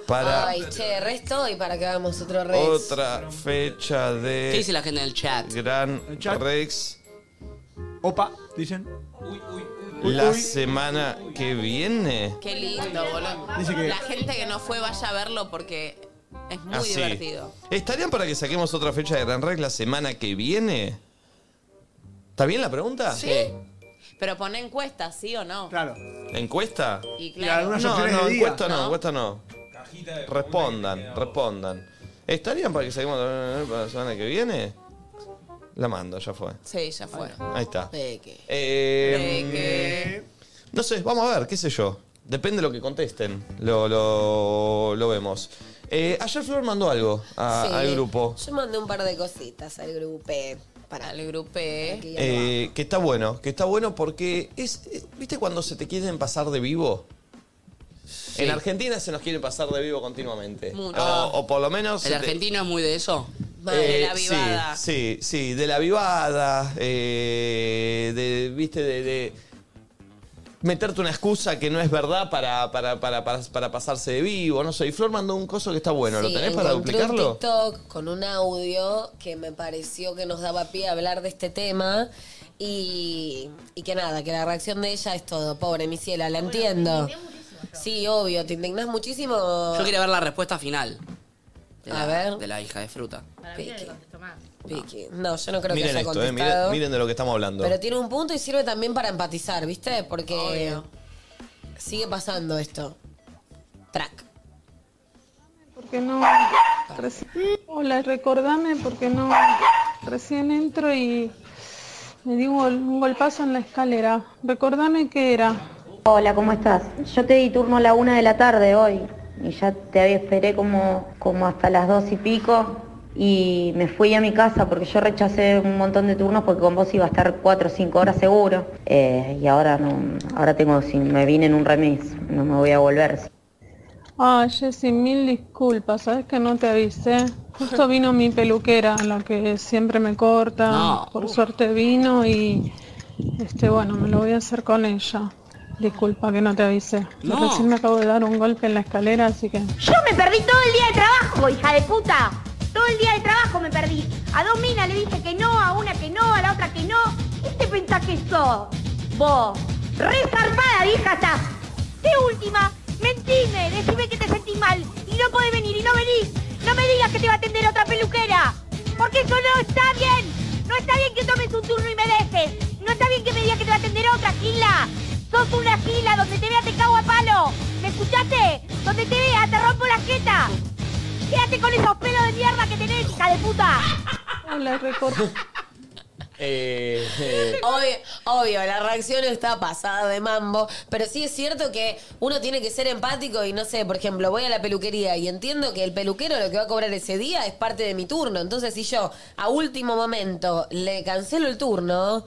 S1: Para
S3: Ay, che, resto y para que hagamos otro rex.
S1: otra fecha de.
S4: ¿Qué dice la gente del chat?
S1: Gran Rex.
S11: Opa, dicen.
S1: La
S11: uy.
S1: semana que viene.
S2: Qué lindo, boludo.
S1: Dice que-
S2: La gente que no fue vaya a verlo porque es muy
S1: Así.
S2: divertido.
S1: Ah, ¿Estarían para que saquemos otra fecha de Gran Rex la semana que viene? ¿Está bien la pregunta?
S2: ¿Sí? Pero pone encuestas, ¿sí o no?
S11: Claro.
S1: ¿Encuesta?
S2: Y claro. Y algunas
S1: no,
S2: opciones
S1: no,
S2: de día.
S1: encuesta no,
S2: ¿No?
S1: encuesta no. Respondan, respondan. ¿Estarían para que saquemos eh, para la semana que viene? La mando, ya fue.
S2: Sí, ya fue.
S1: Ahí está.
S2: Peque.
S1: Eh, no sé, vamos a ver, qué sé yo. Depende de lo que contesten. Lo, lo, lo vemos. Eh, ayer Flor mandó algo a-
S3: Sí.
S1: al grupo.
S3: Yo mandé un par de cositas al grupo. Para
S2: el grupo. Que
S3: ya no va.
S1: Eh, que está bueno, que está bueno porque es, eh, ¿viste cuando se te quieren pasar de vivo? En Argentina se nos quiere pasar de vivo continuamente.
S4: Mucho.
S1: O, o por lo menos...
S4: El
S1: se te-
S4: argentino es muy de eso.
S1: Eh, Sí, sí, sí, de la vivada, eh, de, viste, de, de meterte una excusa que no es verdad para, para, para, para, para pasarse de vivo, no sé. Y Flor mandó un coso que está bueno, ¿lo
S3: Sí,
S1: tenés para
S3: encontré Un
S1: duplicarlo?
S3: TikTok con un audio que me pareció que nos daba pie a hablar de este tema. Y, y que nada, que la reacción de ella es todo. Pobre mi ciela, la entiendo. Sí, obvio, te indignás muchísimo.
S4: Yo quería ver la respuesta final. de
S3: Ah.
S4: la-
S3: A ver.
S4: De la hija de fruta.
S3: Piqui. Piqui. No, yo no creo
S1: miren
S3: que haya
S1: esto, eh, miren,
S3: contestado.
S1: miren de lo que estamos hablando.
S3: Pero tiene un punto y sirve también para empatizar, ¿viste? Porque sigue pasando esto. Track.
S17: Porque no. reci- Hola, recordame porque no. Recién entro y me di un, gol- un golpazo en la escalera. Recordame qué era.
S18: Hola, ¿cómo estás? Yo te di turno a la una de la tarde hoy y ya te esperé como, como hasta las dos y pico y me fui a mi casa porque yo rechacé un montón de turnos porque con vos iba a estar cuatro o cinco horas seguro Eh, y ahora no, ahora tengo, si me vine en un remis, no me voy a volver.
S17: Ah, Jessy, mil disculpas, sabes que no te avisé. Justo vino mi peluquera, la que siempre me corta.
S4: No.
S17: Por suerte vino y este bueno, me lo voy a hacer con ella. Disculpa que no te avisé. Yo
S18: No.
S17: Recién me acabo de dar un golpe en la escalera, así que.
S18: Yo me perdí todo el día de trabajo, hija de puta. Todo el día de trabajo me perdí. A dos minas le dije que no, a una que no, a la otra que no. ¿Qué te pensás que sos? Vos, re zarpada, vieja estás. De última, mentime, decime que te sentís mal y no podés venir y no venís. No me digas que te va a atender otra peluquera, porque eso no está bien. No está bien que tomes un turno y me dejes. No está bien que me digas que te va a atender otra, Gila. Sos una Gila, donde te vea te cago a palo. ¿Me escuchaste? Donde te vea te rompo la jeta. Quédate con esos pelos de mierda que tenés, hija de puta.
S17: Hola, recordame.
S1: Eh, eh,
S3: *laughs* Obvio, obvio, la reacción está pasada de mambo, pero sí es cierto que uno tiene que ser empático y no sé, por ejemplo, voy a la peluquería y entiendo que el peluquero lo que va a cobrar ese día es parte de mi turno, entonces si yo a último momento le cancelo el turno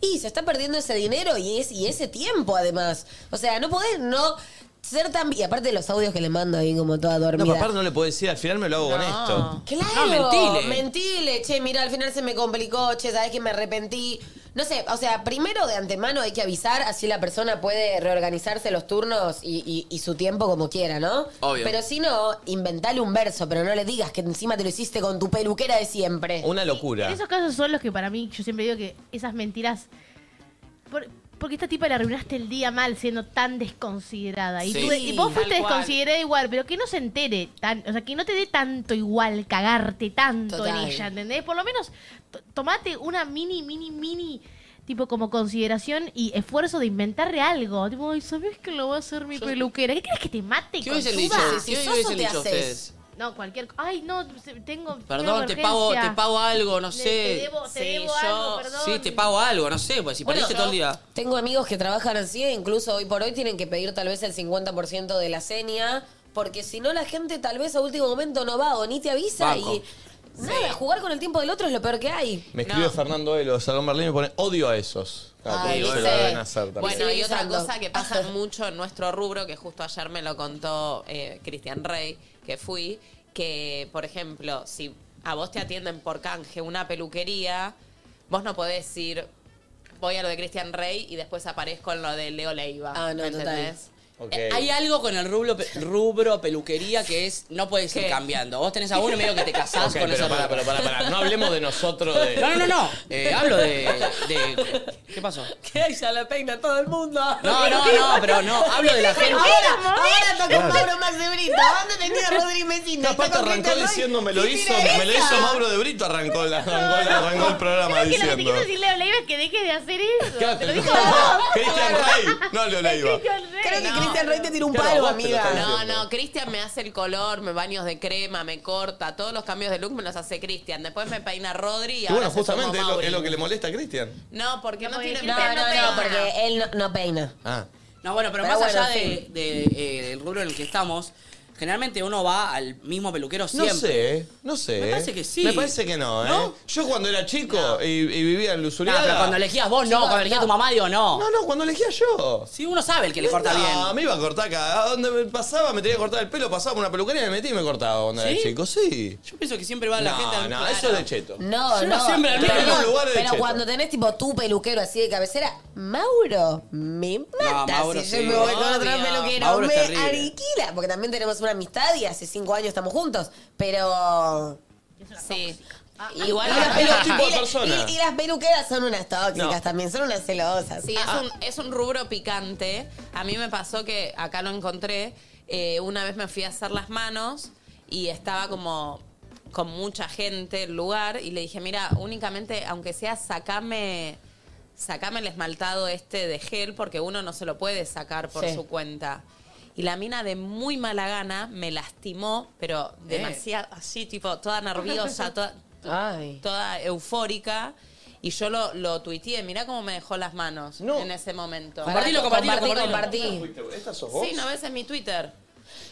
S3: y se está perdiendo ese dinero y, es, y ese tiempo además, o sea, no podés no ser tan... Y aparte de los audios que le mando ahí como toda
S1: no,
S3: dormida.
S1: papá no le puedo decir, al final me lo hago con esto. No,
S3: Claro,
S1: mentile.
S3: mentile. Che, mira, al final se me complicó, che, sabes que me arrepentí. No sé, o sea, primero de antemano hay que avisar, así la persona puede reorganizarse los turnos y, y- y su tiempo como quiera, ¿no?
S1: Obvio.
S3: Pero si no, inventale un verso, pero no le digas que encima te lo hiciste con tu peluquera de
S4: Eh,
S3: siempre.
S1: Una locura.
S6: En esos casos son los que para mí, yo siempre digo que esas mentiras. por- porque esta tipa le arruinaste el día mal siendo tan desconsiderada. Y,
S19: Sí.
S6: tú- y vos
S19: Sí,
S6: fuiste
S19: tal cual.
S6: desconsiderada igual, pero que no se entere tan, o sea, que no te dé tanto igual cagarte tanto
S19: Total.
S6: en ella, ¿entendés? Por lo menos to- tomate una mini, mini, mini. Tipo, como consideración y esfuerzo de inventarle algo. Tipo, ay, ¿sabés que lo va a hacer mi peluquera? ¿Qué crees que te mate?
S4: ¿Qué hubiesen
S6: conchuda?
S4: dicho? ¿Qué hubiesen dicho ustedes?
S6: No, cualquier cosa. Ay, no, se- tengo.
S4: Perdón, te pago, te pago algo, no sé.
S6: te debo- te
S4: sí,
S6: debo
S4: yo-
S6: algo, perdón.
S4: Sí, te pago algo, no sé, pues si
S3: Bueno,
S4: perdiste todo el día.
S3: Tengo amigos que trabajan así e incluso hoy por hoy tienen que pedir tal vez el 50% de la seña, porque si no la gente tal vez a último momento no va o ni te avisa
S1: Banco.
S3: y nada, jugar con el tiempo del otro es lo peor que hay.
S1: Me escribe Fernando Elo, Salón Berlín, y pone odio a esos. Claro,
S2: Ay,
S1: porque se lo
S2: dice-
S1: deben hacer también.
S2: Bueno, y otra
S3: Civilizando.
S2: cosa
S3: *laughs*
S2: que pasa mucho en nuestro rubro, que justo ayer me lo contó eh, Cristian Rey, que fui, que, por ejemplo, si a vos te atienden por canje una peluquería, vos no podés ir, voy a lo de Cristian Rey y después aparezco en lo de Leo Leiva.
S3: Ah, no,
S2: ¿me
S3: total.
S2: entendés?
S13: Ok.
S4: Eh, Hay algo con el rubro, rubro peluquería que es no puedes ir cambiando. Vos tenés a uno y medio que te casás
S3: *laughs*
S5: Ok,
S4: con
S5: pero
S4: esa
S5: para,
S4: peluca.
S5: pero para, para. No hablemos de nosotros. De...
S4: No, no, no, no. Eh, hablo de, de- ¿Qué pasó?
S3: Que ya la peina todo el *laughs* mundo.
S4: No, no, no, pero no. Hablo de la gente.
S3: Ahora, ahora tocó
S4: Claro.
S3: Mauro Maxebrito. ¿Dónde tenía Rodri Mesina?
S1: Aparte
S3: Está con
S1: arrancó
S3: Cristian Roy.
S1: diciendo, me lo
S3: Y
S1: hizo,
S3: mira
S1: me lo
S3: esa.
S1: hizo Mauro de Brito, arrancó, la- arrancó, la- arrancó el programa
S6: Creo que lo que te
S1: diciendo.
S6: quiso decir Leo Leiva es que dejes de hacer eso.
S1: Claro,
S6: te lo
S1: pero-
S6: dijo vos.
S1: Cristian Rey, no Leo Leiva.
S3: Creo que Cristian Roy te tira un
S1: Claro,
S3: palo,
S1: vos te lo
S3: amiga.
S1: estás
S2: No, no, Cristian me hace el color, me baños de crema, me corta, todos los cambios de look me los hace Cristian. Después me peina Rodri y,
S1: Y
S2: ahora
S1: bueno,
S2: se sumó
S1: justamente es lo,
S2: Mauri.
S1: es lo que le molesta a Cristian.
S2: No, porque no,
S3: No,
S2: tiene Cristian
S3: no,
S2: peina.
S3: no, porque él no, no peina.
S1: Ah.
S4: No, bueno, pero,
S3: Pero
S4: más
S3: bueno,
S4: allá de- de, eh, del rubro en el que estamos, generalmente uno va al mismo peluquero siempre.
S1: No sé, no sé.
S4: Me parece que sí.
S1: Me parece que no, ¿eh?
S4: ¿No?
S1: Yo cuando era chico y, y vivía en
S4: No,
S1: Lusuriaga...
S4: pero cuando elegías vos no, cuando elegías tu mamá digo no.
S1: No, no, cuando elegía yo.
S4: Sí, uno sabe el que le corta
S1: no,
S4: bien.
S1: me iba a cortar acá. A donde me pasaba me tenía que cortar el pelo, pasaba por una peluquería y me metí y me cortaba cuando era
S4: ¿Sí?
S1: chico. Sí.
S4: Yo pienso que siempre va la
S1: no,
S4: gente al
S1: no,
S4: claro.
S1: eso es de cheto.
S3: No,
S4: Yo
S3: no.
S4: siempre al
S3: pero
S4: mismo
S3: no,
S1: lugar de
S3: pero
S1: cheto.
S3: cuando tenés tipo tu peluquero así de cabecera, Mauro, me mata
S4: Mauro
S3: si
S4: sí.
S3: yo me voy con otro
S4: Obvio.
S3: peluquero.
S4: Mauro es
S3: me
S4: terrible.
S3: aniquila, porque también tenemos una amistad y hace cinco años estamos juntos. Pero. Sí.
S2: Igual
S3: y
S2: es
S3: las
S2: otro
S1: tipo
S3: pelu-
S1: de
S3: y la-
S1: persona.
S3: Y, y las peluqueras son unas tóxicas
S1: No.
S3: también, son unas celosas. Ah,
S2: Sí, es, un, es un rubro picante. A mí me pasó que acá lo encontré. eh, una vez me fui a hacer las manos y estaba como con mucha gente el lugar y le dije, mira, únicamente, aunque sea, sacame, sacame el esmaltado este de gel porque uno no se lo puede sacar por
S3: Sí.
S2: su cuenta. Y la mina de muy mala gana me lastimó, pero
S3: Eh.
S2: demasiado, así, tipo,
S3: *laughs*
S2: toda nerviosa, toda,
S3: Ay.
S2: toda eufórica. Y yo lo, lo tuiteé, mirá cómo me dejó las manos en ese momento.
S3: Compartilo, compartilo, compartí,
S1: ¿Esta sos
S2: Sí, no ves en mi Twitter.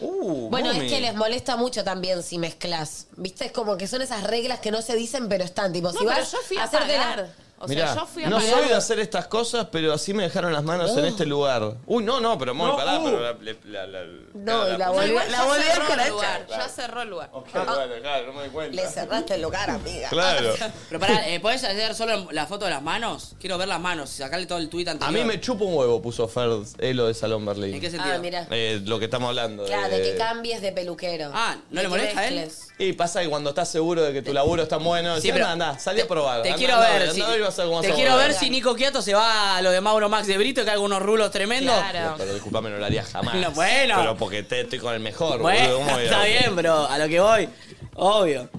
S1: Uh,
S3: Bueno,
S1: mami.
S3: es que les molesta mucho también si mezclas. ¿Viste? Es como que son esas reglas que no se dicen, pero están. Tipo,
S2: No,
S3: si
S2: pero
S3: vas
S2: yo fui a
S3: hacerte la-
S2: pagar. O sea,
S1: Mirá,
S2: yo fui a
S1: no
S2: pagar.
S1: soy de hacer estas cosas, pero así me dejaron las manos en este lugar. Uy, no, no, pero muy
S5: No,
S1: pará,
S5: uh.
S1: pero la, la- la- la-
S3: No, y la
S2: No,
S3: volvió
S2: igual
S3: la
S2: ya
S3: volvió a Ah.
S2: cerró el
S3: escrachar.
S2: lugar. Ya cerró el lugar.
S1: Ok, bueno, claro, no me di cuenta.
S3: Le cerraste el lugar, amiga.
S1: Claro.
S3: *laughs*
S4: Pero pará, eh, ¿podés hacer solo la foto de las manos? Quiero ver las manos y sacarle todo el tuit
S1: A
S4: anterior.
S1: mí me chupa un huevo, puso Fer, eh, lo de Salón Berlín.
S4: ¿En qué sentido?
S3: Ah, mira.
S1: Eh, lo que estamos hablando.
S3: Claro, de
S1: de-
S3: que cambies de peluquero.
S4: Ah, ¿no le molesta a él?
S1: Y pasa que cuando estás seguro de que tu laburo está bueno,
S4: Sí,
S1: decís,
S4: pero
S1: anda, anda, salí a probar.
S4: Te
S1: Anda,
S4: quiero
S1: anda,
S4: ver.
S1: anda,
S4: si-
S1: y vas a ver cómo
S4: te
S1: hacemos
S4: quiero
S1: para
S4: ver si Nico Quiato se va a lo de Mauro Max de Brito que haga unos rulos tremendos.
S1: Pero, pero disculpame, no lo haría jamás.
S4: No, bueno.
S1: Pero porque te, estoy con el mejor, boludo,
S4: Bueno,
S1: ¿cómo voy a-
S4: está bien, bro. A lo que voy. Obvio.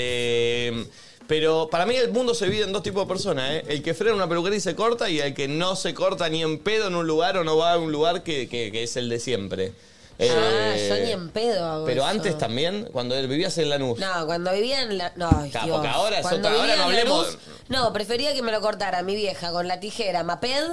S1: Este. Pero para mí el mundo se divide en dos tipos de personas, ¿eh? El que frena una peluquería y se corta y el que no se corta ni en pedo en un lugar o no va a un lugar que, que- que es el de siempre.
S3: Ah,
S1: Eh,
S3: yo ni en pedo hago
S1: Pero
S3: eso.
S1: antes también, cuando vivías en Lanús.
S3: No, cuando vivía en la. No, ay,
S1: Claro,
S3: Dios.
S1: porque ahora es
S3: Cuando
S1: otra- ahora
S3: vivía
S1: no
S3: en la
S1: hablemos-
S3: luz, no, prefería que me lo cortara mi vieja con la tijera Maped.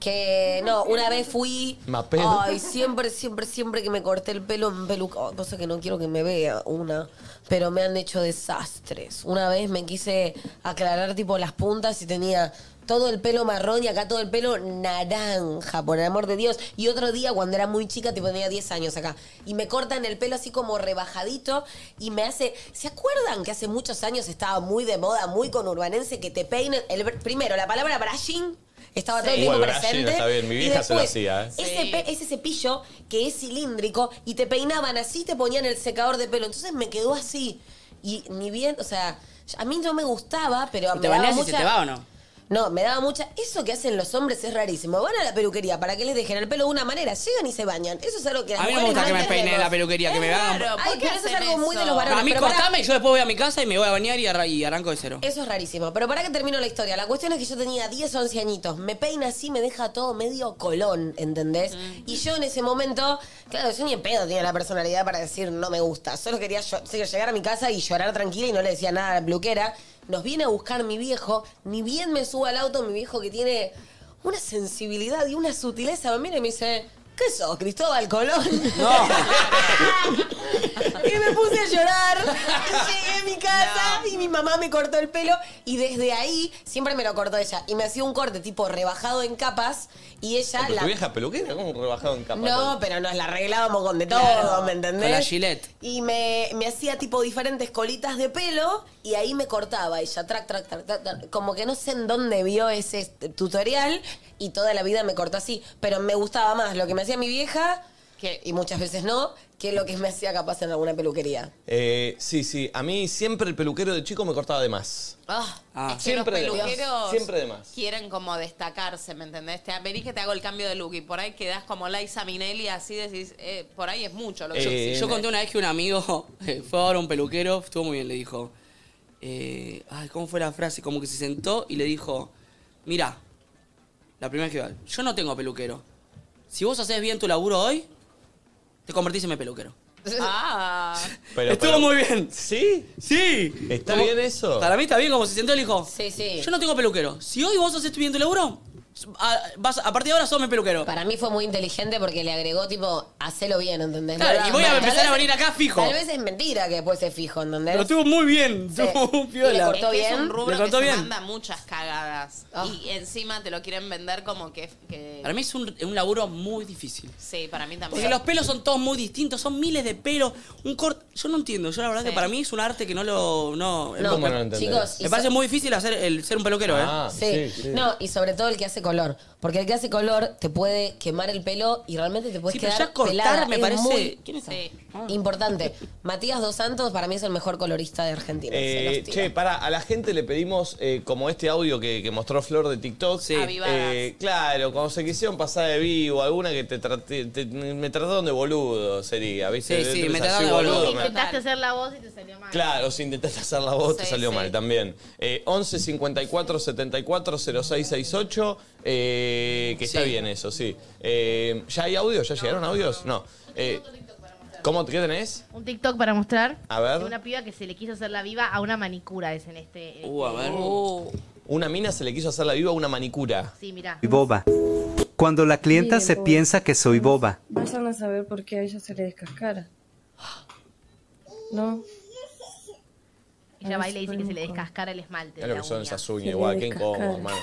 S3: Que no, una vez fui.
S1: Maped.
S3: Ay, *laughs* siempre, siempre, siempre que me corté el pelo en peluca. oh, cosa que no quiero que me vea una. Pero me han hecho desastres. Una vez me quise aclarar tipo las puntas y tenía. Todo el pelo marrón y acá todo el pelo naranja, por el amor de Dios. Y otro día, cuando era muy chica, tipo tenía 10 años acá. Y me cortan el pelo así como rebajadito y me hace. ¿Se acuerdan que hace muchos años estaba muy de moda, muy con urbanense, que te peinen? El, primero, la palabra brushing estaba todo el
S1: Sí.
S3: tiempo
S1: Uh, el brushing
S3: presente.
S1: está bien, mi
S3: Y
S1: vieja se lo
S3: después,
S1: hacía, ¿eh?
S3: Ese, pe- ese cepillo que es cilíndrico y te peinaban así, te ponían el secador de pelo. Entonces me quedó así. Y ni bien, o sea, a mí no me gustaba, pero me
S4: ¿Te
S3: daba
S4: bañás y
S3: mucha...
S4: se te va o no?
S3: No, me daba mucha. Eso que hacen los hombres es rarísimo. Van a la peluquería para que les dejen el pelo de una manera, llegan y se bañan. Eso es algo que las
S4: A mí no me
S3: mujeres
S4: gusta que me peine
S3: entendemos.
S4: la peluquería, que me hagan.
S2: raro,
S3: Ay,
S2: ¿por qué
S3: pero eso es
S2: hacen
S3: algo muy de
S2: eso?
S3: los varones.
S4: a mí
S3: pero pará.
S4: cortame y yo después voy a mi casa y me voy a bañar y, arra- y arranco de cero.
S3: Eso es rarísimo. Pero para que termino la historia. La cuestión es que yo tenía 10, 11 añitos. Me peina así, me deja todo medio colón, ¿entendés? Y yo en ese momento, claro, yo ni en pedo tenía la personalidad para decir no me gusta. Solo quería yo- solo llegar a mi casa y llorar tranquila y no le decía nada a la peluquera. Nos viene a buscar mi viejo. Ni bien me subo al auto, mi viejo que tiene una sensibilidad y una sutileza me mira y me dice... ¿Qué sos, Cristóbal Colón? No. *laughs* y me puse a llorar. Llegué a mi casa y mi mamá me cortó el pelo y desde ahí siempre me lo cortó ella. Y me hacía un corte tipo rebajado en capas y ella
S1: Pero
S3: la...
S1: tu vieja peluquera, ¿cómo rebajado en capa?
S3: No, pero nos la arreglábamos con de todo,
S1: Claro.
S3: ¿me entendés?
S1: Con la Gillette.
S3: Y me, me hacía tipo diferentes colitas de pelo y ahí me cortaba ella, trac, trac, trac, trac, trac. Como que no sé en dónde vio ese este, tutorial y toda la vida me cortó así. Pero me gustaba más lo que me hacía mi vieja que, y muchas veces no, que es lo que me hacía capaz en alguna peluquería.
S1: Eh, sí, sí. A mí siempre el peluquero de chico me cortaba de más.
S2: Ah,
S1: Ah.
S2: es que los
S1: Siempre de más.
S2: peluqueros
S1: Siempre de más.
S2: quieren como destacarse, ¿me entendés? Te, vení que te hago el cambio de look y por ahí quedás como Liza Minelli, así decís, eh, por ahí es mucho lo que
S4: Yo-
S1: Eh,
S2: yo-
S4: yo, conté
S1: *laughs*
S4: una vez que un amigo *laughs* eh, fue a ver a un peluquero, estuvo muy bien, le dijo. eh, ay, ¿cómo fue la frase? Como que se sentó y le dijo: Mira, la primera vez que va, yo no tengo peluquero. Si vos haces bien tu laburo hoy, te convertís en mi peluquero.
S2: Ah.
S4: Estuvo muy bien.
S1: ¿Sí?
S4: Sí.
S1: ¿Está
S4: Como-
S1: bien eso?
S4: Para mí está bien como se sentó y le dijo:
S3: Sí, sí.
S4: Yo no tengo peluquero. Si hoy vos haces bien tu laburo, a, vas- a partir de ahora sos mi peluquero.
S3: Para mí fue muy inteligente porque le agregó, tipo, hacelo bien, ¿entendés?
S4: Claro,
S3: No
S4: y
S3: hagas
S4: voy a
S3: mal.
S4: empezar
S3: Tal
S4: a
S3: vez-
S4: venir acá fijo.
S3: Tal vez es mentira que después se fijo, ¿entendés?
S4: Pero estuvo muy bien. Estuvo muy piola.
S3: ¿Y le cortó
S2: Es que es
S3: bien? Oh.
S2: un rubro
S4: Le cortó
S2: que se
S4: bien.
S2: manda muchas cagadas. Y encima te lo quieren vender como que... que-
S4: Para mí es un, un laburo muy difícil.
S2: Sí, para mí también.
S4: Porque los pelos son todos muy distintos, son miles de pelos. Un corte. Yo no entiendo. Yo la verdad
S2: Sí.
S4: que para mí es un arte que no lo. No,
S3: No,
S1: ¿Cómo no lo entendés?
S3: chicos, y
S4: me parece
S3: so-
S4: muy difícil hacer el ser un peluquero,
S1: Ah,
S4: ¿eh?
S3: Sí. No, y sobre todo el que hace color. Porque el que hace color te puede quemar el pelo y realmente te puedes
S4: Sí, pero
S3: quedar
S4: ya cortar
S3: pelada.
S4: me
S3: Es
S4: parece-
S3: muy
S4: ¿Quién está?
S3: Importante. Matías Dos Santos para mí es el mejor colorista de Argentina. se los
S1: Eh,
S3: tiro.
S1: che, para, a la gente le pedimos, eh, como este audio que, que mostró Flor de TikTok,
S3: Avivadas.
S1: eh, claro, cuando se quisieron pasar de vivo, alguna que te, traté- te- me trataron de boludo, sería, ¿viste?
S4: Sí, sí,
S1: Entonces,
S4: me trataron
S1: así,
S4: de boludo.
S1: me-
S6: Intentaste hacer la voz y te salió mal.
S1: Claro, si intentaste hacer la voz, te
S6: Sí,
S1: salió
S6: sí.
S1: mal también. Eh, 11 54 74 0668, eh, que está bien eso, sí. Eh, ¿Ya hay audios? ¿Ya llegaron audios? No. Eh, ¿Cómo qué tenés?
S6: Un TikTok para mostrar.
S1: A ver.
S6: De una piba que se le quiso hacer la viva a una manicura, es en este.
S1: Uh, a ver.
S6: Uh.
S1: Una mina se le quiso hacer la viva a una manicura.
S6: Sí, mirá.
S19: Soy boba. Cuando la clienta
S20: Mire,
S19: se
S20: boba.
S19: piensa que soy boba.
S20: Vayan a saber por qué a ella se le descascara. No.
S6: Ella va y le dice que se le descascara el esmalte.
S1: Es
S6: de
S1: lo
S6: la
S1: que son
S6: uña.
S1: esas uñas, igual, qué incómodo,
S20: Descascar.
S1: hermano.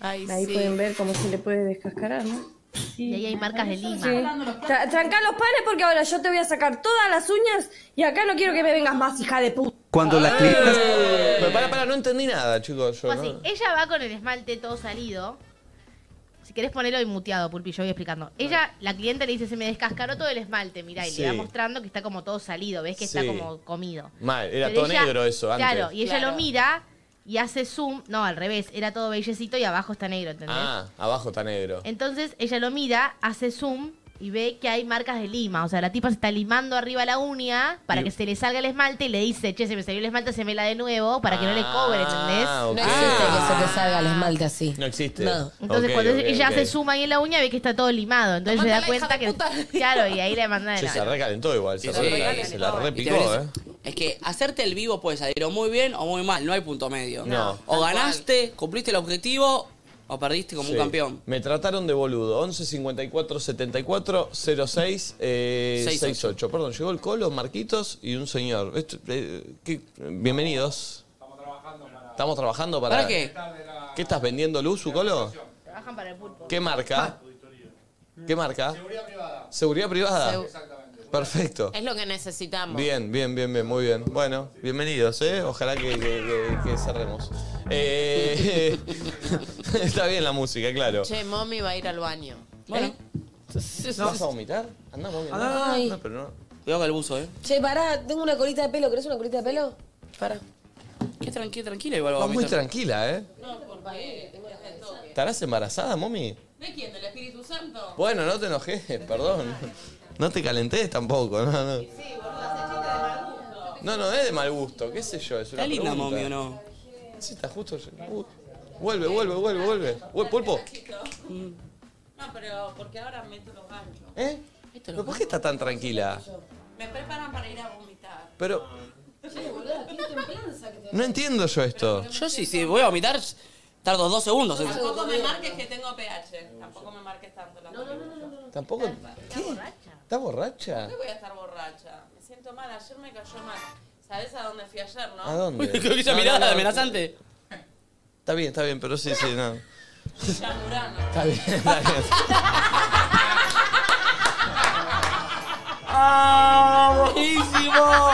S20: Ahí pueden ver cómo se le puede descascarar, ¿no?
S6: Y ahí hay marcas de lima.
S20: Sí. Tra- Tranca los panes porque ahora yo te voy a sacar todas las uñas y acá no quiero que me vengas más, hija de puta.
S19: Cuando la clienta...
S1: Pero para, para, no entendí nada, chicos. Yo,
S6: Fue así.
S1: ¿no?
S6: Ella va con el esmalte todo salido. Si querés ponerlo y muteado, Pulpi, yo voy explicando. Ella, la cliente le dice, se me descascaró todo el esmalte, mirá, y
S1: Sí.
S6: le va mostrando que está como todo salido, ves que está
S1: Sí.
S6: como comido.
S1: Mal, era
S6: Pero
S1: todo
S6: ella-
S1: negro eso antes.
S6: Claro, y ella
S2: Claro.
S6: lo mira y hace zoom, no, al revés, era todo bellecito y abajo está negro, ¿entendés?
S1: Ah, abajo está negro.
S6: Entonces ella lo mira, hace zoom y ve que hay marcas de lima. O sea, la tipa se está limando arriba la uña para
S1: Y-
S6: que se le salga el esmalte y le dice, che, se me salió el esmalte, se me la de nuevo para que no le cobre, ¿entendés?
S1: Ah, ok.
S3: No existe que se te salga el esmalte así.
S1: No existe.
S3: No.
S6: Entonces
S1: Este, Ok,
S6: cuando
S1: ok,
S6: ella
S1: ok.
S6: hace zoom ahí en la uña ve que está todo limado. Entonces se da cuenta que... *laughs* Claro, y ahí le mandan
S1: Che, se
S6: el...
S1: recalentó igual, se,
S4: Sí,
S1: re- la- se
S4: sí.
S1: la
S4: Y te
S1: repicó,
S4: ves-
S1: ¿eh?
S4: Es que hacerte el vivo puede salir o muy bien o muy mal, no hay punto medio.
S1: No.
S4: O ganaste, cumpliste el objetivo o perdiste como
S1: Sí.
S4: un campeón.
S1: Me trataron de boludo. 11 54 74 06 eh,
S4: 68.
S1: 68. Perdón, llegó el Colo, Marquitos y un señor. Esto, eh, ¿qué? Bienvenidos. Estamos trabajando para.
S4: ¿Para qué?
S1: ¿Qué estás vendiendo luz, su Colo?
S6: Trabajan para el pulpo.
S1: ¿Qué marca? ¿Qué marca? Seguridad privada. Seguridad privada.
S2: Segu-
S1: Perfecto.
S2: Es lo que necesitamos.
S1: Bien, bien, bien, bien, muy bien. Bueno, bienvenidos, ¿eh? Ojalá que, que- que- que cerremos. Eh, *laughs* está bien la música, claro.
S2: Che, mommy va a ir al baño.
S4: Bueno.
S1: ¿Vas a vomitar? Andá, vomitar.
S3: Ay.
S1: No, pero no.
S4: Cuidado con el buzo,
S6: pues-
S4: ¿eh?
S3: Che, pará, tengo una colita de pelo. ¿Querés una colita de pelo? Pará.
S4: Qué tranquila, tranquila igual.
S1: Vas muy
S4: vomitar.
S1: tranquila, ¿eh?
S2: No, por favor.
S1: ¿Estarás embarazada, mami?
S2: ¿No es quién? ¿Del Espíritu Santo?
S1: Bueno, no te enojes, perdón. No te calentes tampoco, no, no. No, no, es de mal gusto, qué sé yo. Es una
S4: ¿Está linda,
S1: pregunta.
S4: mami, o no?
S1: Sí, está justo. Uy, Vuelve, vuelve, vuelve, vuelve. Uy, Pulpo,
S21: No, pero porque ahora meto los ganchos.
S1: ¿eh? ¿Pero por qué está tan tranquila?
S21: Me preparan para ir a vomitar.
S1: Pero
S21: Che, boludo,
S2: *laughs*
S21: qué templanza que te
S1: no entiendo yo esto.
S4: Yo sí, sí, voy a vomitar, tardo dos segundos. en-
S21: Tampoco me marques que tengo pH. Tampoco me marques tanto la No, no, no, no, no.
S1: Tampoco. ¿Qué? ¿Está borracha?
S21: ¿Por qué voy a estar borracha? Me siento mal, ayer me cayó mal. ¿Sabés a dónde fui ayer, no?
S1: ¿A dónde?
S4: Uy, *laughs* creo que esa
S1: No, no,
S4: mirada
S1: no.
S4: amenazante.
S1: Está bien, está bien, pero sí, sí, no.
S21: Ya Murano.
S1: Está bien, está bien.
S4: ¡Ah! ¡Buenísimo!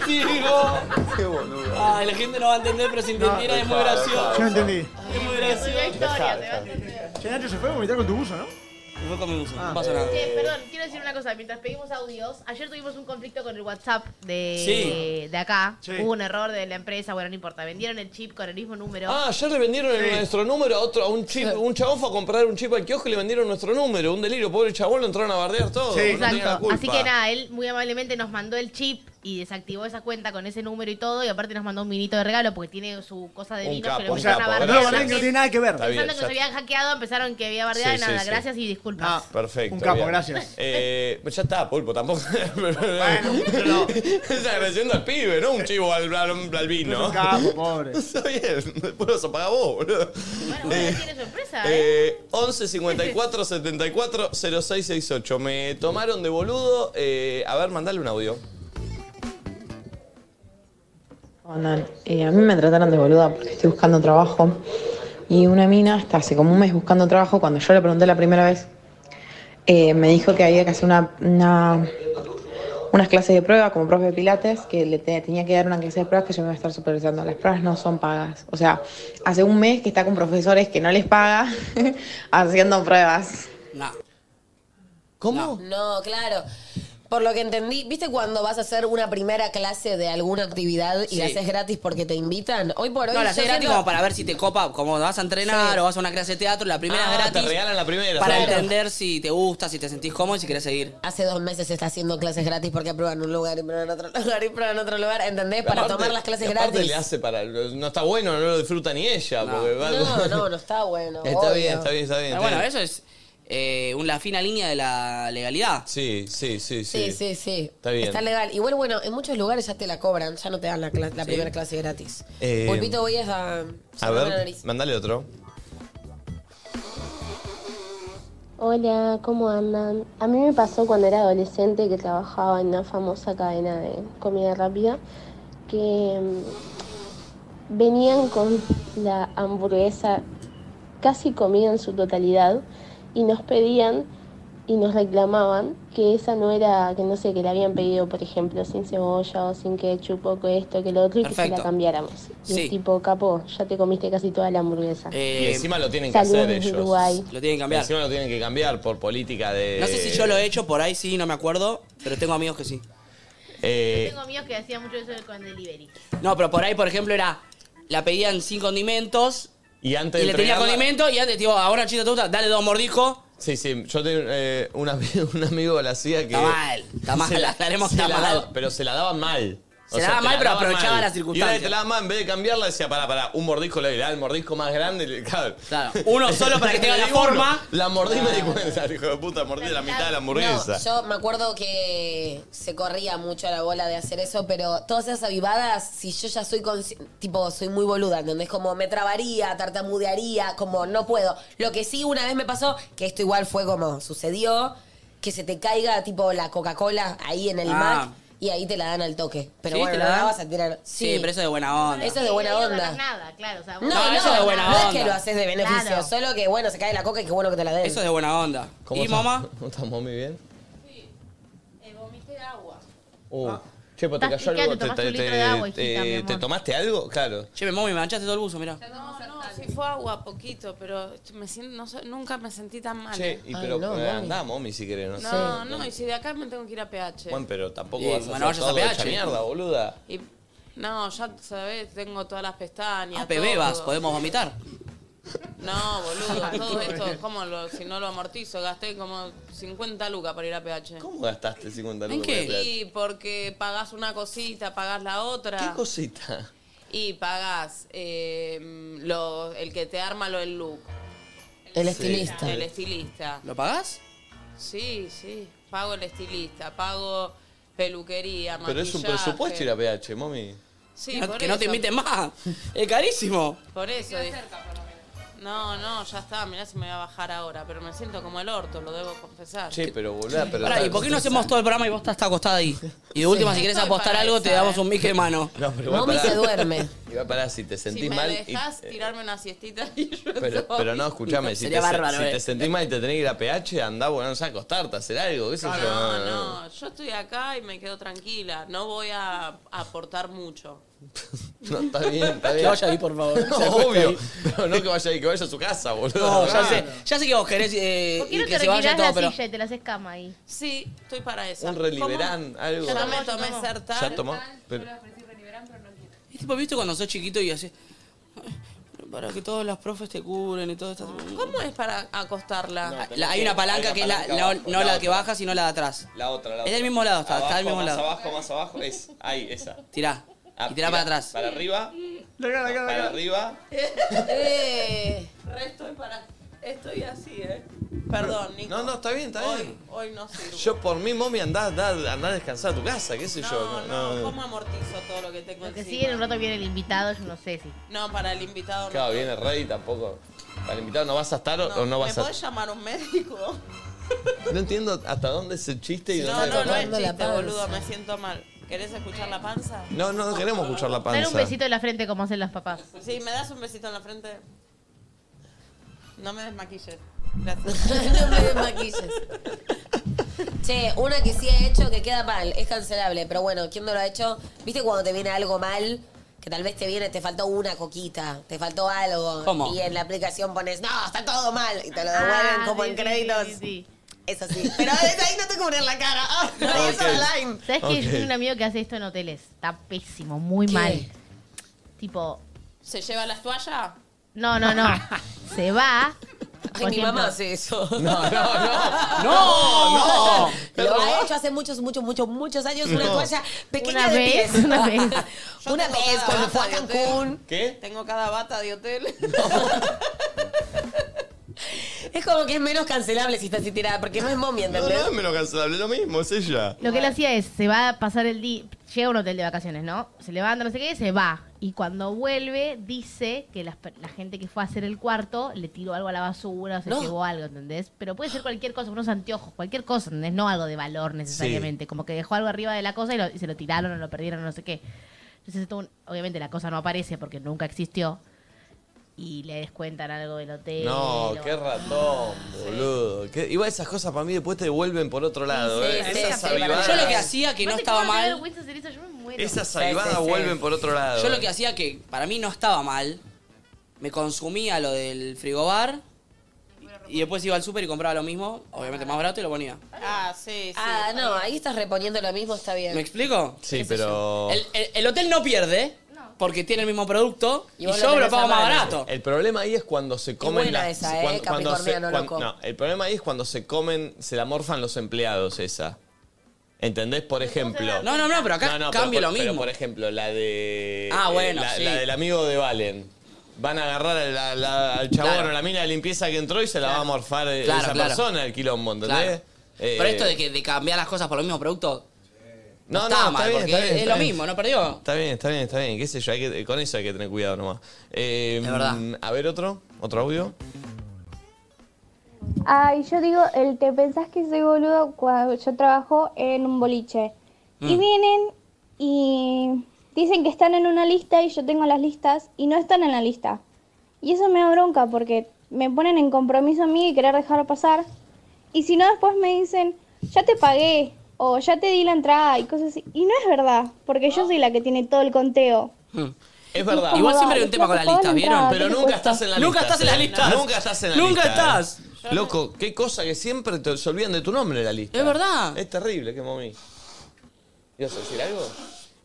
S4: ¡Buenísimo! ¡Qué boludo! Ay, la gente no va a entender, pero si entendiera es muy gracioso.
S11: Yo entendí.
S4: Es muy gracioso.
S11: Che, Nacho, se fue a vomitar con tu buzo, ¿no?
S4: Y fue con mi música. No pasa nada.
S6: Che, Eh, perdón, quiero decir una cosa. Mientras pedimos audios, ayer tuvimos un conflicto con el WhatsApp de,
S1: Sí.
S6: de acá.
S1: Sí.
S6: Hubo un error de la empresa, bueno, no importa. Vendieron el chip con el mismo número.
S1: *laughs* Ah, ayer le vendieron el-
S6: Sí.
S1: nuestro número a otro, a un chip, un chabón fue a comprar un chip al kiosco y le vendieron nuestro número. Un delirio, pobre chabón, lo entraron a bardear todo. no tenía la
S6: Exacto.
S1: culpa.
S6: Así que nada, él muy amablemente nos mandó el chip y desactivó esa cuenta con ese número y todo. Y aparte nos mandó un minito de regalo porque tiene su cosa de
S5: Un
S6: vino que
S5: capo,
S6: lo
S5: un
S6: empezaron a
S5: capo,
S6: bardear.
S5: gracias.
S6: la
S5: No, no
S6: gente,
S5: tiene nada que ver. Está bien,
S6: Pensando que
S5: ya
S6: se habían hackeado, empezaron que había bardeado.
S5: Sí,
S6: nada,
S5: sí, sí.
S6: gracias y disculpas.
S5: Perfecto.
S1: Un capo,
S5: bien.
S1: gracias.
S5: Eh, pues ya está, pulpo, tampoco.
S1: *laughs*
S5: Está agradeciendo al pibe, ¿no? Un chivo al, al, al vino.
S1: Es un capo, *laughs*
S5: pobre. Está bien, después los apagás vos, boludo. Eh,
S6: Tiene sorpresa, ¿eh?
S1: Eh, 11 54 74 0668. Me tomaron de boludo. eh, a ver, mandale un audio.
S22: Andan. Eh, a mí me trataron de boluda porque estoy buscando trabajo. Y una mina está hace como un mes buscando trabajo. Cuando yo le pregunté la primera vez, eh, me dijo que había que hacer una, una- unas clases de prueba como profe de Pilates, que le te- tenía que dar una clase de pruebas que yo me iba a estar supervisando. Las pruebas no son pagas. O sea, hace un mes que está con profesores que no les paga *laughs* haciendo pruebas.
S1: ¿Cómo?
S3: No, claro. Por lo que entendí, ¿viste cuando vas a hacer una primera clase de alguna actividad y
S4: Sí.
S3: la haces gratis porque te invitan? Hoy por hoy.
S4: No, la
S3: yo
S4: haces gratis
S3: siento-
S4: como para ver si te copa, como vas a entrenar
S3: Sí.
S4: o vas a una clase de teatro, la primera
S3: Ah,
S4: es gratis.
S1: te regalan la primera,
S4: Para
S1: claro.
S4: entender si te gusta, si te sentís cómodo y si querés seguir.
S3: Hace dos meses se está haciendo clases gratis porque aprueban un lugar y prueban en otro *laughs* lugar y prueban en otro lugar, ¿entendés? Para
S1: Aparte-
S3: tomar las clases
S1: y aparte
S3: gratis.
S1: le hace para. No está bueno, no lo disfruta ni ella. porque va-
S3: No, no, no está bueno.
S1: *laughs* Está
S3: obvio.
S1: bien, está bien, está bien. está
S4: Pero bueno,
S1: bien.
S4: eso es eh, una fina línea de la legalidad.
S1: Sí, sí, sí,
S3: Sí, sí, sí.
S4: Está bien.
S3: Está legal. Igual, bueno, en muchos lugares ya te la cobran, ya no te dan la, cla- la
S1: Sí.
S3: primera clase gratis.
S1: Eh,
S3: Pulpito, voy a... a
S1: A
S3: ver. La
S1: ver,
S3: nariz.
S1: mandale otro.
S23: Hola, ¿cómo andan? A mí me pasó cuando era adolescente que trabajaba en una famosa cadena de comida rápida que mm, venían con la hamburguesa casi comida en su totalidad y nos pedían y nos reclamaban que esa no era, que no sé, que la habían pedido, por ejemplo, sin cebolla o sin ketchup o que esto, que lo otro y que se
S1: Perfecto.
S23: la cambiáramos. Y es
S1: Sí.
S23: tipo, capo, ya te comiste casi toda la hamburguesa.
S5: Eh,
S4: Eh,
S1: y encima lo tienen que
S23: Saludos
S1: hacer
S23: desde
S1: ellos.
S23: Uruguay.
S4: Lo tienen que cambiar.
S1: Encima lo tienen que cambiar por política de.
S4: No sé si yo lo he hecho, por ahí sí, no me acuerdo, pero tengo amigos que sí.
S1: Eh,
S6: Tengo amigos que hacían mucho eso con delivery.
S4: no, pero por ahí, por ejemplo, era. La pedían sin condimentos.
S1: Y antes
S4: Y
S1: de
S4: le tenía
S1: entregarla-
S4: condimentos y antes, tipo, ahora chito te gusta, dale dos mordijos.
S1: Sí, sí, yo tengo eh, un, amigo, *laughs* un amigo de la CIA que.
S4: Está mal, está mal,
S1: Se
S4: aclaremos que
S1: se
S4: está
S1: la
S4: mal.
S1: daba- pero se la daban mal.
S4: Se la daba
S1: te
S4: mal, pero
S1: daban
S4: aprovechaba las circunstancias.
S1: Y una vez te la daban mal, en vez de cambiarla, decía, pará, pará, un mordisco le da el mordisco más grande. *laughs* le- Claro. *laughs*
S4: uno solo para que tenga la
S1: Le di uno.
S4: forma.
S1: La mordí y me di cuenta, *laughs* hijo de puta, mordí la mitad de la hamburguesa.
S3: No, yo me acuerdo que se corría mucho la bola de hacer eso, pero todas esas avivadas, si yo ya soy consci- tipo, soy muy boluda, ¿entendés? Como me trabaría, tartamudearía, como no puedo. Lo que sí una vez me pasó, que esto igual fue como sucedió, que se te caiga tipo la Coca-Cola ahí en el
S4: Ah.
S3: Mac y ahí te la dan al toque. Pero
S4: ¿Sí?
S3: bueno,
S4: ¿Te
S3: no
S4: la
S3: la
S4: dan?
S3: vas a tirar.
S4: Sí, pero eso es de buena onda.
S3: Eso es de buena
S6: No ganas
S3: onda.
S6: nada, claro. O sea,
S3: No,
S6: vos-
S3: no,
S4: eso es de buena
S3: no es
S4: onda.
S3: que lo haces de beneficio,
S6: Claro.
S3: solo que bueno, se cae la coca y qué bueno que te la den.
S4: Eso es de buena onda. ¿Y
S1: está-
S4: mamá?
S1: *laughs* ¿Cómo estás, mami? ¿Bien?
S2: Eh, vomité agua.
S1: Uh, Che, pues te
S2: Estás
S1: cayó algo.
S2: picante, tomaste un
S1: te-
S2: litro de agua,
S1: te-
S2: hijita, mi
S1: te- ¿Te
S2: amor.
S1: tomaste algo? Claro.
S4: Che, mi mami, me manchaste todo el buzo, mirá.
S2: No, no, sí fue agua, poquito, pero me siento, no sé, nunca me sentí tan mal.
S1: Che, y pero eh, andá, mami, si querés, no, sé.
S2: No, no, y si de acá me tengo que ir a PH.
S1: Bueno, pero tampoco
S4: Y
S1: vas a
S4: bueno,
S1: hacer
S4: vayas a
S1: todo hecha
S4: PH.
S1: mierda, boluda.
S2: Y- no, ya sabes, tengo todas las pestañas.
S4: Ah, pe,
S2: todo.
S4: bebas, podemos vomitar.
S2: No, boludo, todo esto, ¿cómo lo- si no lo amortizo? Gasté como 50 lucas para ir a PH.
S1: ¿Cómo gastaste 50 lucas? por el
S2: Y porque pagás una cosita, pagás la otra.
S1: ¿Qué cosita?
S2: Y pagás eh, lo, el que te arma lo del look.
S3: El estilista.
S2: El estilista.
S4: ¿Lo pagás?
S2: Sí, sí. Pago el estilista, pago peluquería,
S1: Pero es un
S2: maquillaje.
S1: presupuesto ir a PH, mami.
S2: Sí,
S4: No-
S2: por
S4: que no te
S2: eso.
S4: inviten más. Es carísimo.
S2: Por eso. dije- No, no, ya está. Mirá si me voy a bajar ahora. Pero me siento como el orto, lo debo confesar.
S1: Che, pero boluda, pero.
S4: Pará, ¿y por qué no hacemos todo el programa y vos estás acostada ahí? Y de última,
S3: Sí.
S4: si quieres
S3: Estoy
S4: apostar
S3: para
S4: algo, te
S3: esa,
S4: damos
S3: eh.
S4: un mic de mano.
S1: No, pero
S3: Mami se duerme.
S1: *laughs* Iba a parar si te
S2: Si
S1: sentís
S2: me
S1: mal. y- eh,
S2: dejás tirarme una siestita y yo
S1: pero,
S2: soy.
S1: pero no, escúchame, si,
S2: Sería
S1: te, se-
S2: bárbaro,
S1: si
S2: eh.
S1: te sentís mal y te tenés que ir a PH, andá, bueno, no sé, acostarte, hacer algo. qué sé yo.
S2: No, no, yo estoy acá y me quedo tranquila. No voy a a aportar mucho.
S1: No, está bien, está bien.
S4: Que vaya ahí, por favor.
S1: *laughs* No,
S4: Se acuesta
S1: obvio.
S4: ahí.
S1: Pero no que vaya ahí, que vaya a su casa, boludo.
S4: No, ya sé, ya sé que vos querés eh,
S6: ¿Por qué
S4: y
S6: no
S4: que
S6: te
S4: se vaya
S6: retirás
S4: todo,
S6: la
S4: pero.
S6: silla y te la haces cama ahí?
S2: Sí, estoy para eso.
S1: Un reliberán, algo.
S2: Ya me tomé Sertal.
S1: Ya tomó. Pero,
S4: Es tipo, ¿viste cuando sos chiquito y haces. Para que todos los profes te cubren y todo esto.
S2: ¿Cómo es para acostarla?
S4: La- hay una palanca que es la, la- no la, que baja, sino la de atrás.
S1: La otra, la
S4: Es
S1: otra.
S4: del mismo lado, está, está del
S1: Abajo,
S4: mismo
S1: más
S4: lado.
S1: abajo, más abajo, es ahí, esa.
S4: Tirá.
S1: Ah,
S4: y tirá para atrás.
S1: Para arriba,
S5: acá, de acá, de
S1: para
S5: acá.
S1: arriba.
S2: Eh, Resto es para. Estoy así, ¿eh? Perdón, Nico.
S1: No, no, está bien, está
S2: Hoy,
S1: bien.
S2: hoy no sirvo.
S1: Yo por mí, mami, andá, andá, andá a descansar a tu casa, qué sé yo. No, no.
S2: ¿Cómo amortizo todo lo que tengo
S6: Porque
S2: encima?
S6: si en un rato viene el invitado, yo no sé si.
S2: No, para el invitado no.
S1: Claro, viene Rey tampoco. Para el invitado no vas a estar o-
S2: No,
S1: o no vas
S2: ¿Me
S1: a...
S2: podés llamar un médico?
S1: No entiendo hasta dónde es el chiste y
S2: No,
S1: dónde
S2: no, no es
S1: no,
S2: chiste, boludo, me siento mal. ¿Querés escuchar la panza?
S1: no, no queremos escuchar la
S6: Dale
S1: panza.
S6: un besito en la frente como hacen las papás.
S2: Sí, me das un besito en la frente. No me desmaquilles. *laughs* Gracias.
S3: No me desmaquilles. Che, una que sí he hecho que queda mal, es cancelable, pero bueno, ¿quién no lo ha hecho? ¿Viste cuando te viene algo mal? Que tal vez te viene, te faltó una coquita, te faltó algo.
S4: ¿Cómo?
S3: Y en la aplicación pones, no, está todo mal. Y te lo devuelven
S6: Ah,
S3: como
S6: sí,
S3: en
S6: sí,
S3: créditos.
S6: sí, sí.
S3: Es así. Pero desde ahí no te cubren la cara. Ah, no, es online.
S6: ¿Sabes que yo tengo un amigo que hace esto en hoteles? Está pésimo, muy
S3: ¿Qué?
S6: mal. Tipo,
S2: ¿Se lleva las toallas?
S6: no, no,
S3: *laughs*
S6: no. Se va.
S3: Ay, mi mamá hace eso.
S1: *laughs* No, no, no.
S3: *laughs* No,
S1: No,
S3: no.
S1: no.
S3: Lo ha hecho hace muchos, muchos, muchos, muchos años. Una
S1: No.
S3: toalla pequeña
S6: Una
S3: de
S6: vez,
S3: pies.
S6: una vez.
S3: *laughs* una vez, cuando fue a Cancún.
S1: ¿Qué?
S2: Tengo cada bata de hotel. *laughs*
S3: Es como que es menos cancelable si estás así tirada, porque no es momia,
S1: No, no
S3: ¿entendés?
S1: es menos cancelable, lo mismo, es ella.
S6: Lo que él hacía es, se va a pasar el día, llega a un hotel de vacaciones, ¿no? Se levanta, no sé qué, se va. Y cuando vuelve, dice que las per- la gente que fue a hacer el cuarto le tiró algo a la basura, o se
S3: No.
S6: llevó algo, ¿entendés? Pero puede ser cualquier cosa, unos anteojos, cualquier cosa, ¿entendés? No algo de valor necesariamente. Como que dejó algo arriba de la cosa y, lo- y se lo tiraron o lo perdieron, no sé qué. Entonces, esto un- obviamente la cosa no aparece porque nunca existió. Y le descuentan algo del hotel.
S1: No,
S6: o-
S1: qué ratón, boludo. Qué- igual esas cosas para mí después te devuelven por otro lado.
S4: Sí,
S1: eh.
S4: sí,
S1: esas
S4: sí,
S1: salivadas.
S4: Yo lo que hacía que no
S6: Aparte,
S4: estaba
S6: ¿cómo le da
S4: mal.
S6: vergüenza hacer eso? Yo me muero.
S1: Esas
S4: sí,
S1: salivadas
S4: sí.
S1: vuelven por otro lado.
S4: Yo lo que hacía que para mí no estaba mal, me consumía lo del frigobar y después iba al súper y compraba lo mismo, obviamente más barato y lo ponía.
S2: Ah, sí, sí.
S3: Ah, no, ahí estás reponiendo lo mismo, está bien.
S4: ¿Me explico?
S1: Sí, pero.
S4: El, el- el hotel no pierde porque tiene el mismo producto
S3: Y
S4: y,
S3: vos lo
S4: yo
S3: tenés
S4: lo
S3: a
S4: pago más
S3: mano.
S4: barato.
S1: El problema ahí es cuando se comen
S3: buena
S1: las-
S3: esa, ¿eh?
S1: cuando, cuando se,
S3: Capricorniano,
S1: cuando-
S3: loco.
S1: no, el problema ahí es cuando se comen, se la morfan los empleados esa. ¿Entendés? Por ejemplo.
S4: No, no, no, pero acá cambia
S1: por-
S4: lo
S1: pero,
S4: mismo.
S1: por ejemplo, la de eh,
S4: Ah, bueno,
S1: la,
S4: sí.
S1: la del amigo de Valen. Van a agarrar a la- la- al chabón
S4: Claro.
S1: o la mina de limpieza que entró y se la va a morfar eh,
S4: Claro,
S1: esa
S4: claro.
S1: persona el quilombo, ¿entendés?
S4: Claro.
S1: Eh,
S4: Pero esto de que de cambiar las cosas por los mismos productos
S1: No,
S4: no,
S1: no,
S4: está
S1: está
S4: mal,
S1: bien,
S4: porque
S1: está bien,
S4: es
S1: está
S4: lo
S1: bien.
S4: mismo, no perdió.
S1: Está bien, está bien, está bien. ¿Qué sé yo? hay que- con eso hay que tener cuidado nomás. Eh,
S4: Es verdad.
S1: A ver otro, otro audio.
S12: Ay, yo digo, el te pensás que soy boludo cuando yo trabajo en un boliche. Y
S24: Mm.
S12: vienen y dicen que están en una lista y yo tengo las listas y no están en la lista. Y eso me da bronca porque me ponen en compromiso a mí y querer dejar pasar. Y si no, después me dicen, ya te pagué o ya te di la entrada y cosas así. Y no es verdad, porque yo soy la que tiene todo el conteo.
S1: Es verdad.
S12: como
S4: Igual siempre hay
S12: va,
S4: un tema con la
S12: yo te
S4: lista,
S12: pago la
S4: ¿vieron?
S12: entrada,
S1: Pero nunca estás en la
S4: Nunca
S1: lista.
S4: estás en la
S1: ¿eh?
S4: lista.
S1: Nunca estás en la
S4: Nunca
S1: lista.
S4: estás.
S1: ¿eh? Loco, qué cosa que siempre te, se olvidan de tu nombre en la lista.
S4: Es verdad.
S1: Es terrible, qué momi. ¿Ibas a decir algo?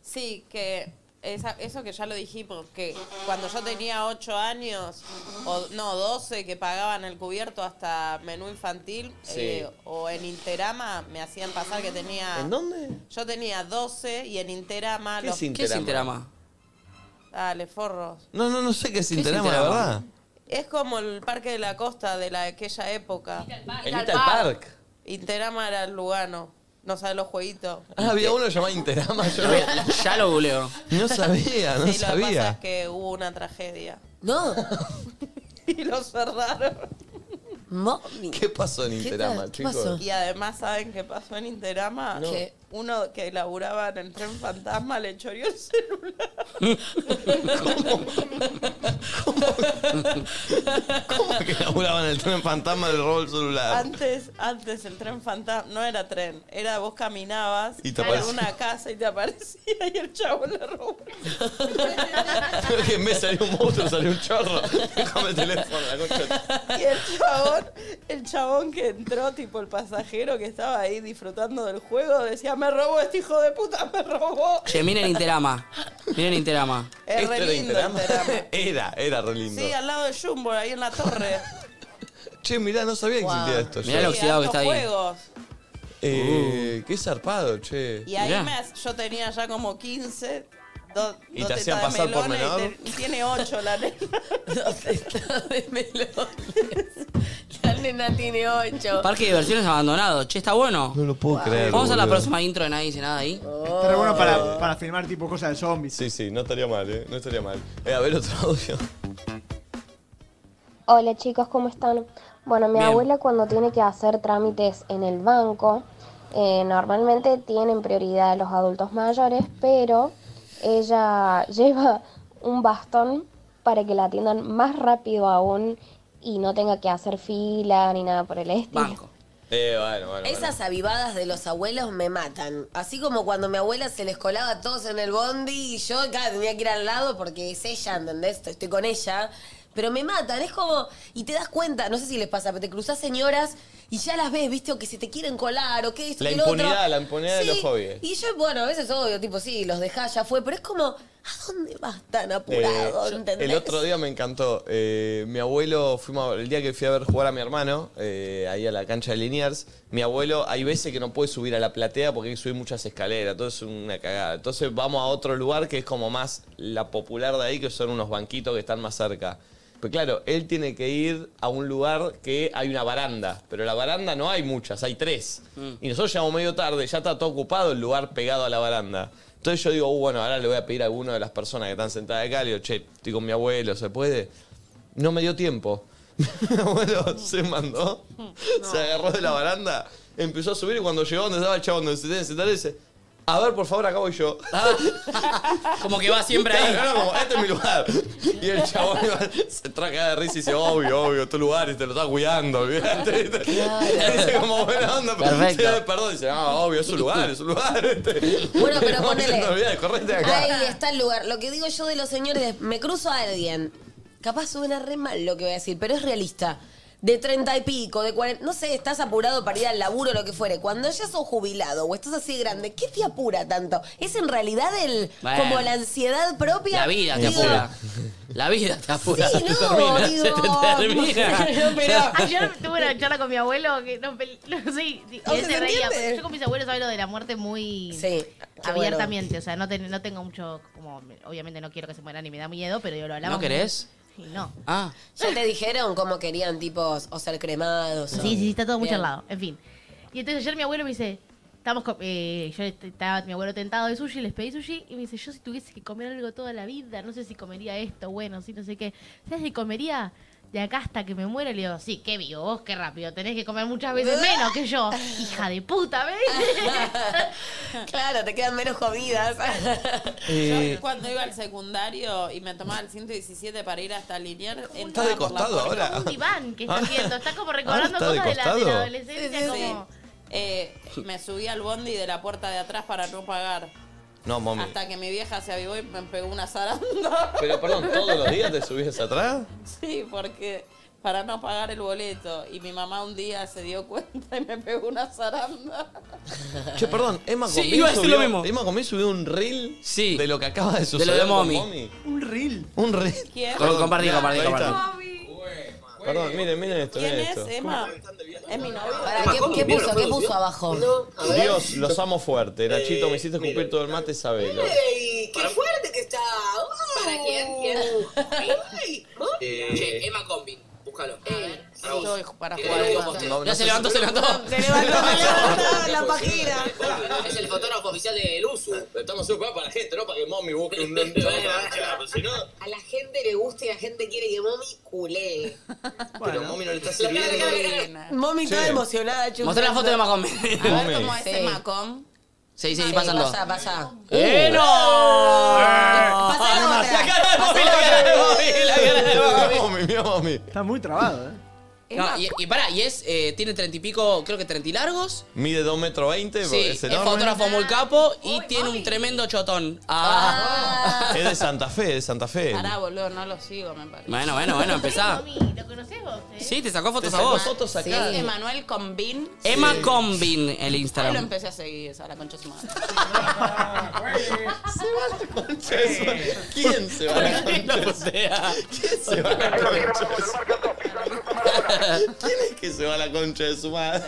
S2: Sí, que esa- eso que ya lo dijimos, que cuando yo tenía 8 años, o no, 12, que pagaban el cubierto hasta menú infantil,
S1: Sí.
S2: eh, o en Interama, me hacían pasar que
S3: Ah.
S2: tenía...
S1: ¿En dónde?
S2: Yo tenía 12 y en
S4: Ah,
S2: Interama... los- Dale, forros.
S1: No, no, no sé qué es
S4: ¿Qué es
S1: Interama, la
S4: Interama?
S1: verdad.
S2: Es como el Parque de la Costa de la, aquella época.
S1: El Little Park.
S2: Interama era el Lugano. No sabes los jueguitos.
S1: Ah, había uno llamado Interama. Yo
S4: ya lo googleo.
S1: No sabía, no
S2: Sí, lo que pasa es
S1: sabía.
S2: *laughs* que hubo una tragedia.
S3: No.
S2: Y lo cerraron.
S1: ¿Qué pasó en Interama, chicos?
S2: Y además, ¿saben qué pasó en Interama?
S1: No.
S2: Que uno que laburaba en el tren fantasma le choreó el celular.
S1: ¿Cómo que laburaban el tren fantasma del robo del
S3: Ah.
S1: celular?
S2: Antes, antes el tren fantasma no era tren, era vos caminabas
S1: Y te
S2: por
S1: aparecía.
S2: una casa y te aparecía y el chavo le robó.
S1: Creo *laughs* que en vez de salir un monstruo, salió un
S4: *laughs*
S1: chorro. Déjame el teléfono, la concha. de-
S2: Y el chabón, el chabón que entró, tipo el pasajero que estaba ahí disfrutando del juego, decía, me robó este hijo de puta, me robó.
S4: Che, miren Interama. Miren Interama.
S2: Es re lindo Interama.
S1: *laughs* Era, era re lindo.
S2: Sí, al lado de Jumbo, ahí en la torre.
S1: *laughs* Che, mirá, no sabía que existía esto.
S4: Mirá
S1: yo.
S4: lo oxidado que está ahí.
S2: Juegos.
S1: Eh, qué zarpado, che.
S2: Y ahí me as- yo tenía ya como 15. do-
S1: ¿Y
S2: dos
S1: te hacían
S2: tetas de
S1: pasar por
S2: melones y
S1: menor?
S2: te- y tiene 8 la nena.
S3: La nena tiene ocho.
S4: Parque de diversiones abandonado. Che, está bueno.
S1: No lo puedo creer,
S4: Vamos a la
S1: boludo.
S4: próxima intro de Nadie dice nada ahí.
S5: Está re bueno para, para filmar tipo cosas de zombies.
S1: Eh, Sí, sí, no estaría mal, eh. No estaría mal. Eh, a ver otro audio.
S12: Hola chicos, ¿cómo están? Bueno, mi
S1: Bien.
S12: abuela cuando tiene que hacer trámites en el banco, eh, normalmente tienen prioridad los adultos mayores, pero ella *laughs* lleva un bastón para que la atiendan más rápido aún y no tenga que hacer fila ni nada por el estilo.
S1: Eh, bueno, bueno. bueno.
S3: Esas avivadas de los abuelos me matan. Así como cuando mi abuela se les colaba a todos en el bondi y yo acá tenía que ir al lado porque es ella, ¿entendés? Estoy- Estoy con ella. Pero me matan, es como. Y te das cuenta, no sé si les pasa, pero te cruzas señoras y ya las ves, ¿viste? O que se te quieren colar, o que esto,
S1: La
S3: que lo otro.
S1: impunidad, la impunidad de los hobbies.
S3: Y yo, bueno, a veces obvio, tipo, sí, los dejás, ya fue, pero es como, ¿a dónde vas tan apurado?
S1: Eh,
S3: ¿Entendés?
S1: el otro día me encantó. Eh, mi abuelo, fuimos, a- el día que fui a ver jugar a mi hermano, eh, ahí a la cancha de Liniers, mi abuelo, hay veces que no puede subir a la platea porque hay que subir muchas escaleras, todo es una cagada. Entonces vamos a otro lugar que es como más la popular de ahí, que son unos banquitos que están más cerca. Pero claro, él tiene que ir a un lugar que hay una baranda, pero la baranda no hay muchas, hay tres.
S4: Mm.
S1: Y nosotros llegamos medio tarde, ya está todo ocupado el lugar pegado a la baranda. Entonces yo digo, "Uh, bueno, ahora le voy a pedir a alguna de las personas que están sentadas acá, le digo, che, estoy con mi abuelo, ¿se puede? No me dio tiempo. *laughs* Mi abuelo se mandó, se agarró de la baranda, empezó a subir y cuando llegó donde estaba el chavo donde se tiene que sentar, dice, a ver, por favor, acá voy yo.
S4: Ah. *laughs* Como que va siempre ahí.
S1: Claro, era como, este es mi lugar. Y el chabón
S4: *laughs*
S1: iba- se traga de risa y dice, obvio, obvio, tu lugar y te lo estás cuidando, olvídate.
S2: *laughs*
S1: Y *laughs* dice como, buena onda, pero
S25: Perfecto.
S1: se da perdón. Dice, no, obvio, es su lugar, es su lugar. Bueno, *laughs*
S3: pero ponele.
S1: correte de acá.
S3: Ahí está el lugar. Lo que digo yo de los señores, es, me cruzo a alguien. Capaz suena re mal lo que voy a decir, pero es realista. De treinta y pico, de cuarenta, no sé, estás apurado para ir al laburo o lo que fuere. Cuando ya sos jubilado o estás así de grande, ¿qué te apura tanto? Es en realidad el
S4: Bueno.
S3: como la ansiedad propia.
S4: La vida te
S3: Digo,
S4: apura. La vida te apura.
S3: Sí,
S4: Se *laughs* te
S3: no,
S4: termina,
S3: digo.
S4: se te termina.
S3: *laughs*
S6: No, pero ayer tuve una charla con mi abuelo que no, pel- no sé, y
S3: O sea,
S6: él
S3: ¿se
S6: se reía.
S3: entiende?
S6: porque Yo con mis abuelos hablo de la muerte muy
S3: Sí, qué
S6: abiertamente, o sea, no, ten- no tengo mucho, como obviamente no quiero que se mueran y me da miedo, pero yo lo hablaba.
S4: ¿No querés?
S6: Y no.
S4: Ah.
S3: ¿Ya te dijeron cómo querían tipos o ser cremados?
S6: Sí, sí, está todo muy charlado. En fin. Y entonces ayer mi abuelo me dice, estamos co- eh, yo est- estaba mi abuelo tentado de sushi, les pedí sushi y me dice, yo si tuviese que comer algo toda la vida, no sé si comería esto, bueno, sí, no sé qué. ¿Sabes si comería de acá hasta que me muera? Y le digo, sí, qué vivo, vos qué rápido, tenés que comer muchas veces menos que yo. Hija de puta, ¿ves?
S3: *laughs* claro, te quedan menos
S2: *laughs*
S3: comidas.
S6: Eh,
S2: Yo cuando iba al secundario y me tomaba el 117 para ir hasta Linier,
S1: ¿Está de costado ahora?
S6: Un diván que está
S1: Ah.
S6: viendo, está como
S1: Ah,
S6: recordando
S1: está de
S6: cosas de la, de la
S1: costado.
S6: adolescencia, como...
S2: Eh, me subí al bondi de la puerta de atrás para no pagar.
S1: No, mami.
S2: Hasta que mi vieja se avivó y me pegó una zaranda.
S1: Pero perdón, ¿todos los días te subías atrás?
S2: *laughs* Sí, porque para no pagar el boleto. Y mi mamá un día se dio cuenta y me pegó una zaranda.
S1: Che, perdón, Emma
S4: Sí,
S1: Gomez
S4: iba a decir
S1: subió,
S4: lo mismo.
S1: Emma Gomez subió un reel de lo que acaba de
S4: De lo
S1: suceder
S4: de
S1: con
S4: Momi.
S5: *laughs* Un reel.
S1: Un reel.
S2: ¿Quién?
S1: Perdón,
S4: Compartí, compartí,
S1: ahí está.
S4: compartí.
S1: Perdón, miren, miren esto,
S2: ¿Quién
S1: miren
S2: es,
S1: esto.
S2: Emma? Es mi novia.
S3: ¿Qué, qué puso? ¿Qué puso abajo?
S1: Dios, los amo fuerte. Nachito, me hiciste escupir todo el mate, sabelo.
S3: ¡Ey! ¡Qué fuerte que está! ¿Para quién? Eh,
S4: Emma Combi, búscalo.
S2: Soy
S21: para jugar. al
S4: Como
S21: botón.
S4: usted. ya se levantó, se levantó. *laughs*
S21: Se levantó, se levantó la página.
S14: Es el fotógrafo oficial del uso. Estamos ocupados para la gente, no para que mami busque un don si no,
S3: A la gente le gusta y la gente quiere que Mommy culé.
S14: pero mami no le está
S3: La cara, la cara, la
S14: sirviendo.
S3: cara. Mommy
S4: Sí.
S3: toda emocionada, chupa.
S4: Mostrá la foto de Macomi.
S3: A ver cómo es el Macom.
S4: Sí, sí, pasando.
S3: Pasa, pasa.
S4: ¡Eh, no!
S3: Pasa Ah. la cara de
S4: Mami, la cara de Bobby, la cara de Bobby.
S11: Está muy trabado, ¿eh?
S4: No, y, y pará, y es, eh, tiene treinta y pico, creo que treinta y largos.
S1: Mide 2 metros 20,
S4: Sí,
S1: es
S4: es,
S1: enorme.
S4: fotógrafo muy capo y tiene un tremendo chotón. Ah.
S1: Es de Santa Fe, de Santa Fe.
S21: Pará, boludo, no lo sigo, me parece.
S4: Bueno, bueno, bueno, empezá.
S3: eh?
S4: Sí, te sacó fotos
S1: Te
S4: a
S1: sacó
S4: vos.
S1: fotos
S21: Sí, es de Manuel Combin.
S4: Emma Combin, el
S21: Ahí lo
S4: Instagram.
S21: empecé a seguir, esa la concha de su
S3: *laughs*
S21: madre.
S4: *laughs*
S1: ¿Quién se va a
S4: ¿Quién lo postea?
S1: ¿Quién se va a la concha de su madre? ¿Quién es que se va a la concha de su madre?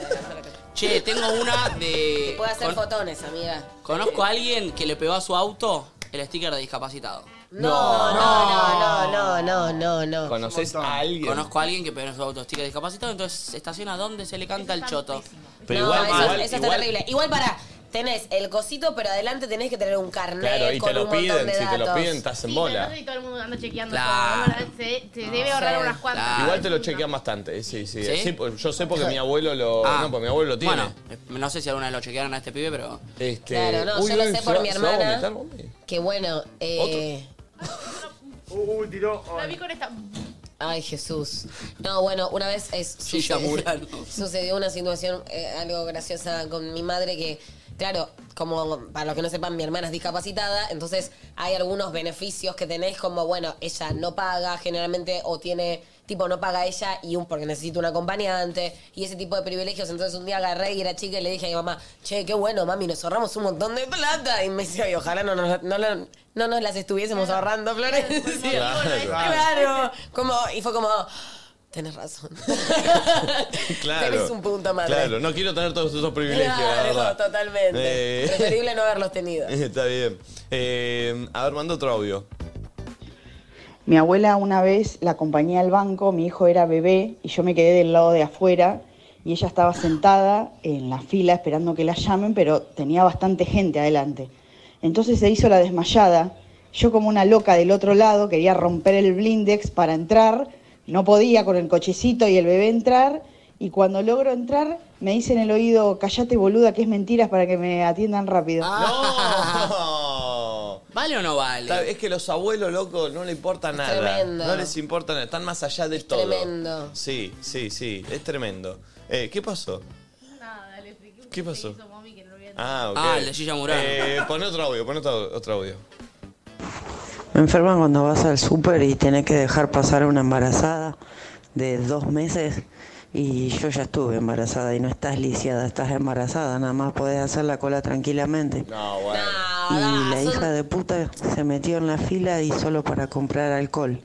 S4: Che, tengo una
S3: Te
S1: Eh,
S4: de.
S3: puede hacer
S4: con-
S3: fotones, amiga.
S4: Conozco a alguien que le pegó a su auto el sticker de discapacitado.
S3: No, no, no, no, no, no, no.
S1: ¿Conoces a alguien?
S4: Conozco a alguien que pegó a su auto sticker de discapacitado, entonces se estaciona donde se le canta el choto.
S1: Pero
S3: no,
S1: igual,
S3: eso,
S1: igual,
S3: eso
S1: igual-
S3: está terrible. Igual para, tenés el cosito, pero adelante tenés que tener un carnet
S1: Claro, y
S3: con
S1: te
S3: un
S1: lo
S3: montón
S1: piden,
S3: de
S1: si te lo
S3: datos.
S1: piden estás en bola.
S6: Y todo el mundo anda chequeando
S1: Claro.
S6: todo. Se, se debe ahorrar unas cuantas.
S1: Igual te lo chequean bastante, eh, sí, sí.
S4: ¿Sí?
S1: Sí, pues yo sé porque mi abuelo lo.
S4: Ah.
S1: No, porque mi abuelo lo tiene. *laughs*
S4: Bueno, eh, no sé si alguna vez lo chequearon a este pibe, pero.
S1: Este,
S3: Claro, no, yo lo sé por mi hermana. Que bueno, eh.
S11: Uy, tiró.
S6: vi con esta.
S3: Ay, Jesús. No, bueno, una vez es,
S4: Gilla Murano.
S3: *laughs* sucedió una situación eh, algo graciosa con mi madre que, claro, como para los que no sepan, mi hermana es discapacitada, entonces hay algunos beneficios que tenés como, bueno, ella no paga generalmente o tiene, tipo, no paga ella y un porque necesita un acompañante y ese tipo de privilegios. Entonces un día agarré y era chica y le dije a mi mamá, che, qué bueno, mami, nos ahorramos un montón de plata. Y me decía, y ojalá no nos, no, la- no nos las estuviésemos ahorrando, *laughs* Florencia.
S1: Claro.
S3: Claro. Como, y fue como, tenés razón.
S1: Claro.
S3: Tenés un punto, madre.
S1: Claro, no quiero tener todos esos privilegios, la
S3: Claro,
S1: verdad.
S3: totalmente.
S1: Eh.
S3: Preferible no haberlos
S1: *laughs*
S3: tenido.
S1: Está bien. Eh, a ver, manda otro audio.
S15: Mi abuela una vez la acompañé al banco, mi hijo era bebé y yo me quedé del lado de afuera y ella estaba sentada en la fila esperando que la llamen, pero tenía bastante gente adelante. Entonces se hizo la desmayada. Yo como una loca del otro lado quería romper el blindex para entrar, no podía con el cochecito y el bebé entrar y cuando logro entrar me dice en el oído, "Cállate boluda, que es mentiras para que me atiendan rápido."
S1: Ah. *laughs* ¡No!
S4: ¿Vale o no vale?
S1: Está- Es que los abuelos, loco, no le importa nada.
S3: tremendo.
S1: No les importa nada. Están más allá de todo.
S3: tremendo.
S1: Sí, sí, sí. Es tremendo. Eh, ¿Qué pasó? ¿Qué pasó? Ah, ok.
S4: Ah, el de Gilla Murano.
S1: Eh, pon otro audio, pon otro, otro audio.
S24: Me enferman cuando vas al súper y tenés que dejar pasar a una embarazada de dos meses. Y yo ya estuve embarazada y no estás lisiada, estás embarazada, nada más podés hacer la cola tranquilamente.
S1: No, bueno.
S24: Y la hija de puta se metió en la fila y solo para comprar alcohol.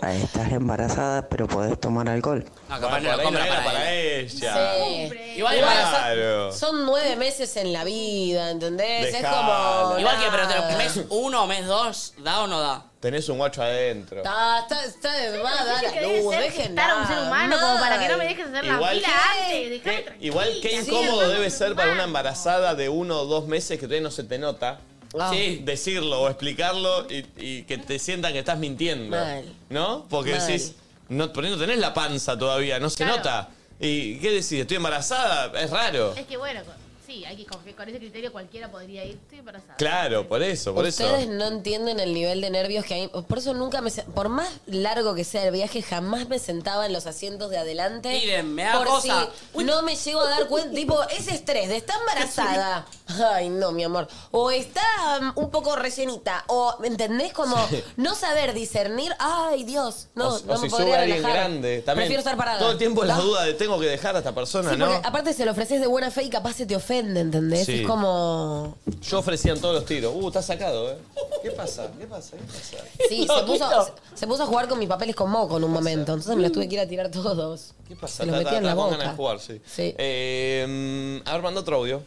S24: Ah, Estás embarazada, pero podés tomar alcohol.
S4: No, capaz no
S1: Por
S4: lo
S1: ahí
S4: compra
S1: no era
S4: para,
S1: para
S4: él.
S1: ella.
S3: Sí.
S4: Igual,
S3: Igual
S4: igual,
S1: Claro.
S3: Son nueve meses en la vida, ¿entendés?
S1: Dejala.
S3: Es como. Ah.
S4: igual que, pero te
S3: nada.
S4: lo, mes uno, mes dos, ¿da o no da?
S1: Tenés un guacho adentro.
S3: Está, está, está de va a dar
S6: difícil
S3: a
S6: que debe
S3: luz,
S6: ser
S3: dejen
S6: gestar a un ser
S3: dar,
S6: humano como para que no me
S3: mal.
S6: dejes hacer la
S1: Igual
S6: fila
S1: que-
S6: antes. Dejame tranquila.
S1: Igual qué
S6: Sí,
S1: incómodo
S6: no,
S1: debe ser para una embarazada de uno o dos meses que todavía no se te nota.
S3: Ah.
S1: Sí, decirlo o explicarlo y, y que te sientan que estás mintiendo.
S3: Mal.
S1: ¿No? Porque
S3: Mal.
S1: decís, no, por ahí no tenés la panza todavía, no se nota. ¿Y qué decís? ¿Estoy embarazada? Es raro.
S6: Es que bueno, con- sí, hay que confiar. Con ese criterio cualquiera podría ir. Estoy embarazada.
S1: Claro, por eso, por eso.
S3: Ustedes no entienden el nivel de nervios que hay. Por eso nunca me. se- Por más largo que sea el viaje, jamás me sentaba en los asientos de adelante.
S4: Miren, me da
S3: por
S4: cosa.
S3: si no me llego a dar cuenta. Tipo, ese estrés de está
S4: *laughs*
S3: embarazada. Ay, no, mi amor. O está um, un poco rellenita. O, ¿me entendés? Como
S1: Sí.
S3: no saber discernir. Ay, Dios. No,
S1: o o
S3: no
S1: si
S3: me podría
S1: sube alguien
S3: relajar.
S1: grande. También,
S3: Prefiero estar parada.
S1: Todo el tiempo la
S3: No.
S1: duda de tengo que dejar a esta persona,
S3: Sí,
S1: ¿no?
S3: porque ah. aparte se lo ofreces de buena fe y capaz se te ofende, ¿entendés?
S1: Sí.
S3: Es como.
S1: Yo ofrecían todos los tiros. Uh, está sacado, ¿eh? ¿Qué pasa? ¿Qué pasa? ¿Qué pasa?
S3: Sí, se puso, se puso a jugar con mis papeles con moco en un momento. Entonces me los tuve que ir a tirar todos. ¿Qué
S1: pasa?
S3: Se los
S1: Ta-
S3: metía
S1: ta-
S3: en la
S1: ta- con ganas
S3: boca.
S1: de jugar, sí.
S3: Sí.
S1: Eh, mm, a ver, manda otro audio.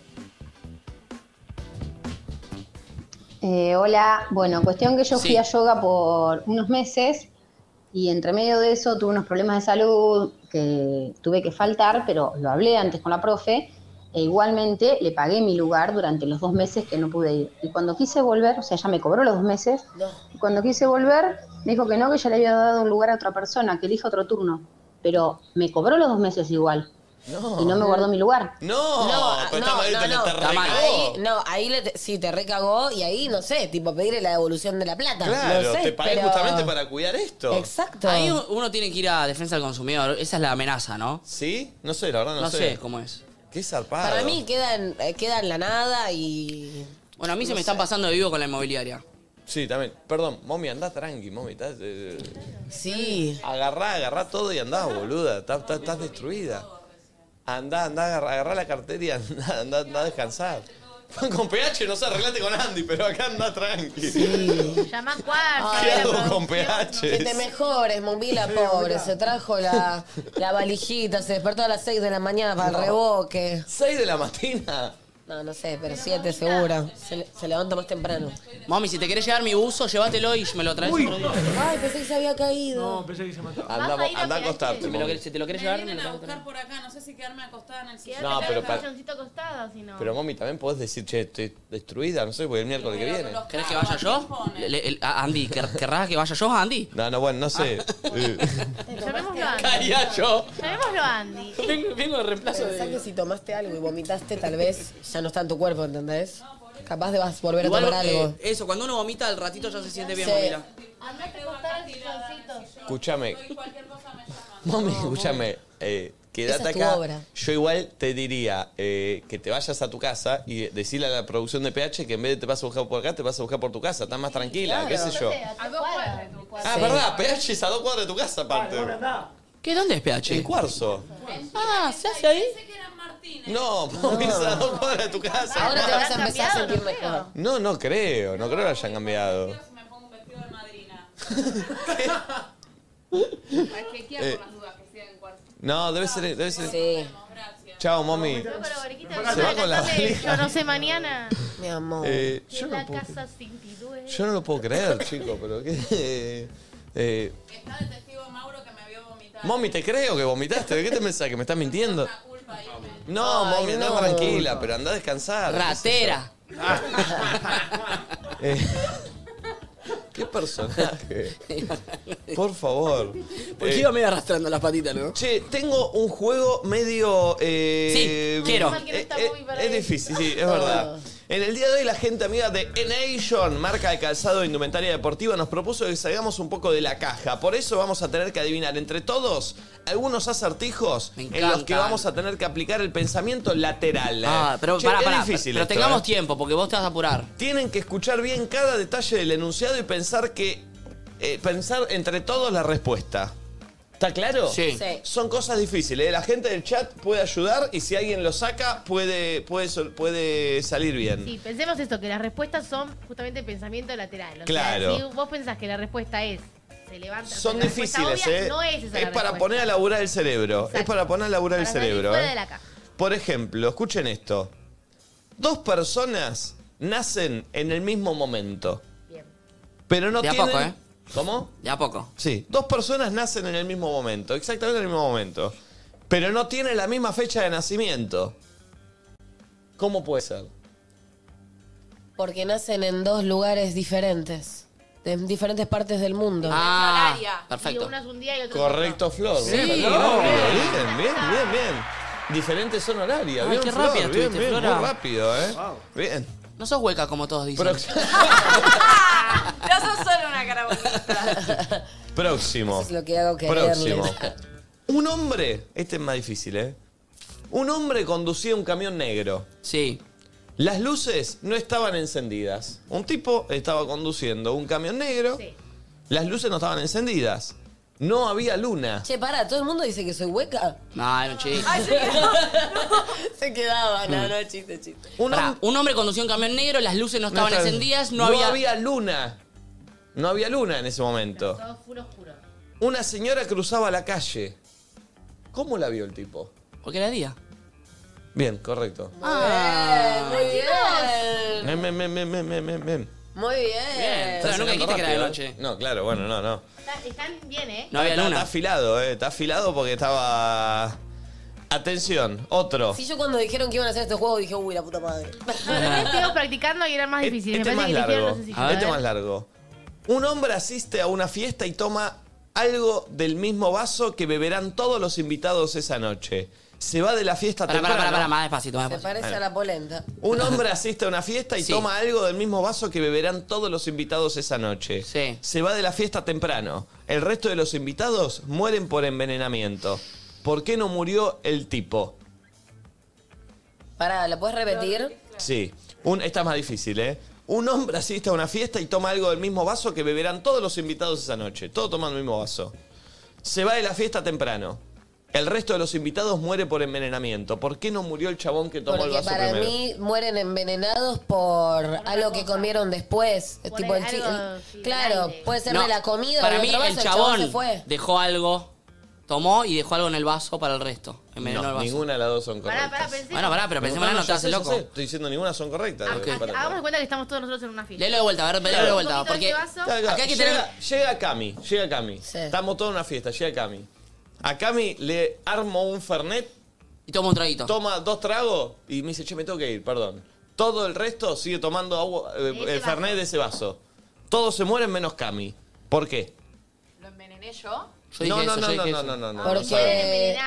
S26: Eh, hola, bueno, cuestión que yo
S1: Sí.
S26: fui a yoga por unos meses y entre medio de eso tuve unos problemas de salud, que tuve que faltar, pero lo hablé antes con la profe, e igualmente le pagué mi lugar durante los dos meses que no pude ir. Y cuando quise volver, o sea, ella me cobró los dos meses, y cuando quise volver, me dijo que no, que ya le había dado un lugar a otra persona, que elija otro turno. Pero me cobró los dos meses igual. Y no me guardó mi lugar.
S1: No,
S3: Ah,
S26: No,
S1: pero está
S26: no,
S1: mal,
S26: no,
S1: te-
S26: no,
S1: te
S26: está mal.
S1: recagó.
S3: Ahí, no, ahí le te- sí te recagó y ahí, no sé, tipo pedirle la devolución de la plata.
S1: Claro,
S3: no sé,
S1: te pagué
S3: pero-
S1: justamente para cuidar esto.
S3: Exacto.
S4: Ahí u- uno tiene que ir a defensa del consumidor. Esa es la amenaza, ¿no?
S1: ¿Sí? No sé, la verdad no
S4: No
S1: sé.
S4: sé cómo es.
S1: Qué zarpado.
S3: Para mí queda en, eh, queda en la nada y...
S4: Bueno, a mí se
S3: no
S4: me están
S3: sé.
S4: pasando de vivo con la inmobiliaria.
S1: Sí, también. Perdón, mommy, andá tranqui, mommy. Estás, eh,
S3: sí.
S1: Agarrá, agarrá todo y andá, boluda. Estás, estás- estás destruida. Andá, andá, agarrá, agarrá la cartera y andá, andá, andá a descansar. Con PH no se arreglaste con Andy, pero acá andá tranqui. *laughs*
S6: Llama a cuarta.
S1: ¿Qué hago con PH?
S3: Que te mejores, Este, Mombila, pobre. Se trajo la, la valijita, se despertó a las 6 de la mañana para el reboque.
S1: ¿6 de la mañana?
S3: No, no sé, pero 7 seguro. Se, le- se levanta más temprano.
S4: Mami, si te querés llevar mi buzo, llévatelo y me lo traes otro día.
S3: Ay, pensé que se había caído. No, pensé que se mató.
S1: Andá,
S4: Vas a ir a
S1: andá a
S4: PH.
S1: acostarte,
S4: Si me lo
S1: mommy.
S4: querés- si te lo querés
S21: Me
S4: llevar, me
S21: vienen
S4: lo
S21: a
S4: traes otro día.
S21: buscar por acá, no sé si quedarme acostada en el sillón.
S1: No, pero para-
S6: acostado, si no.
S1: Pero mami, también podés decir, che, estoy destruida, no sé, voy el miércoles que viene.
S4: ¿Querés que vaya yo? Le- le- el- a-
S1: *laughs*
S4: Andy, ¿quer- ¿querrás que vaya yo, Andy? Ah.
S1: No, no, bueno, no sé. Eh,
S6: Llamémoslo a Andy.
S4: Caía yo.
S6: Llamémoslo a Andy.
S4: Vengo, de reemplazo
S3: Pensá que si tomaste algo y vomitaste, tal vez ya no está en tu cuerpo, ¿entendés? Capaz de vas a volver
S4: Igual,
S3: a tomar
S4: eh,
S3: algo.
S4: eso, cuando uno vomita al ratito ya se siente bien,
S3: Sí.
S4: mira.
S6: Andate a acostar al silloncito.
S1: Escúchame. Mami, escúchame. Eh, quédate
S6: Esa es tu
S1: acá.
S6: obra.
S1: Yo igual te diría eh, que te vayas a tu casa y decirle a la producción de PH que en vez de te vas a buscar por acá, te vas a buscar por tu casa. Estás más tranquila, qué sé yo.
S6: A dos cuadras.
S1: Ah, verdad, PH es a dos cuadras de tu casa aparte.
S4: ¿Qué? ¿Dónde es PH?
S1: En Cuarzo.
S4: Ah, ¿se hace ahí?
S1: No, mami, es a dos cuadras de tu casa.
S3: Ahora te vas a
S1: Mamá.
S3: empezar a sentir mejor.
S1: No, no creo, no creo que lo hayan cambiado.
S21: Para chequear
S1: Eh.
S21: por las dudas que sea en cuarto.
S1: No, debe ser. Debe ser.
S3: Sí.
S1: Chao, mami. Se va con la valija.
S6: Yo no sé mañana.
S3: Mi amor.
S1: Eh,
S6: Y
S1: yo, no
S6: la
S1: puedo,
S6: casa sin titube.
S1: yo no lo puedo creer, chico, pero qué. eh, eh, Mami, te creo que vomitaste. ¿De qué te pensás? ¿Que me estás mintiendo? No,
S4: Ay,
S1: mami, andá
S4: no.
S1: tranquila, pero andá a descansar. *laughs*
S4: Ratera.
S24: *laughs*
S4: *laughs*
S1: Eh, qué personaje. Por favor.
S4: Porque
S1: Eh,
S4: iba medio arrastrando las patitas, ¿no?
S1: Che, tengo un juego medio. eh,
S4: Sí, quiero.
S1: eh, eh, es difícil, sí, es verdad. En el día de hoy, la gente amiga de Enation, marca de calzado e indumentaria deportiva, nos propuso que salgamos un poco de la caja. Por eso vamos a tener que adivinar entre todos algunos acertijos en los que
S4: encantan.
S1: vamos a tener que aplicar el pensamiento lateral. eh.
S4: Ah, pero
S1: Che,
S4: pará,
S1: es
S4: pará.
S1: difícil
S4: pero
S1: esto,
S4: tengamos
S1: eh.
S4: tiempo, porque vos te vas a apurar.
S1: Tienen que escuchar bien cada detalle del enunciado y pensar que. eh, pensar entre todos la respuesta. ¿Está claro?
S4: Sí. Sí.
S1: Son cosas difíciles. ¿eh? La gente del chat puede ayudar y si alguien lo saca, puede, puede, sol- puede salir bien.
S6: Sí, pensemos esto, que las respuestas son justamente pensamiento lateral. O
S1: Claro.
S6: Sea, si vos pensás que la respuesta es, se levanta.
S1: Son
S6: o sea, la respuesta
S1: difíciles,
S6: obvia
S1: ¿eh?
S6: No es esa la
S1: es para
S6: respuesta.
S1: poner a laburar el cerebro. Es
S6: Exacto.
S1: para poner a laburar
S6: Para
S1: el
S6: salir
S1: cerebro.
S6: fuera
S1: ¿eh?
S6: de la caja.
S1: Por ejemplo, escuchen esto. Dos personas nacen en el mismo momento.
S6: Bien.
S1: Pero no
S4: De a
S1: tienen...
S4: poco, ¿eh?
S1: ¿Cómo?
S4: De a poco.
S1: Sí, dos personas nacen en el mismo momento, exactamente en el mismo momento. Pero no tienen la misma fecha de nacimiento. ¿Cómo puede ser?
S3: Porque nacen en dos lugares diferentes. De diferentes partes del mundo.
S4: Ah,
S6: Y uno es un día y otro
S1: Correcto, Flor.
S6: Sí,
S1: Bien,
S6: no,
S1: bien,
S6: bien.
S1: bien, bien, bien, bien. Diferente zona horaria.
S4: Ay,
S1: bien,
S4: qué
S1: Flor,
S4: rápida
S1: bien,
S4: estuviste,
S1: bien,
S4: Flora.
S1: Muy rápido, ¿eh? Bien.
S4: No sos hueca como todos dicen.
S21: No sos solo una cara bonita.
S1: Próximo.
S3: Es lo que hago quererles.
S1: Próximo. *laughs* Un hombre, este es más difícil, ¿eh? Un hombre conducía un camión negro.
S4: Sí.
S1: Las luces no estaban encendidas. Un tipo estaba conduciendo un camión negro. Las luces no estaban encendidas. No había luna.
S3: Che, pará, ¿todo el mundo dice que soy hueca?
S4: No, era un chiste.
S3: *laughs* Se quedaba, no, no, chiste, chiste.
S1: *laughs* Un,
S4: Pará, un hombre conducía un camión negro, las luces no estaban
S1: estaba-
S4: encendidas, no,
S1: no
S4: había...
S1: había luna. No había luna en ese momento.
S6: Todo full oscuro.
S1: Una señora cruzaba la calle. ¿Cómo la vio el tipo?
S4: Porque Ah. era día.
S1: Bien, correcto.
S3: Muy bien.
S1: Mem, mem, mem, mem, mem, mem, mem.
S3: Muy bien.
S4: Claro, nunca dijiste que era de
S1: Rápido,
S4: noche.
S1: ¿eh? No, claro, bueno, no, no.
S6: Está- Están bien, ¿eh?
S1: No está, Está afilado, eh. Está afilado porque estaba. Atención, otro.
S3: Si yo cuando dijeron que iban a hacer este juego dije, uy, la puta
S6: *laughs*
S3: madre.
S6: Estuvimos practicando y eran más difíciles.
S1: Este es más
S6: Me parece que eligieron
S1: largo.
S6: los sencillos.
S1: Este es más largo. Un hombre asiste a una fiesta y toma algo del mismo vaso que beberán todos los invitados esa noche. Se va de la fiesta
S4: Para, para,
S1: temprano.
S4: para, más despacito, más
S3: Se
S4: despacito.
S3: parece a la polenta.
S1: Un hombre asiste a una fiesta y
S4: Sí.
S1: toma algo del mismo vaso que beberán todos los invitados esa noche. Se va de la fiesta temprano. El resto de los invitados mueren por envenenamiento. ¿Por qué no murió el tipo?
S3: *laughs* Pará, ¿la puedes repetir?
S1: Sí. Un, esta es más difícil, ¿eh? Un hombre asiste a una fiesta y toma algo del mismo vaso que beberán todos los invitados esa noche. Todos toman el mismo vaso. Se va de la fiesta temprano. El resto de los invitados muere por envenenamiento. ¿Por qué no murió el chabón que tomó el
S3: Porque
S1: vaso
S3: para
S1: primero?
S3: mí mueren envenenados por algo que comieron después. tipo el chi- el- Claro, puede ser
S4: No,
S3: de la comida
S4: Para
S3: o de
S4: mí,
S3: otro vaso,
S4: el chabón,
S3: se fue.
S4: dejó algo, tomó y dejó algo en el vaso para el resto. Envenenó
S1: No,
S4: el vaso.
S1: ninguna de las dos son correctas.
S4: Bueno, pará, pero pensemos en
S1: ya
S4: la
S1: sé,
S4: nota, hace
S1: ya
S4: loco.
S1: sé. Estoy diciendo ninguna son correctas. eh,
S4: Ah,
S1: Pará,
S4: ah,
S1: pará.
S6: Hagamos de cuenta que estamos todos nosotros en una fila.
S4: Léelo de vuelta, a ver, léelo de vuelta.
S6: Un poquito
S4: Porque
S6: de este vaso.
S1: Acá,
S4: acá hay que tener.
S1: llega, llega Cami, llega Cami. Estamos todos en una fiesta, llega Cami. A Cami le armo un fernet.
S4: Y toma un traguito.
S1: Toma dos tragos y me dice, che, me tengo que ir, perdón. Todo el resto sigue tomando agua, eh,
S2: Ese
S1: eh, fernet de ese vaso. Todos se mueren menos Cami. ¿Por qué?
S2: ¿Lo envenené yo?
S1: no,
S2: dije
S1: no,
S2: eso, yo
S1: no,
S2: dije
S1: no, no,
S2: eso.
S1: no,
S6: Ah,
S1: no, no, no.
S3: Porque,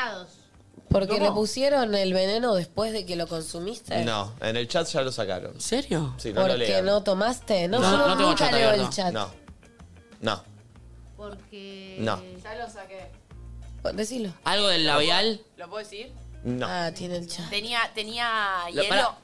S3: porque le pusieron el veneno después de que lo
S1: sabe.
S3: consumiste.
S1: No, en el chat ya lo sacaron. ¿En
S4: serio?
S1: Sí, no lo
S3: Porque
S1: lean.
S3: no tomaste. No, yo nunca leo el chat.
S1: No. No.
S6: Porque.
S1: No.
S2: Eh, Ya lo saqué.
S3: Decilo.
S4: ¿Algo del labial?
S2: ¿Lo puedo decir?
S1: No.
S3: Ah, tiene el chat.
S2: Tenía, tenía
S1: Lo-
S2: hielo.
S1: pará.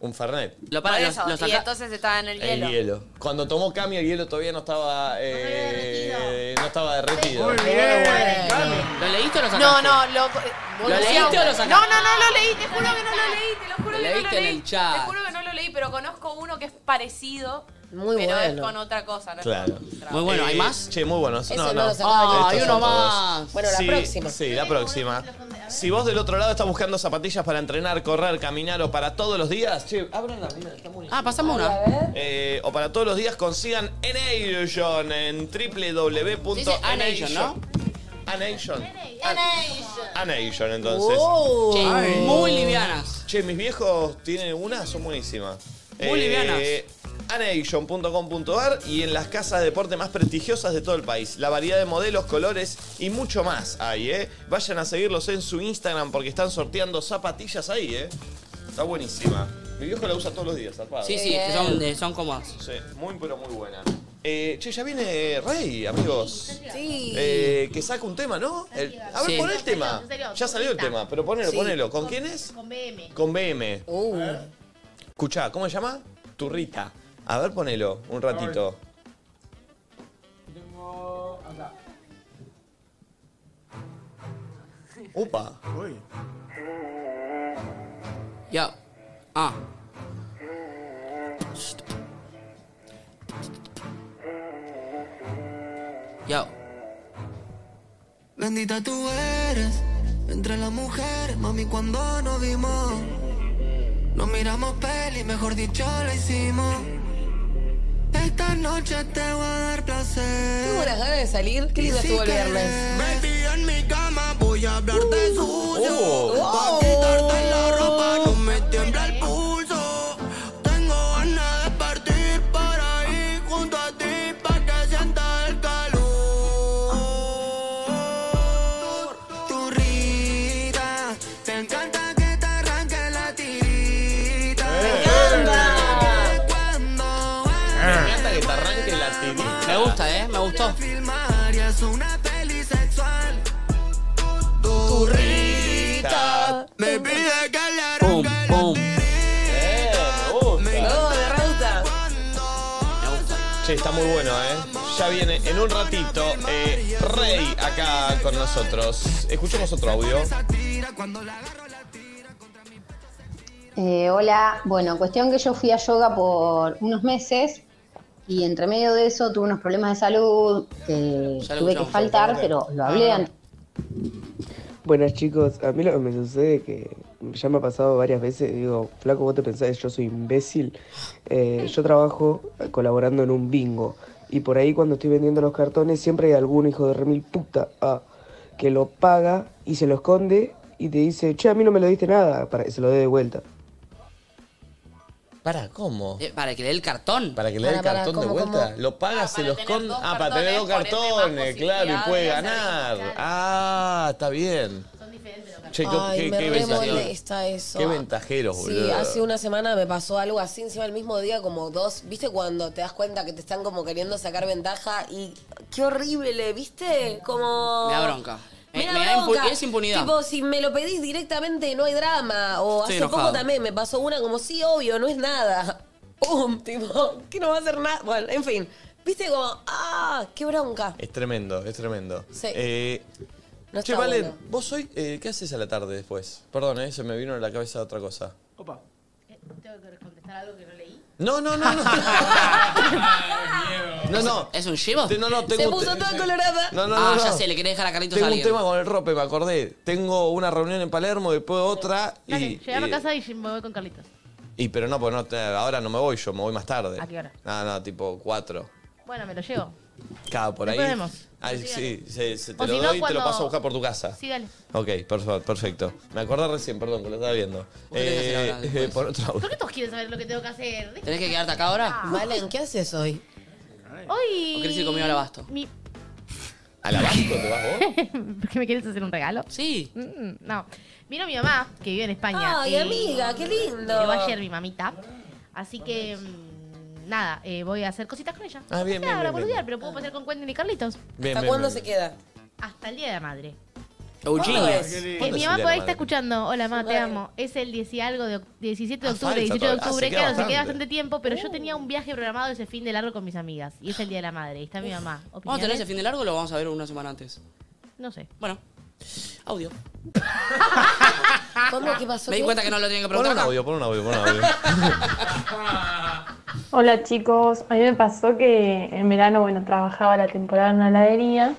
S1: Un fernet.
S4: Lo
S2: Por eso, y entonces estaba en el,
S1: El hielo. Cuando tomó Cami, el hielo todavía no estaba. eh, no estaba derretido.
S2: Muy bien,
S3: Eh.
S2: Cami.
S4: ¿Lo leíste o lo
S2: No,
S1: sacaste?
S2: no, lo. eh,
S1: ¿Lo leíste o lo sacaste?
S2: No, no, no lo leí, te juro que no lo leí, te lo juro
S4: Lo
S2: que no lo
S4: leíste en
S2: leí.
S4: el chat.
S2: Te juro que no lo leí, pero conozco uno que es parecido,
S3: Muy
S2: pero es
S1: bueno.
S2: con otra cosa. ¿no?
S1: Claro.
S4: Muy bueno, ¿hay
S1: Eh,
S4: más?
S1: Che, muy buenos.
S2: Ese
S1: No,
S2: no
S1: no.
S2: lo sacaba. Ah,
S1: Estos
S2: hay
S1: son
S2: uno
S1: todos.
S2: más. Bueno, la
S1: Sí,
S2: próxima.
S1: Sí, la próxima. Si vos del otro lado estás buscando zapatillas para entrenar, correr, caminar o para todos los días, che, abran la mira, está muy
S4: Ah, pasame una.
S1: Eh, o para todos los días consigan Enation en www.enation.
S4: Dice Anation, ¿no?
S1: Anation. Anation, entonces.
S4: Oh. Che, Ay. muy livianas.
S1: Che, mis viejos tienen una, son buenísimas. Eh,
S4: Muy livianas.
S1: Anation.com.ar y en las casas de deporte más prestigiosas de todo el país. La variedad de modelos, colores y mucho más hay, ¿eh? Vayan a seguirlos en su Instagram porque están sorteando zapatillas ahí, ¿eh? Está buenísima. Mi viejo la usa todos los días, zarpado.
S4: Sí, sí, que son, eh, son cómodas.
S1: Sí, muy pero muy buena. Eh, che, ya viene Rey, amigos.
S3: Sí.
S1: Eh, que saca un tema, ¿no? El- a ver,
S4: Sí.
S1: pon el tema. Ya salió el tema, pero ponelo,
S6: Sí.
S1: ponelo. ¿Con quién es?
S6: Con BM.
S1: Con BM.
S3: Uh.
S1: Escuchá, ¿cómo se llama? Turrita. A ver, ponelo un ratito.
S27: Tengo acá.
S1: Upa.
S27: Uy.
S4: Ya. Ah. Ya.
S5: Bendita tú eres entre las mujeres, mami, cuando nos vimos. Nos miramos peli, mejor dicho, la hicimos. Esta noche te voy a dar placer.
S3: Tengo unas ganas de salir. Qué lindo
S5: Y si
S3: estuvo el viernes. Uh.
S5: querés, Baby, en mi cama voy a hablarte suyo.
S3: Oh.
S5: Pa' quitarte la ropa, no me tiembla el pulso. Tengo ganas de partir para ir junto a ti, pa' que sienta el calor. Tu rita, te encanta que te arranque la tirita. Te encanta. Cuando
S1: Me encanta que te arranque la tirita.
S4: Me gusta, ¿eh? Me gustó.
S5: filmarías una peli sexual. Tu rita me pide que le arranque la
S4: Eh,
S1: Me
S3: de rauta.
S1: Che, está muy bueno, ¿eh? Ya viene en un ratito eh, Rey acá con nosotros. Escuchemos otro audio.
S26: Eh, hola, bueno, cuestión que yo fui a yoga por unos meses y entre medio de eso tuve unos problemas de salud que lo Ah. tuve que escuchamos, faltar, seguramente. pero lo hablé antes.
S14: Buenas chicos, a mí lo que me sucede es que
S13: ya me ha pasado varias veces, digo, flaco, vos te pensás que yo soy imbécil. Eh, yo trabajo colaborando en un bingo. Y por ahí cuando estoy vendiendo los cartones siempre hay algún hijo de remil puta ah, que lo paga y se lo esconde y te dice, che, a mí no me lo diste nada, para que se lo dé de vuelta.
S1: Para, ¿cómo?
S4: Eh, Para que le dé el cartón.
S1: Para que le dé el cartón de vuelta. Lo paga, se los con. Ah, para tener dos cartones, claro, y puede ganar. Ah, está bien. Che, qué-
S3: Ay,
S1: qué,
S3: me
S1: qué
S3: re
S1: ventajero.
S3: molesta eso.
S1: Qué ventajeros, Oh, boludo.
S3: Sí, hace una semana me pasó algo así, encima el mismo día, como dos. ¿Viste cuando te das cuenta que te están como queriendo sacar ventaja? Y qué horrible, ¿viste? Como.
S4: Me da bronca. Me,
S3: Me da
S4: me da impu-
S3: bronca.
S4: es impunidad.
S3: Tipo, si me lo pedís directamente, no hay drama. O
S4: Estoy
S3: hace poco
S4: enojado.
S3: también me pasó una como, sí, obvio, no es nada. *laughs* ¡Pum! Tipo, que no va a hacer nada. Bueno, en fin. ¿Viste como, ah, qué bronca?
S1: Es tremendo, es tremendo.
S3: Sí.
S1: Eh,
S3: No
S1: che,
S3: está
S1: Valen,
S3: bueno.
S1: vos hoy, eh, ¿qué haces a la tarde después? Perdón, eh, se me vino a la cabeza otra cosa.
S6: Eh, Tengo que contestar algo que no leí.
S1: No, no,
S3: *laughs*
S1: no, no. no, no.
S4: ¿Es un chivo?
S1: No, no, tengo un te-
S3: colorada.
S1: No, no,
S4: ah,
S1: no,
S4: ya
S1: no.
S4: sé, le quería dejar a Carlitos
S1: Tengo
S4: a
S1: un
S4: alguien.
S1: tema con el rope, me acordé. Tengo una reunión en Palermo, después otra. Y,
S6: Llegame
S1: y-
S6: a casa y me voy con
S1: eh.
S6: Carlitos.
S1: y- pero no, pues no, te- ahora no me voy yo, me voy más tarde.
S6: ¿A qué hora?
S1: No, no, tipo cuatro.
S6: Bueno, me lo llevo.
S1: Cada por ahí.
S6: Después vemos.
S1: Ay, sí, se, se- te
S6: O
S1: lo
S6: si no,
S1: doy y te
S6: cuando-
S1: lo paso a buscar por tu casa.
S6: Sí, dale.
S1: Ok, perfecto, perfecto. Me acordé recién, perdón, que lo estaba viendo. Eh, eh, por otro audio.
S6: Todos quieren saber lo que tengo que hacer.
S4: ¿Tenés que quedarte acá *laughs* ahora?
S6: Ah.
S3: Valen, ¿qué haces hoy?
S6: Hoy.
S4: ¿O querés ir conmigo al abasto?
S6: Mi-
S1: ¿Al abasto te vas vos?
S6: *laughs* ¿Por qué me quieres hacer un regalo? Mm,
S4: Sí.
S6: no. Vino mi mamá, que vive en España.
S3: Ay, amiga, qué lindo.
S6: Llegó ayer mi mamita. Así que. mm, Nada, eh, voy a hacer cositas con ella.
S1: Ah, bien, bien,
S6: Nada,
S1: bien,
S6: para
S1: bien.
S6: boludear, pero puedo pasar con Quentin y Carlitos.
S1: Bien, ¿Hasta bien, cuándo bien, se
S3: queda?
S6: Hasta el Día de la Madre.
S4: Eugenia.
S6: es? Que mi mamá por ahí está escuchando. Hola, mamá, te amo. Es el 10 y algo de, oc- 17 de
S4: Ah,
S6: octubre,
S4: falta
S6: 18 de
S4: todavía. Ah, se
S6: octubre.
S4: queda
S6: claro, se queda
S4: bastante.
S6: bastante tiempo, pero
S3: Mm.
S6: yo tenía un viaje programado ese fin de largo con mis amigas. Y es el Día de la Madre. Y está mi mamá.
S4: ¿Vamos a tener
S6: ¿Opiniones?
S4: ese fin de largo o lo vamos a ver una semana antes?
S6: No sé.
S4: Bueno. Audio.
S3: ¿Cómo? ¿Qué pasó?
S4: Me di cuenta que no lo tenía que
S1: Pon
S4: preguntar
S1: un
S4: acá.
S1: audio, pon un audio, pon un
S4: *laughs*
S1: audio.
S17: Hola chicos, a mí me pasó que en verano, bueno, trabajaba la temporada en una heladería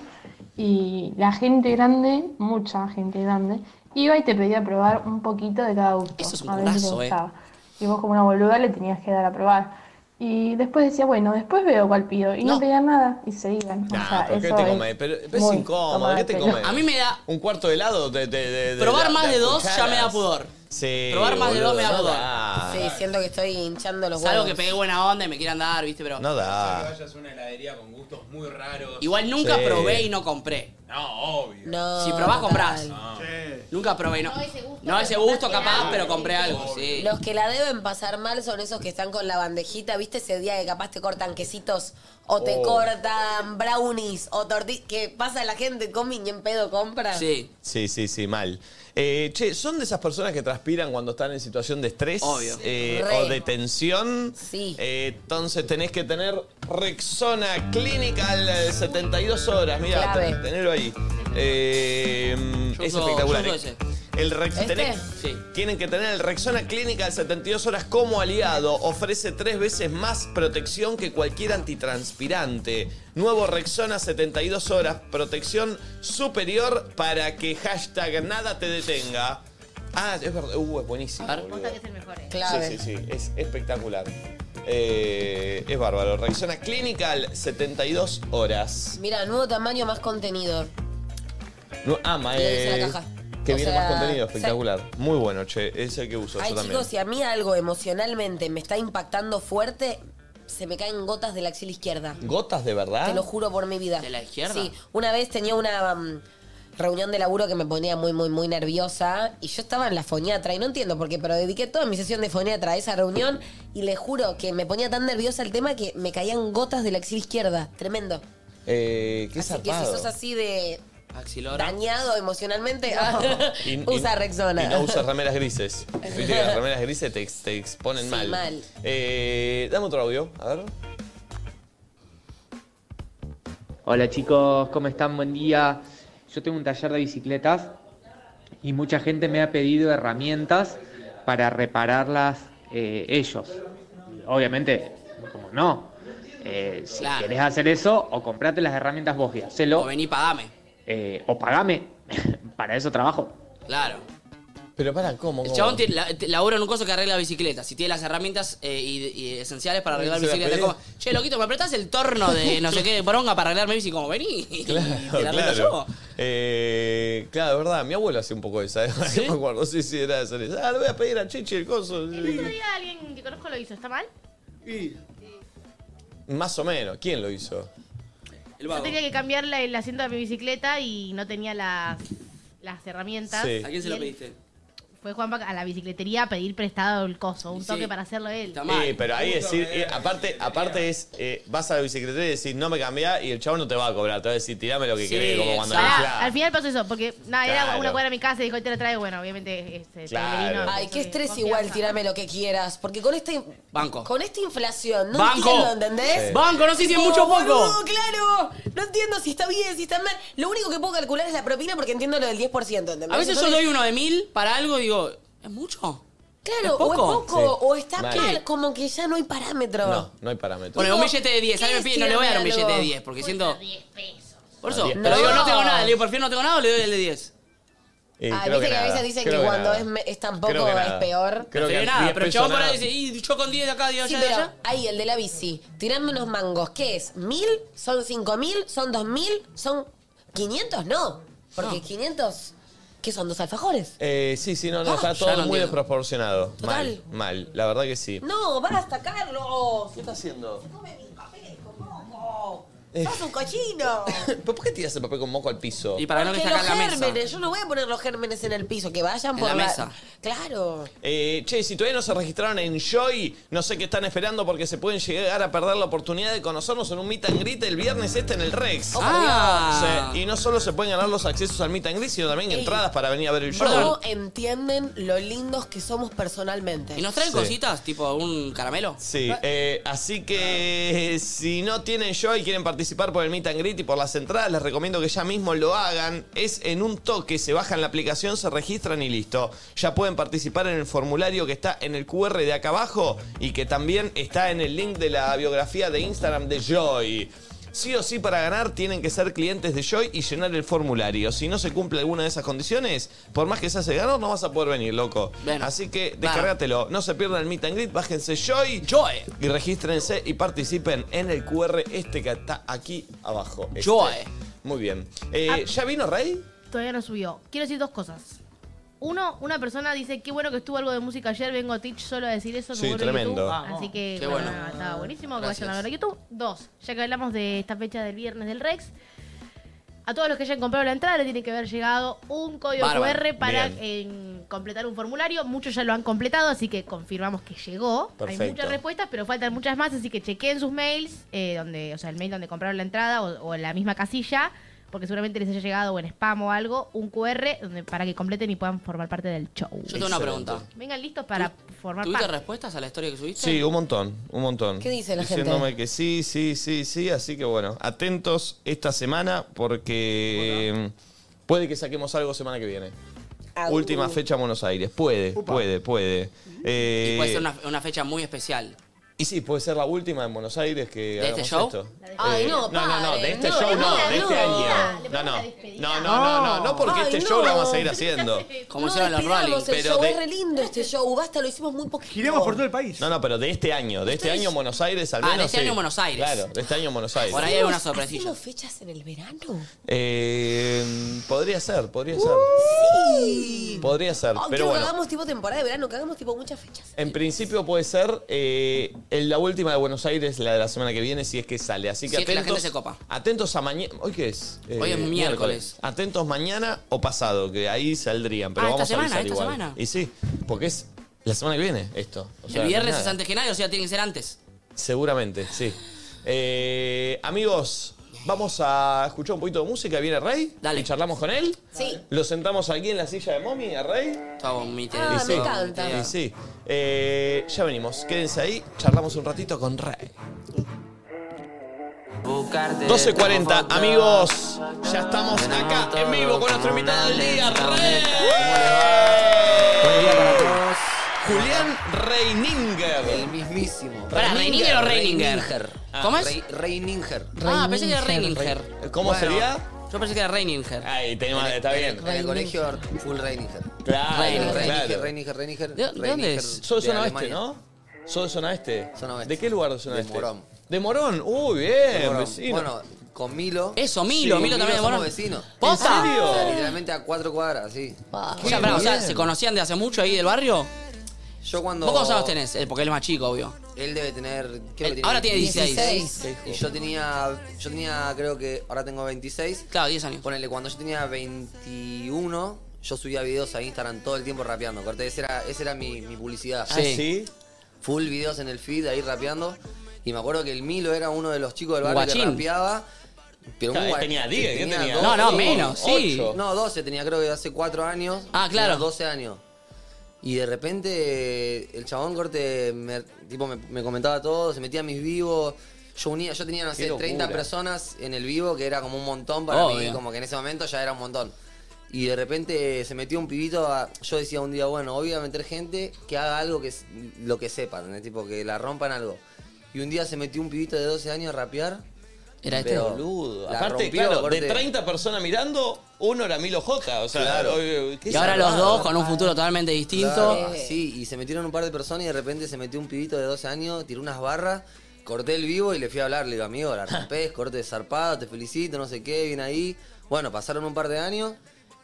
S17: y la gente grande, mucha gente grande, iba y te pedía probar un poquito de cada gusto.
S4: Eso es un
S17: a ver si te
S4: currazo, eh.
S17: gustaba. Y vos como una boluda le tenías que dar a probar. Y después decía, bueno, después veo cuál pido. Y no, pedían nada y se iban. O sea,
S1: Ah, ¿pero qué
S17: eso
S1: te
S6: eh.
S17: es-
S1: comes? Pero, pero es
S17: muy
S1: incómodo,
S17: tomada
S1: ¿qué te
S17: de
S1: comes?
S17: pelo. A
S4: mí me da-
S1: Un cuarto de helado de. de- de- de-
S4: Probar
S1: la-
S4: más
S1: las
S4: de dos ya me da
S1: cucharas.
S4: pudor.
S1: Sí.
S4: Probar más de dos me da
S1: Eh, boludo, no
S4: pudor.
S1: da.
S3: Sí, siento que estoy hinchando los
S4: Salvo
S3: huevos.
S4: que pegué buena onda y me quieran dar, ¿viste? Pero.
S1: No
S18: Que
S1: da.
S18: vayas a una heladería con gustos muy raros.
S4: Igual nunca
S1: Sí.
S4: probé y no compré.
S18: No, obvio. Ah.
S3: No,
S4: si probás,
S3: total.
S4: comprás. Nunca probé, no.
S6: No ese gusto,
S4: No ese
S6: pero
S4: gusto,
S6: compraste
S4: capaz,
S6: algo.
S4: pero compré algo, sí.
S3: Los que la deben pasar mal son esos que están con la bandejita, ¿viste? Ese día que capaz te cortan quesitos o te
S4: Oh.
S3: cortan brownies o tortillas. Que pasa la gente, come y en pedo compra.
S4: Sí.
S1: Sí, sí, sí, mal. Eh, che, ¿son de esas personas que transpiran cuando están en situación de estrés?
S4: Obvio.
S1: eh,
S4: Re.
S1: o de tensión. Eh,
S3: Sí.
S1: entonces tenés que tener Rexona Clinical eh, 72 horas. Mira,
S4: Clave.
S1: tenerlo ahí. Eh,
S4: Yo
S1: es
S4: uso-
S1: espectacular.
S4: yo uso
S1: eh.
S4: ese.
S1: El Rex-
S4: ¿Este?
S1: tenés-
S4: Sí.
S1: Tienen que tener el Rexona Clinical 72 horas como aliado. Ofrece tres veces más protección que cualquier antitranspirante. Nuevo Rexona 72 horas. Protección superior para que hashtag nada te detenga. Ah, es verdad. Uh, es buenísimo. boludo.
S6: Es el mejor, eh.
S1: Sí, sí, sí. Es espectacular. Eh, es bárbaro. Rexona Clinical 72 horas.
S3: Mira, nuevo tamaño, más contenido.
S1: No, ama,
S3: Lo dice
S1: eh,
S3: la caja.
S1: Que
S3: O
S1: viene
S3: sea,
S1: más contenido,
S3: sí.
S1: espectacular. Muy bueno, che. Es el que uso
S3: Ay,
S1: yo también.
S3: chicos, si a mí algo emocionalmente me está impactando fuerte, se me caen gotas de la axila izquierda.
S1: ¿Gotas de verdad?
S3: Te lo juro por mi vida. ¿De la
S4: izquierda?
S3: Sí. Una vez tenía una um, reunión de laburo que me ponía muy, muy, muy nerviosa. Y yo estaba en la foniatra y no entiendo por qué, pero dediqué toda mi sesión de foniatra a esa reunión. Y le juro que me ponía tan nerviosa el tema que me caían gotas de la axila izquierda. Tremendo.
S1: Eh, qué
S3: Así que si
S1: zarpado.
S3: sos así de
S4: Axilora.
S3: dañado emocionalmente, *laughs*
S1: Y- y-
S3: usa Rexona.
S1: Y no usas
S3: *laughs*
S1: remeras grises. Viste que las remeras grises te, ex- te exponen
S3: Sí,
S1: mal.
S3: mal.
S1: Eh, dame otro audio, a ver.
S28: Hola chicos, ¿cómo están? Buen día. Yo tengo un taller de bicicletas y mucha gente me ha pedido herramientas para repararlas eh, ellos. Obviamente, como no. Eh, si
S4: Claro.
S28: querés hacer eso, o comprate las herramientas vos y hacelo. Eh, O
S4: vení, pagame.
S28: o pagame. para eso trabajo.
S4: Claro.
S1: Pero para, ¿cómo?
S4: El
S1: cómo?
S4: chabón tiene- la- te- labura en un coso que arregla bicicletas y tiene las herramientas eh, y, y esenciales para arreglar
S1: Se la
S4: bicicletas.
S1: pelea.
S4: Como, che, loquito, ¿me apretás el torno de no sé qué de poronga para arreglar mi bici? Como, vení. *laughs* y
S1: *laughs*
S4: te la arreglo
S1: Claro, Eh, claro, es verdad, mi abuelo hacía un poco esa. *laughs* ¿Sí? me acuerdo, sí, sí, era esa. Ah, le voy a pedir a Chichi el coso.
S6: El otro día alguien que conozco lo hizo, ¿está mal?
S1: Más o menos, ¿quién lo hizo?
S4: El
S6: Yo tenía que cambiar la- el asiento de mi bicicleta y no tenía las, las herramientas.
S1: Sí.
S4: ¿A quién se
S6: Y
S4: lo
S6: él-
S4: pediste?
S6: Fue Juanpa a la bicicletería a pedir prestado el coso, un
S4: Sí.
S6: toque para hacerlo él.
S1: Eh, pero ahí decir, eh, aparte, aparte es, eh, vas a la bicicletería y decís, no me cambiá, y el chabón no te va a cobrar, te va a decir, tirame lo que
S4: Sí,
S1: querés, como cuando
S6: Pará,
S1: inflás.
S6: al final pasó eso, porque nada, era
S1: Claro.
S6: una cuadra de mi casa y dijo, "Hoy te la traigo, bueno, obviamente este, se
S1: Claro.
S6: le vino-
S3: Ay, qué estrés igual, tirame lo que quieras. Porque con este esta, in-
S4: Banco.
S3: con esta inflación, no
S4: Banco.
S3: entiendo, ¿entendés?
S4: Sí. Banco, no sé si es mucho o poco.
S3: No, claro. No entiendo si está bien, si está mal. Lo único que puedo calcular es la propina porque entiendo lo del 10%, ¿entendés?
S4: A veces yo
S3: Entonces,
S4: doy uno de mil para algo y digo, ¿es mucho? ¿es
S3: Claro,
S4: poco?
S3: o es poco,
S4: Sí.
S3: o está
S4: Mal.
S3: mal, como que ya no hay parámetro.
S1: No, no hay parámetro.
S4: Bueno, un billete de 10, alguien me pide, no le voy a dar un billete de 10, porque siento. Por eso,
S1: No.
S4: pero digo, no tengo nada, le digo, por fin no tengo nada, le doy el de 10.
S1: Eh,
S3: Ah,
S1: creo
S3: viste que, a
S1: nada,
S3: veces dicen que,
S1: creo
S3: cuando
S1: nada.
S3: es, me- es tan poco
S1: Creo que
S3: es
S1: nada.
S3: peor.
S1: Creo
S4: no
S1: que
S4: sería
S1: al
S4: nada,
S1: 10
S4: pero el
S1: pesos
S4: chabón por ahí
S1: nada.
S4: dice, y yo con 10 de acá, 10
S3: Sí,
S4: allá, de
S3: pero
S4: allá.
S3: ahí el de la bici. Tirame unos mangos. ¿Qué es? ¿Mil? ¿Son cinco mil? ¿Son dos mil? ¿Son quinientos? No. Porque quinientos, ¿qué son? ¿Dos alfajores?
S1: Eh, sí, sí, no, no,
S3: Ah,
S1: está
S3: ya
S1: todo
S3: no
S1: muy
S3: entiendo.
S1: desproporcionado.
S3: Total.
S1: Mal, mal, la verdad que sí.
S3: No, basta, Carlos.
S1: ¿Qué está haciendo?
S3: ¡Sos un cochino!
S1: ¿Pero por qué tiras el papel con moco al piso?
S4: Y para no que
S3: Porque los gérmenes, yo no voy a poner los gérmenes en el piso, que vayan
S1: En
S3: por
S1: la mesa.
S3: Claro.
S1: Eh, che, si todavía no se registraron en Joy, no sé qué están esperando porque se pueden llegar a perder la oportunidad de conocernos en un meet and greet el viernes este en el Rex.
S3: Oh, por Ah.
S1: Sí, y no solo se pueden ganar los accesos al meet and greet, sino también
S3: Ey.
S1: entradas para venir a ver el show.
S3: No entienden lo lindos que somos personalmente.
S4: ¿Y nos traen
S1: Sí.
S4: cositas? ¿Tipo un caramelo?
S1: Sí, eh, así que eh, si no tienen yo y quieren participar por el Meet and Greet y por las entradas, les recomiendo que ya mismo lo hagan. Es en un toque, se bajan la aplicación, se registran y listo. Ya pueden participar en el formulario que está en el QR de acá abajo y que también está en el link de la biografía de Instagram de Joy. Sí o sí para ganar tienen que ser clientes de Joy y llenar el formulario. Si no se cumple alguna de esas condiciones, por más que seas el ganador, no vas a poder venir, loco. Así que descargátelo. No se pierdan el meet and greet, bájense Joy.
S4: Joy.
S1: Y regístrense y participen en el QR este que está aquí abajo. Este.
S4: Joy.
S1: Muy bien. Eh, ¿Ya vino Rey?
S6: Todavía no subió. Quiero decir dos cosas. Uno, una persona dice, qué bueno que estuvo algo de música ayer, vengo a Teach solo a decir eso. que
S1: Sí,
S6: vuelve
S1: tremendo.
S6: YouTube".
S1: Vamos.
S6: Así que,
S1: Qué
S6: bueno,
S1: bueno.
S6: estaba buenísimo, que
S1: Gracias.
S6: vayan a ver a YouTube. Dos, ya que hablamos de esta fecha del viernes del Rex, a todos los que hayan comprado la entrada le tiene que haber llegado un código
S1: Bárbaro.
S6: QR para
S1: Bien.
S6: eh, completar un formulario. Muchos ya lo han completado, así que confirmamos que llegó. Hay
S1: Perfecto.
S6: muchas respuestas, pero faltan muchas más, así que chequeen sus mails, eh, donde, o sea, el mail donde compraron la entrada o, o en la misma casilla, porque seguramente les haya llegado o en spam o algo, un QR donde, para que completen y puedan formar parte del show.
S4: Yo tengo una pregunta.
S6: Vengan listos para formar
S4: ¿Tuviste
S6: parte.
S4: respuestas a la historia que subiste?
S1: Sí, un montón, un montón.
S6: ¿Qué dice la gente?
S1: Diciéndome que sí, sí, sí, sí. Así que bueno, atentos esta semana porque mm, puede que saquemos algo semana que viene.
S4: Au.
S1: Última fecha en Buenos Aires. Puede,
S4: Upa.
S1: puede, puede. Eh,
S4: Y puede ser una, una fecha muy especial.
S1: Y sí, puede ser la última en Buenos Aires que
S4: ¿De este
S1: hagamos
S4: show?
S1: esto. Eh,
S4: Ay, no,
S1: no, no, no, de
S4: padre,
S1: este
S4: no,
S1: show no,
S4: no,
S1: de este
S4: no.
S1: año. No, no, no, no, no, no, no, porque
S3: Ay,
S1: este
S3: no.
S1: show lo vamos a seguir
S3: *laughs*
S1: haciendo.
S3: no despidamos el
S1: Pero
S3: show,
S1: de-
S3: es re lindo este show. Basta, lo hicimos muy poquito.
S1: todo el país. No, no, pero de este año, de este
S3: Ustedes-
S1: año en Buenos Aires al
S4: Ah, de
S1: menos.
S4: este año en Buenos Aires.
S1: Claro, de este año en Buenos Aires.
S4: Por ahí hay una sorpresilla.
S3: ¿Hacemos fechas en el verano?
S1: Eh, podría ser, podría ser.
S3: Sí.
S1: Podría ser,
S3: Oh,
S1: pero
S3: quiero que
S1: bueno.
S3: hagamos tipo temporada de verano, que hagamos tipo muchas fechas.
S1: En principio puede ser eh, en la última de Buenos Aires, la de la semana que viene, si es que sale. Así que
S4: Si es que
S1: atentos.
S4: la gente se copa.
S1: Atentos a mañana. ¿Hoy qué es? Eh,
S4: Hoy es miércoles.
S1: Atentos mañana o pasado, que ahí saldrían. Pero
S4: Ah,
S1: vamos
S4: esta
S1: a
S4: semana,
S1: avisar
S4: esta
S1: igual.
S4: semana.
S1: Y sí, porque es la semana que viene esto. O sea,
S4: el viernes
S1: nada.
S4: es antes que nadie, o sea, tiene que ser antes.
S1: Seguramente, sí. Eh, amigos, vamos a escuchar un poquito de música. Viene Rey. Dale. Y charlamos con él.
S3: Sí.
S1: Lo sentamos aquí en la silla de Mommy, a Rey.
S4: Está bonito.
S3: Ah, me encanta.
S1: Y sí. Eh, ya venimos. Quédense ahí. Charlamos un ratito con Rey. 12.40, amigos. Ya estamos acá en vivo con nuestro invitado del día, Rey. Julián Reininger. El mismísimo.
S4: Pará, ¿Reininger o Reininger?
S1: Ah,
S4: ¿Cómo es?
S1: Rei-
S4: Reininger. Ah, pensé que era
S1: Reininger.
S4: Reininger.
S1: ¿Cómo sería?
S4: Yo pensé que era Reininger.
S1: Ahí, tenemos, está bien.
S10: En el colegio, full Reininger.
S1: Claro,
S10: Reiniger, Reiniger,
S1: claro.
S10: Reiniger, Reiniger.
S1: ¿De, de dónde es? Soy zona oeste, ¿no? Soy zona este. ¿De qué lugar de zona
S10: De
S1: este?
S10: Morón.
S1: De Morón. Uy, bien,
S10: De Morón.
S1: vecino.
S10: Bueno, con Milo.
S4: Eso, Milo,
S10: con
S4: Milo también de
S10: somos
S4: Morón.
S10: vecinos.
S4: ¿Posta?
S10: ¿En serio?
S4: ¿En serio?
S10: Literalmente a cuatro cuadras, sí.
S4: O sea, pará, o sea, ¿se conocían de hace mucho ahí del barrio?
S10: Yo cuando.
S4: ¿Vos cuántos años tenés? Eh, Porque él es más chico, obvio.
S10: Él debe tener. creo que
S4: ahora tiene 16. 16.
S10: Y yo tenía. Yo tenía, creo que. Ahora tengo 26.
S4: Claro, 10 años.
S10: Ponele, cuando yo tenía 21, yo subía videos a Instagram todo el tiempo rapeando. Corté, esa era, esa era mi, mi publicidad.
S1: Ah, Sí. ¿sí?
S10: Full videos en el feed ahí rapeando. Y me acuerdo que el Milo era uno de los chicos del barrio que
S1: Guachín.
S10: rapeaba. Pero
S1: Claro,
S10: un
S1: él
S10: gua-
S1: tenía 10, ¿qué tenía?
S10: dos,
S1: No, no,
S10: ocho.
S1: menos, sí.
S10: No, 12 tenía, creo que hace 4 años.
S4: Ah,
S10: Tenía
S4: claro.
S10: 12 años. Y de repente el chabón corte me, tipo, me, me comentaba todo, se metía a mis vivos. Yo unía, yo tenía, no
S1: Qué
S10: sé,
S1: locura.
S10: 30 personas en el vivo, que era como un montón para mí,
S1: Obvio.
S10: como que en ese momento ya era un montón. Y de repente se metió un pibito a- Yo decía un día, bueno, hoy voy a meter gente que haga algo que s- lo que sepan, ¿entendés? tipo que la rompan algo. Y un día se metió un pibito de 12 años a rapear.
S4: Era este
S10: pero
S1: boludo.
S10: la
S1: Aparte,
S10: rompió,
S1: claro,
S10: corte.
S1: de 30 personas mirando, uno era Milo J. O sea,
S10: Claro.
S1: oye, qué
S4: Y ahora los
S1: zarpado.
S4: dos con un futuro totalmente distinto. Eh,
S10: Claro, sí, y se metieron un par de personas y de repente se metió un pibito de 12 años, tiró unas barras, corté el vivo y le fui a hablar. Le digo, amigo, la rompés, corte zarpado, te felicito, no sé qué, bien ahí. Bueno, pasaron un par de años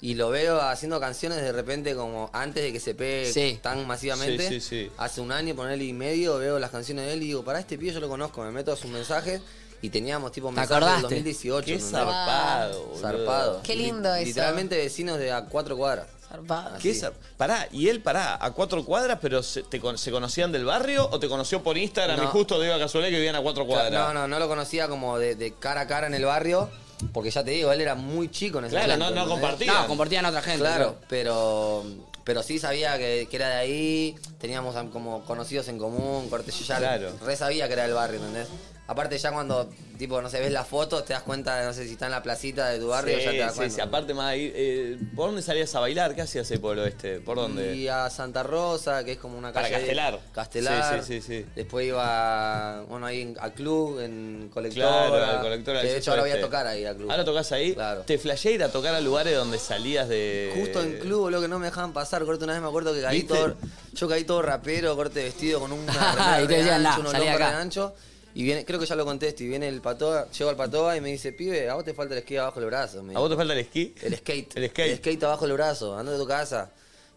S10: y lo veo haciendo canciones de repente como antes de que se pegue
S1: Sí.
S10: tan masivamente.
S1: Sí, sí, sí.
S10: Hace un año, ponele y medio, veo las canciones de él y digo, para este pibe yo lo conozco, me meto a sus mensajes. Y teníamos tipo
S1: ¿Te
S10: mensajes del
S1: acordaste?
S10: 2018.
S1: Qué
S10: ¿entendés?
S1: zarpado, boludo.
S10: Zarpado.
S3: Qué lindo
S10: Li-
S3: eso.
S10: Literalmente vecinos de a cuatro cuadras.
S3: Zarpado.
S1: ¿Qué zar- Pará, y él pará, a cuatro cuadras, pero se, te con- ¿se conocían del barrio o te conoció por Instagram
S10: No.
S1: y justo de iba casualidad que vivían a cuatro
S10: Claro,
S1: cuadras?
S10: No, no, no lo conocía como de, de cara a cara en el barrio, porque ya te digo, él era muy chico en ese
S1: Claro,
S10: momento,
S1: no- no
S10: ¿entendés?
S1: compartían. No, compartían
S4: otra gente,
S10: Claro,
S4: claro.
S10: pero, pero sí sabía que, que era de ahí, teníamos am- como conocidos en común, corte, yo ya
S1: Claro.
S10: re sabía que era del barrio, ¿entendés? Aparte ya cuando, tipo, no sé, ves las fotos, te das cuenta, no sé, si está en la placita de tu barrio,
S1: Sí,
S10: ya te das
S1: sí,
S10: cuenta.
S1: sí, aparte más ahí, eh, ¿por dónde salías a bailar? ¿Qué hacías el pueblo este? ¿Por dónde?
S10: Y a Santa Rosa, que es como una
S1: Para
S10: calle...
S1: Castelar.
S10: Castelar.
S1: Sí, sí, sí, sí.
S10: Después iba, bueno, ahí en- a club, en colectora.
S1: Claro, al colector
S10: que de hecho ahora voy a tocar ahí a club.
S1: Ahora tocas ahí. Te flashé ir a tocar a lugares donde salías de.
S10: Justo en club, lo que no me dejaban pasar, corte, una vez me acuerdo que caí
S1: Eh, ¿Viste?
S10: todo, yo caí todo rapero, corte vestido
S1: *laughs*
S10: con una
S4: Ah,
S10: remera
S4: y te
S10: re
S4: decían,
S10: ancha,
S4: "Nah,
S10: unos
S4: salí de
S10: lombres
S4: acá".
S10: re anchos, y viene, creo que ya lo contesto, y viene el patoa, llego al patoa y me dice, pibe, a vos te falta el esquí abajo del brazo. me
S1: ¿A vos te falta el esquí?
S10: El skate.
S1: El skate.
S10: El skate abajo del brazo, ando de tu casa.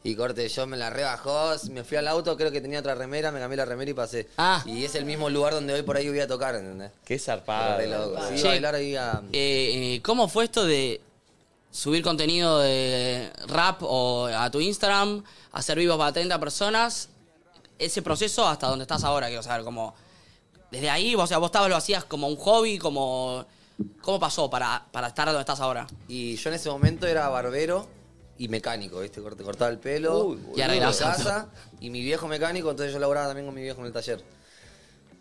S10: Y corte, yo me la rebajó, me fui al auto, creo que tenía otra remera, me cambié la remera y pasé. Y es el mismo lugar donde hoy por ahí voy a tocar, ¿entendés?
S1: Ah. Qué zarpado.
S10: Re loco. Sí,
S4: Che,
S10: bailar ahí a...
S4: eh, eh, ¿Cómo fue esto de subir contenido de rap o a tu Instagram, hacer vivos para 30 personas? Ese proceso hasta donde estás ahora, quiero saber, como... Desde ahí, o sea, vos estabas, lo hacías como un hobby, como... ¿Cómo pasó para, para estar donde estás ahora?
S10: Y yo en ese momento era barbero y mecánico, ¿viste? Corte- Cortaba el pelo,
S4: Uy, boludo. Y
S10: la
S4: arreglabas auto.
S10: casa, y mi viejo mecánico, entonces yo laburaba también con mi viejo en el taller.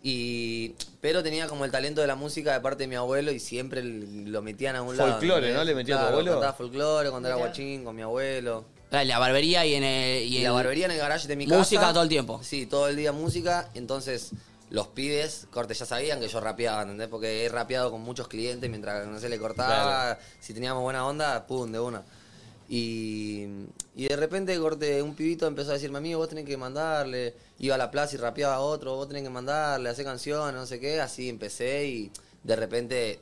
S10: Y, pero tenía como el talento de la música de parte de mi abuelo y siempre l- lo metían a un lado.
S1: Folclore,
S10: ¿entendés?
S1: ¿no? ¿Le metía a tu
S10: Claro,
S1: abuelo?
S10: Cantaba folclore cuando era
S1: Mirá.
S10: guachín con mi abuelo.
S4: En la barbería y en el...
S10: Y, la barbería en el garage de mi casa.
S4: Música todo el tiempo.
S10: Sí, todo el día música. Entonces, los pibes, corte, ya sabían que yo rapeaba, ¿entendés? Porque he rapeado con muchos clientes mientras no se le cortaba.
S1: Claro.
S10: Si teníamos buena onda, pum, de una. Y, y de repente, corte, un pibito empezó a decirme, amigo, vos tenés que mandarle. Iba a la plaza y rapeaba a otro, vos tenés que mandarle, hacer canciones, no sé qué. Así empecé y de repente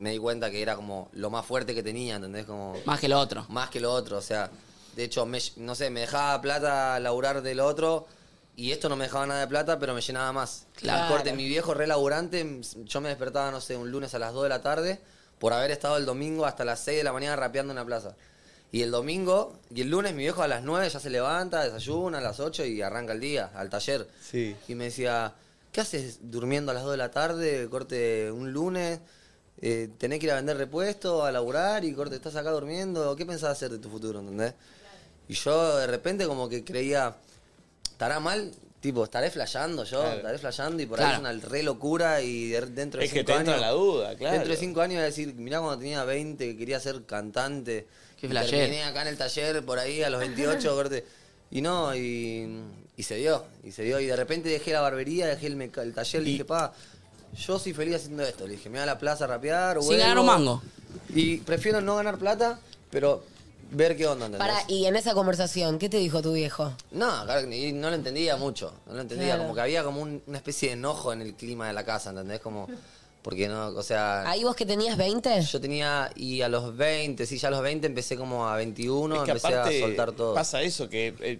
S10: me di cuenta que era como lo más fuerte que tenía, ¿entendés? Como,
S4: Más que lo otro.
S10: Más que lo otro, o sea, de hecho, me ll- no sé, me dejaba plata laburar del otro y esto no me dejaba nada de plata, pero me llenaba más.
S4: Claro.
S10: El corte, mi viejo re laburante, m- yo me despertaba, no sé, un lunes a las 2 de la tarde por haber estado el domingo hasta las 6 de la mañana rapeando en la plaza. Y el domingo, y el lunes mi viejo a las 9 ya se levanta, desayuna a las 8 y arranca el día, al taller.
S1: Sí.
S10: Y me decía, ¿qué haces durmiendo a las 2 de la tarde, corte un lunes? Eh, tenés que ir a vender repuestos, a laburar y corte, estás acá durmiendo. ¿Qué pensás hacer de tu futuro, entendés? Y yo de repente como que creía, ¿estará mal? Tipo, estaré flasheando yo,
S1: Claro.
S10: estaré flasheando y por ahí es
S1: Claro.
S10: una re locura y de- dentro de
S1: Es que
S10: cinco
S1: te entra
S10: años...
S1: la duda, claro.
S10: Dentro de cinco años iba a decir, mirá cuando tenía 20 que quería ser cantante.
S4: Qué
S10: Y
S4: flasher.
S10: Terminé acá en el taller por ahí a los 28, corte. Y no, y, y se dio, y se dio. Y de repente dejé la barbería, dejé el, meca- el taller, le dije, pa, yo soy feliz haciendo esto. Le dije, me voy a la plaza a rapear.
S4: Sin
S10: vuelvo.
S4: ganar un mango.
S10: Y prefiero no ganar plata, pero ver qué onda, ¿entendés?
S3: Para, y en esa conversación, ¿qué te dijo tu viejo?
S10: No, claro, y no lo entendía mucho. No lo entendía.
S3: Claro.
S10: Como que había como un- una especie de enojo en el clima de la casa, ¿entendés? Como, porque no, o sea...
S3: ¿Ahí vos que tenías 20?
S10: Yo tenía, y a los 20, sí, ya a los 20 empecé como a 21,
S1: Es que
S10: empecé
S1: aparte
S10: a soltar todo.
S1: pasa eso, que eh,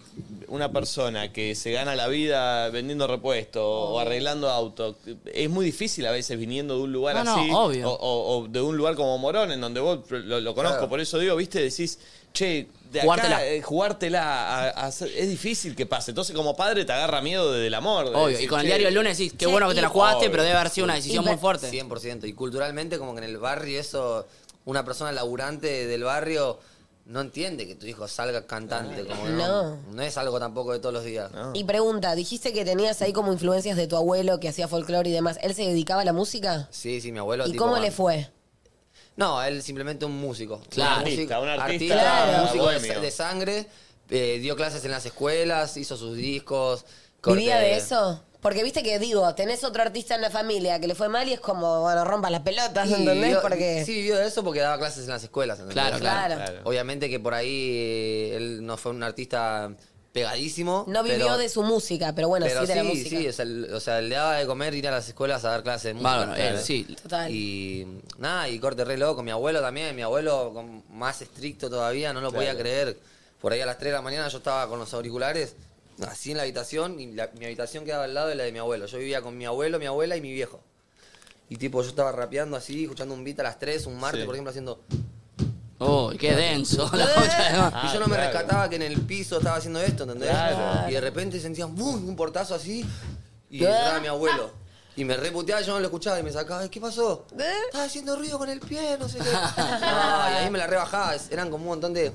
S1: una persona que se gana la vida vendiendo repuestos o arreglando autos, es muy difícil a veces viniendo de un lugar
S10: No, no,
S1: así,
S10: obvio.
S1: O, o- o de un lugar como Morón, en donde vos lo, lo conozco,
S10: Claro.
S1: por eso digo, viste, decís, che, de acá,
S4: Jugártela.
S1: eh, jugártela a- a hacer- es difícil que pase. Entonces como padre te agarra miedo desde el amor. de
S4: Obvio,
S1: decir,
S4: y con el
S1: "Che,
S4: diario el lunes decís, qué bueno que te la jugaste, pero debe haber sido una decisión muy fuerte.
S10: 100%. Y culturalmente, como que en el barrio, eso, una persona laburante del barrio no entiende que tu hijo salga cantante. Como que no, no. es algo tampoco de todos los días.
S3: Y pregunta, dijiste que tenías ahí como influencias de tu abuelo que hacía folclore y demás. ¿Él se dedicaba a la música?
S10: Sí, sí, mi abuelo.
S3: ¿Y
S10: tipo,
S3: cómo
S10: man-
S3: le fue?
S10: No, él simplemente un músico.
S1: Claro.
S10: Un
S1: Artista, un artista
S10: músico
S1: bohemio.
S10: de, de sangre. eh, dio clases en las escuelas, hizo sus discos. corte-
S3: ¿Vivía de eso? Porque viste que digo, tenés otro artista en la familia que le fue mal y es como, bueno, rompas las pelotas,
S10: Sí,
S3: ¿entendés?
S10: vivió-
S3: Porque...
S10: Sí, vivió de eso porque daba clases en las escuelas. ¿entendés?
S3: Claro, Claro. claro.
S10: Obviamente que por ahí eh, él no fue un artista pegadísimo.
S3: No vivió
S10: pero-
S3: de su música, pero bueno,
S10: pero
S3: sí de la
S10: sí,
S3: música.
S10: sí, o sea, el- o sea, le daba de comer ir a las escuelas a dar clases de música.
S4: Bárbaro, él,
S3: eh,
S10: ¿entendés?
S4: sí.
S3: Total.
S10: Y nada, y corte re loco. Mi abuelo también, mi abuelo con- más estricto todavía, no lo
S4: Claro.
S10: podía creer. Por ahí a las 3 de la mañana yo estaba con los auriculares, así en la habitación, y la- mi habitación quedaba al lado de la de mi abuelo. Yo vivía con mi abuelo, mi abuela y mi viejo. Y tipo, yo estaba rapeando así, escuchando un beat a las 3, un martes,
S4: Sí.
S10: por ejemplo, haciendo... Eh,
S4: Uy, qué denso.
S10: *laughs*
S4: la concha de la madre.
S10: y yo no me rescataba que en el piso estaba haciendo esto, ¿entendés?
S4: Claro.
S10: Y de repente sentía ¡bum! un portazo así y
S4: ¿Qué?
S10: entraba mi abuelo. Y me reputeaba, yo no lo escuchaba y me sacaba, "Ay, ¿qué pasó? Estaba haciendo ruido con el pie, no sé qué. No, y
S1: *laughs*
S10: ahí me la rebajaba, es- eran como un montón de,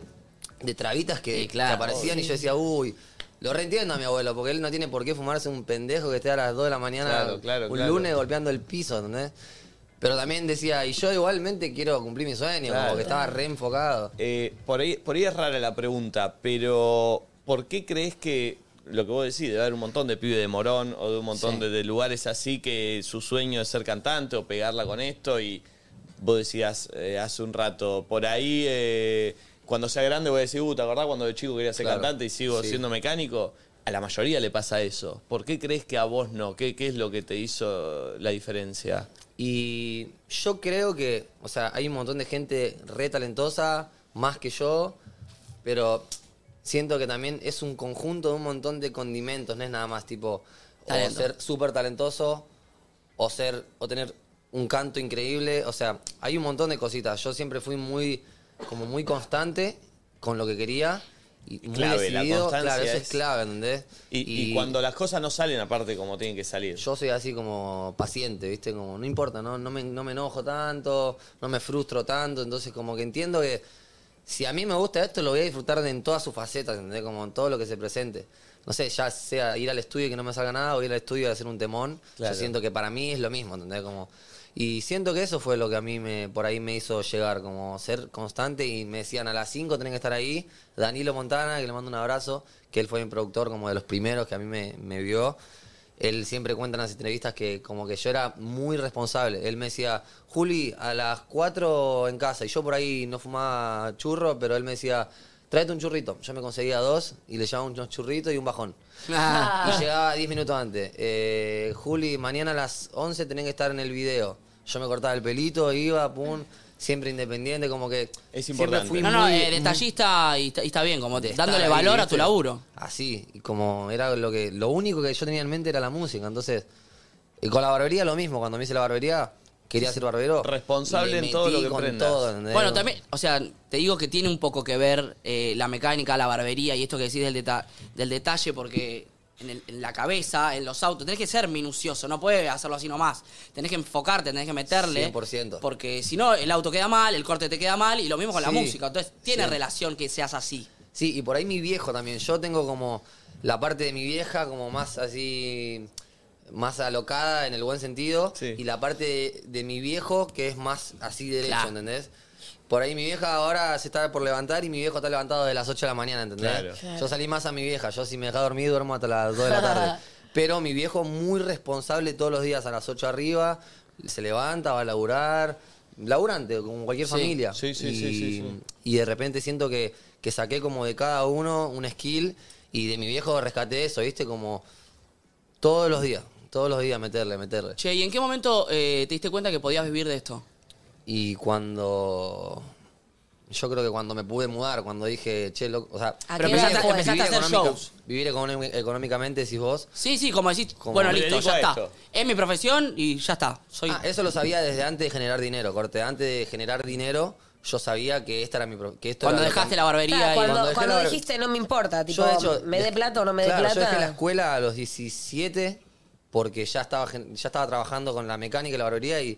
S10: de trabitas que, que aparecían y yo decía, uy, lo reentiendo a mi abuelo, porque él no tiene por qué fumarse un pendejo que esté a las 2 de la mañana
S1: Claro, claro,
S10: un
S1: claro.
S10: lunes golpeando el piso, ¿entendés? Pero también decía, y yo igualmente quiero cumplir mi sueño,
S1: Claro.
S10: como que estaba reenfocado.
S1: Eh, por, ahí, por ahí es rara la pregunta, pero ¿por qué crees que lo que vos decís, debe haber un montón de pibes de Morón o de un montón
S4: Sí.
S1: de, de lugares así que su sueño es ser cantante o pegarla con esto? Y vos decías eh, hace un rato, por ahí eh, cuando sea grande voy a decir, uh, ¿te acordás cuando de chico quería ser
S10: Claro.
S1: cantante y sigo
S10: Sí.
S1: siendo mecánico? A la mayoría le pasa eso. ¿Por qué crees que a vos no? ¿Qué, qué es lo que te hizo la diferencia?
S10: Y yo creo que, o sea, hay un montón de gente re talentosa, más que yo, pero siento que también es un conjunto de un montón de condimentos, no es nada más tipo
S4: Talento.
S10: o ser súper talentoso o ser o tener un canto increíble, o sea, hay un montón de cositas. Yo siempre fui muy como muy constante con lo que quería y muy
S1: clave, la
S10: decidido,
S1: constancia
S10: claro, eso
S1: es-
S10: es clave, ¿entendés?
S1: Y, y cuando las cosas no salen aparte como tienen que salir.
S10: yo soy así como paciente, ¿viste? Como, no importa, no, no, me, no me enojo tanto, no me frustro tanto, entonces como que entiendo que si a mí me gusta esto, lo voy a disfrutar de- en todas sus facetas, ¿entendés? Como en todo lo que se presente. No sé, ya sea ir al estudio y que no me salga nada, o ir al estudio y hacer un temón,
S1: Claro.
S10: yo siento que para mí es lo mismo, ¿entendés? Como, y siento que eso fue lo que a mí me, por ahí me hizo llegar, como ser constante y me decían a las 5 tienen que estar ahí, Danilo Montana, que le mando un abrazo, que él fue mi productor como de los primeros que a mí me, me vio, él siempre cuenta en las entrevistas que como que yo era muy responsable. Él me decía, Juli, a las 4 en casa. Y yo por ahí no fumaba churro, pero él me decía, tráete un churrito. Yo me conseguía dos y le llevaba unos churritos y un bajón.
S4: Ah.
S10: Y llegaba 10 minutos antes. Eh, Juli, mañana a las 11 tenés que estar en el video. Yo me cortaba el pelito, iba, pum. Siempre independiente, como que...
S1: Es
S4: Importante. no, no, eh, detallista y, está- y está bien, como te- dándole
S10: ahí,
S4: valor a
S10: ¿viste?
S4: tu laburo.
S10: Así, y como era lo que lo único que yo tenía en mente era la música, entonces y con la barbería lo mismo, cuando me hice la barbería quería ser barbero.
S1: Responsable
S10: Le
S1: en todo
S10: metí
S1: lo que
S10: con
S1: emprendas.
S10: todo, ¿entendés?
S4: Bueno,
S10: Como-
S4: también, o sea, te digo que tiene un poco que ver eh, la mecánica, la barbería y esto que decís del, deta- del detalle, porque en, el- en la cabeza, en los autos, tenés que ser minucioso, no puedes hacerlo así nomás. Tenés que enfocarte, tenés que meterle.
S10: 100%.
S4: Porque si no, el auto queda mal, el corte te queda mal y lo mismo con la
S10: Sí.
S4: música. Entonces, tiene
S10: Sí.
S4: relación que seas así.
S10: Sí, y por ahí mi viejo también. Yo tengo como la parte de mi vieja como más así, más alocada en el buen sentido. Y la parte de, de mi viejo que es más así derecho,
S4: Claro.
S10: ¿entendés? Por ahí mi vieja ahora se está por levantar y mi viejo está levantado de las 8 de la mañana, ¿entendés?
S1: Claro. Claro.
S10: Yo salí más a mi vieja. Yo si me deja dormir duermo hasta las 2 de
S4: *laughs*
S10: la tarde. Pero mi viejo muy responsable todos los días a las 8 arriba. Se levanta, va a laburar. Laburante, como cualquier
S1: Sí.
S10: familia.
S1: Sí, sí,
S10: Y-
S1: sí, sí, sí.
S10: y de repente siento que, que saqué como de cada uno un skill y de mi viejo rescaté eso, ¿viste? Como todos los días, todos los días meterle, meterle.
S4: Che, ¿y en qué momento eh, te diste cuenta que podías vivir de esto?
S10: Y cuando... Yo creo que cuando me pude mudar, cuando dije, che, loco, o sea...
S4: ¿A Pero qué Ah, empezaste- edad fue? empezaste a
S10: vivir
S4: hacer
S10: económica-
S4: shows.
S10: Vivir economi- económicamente, decís vos.
S4: Sí, sí, como decís, bueno,
S10: me
S4: listo,
S10: dedico
S4: ya
S10: a
S4: está.
S10: esto.
S4: Es mi profesión y ya está. Soy...
S10: Ah, eso lo sabía desde antes de generar dinero, corte. Antes de generar dinero, yo sabía que esta era mi pro- que esto
S4: Cuando
S10: era lo que-
S4: dejaste la barbería
S3: Claro, cuando
S10: Cuando dejé
S3: cuando
S10: la barbe-
S3: dijiste no me importa, tipo,
S10: Yo, de hecho,
S3: me dé
S10: dej-
S3: plata o no me dé
S10: claro,
S3: plata.
S10: Yo dejé la escuela a los 17 porque ya estaba, gen- ya estaba trabajando con la mecánica y la barbería y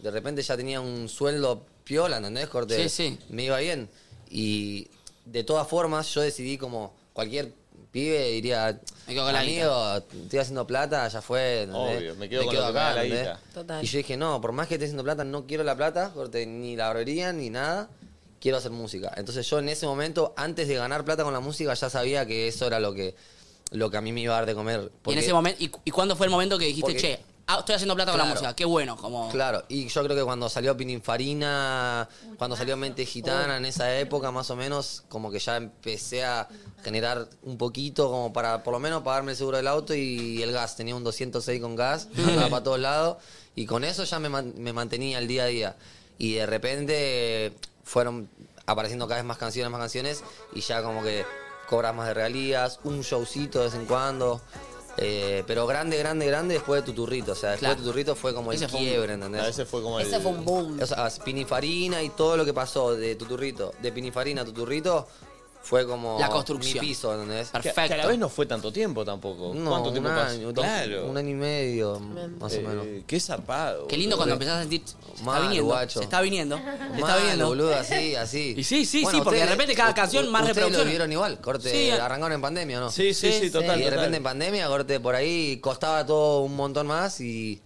S10: de repente ya tenía un sueldo piola, ¿entendés? Corte,
S4: Sí, sí.
S10: Me iba bien. Y de todas formas, yo decidí como cualquier pibe diría,
S4: Me quedo con la
S10: amigo, estoy haciendo plata, ya fue. ¿entendés?
S1: Obvio, me quedo con lo que me da la
S10: ¿entendés?
S1: guita. Total.
S10: Y yo dije, no, por más que esté haciendo plata, no quiero la plata, corte, ni la barbería, ni nada quiero hacer música. Entonces yo en ese momento, antes de ganar plata con la música, ya sabía que eso era lo que, lo que a mí me iba a dar de comer.
S4: y en ese momento, y, cu- y cuándo fue el momento que dijiste,
S10: porque-
S4: che, ah, estoy haciendo plata con la
S10: Claro.
S4: música? Qué bueno, como...
S10: Claro, y yo creo que cuando salió Pininfarina, cuando salió Mente Gitana, en esa época más o menos, como que ya empecé a generar un poquito como para, por lo menos, pagarme el seguro del auto y el gas. Tenía un 206 con gas, andaba para todos lados, y con eso ya me, man- me mantenía el día a día. Y de repente fueron apareciendo cada vez más canciones, más canciones, y ya como que cobras más de regalías, un showcito de vez en cuando. eh, pero grande, grande, grande después de Tuturrito. O sea, después
S4: Claro.
S10: de Tuturrito fue como el
S4: Ese fue un-
S10: quiebre, ¿entendés?
S1: Ah,
S4: Claro, ese fue como Ese el- fue un
S3: boom.
S10: O sea, Pinifarina y todo lo que pasó de Tuturrito, de Pinifarina a Tuturrito, fue como
S1: La construcción.
S10: mi piso, ¿entendés?
S1: Que, a la vez no fue tanto tiempo tampoco.
S10: No,
S1: ¿Cuánto tiempo
S10: un
S1: pasó?
S10: año, dos-
S1: claro.
S10: un año y medio, más o
S1: Eh,
S10: menos.
S1: Qué zarpado.
S4: Qué lindo
S1: boludo.
S4: cuando empezás a sentir, se está
S10: Mal,
S4: viniendo,
S10: guacho.
S4: se está viniendo, se está
S10: Mal,
S4: viniendo. *laughs*
S10: boludo, así, así.
S4: Y sí, sí, sí, porque de repente cada canción más
S10: reproducción. Ustedes
S4: reproducciones.
S10: lo vieron igual, corte,
S4: Sí, a-
S10: arrancaron en pandemia, ¿o ¿no?
S1: Sí, sí, sí, Sí, total,
S10: Y de
S1: total.
S10: repente en pandemia, corte, por ahí costaba todo un montón más y...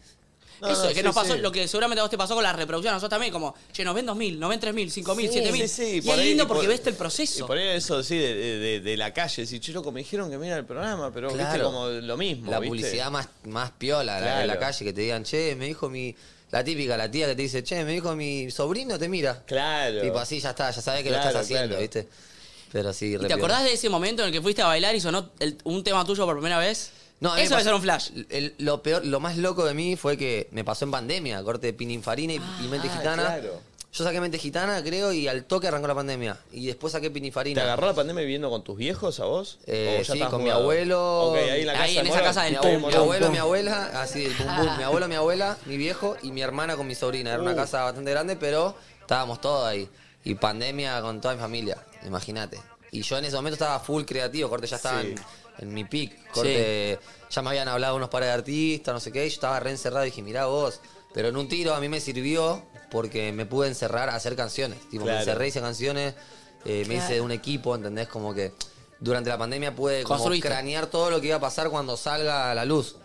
S4: Eso, que
S10: sí,
S4: nos pasó,
S10: sí.
S4: lo que seguramente a vos te pasó con las reproducciones, a nosotros también, como, che, nos ven 2.000, nos ven 3.000, 5.000,
S1: Sí.
S4: 7.000.
S1: Sí, sí,
S4: y
S1: por
S4: es
S1: ahí-
S4: lindo
S1: y
S4: porque
S1: por-
S4: ves todo el
S1: Y
S4: proceso.
S1: por ahí eso, sí, de, de- de- de la calle. Decir, che, loco, me dijeron que mira el programa, pero viste
S10: Claro.
S1: como lo mismo.
S10: La
S1: ¿viste?
S10: publicidad más, más piola la-
S1: Claro.
S10: de la calle, que te digan, che, me dijo mi. La típica, la tía que te dice, che, me dijo mi sobrino, te mira.
S1: Claro.
S10: Tipo así, ya está, ya sabes que lo
S4: Claro,
S10: estás haciendo,
S4: claro.
S10: ¿viste? Pero sí,
S4: ¿Y te acordás de ese momento en el que fuiste a bailar y sonó el- un tema tuyo por primera vez?
S10: No, a mí
S4: Eso
S10: me
S4: debe
S10: pasó-
S4: ser un flash.
S10: el- lo peor, lo más loco de mí fue que me pasó en pandemia, corte de Pininfarina y, y Mente
S1: ah,
S10: Gitana.
S1: claro.
S10: Yo saqué Mente Gitana, creo, y al toque arrancó la pandemia. Y después saqué Pininfarina.
S1: ¿Te agarró la pandemia viviendo con tus viejos a vos?
S10: Eh,
S1: ¿O ya
S10: sí,
S1: estabas
S10: con mi
S1: mudado?
S10: abuelo.
S1: Ok, ahí en la casa de Morón.
S10: Mi abuelo, Mi abuelo,
S1: Pum,
S10: mi abuela, así, el pum pum. Mi abuelo, mi abuela, mi viejo y mi hermana con mi sobrina. Era una
S1: Uh.
S10: casa bastante grande, pero estábamos todos ahí. Y pandemia con toda mi familia, imagínate. Y yo en ese momento estaba full creativo, corte, ya estaba en, en mi pick. Corte, ya me habían hablado unos pares de artistas, no sé qué, y yo estaba re encerrado y dije, mirá vos. Pero en un tiro a mí me sirvió porque me pude encerrar a hacer canciones. Tipo,
S1: Claro.
S10: me encerré, hice canciones, eh, me
S1: Claro.
S10: hice de un equipo, ¿entendés? Como que durante la pandemia pude como
S1: Construiste.
S10: cranear todo lo que iba a pasar cuando salga a la luz.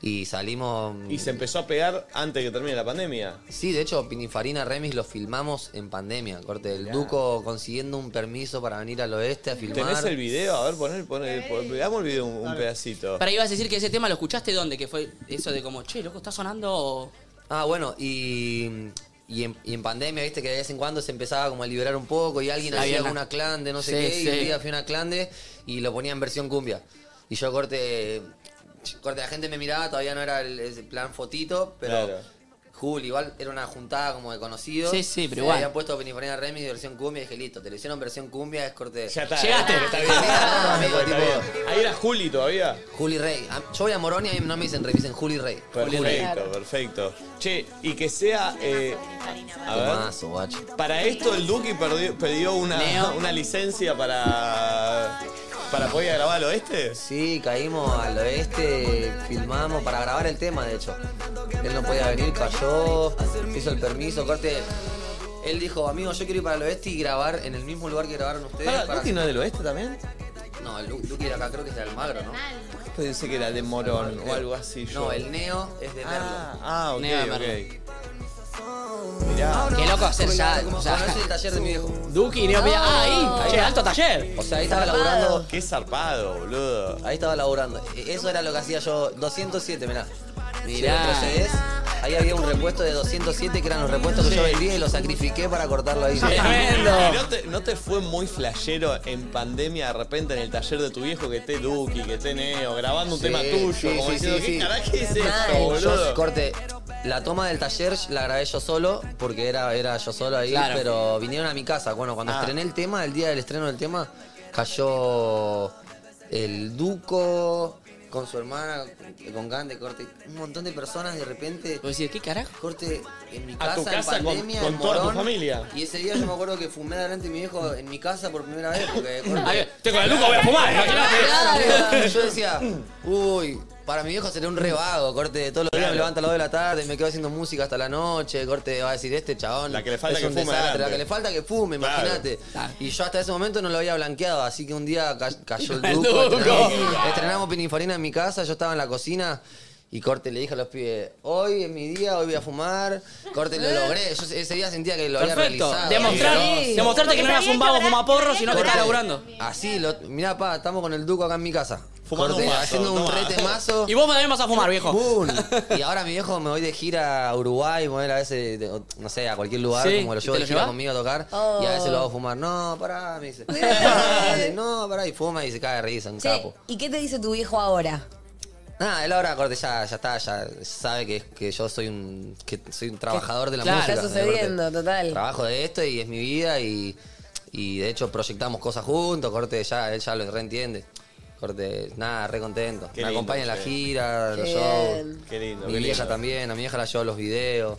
S10: Y salimos... mm,
S1: Y se empezó a pegar antes que termine la pandemia.
S10: Sí, de hecho, Pininfarina Remis lo filmamos en pandemia, corte. El Duco consiguiendo un permiso para venir al oeste a filmar.
S1: ¿Tenés el video? A ver, poner, poner, pon- veamos el video un, un pedacito.
S4: Para ahí ibas a decir que ese tema lo escuchaste dónde, que fue eso de como, che, loco, está sonando.
S10: Ah, bueno, y, y, en, y en pandemia, viste que de vez en cuando se empezaba como a liberar un poco y alguien
S4: Sí,
S10: hacía
S4: había una-
S10: una clan de no sé
S4: Sí,
S10: qué, y un
S4: sí.
S10: día fui a una clan de y lo ponía en versión cumbia. Y yo corte, corte, la gente me miraba, todavía no era el, el plan fotito, pero
S1: Claro.
S10: Jul, igual era una juntada como de conocidos.
S4: Sí, sí, pero
S10: Se
S4: igual.
S10: Habían puesto Pininfarina Remix versión cumbia y dije, listo, te lo hicieron versión cumbia, es corte.
S1: Ya está.
S10: *laughs* Llegaste.
S1: Está bien.
S10: Ah, amigo,
S1: Está *laughs*
S10: tipo-
S1: bien. Ahí era Juli todavía.
S10: Juli Rey. Ah, Yo voy a Morón y a mí no me dicen Rey, me dicen Juli Rey. Juli Rey.
S1: Perfecto, perfecto. Che, y que sea. eh, a ver.
S10: Temazo, guacho.
S1: Para esto el Duki perdió- pidió una, una licencia para. para poder grabar al oeste.
S10: Sí, caímos al oeste, filmamos para grabar el tema, de hecho. Él no podía venir, cayó, hizo el permiso, corte. Él dijo, amigo, yo quiero ir para el oeste y grabar en el mismo lugar que grabaron ustedes.
S1: Pará,
S10: para-
S1: ¿Duki no es del oeste también?
S10: No, el Lu- Duki era acá, creo que es de Almagro, ¿no?
S1: Pensé que era de Morón o algo así. yo.
S10: No, el Neo es de Merlo.
S1: Ah, ok,
S4: Neo de
S1: ok. Mirá.
S4: Qué loco hacer ya.
S10: Como-
S4: o sea,
S10: bueno, ese es el taller de mi viejo.
S4: Duki, Neo Pia- Ah, ahí. Che, alto taller.
S10: O sea, ahí estaba laburando.
S1: Qué zarpado, boludo.
S10: Ahí estaba laburando. E- Eso era lo que hacía yo. 207, mirá. Si
S4: Mirá.
S10: retrocedés, Ahí había un repuesto de 207 que eran los repuestos que yo vendía y los sacrifiqué para cortarlo ahí.
S1: ¿Y no te, no te fue muy flashero en pandemia de repente en el taller de tu viejo que esté Duki, que esté Neo, grabando un
S10: Sí,
S1: tema tuyo?
S10: sí,
S1: como
S10: sí,
S1: diciendo,
S10: sí,
S1: ¿qué
S10: sí.
S1: carajo es
S10: Mal.
S1: esto, boludo?
S10: Yo, corte, la toma del taller la grabé yo solo, porque era, era yo solo ahí,
S1: Claro.
S10: pero vinieron a mi casa. Bueno, cuando
S1: Ah.
S10: estrené el tema, el día del estreno del tema, cayó eh, el Duco con su hermana, con Gante, corte, un montón de personas de repente.
S4: ¿qué carajo?
S10: Corte, en mi
S1: A
S10: casa,
S1: tu casa
S10: en
S1: con-
S10: pandemia,
S1: con
S10: en
S1: toda tu
S10: Morón.
S1: familia.
S10: Y ese día yo me acuerdo que fumé delante de mi viejo en mi casa por primera vez, porque corte,
S1: Ahí, estoy con el Duco, voy a fumar, imagínate.
S10: Claro, yo decía, uy, para mi viejo será un revago, corte, todos los días me levanta a las 2 de la tarde, me quedo haciendo música hasta la noche, corte, va a decir, este chabón
S1: La que le falta
S10: es
S1: que
S10: un
S1: fume
S10: desastre,
S1: adelante.
S10: la que le falta que fume,
S1: Claro.
S10: imagínate. Y yo hasta ese momento no lo había blanqueado, así que un día ca-
S4: *laughs*
S10: cayó el
S1: El
S10: duco.
S1: Duco.
S10: Estrenamos, estrenamos Pininfarina en mi casa, yo estaba en la cocina. Y corte, le dije a los pibes, hoy es mi día, hoy voy a fumar. Corte,
S4: *laughs*
S10: lo logré. Yo ese día sentía que lo había
S4: Perfecto.
S10: realizado.
S4: Demostrar-
S10: Sí.
S4: Demostrarte que no eras un vago fumaporro, sino que
S10: Corte.
S4: estás laburando.
S10: Así, lo, mirá, pa, estamos con el Duco acá en mi casa.
S4: Fumando
S10: Corte,
S4: un mazo,
S10: haciendo un
S4: toma.
S10: rete mazo.
S4: *laughs* Y vos también vas a fumar, viejo. *laughs*
S10: Boom. Y ahora mi viejo me voy de gira a Uruguay, poner a veces, de- o- no sé, a cualquier lugar,
S4: Sí,
S10: como lo
S4: ¿y
S10: llevo
S4: te
S10: de
S4: lo
S10: gira
S3: ¿Ah?
S4: llevas?
S10: conmigo a tocar.
S3: Oh.
S10: Y a veces lo hago fumar. No, pará,
S3: *laughs*
S10: me dice. Dale, no, pará, y fuma y se cae de risa, un
S3: Che,
S10: capo.
S3: ¿y qué te dice tu viejo ahora?
S10: Nada, él ahora corte ya, ya está, ya sabe que, que yo soy un, que soy un trabajador de la
S3: Claro,
S10: música.
S3: está
S10: ¿entendés? Corte,
S3: sucediendo, total.
S10: Trabajo de esto y es mi vida y, y de hecho proyectamos cosas juntos, corte, ya, él ya lo reentiende. Corte, nada, re contento.
S1: Qué
S10: Me
S1: lindo,
S10: acompaña en la
S1: che.
S10: gira, los
S1: Qué
S10: shows.
S1: bien. Qué lindo,
S10: Mi
S1: qué
S10: vieja
S1: lindo.
S10: también, a mi vieja la llevo a los videos.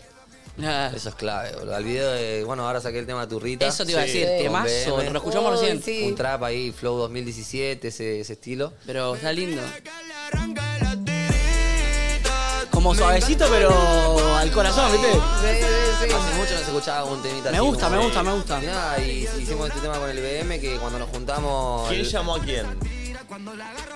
S10: Eso es clave, boludo. Al video de, bueno, ahora saqué el tema de Turrita.
S4: Ah. Eso te iba a decir, temazo,
S10: BM.
S4: lo escuchamos Uy, recién. sí.
S10: Un trap ahí, Flow 2017, ese, ese estilo.
S4: Pero está lindo. Como suavecito, pero al corazón, ¿viste?
S10: Hace mucho no se escuchaba un temita
S4: Me
S10: así,
S4: gusta,
S10: como
S4: me
S10: de-
S4: gusta, me gusta.
S10: Y nada, y hicimos este tema con el BM que cuando nos juntamos.
S1: ¿Quién
S10: el-
S1: llamó a quién?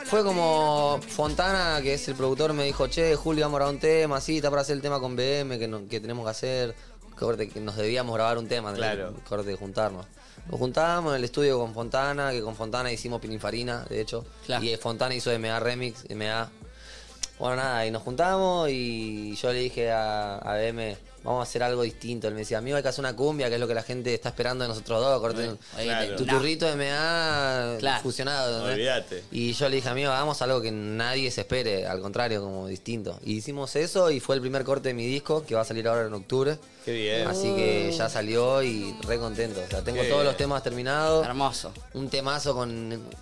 S10: Fue como Fontana, que es el productor, me dijo, che, Julio, vamos a grabar un tema, sí, está para hacer el tema con BM que, no- que tenemos que hacer. Corte, que nos debíamos grabar un tema, claro. corte, juntarnos. Nos juntábamos en el estudio con Fontana, que con Fontana hicimos Pininfarina, de hecho. Y eh, Fontana hizo MA Remix, MA. Bueno, nada, y nos juntamos y yo le dije a, a BM, vamos a hacer algo distinto. Él me decía, amigo, hay que hacer una cumbia, que es lo que la gente está esperando de nosotros dos. Corte,
S1: Claro.
S10: Tu turrito MA
S1: Claro.
S10: fusionado. ¿entendés?
S1: Olvídate.
S10: Y yo le dije, amigo, hagamos algo que nadie se espere, al contrario, como distinto. Y hicimos eso y fue el primer corte de mi disco, que va a salir ahora en octubre.
S1: Qué bien.
S10: Así que ya salió y re contento. O sea, tengo
S1: Qué
S10: todos
S1: bien.
S10: los temas terminados.
S4: Hermoso.
S10: Un temazo con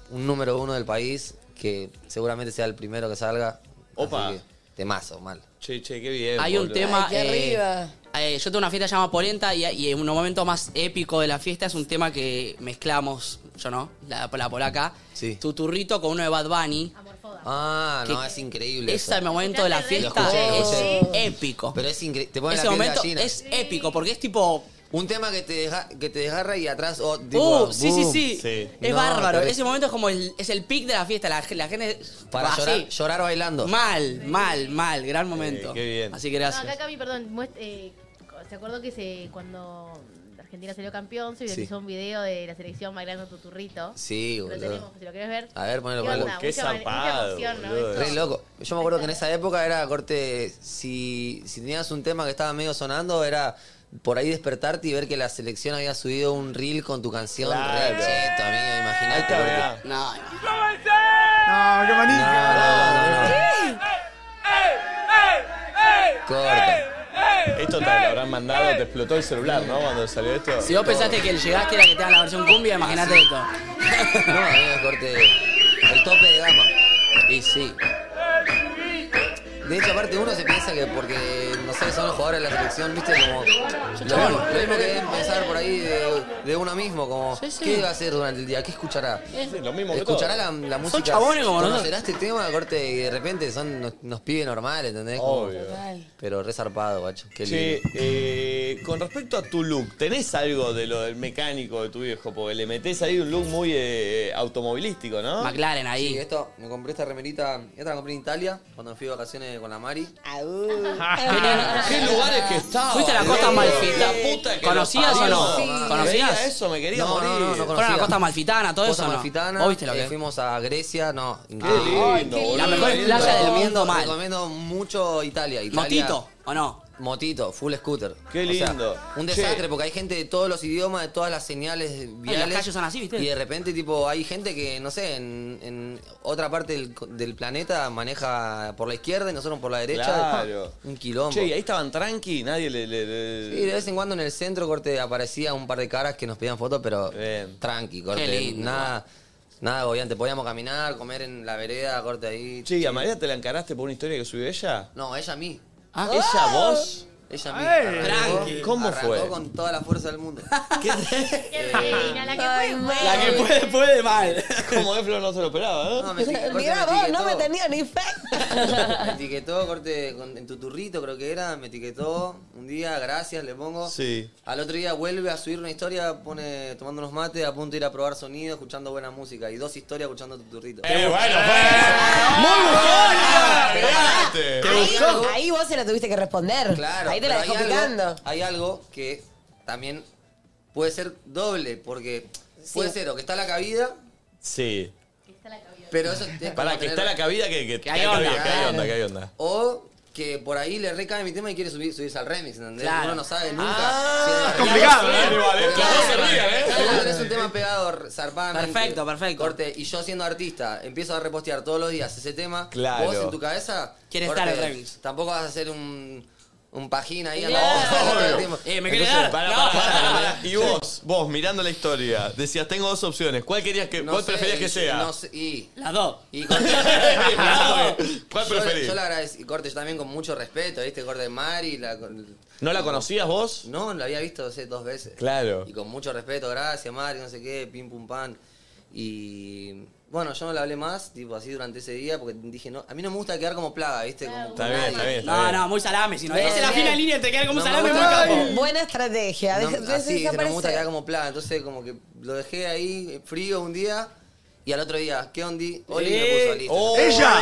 S10: un número uno del país, que seguramente sea el primero que salga.
S1: Opa.
S10: Así que, temazo, mal.
S1: Che, che, qué bien.
S4: Hay un
S1: boludo.
S4: tema. eh, eh, yo tengo una fiesta llamada Polenta y, y en un momento más épico de la fiesta es un tema que mezclamos, yo no, la, la polaca, tu turrito con uno de Bad Bunny.
S10: Ah, no,
S4: Que-
S10: es increíble.
S4: Ese
S10: eso.
S4: momento de la
S10: Lo
S4: fiesta
S10: escuché, lo
S4: es
S10: escuché.
S4: épico.
S10: Pero es increíble. Te pone
S4: Ese
S10: la piel de
S4: momento
S10: gallina.
S4: es épico porque es tipo.
S10: Un tema que te, deja, que te desgarra y atrás. Oh,
S4: Uh, sí, sí, sí, Es bárbaro. Ese momento es como el, es el pic de la fiesta. La, la gente.
S10: Para
S4: así.
S10: llorar, llorar bailando.
S4: Mal, mal, mal. Gran momento. qué bien. Así que
S6: No, acá
S4: gracias.
S6: Cami, perdón, muest- eh, se acordó que se, cuando Argentina salió campeón, se viralizó un video de la selección bailando tu turrito.
S10: Sí,
S6: Lo
S10: boludo.
S6: tenemos, si lo querés ver.
S10: A ver, ponelo,
S6: ¿Qué
S10: ponelo.
S6: onda? Mucha man- mucha emoción, ¿no? Eso.
S10: Re loco. Yo me acuerdo que en esa época era corte. Si, si tenías un tema que estaba medio sonando, era por ahí despertarte y ver que la selección había subido un reel con tu canción.
S5: Claro.
S10: Re cheto, amigo. Imaginate.
S5: Ahí está,
S10: corte. No,
S11: No, qué manija.
S1: Esto te lo habrán mandado, te explotó el celular, ¿no? Cuando salió esto.
S4: Si vos pensaste que el llegaste era que te dan la versión cumbia, imagínate esto.
S10: No, amigo, corte. El tope de gama.
S4: Y sí.
S10: De hecho, aparte uno se piensa que porque, no sé, son los jugadores de la selección, viste, como... Lo
S4: chabón.
S10: mismo, lo mismo que debe pensar por ahí de, de uno mismo, como,
S4: Sí, sí.
S10: ¿qué va a hacer durante el día? ¿Qué escuchará?
S1: Sí, lo mismo que
S10: ¿Escuchará la,
S1: todo.
S10: la
S1: Son
S10: música?
S1: chabones como nosotros.
S10: ¿Conocerá este tema, corte? Y de repente son nos, nos pide normal, ¿entendés? Como-
S1: Obvio. Total.
S10: Pero re zarpado, guacho. Qué
S1: Che,
S10: lindo.
S1: eh, con respecto a tu look, ¿tenés algo de lo del mecánico de tu viejo? Porque le metés ahí un look muy eh, automovilístico, ¿no?
S10: Sí, esto, me compré esta remerita, esta la compré en Italia, cuando me fui de vacaciones con la Mari.
S4: *laughs*
S1: ¿Qué lugares que estaba?
S10: Fuiste a la costa
S1: boludo?
S10: amalfitana.
S1: La puta que lo
S4: ¿Conocías o
S1: parió.
S4: no?
S10: Sí.
S4: ¿Conocías?
S1: Veía eso, me quería
S10: No,
S1: morir.
S10: no, no, no
S4: Fueron a la
S10: conocía.
S4: costa malfitana, todo
S10: Costa
S4: eso.
S10: Amalfitana,
S4: ¿no? ¿Oíste lo
S10: eh,
S4: que?
S10: fuimos a Grecia, no,
S4: lindo, Ay, qué boludo. La mejor playa del mundo, mal.
S10: Recomiendo mucho Italia, Italia.
S4: ¿Motito o no?
S10: Motito, full scooter.
S1: Qué
S10: O sea,
S1: lindo.
S10: un
S1: Che.
S10: desastre, porque hay gente de todos los idiomas, de todas las señales viales.
S4: calles son así, ¿viste?
S10: Y de repente, tipo, hay gente que, no sé, en, en otra parte del, co- del planeta maneja por la izquierda y nosotros por la derecha. ah,
S1: Claro.
S10: Un quilombo.
S1: Che, y ahí estaban tranqui, nadie le. le- le-
S10: Sí, de vez en cuando en el centro, corte, aparecía un par de caras que nos pedían fotos, pero tranqui, corte.
S1: Qué lindo.
S10: Nada, nada agobiante. Podíamos caminar, comer en la vereda, corte ahí.
S1: Che, ¿y a María te la encaraste por una historia que subió ella?
S10: No, ella a mí.
S1: ¿Ella a vos?
S10: Ah. Ella a mí.
S1: Ay,
S10: Arrancó-
S1: Ah. tranqui. ¿Cómo
S10: arrancó
S1: fue?
S10: con toda la fuerza del mundo.
S6: Reina, la que fue mal.
S1: La que puede, puede mal. *laughs* Como Eflo no se lo esperaba, ¿eh?
S3: *laughs*
S10: No, me sigue- corte,
S3: *laughs* Mirá
S10: me
S3: vos, no me
S10: etiquetó.
S3: tenía ni fe. *laughs*
S10: Me etiquetó, corte, con- en tu turrito creo que era, me etiquetó. Un día, gracias, le pongo.
S1: Sí.
S10: Al otro día vuelve a subir una historia, pone tomando unos mates, a punto de ir a probar sonido, escuchando buena música. Y dos historias escuchando tu turrito.
S3: Eh,
S10: Ah,
S1: ¡Qué bueno
S10: fue! ¡Muy
S3: Ahí, ahí vos se la tuviste que responder.
S10: Claro,
S3: ahí te la
S10: pero
S3: dejó
S10: hay
S3: picando.
S10: Algo, hay algo que también puede ser doble, porque puede ser o que está la cabida,
S1: Sí.
S10: pero eso es como
S1: Para que
S10: tener-
S1: está la cabida que, que,
S10: Que hay
S1: que
S10: onda,
S1: cabida, que hay
S10: claro.
S1: onda, que hay onda.
S10: O que por ahí le recae mi tema y quiere subir, subirse al remix, ¿entendés?
S1: Claro.
S10: Uno no sabe nunca.
S1: es Ah, complicado, ¿eh? Igual, ¿eh? Las dos se ríen, ¿eh?
S10: Es un tema pegado zarpadamente.
S4: Perfecto, perfecto.
S10: Corte, y yo siendo artista, empiezo a repostear todos los días ese tema.
S1: Claro.
S10: Vos en tu cabeza...
S4: Quieres
S10: corte,
S4: estar en remix.
S10: Tampoco vas a hacer un... Un pajín ahí
S4: Claro.
S10: andando todo el
S1: Obvio.
S10: *laughs* tiempo.
S4: Eh, me
S10: Entonces,
S4: querés dar.
S1: Pará,
S4: No.
S1: pará, pará,
S10: Ah,
S1: pará. Y vos, vos mirando la historia, decías, tengo dos opciones. ¿Cuál querías que,
S10: No
S1: cuál
S10: sé,
S1: preferías que
S10: y-
S1: sea?
S10: no sé, y,
S4: Las dos.
S10: y corte-
S1: Las dos. ¿Cuál
S10: yo-
S1: preferís?
S10: Yo, la agradecí, corte, yo también con mucho respeto, ¿viste? Corte de Mari, la,
S1: ¿No la conocías vos?
S10: No, la había visto hace dos veces.
S1: Claro.
S10: Y con mucho respeto, gracias, Mari, no sé qué, pim pum pan. Y bueno, yo no le hablé más, tipo así durante ese día, porque dije, no, a mí no me gusta quedar como plaga, ¿viste? Como-
S1: Está bien, está bien, está
S4: No,
S1: bien.
S4: no, muy salame. Si no,
S10: Bien,
S4: esa es la
S10: bien.
S4: fina línea entre quedar como un
S10: No me
S4: salame muy
S10: gusta.
S4: capo.
S3: Buena estrategia.
S10: No,
S3: deja- deja
S10: así, que no me gusta
S3: desaparecer.
S10: quedar como plaga. Entonces, como que lo dejé ahí eh, frío un día y al otro día, ¿qué ondi? Oli me
S4: Eh,
S10: puso listo.
S1: oh.
S11: ¡Ella!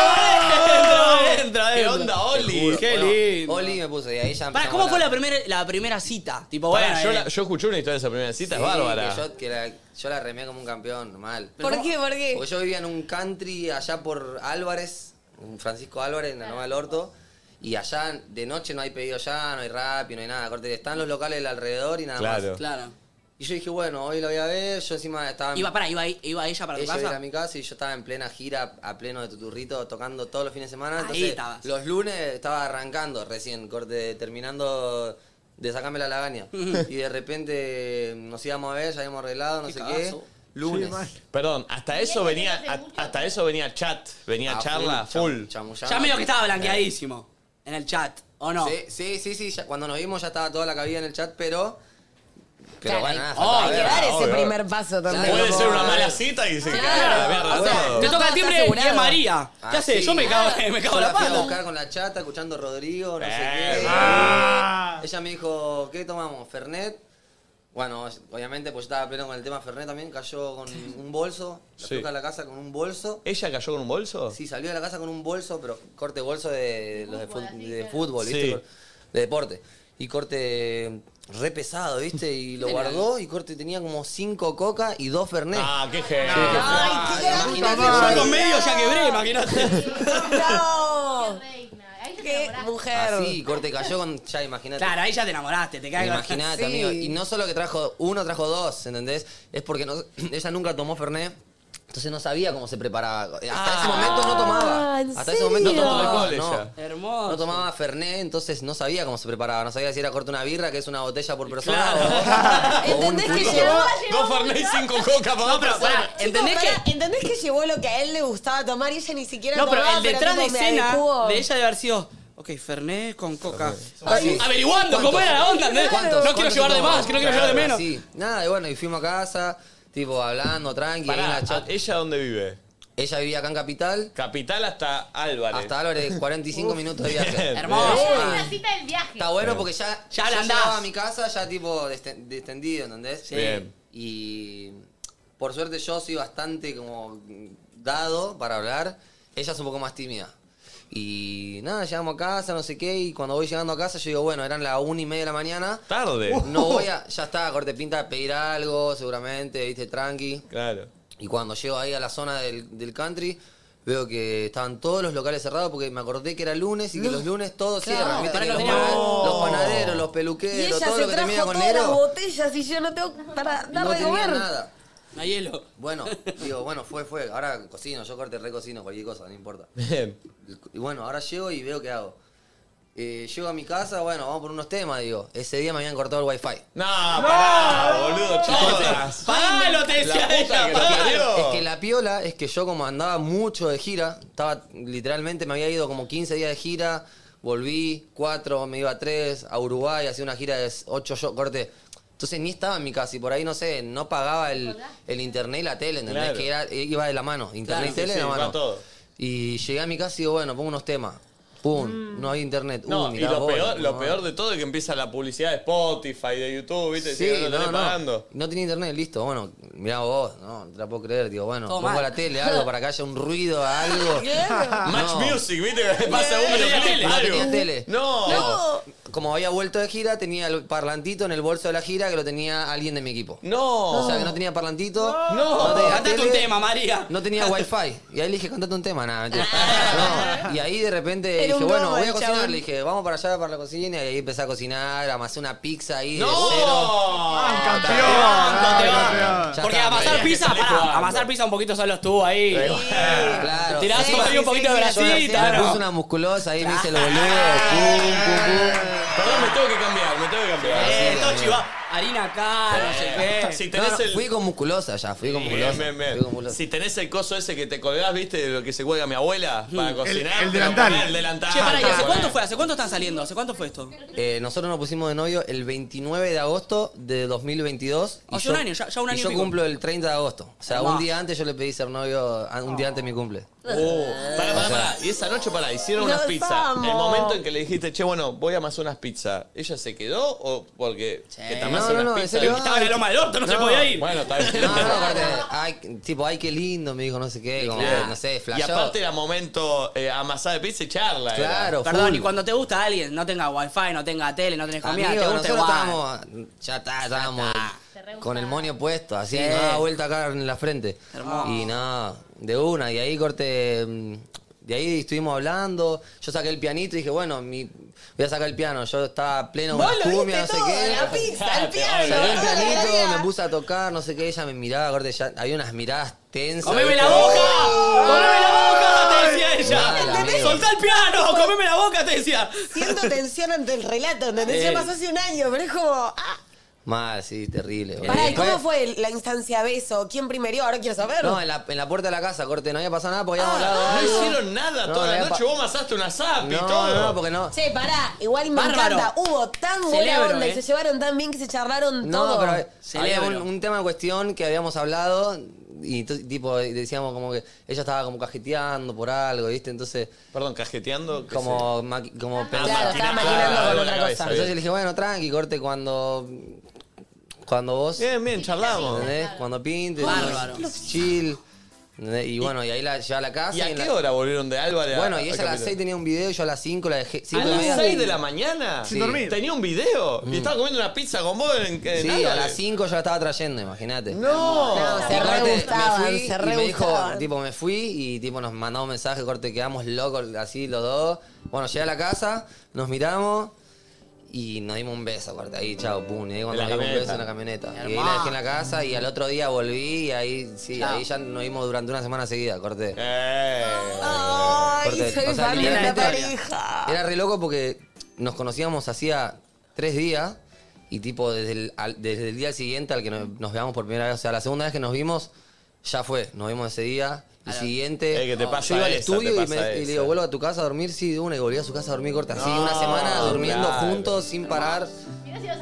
S4: ¡Adentro, adentro, adentro!
S10: Te juro, bueno, Oli me puso y ahí ya
S4: Pará,
S10: empezamos
S4: ¿cómo
S10: a
S4: fue
S10: hablar.
S4: la primera, la primera cita? Tipo,
S1: Pará,
S4: bueno,
S1: yo,
S4: eh,
S1: la- yo escuché una historia de esa primera cita, es
S10: Sí,
S1: bárbara.
S10: que yo, que la, yo la remé como un campeón, mal.
S3: ¿Por qué? ¿Por qué?
S10: Porque yo vivía en un country allá por Álvarez, en Francisco Álvarez, en la Nueva del Orto. Y allá de noche no hay pedido ya, no hay rap, no hay nada. Corte, están los locales del alrededor y nada
S1: Claro.
S10: más.
S4: Claro.
S10: Y yo dije, bueno, hoy la voy a ver. Yo encima estaba. en-
S4: Iba, pará, iba, iba ella para tu
S10: ella
S4: casa.
S10: era a mi casa y yo estaba en plena gira a pleno de tuturrito tocando todos los fines de semana.
S4: Ahí
S10: Entonces,
S4: estabas.
S10: los lunes estaba arrancando recién, corte, terminando de sacarme
S4: *laughs*
S10: la lagaña. y de repente nos íbamos a ver, ya habíamos arreglado, no
S4: Qué
S10: sé
S4: cagazo.
S10: qué. Lunes.
S1: Sí, mal. Perdón, hasta eso venía, a- hasta eso venía chat, venía
S10: A
S1: charla,
S10: Ah, full,
S1: full.
S10: cham-
S4: Ya medio que estaba blanqueadísimo en el chat, ¿o no?
S10: Sí, sí, sí, sí, ya- cuando nos vimos ya estaba toda la cabida en el chat, pero. Pero
S3: Claro,
S10: bueno, nada,
S3: hay-
S10: faltaba
S3: hay que
S10: ver.
S3: dar ese
S10: Obvio.
S3: primer paso también.
S1: Puede
S3: como-
S1: ser una mala cita y se cae a la mierda
S10: O sea,
S1: todo.
S4: Te toca el timbre y es
S3: asegurado.
S4: María. ¿Qué
S10: Ah,
S4: haces?
S10: sí.
S4: Yo me cago, me cago
S10: Yo
S4: en la
S10: fui a
S4: pala.
S10: buscar con la chata, escuchando a Rodrigo, no sé
S1: Eh,
S10: qué.
S1: ah.
S10: Ella me dijo, ¿qué tomamos? ¿Fernet? Bueno, obviamente, pues yo estaba pleno con el tema Fernet también, cayó con un bolso, la
S1: Sí.
S10: fui a la casa con un bolso.
S1: ¿Ella cayó con un bolso?
S10: Sí, salió de la casa con un bolso, pero corte bolso de, los de fut- de fútbol,
S1: Sí.
S10: ¿viste? De deporte. Y corte mm, re pesado, ¿viste? Y lo
S4: Tenía.
S10: guardó y corte tenía como cinco coca y dos Fernet.
S1: Ah, qué genio.
S10: Ay,
S4: Imagínate, yo con medio ya quebré, imagínate.
S3: ¡No! ¡Qué mujer!
S10: Así, corte cayó con. Ya, imagínate.
S4: Claro, ahí ya te enamoraste, te caigo.
S10: Imagínate, amigo. Y no solo que trajo uno, trajo dos, ¿entendés? Es porque no- *clears throat* ella nunca tomó Fernet. Entonces no sabía cómo se preparaba. Hasta
S4: Ah.
S10: ese momento no tomaba.
S3: Ah, ¿en
S10: Hasta ese momento no
S3: serio?
S10: tomaba.
S1: Alcohol
S10: no.
S1: ella.
S4: Hermoso.
S10: No tomaba Fernet, entonces no sabía cómo se preparaba. No sabía si era corta una birra, que es una botella por persona. o- o un
S3: ¿Entendés que
S10: culo.
S3: llevó...
S1: Dos Fernet y cinco coca para
S4: No, pero pará, ¿entendés
S3: Chicos, pará,
S4: que?
S3: ¿Entendés que llevó lo que a él le gustaba tomar y ella ni siquiera
S4: No, pero
S3: tomaba,
S4: el detrás de
S3: tipo, me
S4: escena
S3: adecuó?
S4: de ella debe haber sido. Ok, Fernet con coca. Ah,
S10: Así.
S4: Averiguando cómo era la onda, ¿entendés?
S10: ¿Cuántos-
S4: No quiero
S10: cuántos
S4: llevar de
S10: tomaba?
S4: más, que no quiero llevar de
S10: Claro,
S4: menos.
S10: así. Nada, y bueno, y fuimos a casa, tipo hablando, tranqui. ahí en la chat.
S1: ¿ella dónde vive?
S10: Ella vivía acá en Capital,
S1: Capital hasta Álvarez. *laughs*
S10: hasta Álvarez, 45 minutos de viaje.
S1: Bien,
S4: Hermoso.
S6: Es una cita del viaje.
S10: Está bueno porque ya,
S4: Ya
S10: yo
S4: la andás.
S10: llegaba a mi casa ya tipo desten- distendido, ¿entendés?
S4: Sí.
S1: Bien.
S10: Y por suerte yo soy bastante como dado para hablar. Ella es un poco más tímida. Y nada, llegamos a casa, no sé qué, y cuando voy llegando a casa yo digo, bueno, eran las una y media de la mañana.
S1: Tarde.
S5: *laughs*
S10: No voy a, ya está, corte pinta, pedir algo, seguramente, viste, tranqui.
S1: Claro.
S10: Y cuando llego ahí a la zona del, del country, veo que estaban todos los locales cerrados porque me acordé que era lunes y que los lunes todos
S3: Claro.
S10: cierran. Viste
S3: Para
S10: que
S3: los
S10: los,
S3: lunes.
S10: pan-
S3: No.
S10: los panaderos, los
S3: Y
S10: peluqueros,
S3: ella
S10: todo
S3: se
S10: lo que termina
S3: trajo
S10: con
S3: todas las
S10: negro.
S3: botellas y yo no tengo para dar
S10: No
S3: de
S10: tenía
S3: comer.
S10: nada.
S4: No hielo.
S10: Bueno, digo, bueno, fue, fue. Ahora cocino, yo corte, recocino, cualquier cosa, no importa.
S1: Bien.
S10: Y bueno, ahora llego y veo qué hago. Eh, llego a mi casa, bueno, vamos por unos temas, digo. Ese día me habían cortado el wifi.
S1: No, pará, boludo,
S10: chicos.
S4: ¡Palo, te decía ella!
S1: *laughs*
S10: Es que la piola es que yo como andaba mucho de gira, estaba literalmente, me había ido como 15 días de gira, volví 4, me iba 3 a Uruguay, hacía una gira de 8 yo, corte. Entonces ni estaba en mi casa y por ahí, no sé, no pagaba el, el internet y la tele, ¿entendés?
S1: Claro.
S10: Que era- iba de la mano, internet
S1: Claro,
S10: y tele
S1: sí,
S10: de la
S1: sí,
S10: mano.
S1: va todo.
S10: Y llegué a mi casa y digo, bueno, pongo unos temas. Pum, no hay internet.
S1: No,
S10: Uy,
S1: y
S10: Uh, mirá
S1: lo
S10: vos,
S1: peor, lo
S10: no.
S1: peor de todo es que empieza la publicidad de Spotify, de YouTube, ¿viste?
S10: Sí,
S1: Sí, no,
S10: no, no.
S1: pagando.
S10: No tenía internet, listo. Bueno, mirá vos, no, no te la puedo creer. Digo, bueno,
S1: Todo
S10: pongo
S1: mal.
S10: la tele, algo para que haya un ruido,
S1: *laughs*
S10: algo.
S1: Claro. Match Music, ¿viste? Pasa uno y
S10: No
S1: lo clica,
S10: tenía
S1: algo.
S10: tele.
S1: No.
S10: Digo, Como había vuelto de gira, tenía el parlantito en el bolso de la gira que lo tenía alguien de mi equipo.
S1: No.
S10: O sea, que no tenía parlantito.
S1: No.
S10: tenía
S1: Cantate
S10: tele,
S1: un tema, María. *laughs*
S10: No tenía wifi. Y ahí le dije, cantate un tema. Nada, mentira. No. Y ahí de repente
S1: Ah. Era
S10: dije,
S1: un
S10: bueno,
S1: goma,
S10: voy a
S1: el
S10: cocinar.
S1: chabón.
S10: Le dije, vamos para allá, para la cocina. Y ahí empecé a cocinar, amasé una pizza ahí de
S1: ¡No!
S10: cero.
S4: Ah, Porque amasar pizza, pará, amasar pizza un poquito solo estuvo ahí.
S10: Claro.
S4: Tirás
S10: Sí,
S4: un-
S10: sí,
S4: un poquito
S10: sí,
S4: de
S10: sí, yo la-
S4: brasita,
S10: Me
S4: ¿no?
S10: puse una musculosa ahí, me hice
S4: *laughs*
S10: los boludos. Pum, pum, pum.
S1: Perdón, me tengo que cambiar, me tengo que cambiar.
S4: Eh, todo chiva. Harina acá, no sé qué.
S1: Si
S10: No,
S1: tenés
S10: no,
S1: el...
S10: Fui con musculosa ya, fui con
S1: Bien,
S10: musculosa.
S1: bien, bien.
S10: Fui con musculosa.
S1: Si tenés el coso ese que te colgás, ¿viste? De lo que se cuelga mi abuela para
S10: Mm, El-
S1: cocinar.
S10: el
S1: te lo
S10: delantal.
S1: ponés, El delantal.
S4: Che, pará, ¿y hace
S1: Bueno.
S4: cuánto fue? ¿Hace cuánto están saliendo? ¿Hace cuánto fue esto?
S10: Eh, nosotros nos pusimos de novio el 29 de agosto de 2022.
S4: Hace un año, ya- ya un año
S10: Y
S4: y
S10: yo
S4: pico.
S10: cumplo el 30 de agosto. O sea,
S1: Ah.
S10: un día antes yo le pedí ser novio, a- un día antes de mi cumple. *laughs*
S1: Oh, pará, pará, pará. Y esa noche, pará, hicieron
S10: Nos
S1: unas pizzas.
S10: vamos.
S1: El momento en que le dijiste, che, bueno, voy a amasar unas pizzas, ¿ella se quedó o porque que te amasa
S10: Eh, No, no,
S1: unas
S10: no, en
S1: pizzas?
S10: serio.
S1: Estaba en la loma del orto, no, se
S10: No.
S1: podía ir. Bueno, está bien.
S10: No, no, aparte, ay, tipo, ay, qué lindo, me dijo, no sé qué, como,
S1: Bien.
S10: no sé,
S1: Y
S10: flashó.
S1: aparte era momento eh, amasar de pizza y charla. era.
S4: Perdón, y cuando te gusta alguien, no tenga wifi, no tenga tele, no tenés comida,
S10: Amigo,
S4: te gusta
S10: nosotros
S4: igual.
S10: estábamos, ya está, estábamos con el moño puesto, así,
S4: Sí.
S10: nada, vuelta acá en la frente.
S4: Hermoso.
S10: Y nada, de una, y ahí corte, mm, de ahí estuvimos hablando, yo saqué el pianito y dije, bueno, mi- voy a sacar el piano, yo estaba pleno con
S3: Vos
S10: las
S3: lo
S10: cumbias, no
S3: viste
S10: sé
S3: todo,
S10: qué.
S3: la pizza, el piano,
S10: Saqué el
S3: toda la
S10: pianito,
S3: vida.
S10: me puse a tocar, no sé qué, ella me miraba, corte, ya, había unas miradas tensas.
S4: ¡Comeme
S10: ¿viste?
S4: la boca! ¡Comeme la boca! Te decía
S10: Mal,
S4: ella.
S10: amigo.
S4: ¡Soltá el piano! ¡Comeme la boca! Te decía.
S3: Siento tensión ante el relato, ¿entendés? Ya
S10: Sí.
S3: pasó hace un año, pero es como. ah.
S10: Mal, sí, terrible. boludo.
S3: Pará, ¿y
S10: Eh, Después-
S3: cómo fue el- la instancia beso? ¿Quién primerió? Ahora quiero saber.
S10: No, en la, en la puerta de la casa, corte, no había pasado nada porque
S4: Ah,
S10: habíamos hablado.
S1: No
S10: algo.
S1: hicieron nada
S10: No,
S1: toda la
S4: eh,
S10: había
S1: noche.
S10: pa-
S1: Vos amasaste una zap y
S10: No,
S1: todo.
S10: no, porque no.
S3: Che, pará, igual me
S10: Bárbaro.
S3: encanta. Hubo tan buena
S10: Celebro,
S3: onda y
S10: eh.
S3: se llevaron tan bien que se charlaron
S10: No,
S3: todo.
S10: pero había un,
S3: Celebro.
S10: un tema en cuestión que habíamos hablado y entonces, tipo decíamos como que ella estaba como cajeteando por algo, ¿viste? Entonces...
S1: Perdón, cajeteando. ¿qué
S10: Como, maqui- como
S1: maquinando, estaba maquinando claro, con algo en otra la cabeza, cosa.
S10: Entonces
S1: bien.
S10: yo le dije, bueno, tranqui, corte cuando... Cuando vos...
S1: Bien, bien, charlamos.
S10: ¿entendés? Cuando pintes,
S1: Bárbaro.
S10: chill. ¿entendés? Y bueno, y ahí la lleva a la casa.
S1: ¿Y a
S10: en
S1: qué
S10: la-
S1: hora volvieron de Álvarez?
S10: Bueno,
S1: a-
S10: y
S1: al
S10: ella a las
S1: capitán?
S10: 6 tenía un video, yo a las 5 la dejé. cinco
S1: ¿A
S10: y media.
S1: las 6 de la mañana?
S10: Sin dormir.
S1: Tenía un video y estaba comiendo una pizza con vos en, en
S10: Sí, a
S1: Álvarez.
S10: las 5 yo la estaba trayendo, imagínate.
S1: No.
S10: Y
S1: se re
S10: corte, me
S1: gustaban,
S10: fui
S1: se
S10: y
S1: re
S10: me dijo,
S1: gustaban.
S10: tipo, me fui y tipo nos mandaba un mensaje, corte, quedamos locos así los dos. Bueno, llegué a la casa, nos miramos y nos dimos un beso, corte, ahí, chao, pum. Y ahí cuando
S1: En la
S10: nos dimos un
S1: camioneta.
S10: beso en la camioneta. Y ahí
S1: Hermoso.
S10: la dejé en la casa y al otro día volví y ahí, sí,
S1: Chao.
S10: ahí ya nos vimos durante una semana seguida, corte.
S1: Eh. Ay,
S10: Corte,
S3: soy
S10: o sea,
S3: fan de
S10: literalmente
S3: la pareja.
S10: Era re loco porque nos conocíamos hacía tres días y tipo desde el, al- desde el día siguiente al que nos, nos veamos por primera vez, o sea, la segunda vez que nos vimos, ya fue, nos vimos ese día. El siguiente, oh,
S1: Eh, que te pasa
S10: yo iba al
S1: esa,
S10: estudio
S1: te
S10: y, me-
S1: pasa
S10: y le
S1: esa.
S10: digo, vuelvo a tu casa a dormir, sí, de una, y volví a su casa a dormir corta, así,
S1: No,
S10: una semana durmiendo
S1: claro.
S10: juntos, sin parar.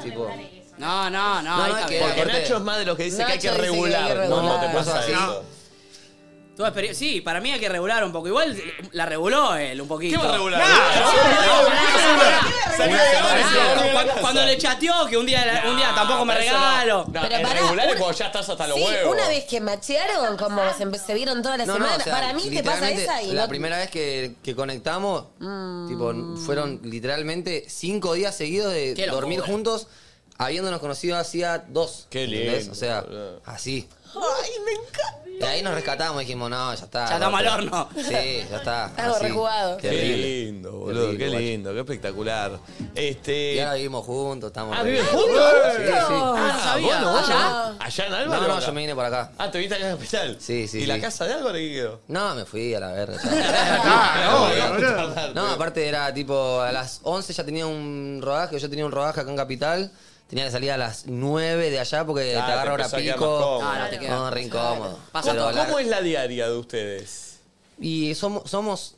S10: Tipo,
S4: No, no, no.
S10: No,
S4: ahí
S10: no,
S4: está
S10: que-
S4: bien.
S1: Porque Nacho es más de los que dice que hay que
S4: Nacho dice que hay que
S1: regular cuando
S4: regular.
S1: te pasa
S4: Sí.
S1: eso.
S4: Tuve experiencia- Sí, para mí hay que regular un poco. Igual la reguló él un poquito.
S1: ¿Qué va a regular?
S4: Cuando- Cuando le chateó que un día, un día tampoco me
S1: eso no.
S4: regalo.
S1: No, el regular es cuando ya estás hasta los
S3: Sí,
S1: huevos.
S3: una vez que machearon, como se, empe- se vieron toda la
S10: Ah. No, no,
S3: semana.
S10: o sea,
S3: Para mí te Mm. pasa
S10: literalmente,
S3: esa y
S10: La
S3: no-
S10: primera vez que, que conectamos, tipo, fueron literalmente cinco días seguidos de
S3: Ah. Qué locura.
S10: dormir juntos, habiéndonos conocido hacía dos.
S1: Qué
S10: ¿entendés?
S1: lindo,
S10: O sea, así.
S3: Ay, me encanta.
S10: Y ahí nos rescatamos y dijimos, no, ya está.
S4: Ya estamos
S10: loco.
S4: al horno.
S10: Sí, ya está.
S3: Algo
S10: Ah, así.
S3: rejugado.
S1: Qué lindo, boludo, qué lindo, qué espectacular. Este...
S10: Y ahora vivimos juntos, estamos.
S1: Ah,
S10: re-
S1: ¿viven
S10: Sí,
S1: juntos?
S10: Sí,
S1: Ah,
S10: sí.
S1: no sabía.
S10: vos no, vos
S1: ¿Allá?
S10: no.
S1: ¿Allá en Álvaro?
S10: No, no, yo me vine por acá.
S1: Ah, ¿te viste acá en el hospital?
S10: Sí, sí.
S1: ¿Y la
S10: casa
S1: de Álvaro qué quedó?
S10: No, me fui a la verga.
S1: *laughs*
S10: ya.
S1: Ah, boludo.
S10: No, aparte era tipo a las 11 ya tenía un rodaje, yo tenía un rodaje acá en Capital. Tenía que salir a las 9 de allá porque
S1: Ah,
S10: te
S1: te
S10: agarra hora
S1: empezó a quedar
S10: pico.
S1: más cómodo. Ah, No, no te queda.
S10: No, re incómodo. Pero
S1: ¿Cómo,
S10: la-
S1: cómo es la diaria de ustedes?
S10: Y somos, somos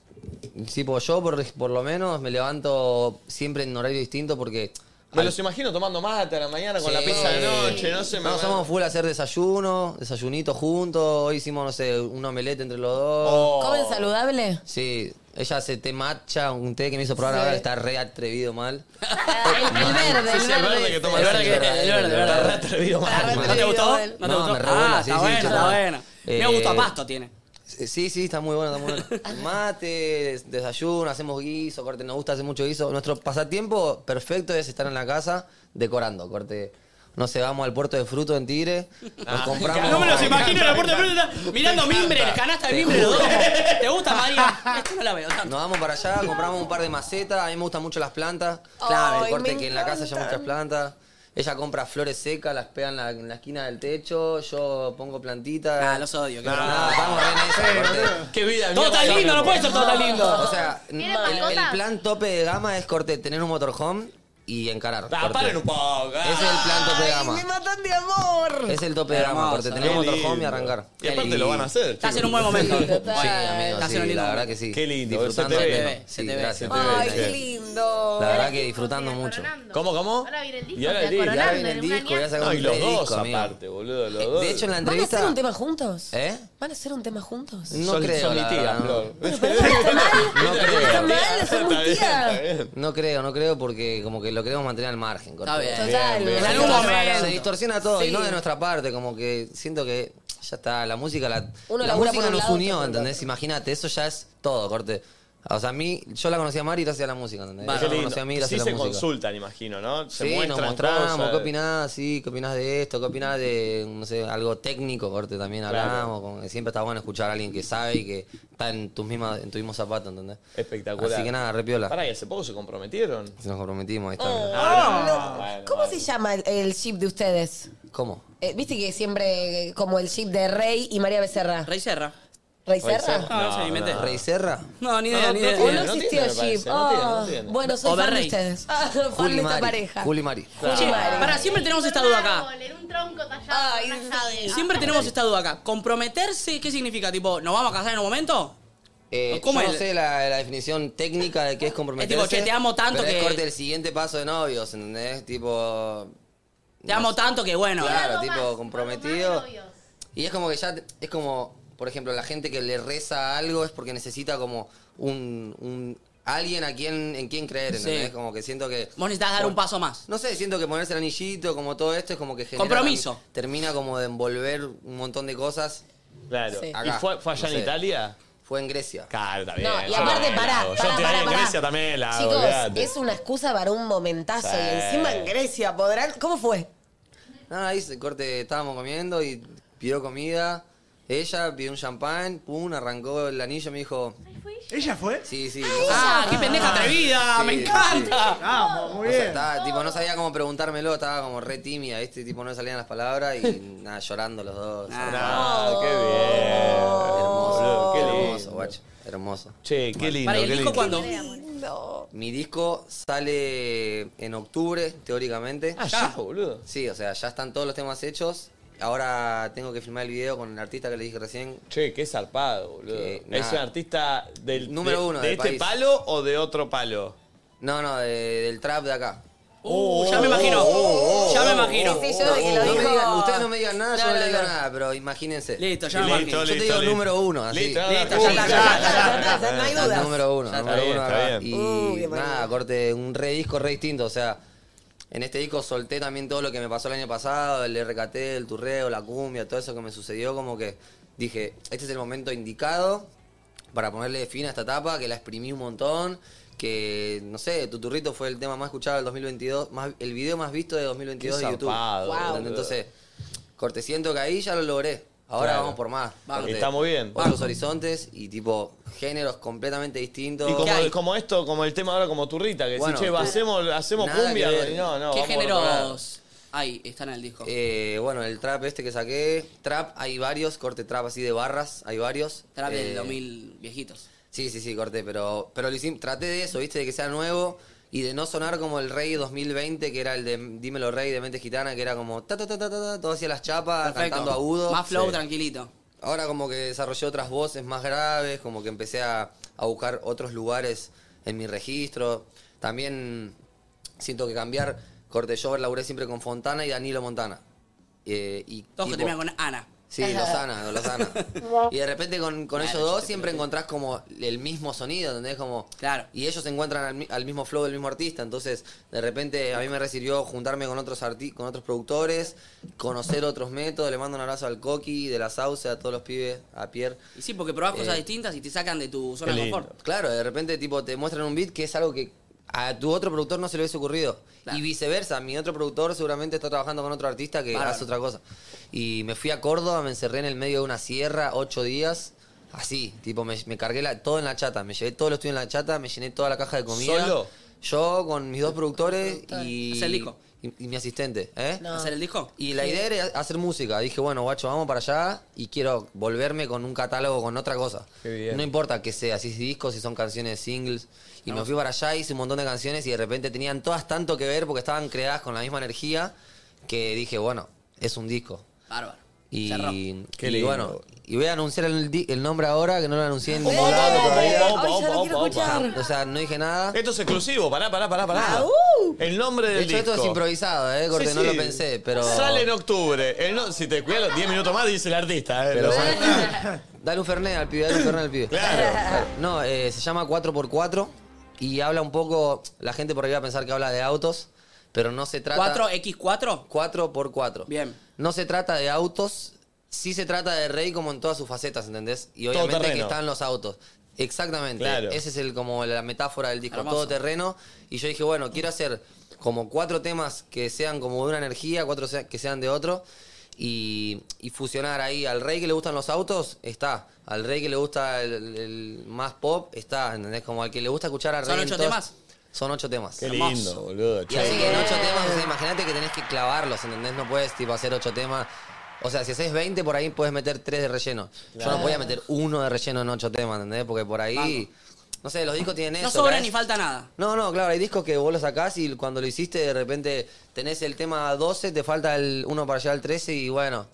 S10: tipo yo por, por lo menos me levanto siempre en horario distinto porque...
S1: Me
S10: al-
S1: los imagino tomando mate a la mañana con la
S10: Sí.
S1: pizza de noche, no sé. me-
S10: No, somos full a hacer desayuno, desayunito juntos. Hoy hicimos, no sé, un omelette entre los dos.
S4: Oh.
S3: ¿Comen saludable?
S10: Sí, ella hace té matcha, un té que me hizo probar
S3: Sí.
S10: ahora, está re atrevido mal.
S3: El verde, el verde.
S1: toma el verde, el verde, el verde.
S10: Re atrevido mal.
S4: ¿No te gustó? ¿No te gustó?
S10: me re
S4: ah,
S10: sí,
S4: está
S10: sí,
S4: buena, está buena. Me
S10: Eh,
S4: gusta a pasto tiene.
S10: Sí, sí, está muy bueno, está muy
S4: *laughs*
S10: bueno. Mate, des- desayuno, hacemos guiso, corte, nos gusta hacer mucho guiso. Nuestro pasatiempo perfecto es estar en la casa decorando, corte. No sé, vamos al puerto de fruto en Tigre, nos compramos...
S4: Ah, No me los imagino en la puerta de fruta
S10: *laughs*
S4: mirando mimbre, el canasta de
S10: Te
S4: mimbre. los dos.
S10: juro.
S4: ¿Te gusta, María? Esto no la veo tanto.
S10: Nos vamos para allá, compramos un par de macetas, a mí me gustan mucho las plantas.
S4: Ay,
S10: Claro,
S4: me
S10: corte que en la casa
S4: encantan.
S10: hay muchas plantas. Ella compra flores secas, las pega en la, en la esquina del techo, yo pongo plantitas. Ah, los
S4: odio.
S10: estamos re en esa, corte.
S1: Qué vida.
S4: Todo tan lindo, no puede ser todo tan lindo.
S10: O sea, el,
S4: ¿Tiene
S10: el
S4: mascotas?
S10: plan tope de gama es corte, tener un motorhome y encarar.
S1: Ah,
S10: corte.
S1: paren un poco.
S10: Ese es el plan tope de gama.
S3: matan de amor!
S10: Es el tope de gama,
S1: Hermoso,
S10: corte, tener un
S1: qué
S10: motorhome y
S1: lindo.
S10: arrancar.
S1: Y aparte lo van a hacer, Estás chicos. en un buen momento.
S10: Sí,
S1: Total.
S10: sí, amigo,
S1: Estás
S10: sí,
S1: en un lindo
S10: la verdad
S1: momento.
S10: que sí.
S1: Qué lindo, se
S10: Disfrutando.
S1: te ve,
S10: Sí,
S1: se te ve,
S10: gracias.
S1: se te ve.
S3: Ay,
S10: Sí.
S3: qué lindo.
S10: La verdad que disfrutando mucho.
S1: ¿Cómo, cómo?
S10: Ahora viene el
S1: Y ahora el disco.
S10: Ahora viene el disco. Ya
S1: No,
S10: sacamos
S1: y
S10: un
S1: los
S10: disco,
S1: dos
S10: amigo.
S1: aparte, boludo, los dos.
S10: De hecho, en la
S3: ¿Van a hacer
S10: entrevista...
S3: un tema juntos?
S10: ¿Eh?
S3: ¿Van a hacer un tema juntos?
S10: No
S1: Son-
S10: creo,
S1: son
S10: la
S1: mis tías,
S10: verdad,
S14: ah,
S10: no.
S1: Flor.
S14: *laughs*
S10: No creo.
S3: mal, son muy tías.
S10: No creo, no creo porque como que lo queremos mantener al margen. corte.
S4: Está bien.
S3: Total,
S4: En
S10: Se
S4: algún
S10: distorsiona-
S4: momento.
S10: Se distorsiona todo y
S4: Sí.
S10: no de nuestra parte, como que siento que ya está, la música la,
S3: Uno
S10: la
S3: labura por
S10: música
S3: un
S10: nos
S3: lado,
S10: unió,
S3: otro por el
S10: ¿entendés? Imagínate, eso ya es todo, corte. O sea, a mí, yo la conocí a Mari gracias a la música, ¿entendés?
S1: Qué
S10: Ella me
S1: lindo.
S10: conoció a mí gracias
S1: Sí
S10: a la
S1: se
S10: música.
S1: consultan, imagino, ¿no? Se
S10: sí, nos
S1: muestran
S10: mostramos,
S1: cosas.
S10: ¿qué opinás? Sí, ¿qué opinás de esto? ¿Qué opinás de, no sé, algo técnico? Corte, también
S1: Claro.
S10: hablamos. como que siempre está bueno escuchar a alguien que sabe y que está en tus mismas, en tu mismo zapato, ¿entendés?
S1: Espectacular.
S10: Así que nada, repiola.
S1: Pará, y hace poco se comprometieron.
S10: Nos comprometimos, ahí está.
S3: Eh, ¿Cómo se llama el, el ship de ustedes?
S10: ¿Cómo?
S3: Eh, Viste que siempre eh, como el ship de Rey y María Becerra.
S4: Rey Serra.
S3: ¿Rey Serra?
S4: No, eso inventé.
S10: ¿Rey Serra?
S4: No, ni idea,
S10: No,
S4: ni
S10: no
S4: idea.
S10: tiene,
S3: No existió ship. Ah, Bueno, soy
S4: O de
S3: fan de
S4: Rey.
S3: ustedes. Ah, fan
S10: Juli
S3: de esta
S10: Mari,
S3: pareja.
S10: Juli Mari.
S4: Che, Para siempre tenemos esta duda acá.
S6: En un tronco tallado. Ay, Ah,
S4: Siempre tenemos esta duda acá. ¿Comprometerse qué significa? Tipo, ¿nos vamos a casar en un momento?
S10: Eh,
S4: ¿Cómo
S10: yo
S4: es?
S10: no sé la, la definición técnica de qué es comprometerse.
S4: Es tipo, che, te amo tanto
S10: pero es
S4: que-
S10: corte el siguiente paso de novios, ¿entendés? Tipo...
S4: Te amo tanto que bueno.
S10: Claro, tipo comprometido. Y es como que ya, te- es como, por ejemplo, la gente que le reza algo es porque necesita como un, un- alguien a quien, en quien creer, ¿entendés?
S4: Sí.
S10: Como que siento que...
S4: Vos necesitas dar un paso más.
S10: No sé, siento que ponerse el anillito, como todo esto, es como que genera...
S4: Compromiso.
S10: Termina como de envolver un montón de cosas.
S1: Claro.
S10: Sí.
S1: ¿Y fue, fue allá
S10: No
S1: en
S10: sé.
S1: Italia?
S10: Fue en Grecia.
S1: Claro, también.
S3: No, y
S1: Yo
S3: aparte,
S1: también la
S3: pará,
S1: hago. Yo
S3: pará,
S1: te-
S3: pará,
S1: en
S3: pará.
S1: Grecia también la hago,
S3: Chicos,
S1: olvidate.
S3: es una excusa para un momentazo.
S1: Sí.
S3: Y encima en Grecia podrán. ¿Cómo fue?
S10: Nada, ahí se corte, estábamos comiendo y pidió comida. Ella pidió un champán, pum, arrancó el anillo y me dijo...
S11: ¿Ella fue?
S10: Sí, sí.
S4: Ah, qué pendeja atrevida, me encanta.
S11: Vamos, muy
S10: O sea,
S11: bien.
S10: estaba, tipo, no sabía cómo preguntármelo, estaba como re tímida, este tipo no salían las palabras y
S1: *laughs*
S10: nada, llorando los dos.
S1: Ah, qué bien.
S10: hermoso,
S1: Boludo, qué
S10: hermoso,
S1: lindo.
S10: guacho, hermoso.
S1: Che, qué lindo,
S4: Para, ¿y el
S1: qué
S4: disco
S1: lindo.
S4: cuándo?
S10: Mi disco sale en octubre, teóricamente.
S1: Ah, ya, boludo.
S10: Sí, o sea, ya están todos los temas hechos. Ahora tengo que filmar el video con el artista que le dije recién.
S1: Che, qué zarpado, boludo.
S10: Que,
S1: ¿Es
S10: nada.
S1: un artista del
S10: Número
S1: de-
S10: uno
S1: de,
S10: del
S1: este
S10: país.
S1: palo o de otro palo?
S10: No, no, de- del trap de acá.
S4: Uh,
S1: Oh,
S4: ya me imagino. Ya me imagino.
S3: Sí, yo desde que lo
S10: No me
S3: dijo-
S10: digan- ustedes no me digan nada, yo
S3: No,
S10: no,
S3: no,
S10: le digo
S3: no.
S10: nada, pero imagínense.
S4: Listo, ya me
S10: Yo
S4: imagino.
S10: te digo
S1: listo.
S10: número uno, así.
S1: Listo, no,
S10: Listo,
S1: no,
S10: ya
S1: no,
S10: está,
S1: ya
S10: ya
S1: está,
S10: está,
S1: ya está,
S10: ya está.
S1: no hay
S10: Está
S1: dudas.
S10: Número uno,
S1: Ya está
S10: número
S1: bien,
S10: uno
S1: está
S10: acá.
S1: bien.
S3: Uh,
S10: Y
S3: qué
S10: nada, corte, un re disco, re distinto, o sea... En este disco solté también todo lo que me pasó el año pasado, el RKT, el turreo, la cumbia, todo eso que me sucedió, como que dije, este es el momento indicado para ponerle fin a esta etapa, que la exprimí un montón, que, no sé, Tuturrito fue el tema más escuchado del 2022, más, el video más visto de 2022
S1: Qué
S10: de YouTube.
S1: zarpado,
S10: ¿Entendés?
S1: boludo.
S10: Entonces, Corte, siento que ahí ya lo logré. Ahora
S1: Claro.
S10: vamos por más.
S1: Vamos.
S10: Corte,
S1: Está muy bien.
S10: Otros horizontes y tipo géneros completamente distintos.
S1: Y como, como esto, como el tema ahora, como turrita, que
S10: Bueno,
S1: decís, che,
S10: claro.
S1: hacemos, hacemos
S10: Nada
S1: cumbia.
S10: que ver.
S1: y No, no, vamos
S10: ¿Qué
S1: por
S10: género?
S1: otro lado.
S10: Ahí, están en el disco. bueno, el trap este que saqué. Trap, hay varios. Corte trap así de barras, hay varios.
S4: Trap del
S10: 2000 viejitos. Sí, sí, sí, corté. Pero, pero lo hicim- traté de eso, viste, de que sea nuevo. Y de no sonar como el Rey 2020, que era el de Dímelo Rey de Mente Gitana, que era como ta ta ta ta ta, ta, todo hacía las chapas,
S4: Perfecto.
S10: cantando agudo.
S4: Más flow,
S10: Sí.
S4: tranquilito.
S10: Ahora como que desarrollé otras voces más graves, como que empecé a, a buscar otros lugares en mi registro. También siento que cambiar, corte, yo laburé siempre con Fontana y Danilo Montana. Eh, y
S4: Todos que
S10: tipo-
S4: terminan con Ana.
S10: Sí, Lozana,
S4: *laughs*
S10: no, Lozana. Y de repente con, con ellos dos siempre encontrás como el mismo sonido, ¿entendés? Como, claro. Y ellos se encuentran al, mi- al mismo flow del mismo artista. Entonces, de repente a mí me recibió juntarme con otros arti con otros productores, conocer otros métodos. Le mando un abrazo al Coqui, de la Sauce, a todos los pibes, a Pierre.
S4: Y sí, porque probás cosas
S10: Eh,
S4: distintas y te sacan de tu zona de confort.
S10: Claro, de repente tipo te muestran un beat que es algo que a tu otro productor no se le hubiese ocurrido. Y viceversa, mi otro productor seguramente está trabajando con otro artista que
S4: Bárbaro.
S10: hace otra cosa. Y me fui a Córdoba, me encerré en el medio de una sierra, ocho días, así, tipo me, me cargué la- todo en la chata, me llevé todo lo estudio en la chata, me llené toda la caja de comida.
S4: ¿Solo?
S10: Yo con mis dos productores y,
S4: Hacer el disco.
S10: y, y mi asistente. ¿eh?
S4: No. ¿Hacer el disco?
S10: Y la
S4: Sí.
S10: idea era hacer música. Dije, bueno, guacho, vamos para allá y quiero volverme con un catálogo, con otra cosa. No importa que sea, si es disco, si son canciones singles. Y me fui para allá, hice un montón de canciones y de repente tenían todas tanto que ver porque estaban creadas con la misma energía que dije, bueno, es un disco.
S4: Bárbaro.
S10: Y,
S4: Cerró.
S10: y
S4: Qué lindo.
S10: bueno, y voy a anunciar el, di- el nombre ahora, que no lo anuncié en
S1: Opa,
S10: ningún lado
S1: opa, opa, Ay,
S10: todavía.
S1: ya lo opa, quiero opa, escuchar.
S10: O sea, no dije nada.
S1: Esto es exclusivo, pará, pará, pará, pará.
S4: Ah, uh.
S1: El nombre del
S10: De hecho, esto
S1: disco.
S10: es improvisado, eh, Corte,
S1: Sí,
S10: no
S1: sí.
S10: lo pensé, pero...
S1: Sale en octubre. El no- si te cuidas 10 minutos más, dice el artista. eh.
S10: Pero-
S1: Lo-
S10: Dale un fernet al pibe, dale un fernet al pibe. Claro. No, eh, se llama 4x4 y habla un poco, la gente por ahí va a pensar que habla de autos, pero no se trata...
S4: ¿4X4?
S10: 4x4. Bien. No se trata de autos, sí se trata de Rey como en todas sus facetas, ¿entendés? Y
S1: Todo
S10: obviamente que
S1: terreno.
S10: están los autos. Exactamente.
S1: Claro.
S10: Ese es el, como la metáfora del disco,
S1: Hermoso.
S10: todo terreno. Y yo dije, bueno, quiero hacer como cuatro temas que sean como de una energía, cuatro sea- que sean de otro. Y, y fusionar ahí al rey que le gustan los autos, está. Al rey que le gusta el, el más pop, está. ¿Entendés? Como al que le gusta escuchar a rey.
S4: ¿Son
S10: en
S4: ocho
S10: todas-
S4: temas?
S10: Son ocho temas.
S1: Qué lindo, boludo.
S10: Y
S1: che.
S10: así que en ocho temas, o sea, imagínate que tenés que clavarlos, ¿entendés? No puedes tipo hacer ocho temas. O sea, si haces 20, por ahí puedes meter tres de relleno. Yo
S4: Claro.
S10: no podía meter uno de relleno en ocho temas, ¿entendés? Porque por ahí. No sé, los discos tienen
S4: No
S10: eso.
S4: sobra
S10: ¿la
S4: ni
S10: ves?
S4: falta nada.
S10: No, no, claro, hay discos que vos los sacás y cuando lo hiciste de repente tenés el tema 12, te falta el uno para llegar al 13 y bueno,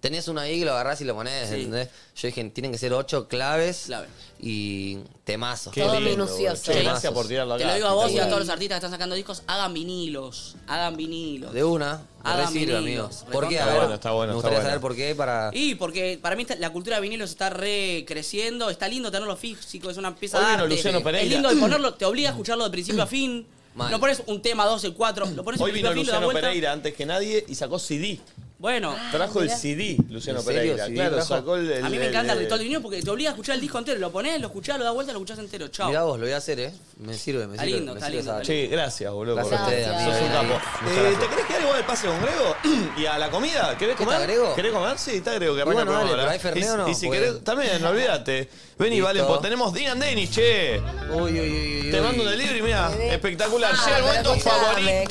S10: tenés uno ahí que lo agarrás y lo ponés,
S4: Sí.
S10: ¿entendés? Yo dije, tienen que ser ocho claves y temazos.
S4: Qué Todo lindo, minucioso. boludo. Che,
S10: Temazos.
S1: gracias por tirarlo
S4: Te lo digo a vos y a todos los artistas que están sacando discos, hagan vinilos, hagan vinilos.
S10: De una, me
S4: Hagan
S10: re sirve,
S4: vinilos,
S10: amigos. ¿Por qué?
S4: recontra
S10: A ver,
S4: bueno,
S1: está bueno,
S10: Me
S1: está
S10: gustaría
S1: bueno.
S10: saber por qué para...
S4: Y porque para mí esta- la cultura de vinilos está recreciendo, está lindo tenerlo físico, es una pieza
S1: Hoy
S4: de
S1: vino
S4: arte.
S1: Luciano
S4: Sí.
S1: Pereira.
S4: Es lindo de ponerlo, te obliga a escucharlo de principio a
S10: *clears throat*
S4: fin.
S1: Mal.
S4: No pones un tema, dos, el cuatro, lo pones de
S1: Hoy vino
S4: principio a fin, lo das
S1: Luciano
S4: vuelta.
S1: Pereira antes que nadie y sacó Ah. CD.
S4: Bueno.
S1: Trajo el
S4: mirá.
S1: CD, Luciano
S4: ¿En serio?
S1: Pereira.
S4: ¿CD
S1: Claro,
S4: trajo?
S1: sacó el.
S4: a mí me encanta el
S1: el-
S4: ritual de vinilo porque te obliga a escuchar el disco entero, lo pones, lo escuchás, lo das vuelta, lo escuchás entero, chao.
S10: Mirá vos, lo voy a hacer, ¿eh? Me sirve, me
S4: Está
S10: sirve.
S4: lindo,
S10: me
S4: está
S10: sirve
S4: lindo,
S10: saber.
S1: Che, gracias, boludo. por
S10: Gracias a
S1: venir.
S10: ustedes,
S1: Sos un
S10: amigos.
S1: capo.
S10: Muchas
S1: Eh,
S10: gracias.
S1: ¿Te querés quedar igual el pase con Grego? ¿Y a la comida? ¿Querés
S10: ¿Qué está,
S1: comer?
S10: Grego?
S1: ¿Querés comer? Sí, está Grego que
S10: Y
S1: arranca
S10: bueno,
S1: el
S10: dale,
S1: programa,
S10: ¿traes
S1: ¿verdad? Y-
S10: Fernet o no?
S1: Y si
S10: Porque-
S1: querés,
S10: *laughs*
S1: también, no olvídate. Vení,
S10: Listo.
S1: vale, pues tenemos Dinan Denis, che.
S10: Uy, uy, uy, uy.
S1: Te mando un delivery, mira, espectacular.
S10: Ah,
S1: Llega el momento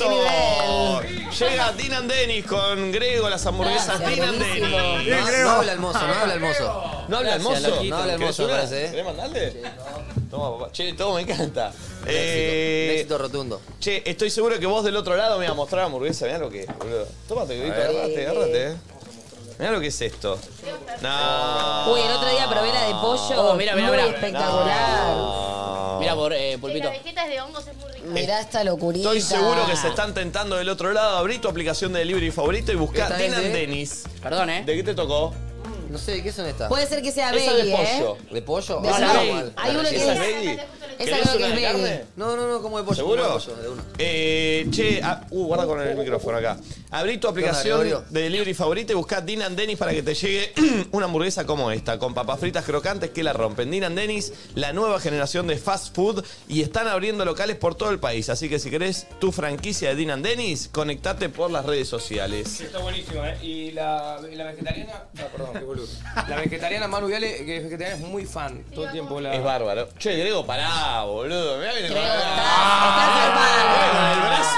S1: favorito. Llega Dinan Denis con Grego, las hamburguesas
S10: Gracias,
S1: Dinan Denis.
S10: buenísimo. No- no habla el mozo, no habla el mozo.
S1: No habla el
S10: Gracias,
S1: mozo.
S10: loquito. No habla el
S1: ¿Querés
S10: mozo,
S1: una?
S10: parece, eh.
S1: ¿Querés mandarle? Toma, papá. Che, todo me encanta.
S10: Un
S1: Eh,
S10: éxito rotundo.
S1: Che, estoy seguro que vos del otro lado me vas a mostrar hamburguesa. Mirá lo que es, boludo. Tómate, grito,
S10: ver.
S1: agárrate, agárrate. eh. Mirá lo que es esto. No.
S3: Uy, el otro día probé la de pollo.
S4: Oh, mira, mira,
S3: Muy
S4: mira.
S3: espectacular.
S1: No.
S4: Mira, por, eh, Pulpito.
S6: Vegetas de hongos es muy rico.
S3: Mirá esta locurita.
S1: Estoy seguro que se están tentando del otro lado. Abrí tu aplicación de delivery favorito y buscá
S10: Esta es
S1: Dinan
S10: de-
S1: Denis.
S4: Perdón, ¿eh?
S1: ¿De qué te tocó?
S10: ¿eh? No sé, ¿qué son estas?
S3: Puede ser que sea
S1: Esa
S3: veggie,
S1: de
S3: ¿eh?
S1: pollo.
S10: ¿De pollo?
S3: De
S10: Ah,
S3: pollo.
S10: igual.
S3: Hay uno que
S1: ¿Esa es
S3: es-
S1: veggie?
S3: Es
S1: ¿Querés
S3: algo que
S1: una
S3: es
S1: de
S3: verde.
S1: carne?
S10: No, no, no, como de pollo. como
S1: ¿Seguro?
S10: de pollo, de una.
S1: Eh, che, ah, uh, guarda con el micrófono acá. Abrí tu aplicación
S10: Gregorio?
S1: de delivery favorita y buscá Dean and Dennis para que te llegue *clears throat* una hamburguesa como esta, con papas fritas crocantes que la rompen. Dean and Dennis, la nueva generación de fast food y están abriendo locales por todo el país. Así que si querés tu franquicia de Dean and Dennis, conectate por las redes sociales.
S14: Está buenísimo, ¿eh? Y la, y la vegetariana. No, perdón, qué boludo. La vegetariana Manu Viale, que es vegetariana, es muy fan. Todo el tiempo la.
S1: Es bárbaro. Che, Grego, pará, boludo. Mirá, viene con-
S14: Ah,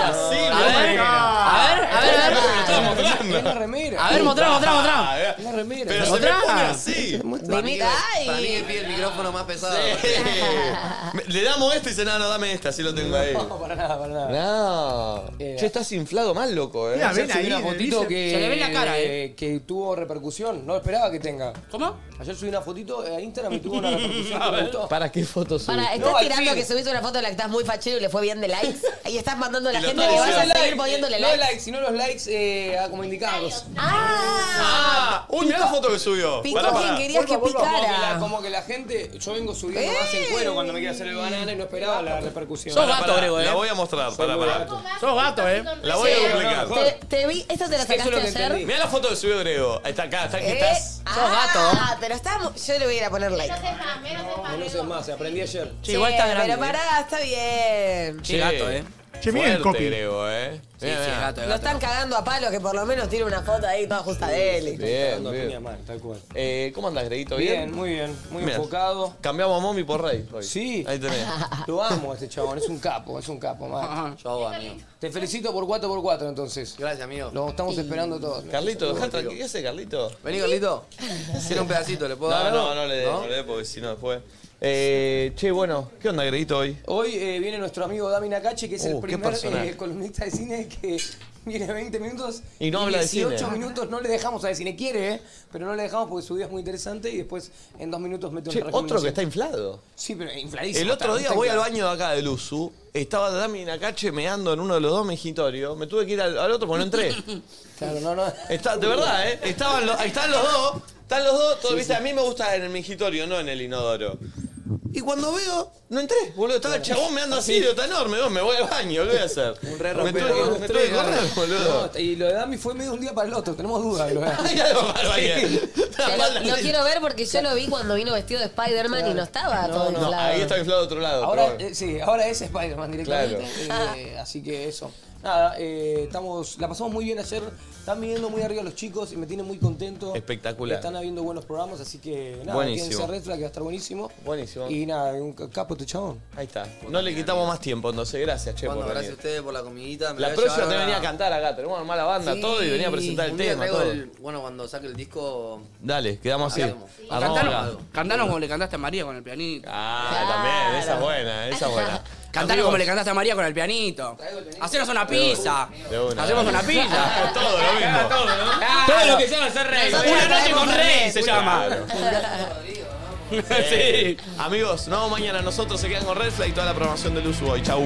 S14: Sí,
S1: A
S14: no,
S1: ver,
S14: no.
S1: a ver, a ver, a ver. Lo estaba mostrando.
S14: Es la remera.
S1: A ver, mostrá, mostrá, mostrá.
S14: Es la remera.
S1: Pero se me pone así.
S10: Para mí, para mí el pie el micrófono más pesado. *laughs*
S1: Me- Le damos este y dice, no, no, dame esta, así lo tengo ahí.
S14: No, *laughs* para nada, para nada.
S1: No. Che, estás inflado mal, loco, eh.
S14: Mira,
S1: Ayer
S14: ven
S1: subí
S14: ahí,
S1: una
S14: en el
S1: fotito
S14: bíceps.
S1: que...
S14: Se le ve la cara, eh. Que tuvo repercusión. No esperaba que tenga.
S4: ¿Cómo?
S14: Ayer subí una fotito eh, a Instagram y tuvo una repercusión *laughs*
S1: A
S14: que me
S1: ver.
S14: gustó.
S1: ¿Para qué foto subiste?
S3: Para, estás
S14: No, al
S3: tirando
S14: fin.
S3: que subiste una foto en la que estás muy fachero y le fue bien de
S14: *laughs*
S3: likes. Y estás mandando a la
S14: Y lo
S3: gente
S14: estaba
S3: que vas a
S14: haciendo.
S3: seguir poniéndole
S14: No
S3: likes.
S14: likes, sino los likes eh, ah, como indicados.
S1: ¡Ah! ¡Uy, mirá la foto que subió!
S14: Picó
S1: Pará,
S14: quien
S1: pará.
S14: querías que Como que, la, como que la gente, yo vengo subiendo más en cuero cuando me quiero hacer el banana y no esperaba la repercusión.
S1: Pará, pará,
S14: eh.
S1: La voy a mostrar, pará, pará.
S14: Sos gato, eh.
S1: La voy a duplicar.
S3: Te, te vi, esta te la
S14: Eso es lo
S3: sacaste
S14: que
S3: ayer.
S1: Mirá la foto que subió Grego. Ahí Está acá, está aquí,
S3: Eh,
S1: estás.
S3: Ah, pero está, mu- yo le voy a ir a poner like.
S14: Menos es más, aprendí ayer.
S3: Sí, Pero pará, está bien.
S1: Che, gato, eh.
S5: Che, miren el
S1: Fuerte,
S5: copy.
S1: Grego, eh. Sí, sí, gato,
S3: Lo están cagando a palo que por lo menos tiene una foto ahí toda justa de él.
S1: Bien, bien.
S14: Tal cual.
S1: Eh, ¿Cómo andas, Greguito?
S14: Bien, muy bien, muy enfocado.
S1: Cambiamos a Mommy por Rey. hoy.
S14: Sí.
S1: Ahí tenés.
S14: Lo amo a este chabón, es un capo, es un capo,
S1: Ah.
S14: man.
S10: Yo hago, amigo.
S14: Te felicito por 4x4 entonces.
S10: Gracias, amigo.
S14: Lo estamos esperando todos.
S1: Carlito, dejá tranquilo. ¿Qué hace Carlito?
S10: Vení,
S14: *laughs*
S10: Carlito. Quiero un pedacito, ¿le
S1: No,
S10: puedo dar?
S1: no,
S10: algo?
S1: no, le dé,
S10: ¿No?
S1: no le dé porque si no después. Eh, che, bueno, ¿qué onda, Greguito, hoy?
S14: Hoy eh, viene nuestro amigo Dami Nakache, que es
S1: Uh,
S14: el
S1: qué
S14: primer
S1: personaje.
S14: eh, columnista de cine que *laughs* viene 20 minutos
S1: Y no habla de cine.
S14: 18 minutos no le dejamos a de cine. Quiere, eh, pero no le dejamos porque su día es muy interesante y después en dos minutos mete un
S1: Che, otro que está inflado.
S14: Sí, pero infladísimo.
S1: El otro
S14: está,
S1: día
S14: está
S1: voy al
S14: inflado.
S1: baño de acá de Luzu. Estaba Dami Nakache meando en uno de los dos mejitorios. Me tuve que ir al, al otro porque no entré.
S14: *laughs* Claro, no, no.
S1: Está, de verdad, ¿eh? Estaban los, ahí están los dos. Están los dos. todo,
S14: Sí,
S1: ¿viste?
S14: sí.
S1: A mí me gusta en el mejitorio, no en el inodoro. Y cuando veo, no entré, boludo. Estaba el chabón meando así, de está enorme. vos, me voy al baño, ¿qué voy a hacer? me tuve, que- me tuve que *laughs* correr, boludo.
S14: No, y lo de Dami fue medio de un día para el otro, tenemos dudas. de Lo de
S1: *laughs*
S14: Dami.
S1: Hay algo raro ahí, eh.
S3: Yo lo, lo quiero ver porque yo lo vi cuando vino vestido de Spider-Man y no estaba todo
S1: No,
S3: inflado.
S1: ahí está inflado de otro lado.
S14: Ahora,
S1: pero bueno.
S14: eh, sí, ahora es Spider-Man directamente.
S1: *laughs*
S14: eh, así que eso. Nada, eh, estamos, la pasamos muy bien ayer. Están viniendo muy arriba los chicos y me tienen muy contento.
S1: Espectacular.
S14: Están habiendo buenos programas, así que nada,
S1: Buenísimo.
S14: quédense a Red Flag, que va a estar buenísimo.
S1: Buenísimo.
S14: Y nada, un ca- capo tu chabón.
S1: Ahí está. No le quitamos más tiempo, entonces. Gracias, che,
S10: Bueno,
S1: por
S10: gracias a
S1: venir.
S10: ustedes por la comidita. me
S1: La
S10: voy
S1: próxima
S10: llevar
S1: te
S10: una-
S1: venía a cantar acá. Tenemos armar la banda,
S10: Sí,
S1: todo, y venía a presentar el
S10: un día
S1: tema,
S10: traigo
S1: todo.
S10: el- bueno, cuando saque el disco.
S1: Dale, quedamos así.
S10: Hagamos.
S1: Armamos
S4: Cantanos,
S1: acá.
S4: cantanos como le cantaste a María con el pianito.
S1: Ah, también, esa es buena, esa es buena.
S4: Cantanos
S1: Amigos.
S4: como le cantaste a María con el pianito. Hacenos una pizza.
S1: De una.
S4: Hacemos una pizza.
S1: *laughs* todo lo mismo.
S4: Todo lo que se haga ser rey. Una noche con rey se llama.
S1: *laughs* Sí. Amigos, no, mañana nosotros se quedan con Red Flag y toda la programación de Luz hoy. Chau.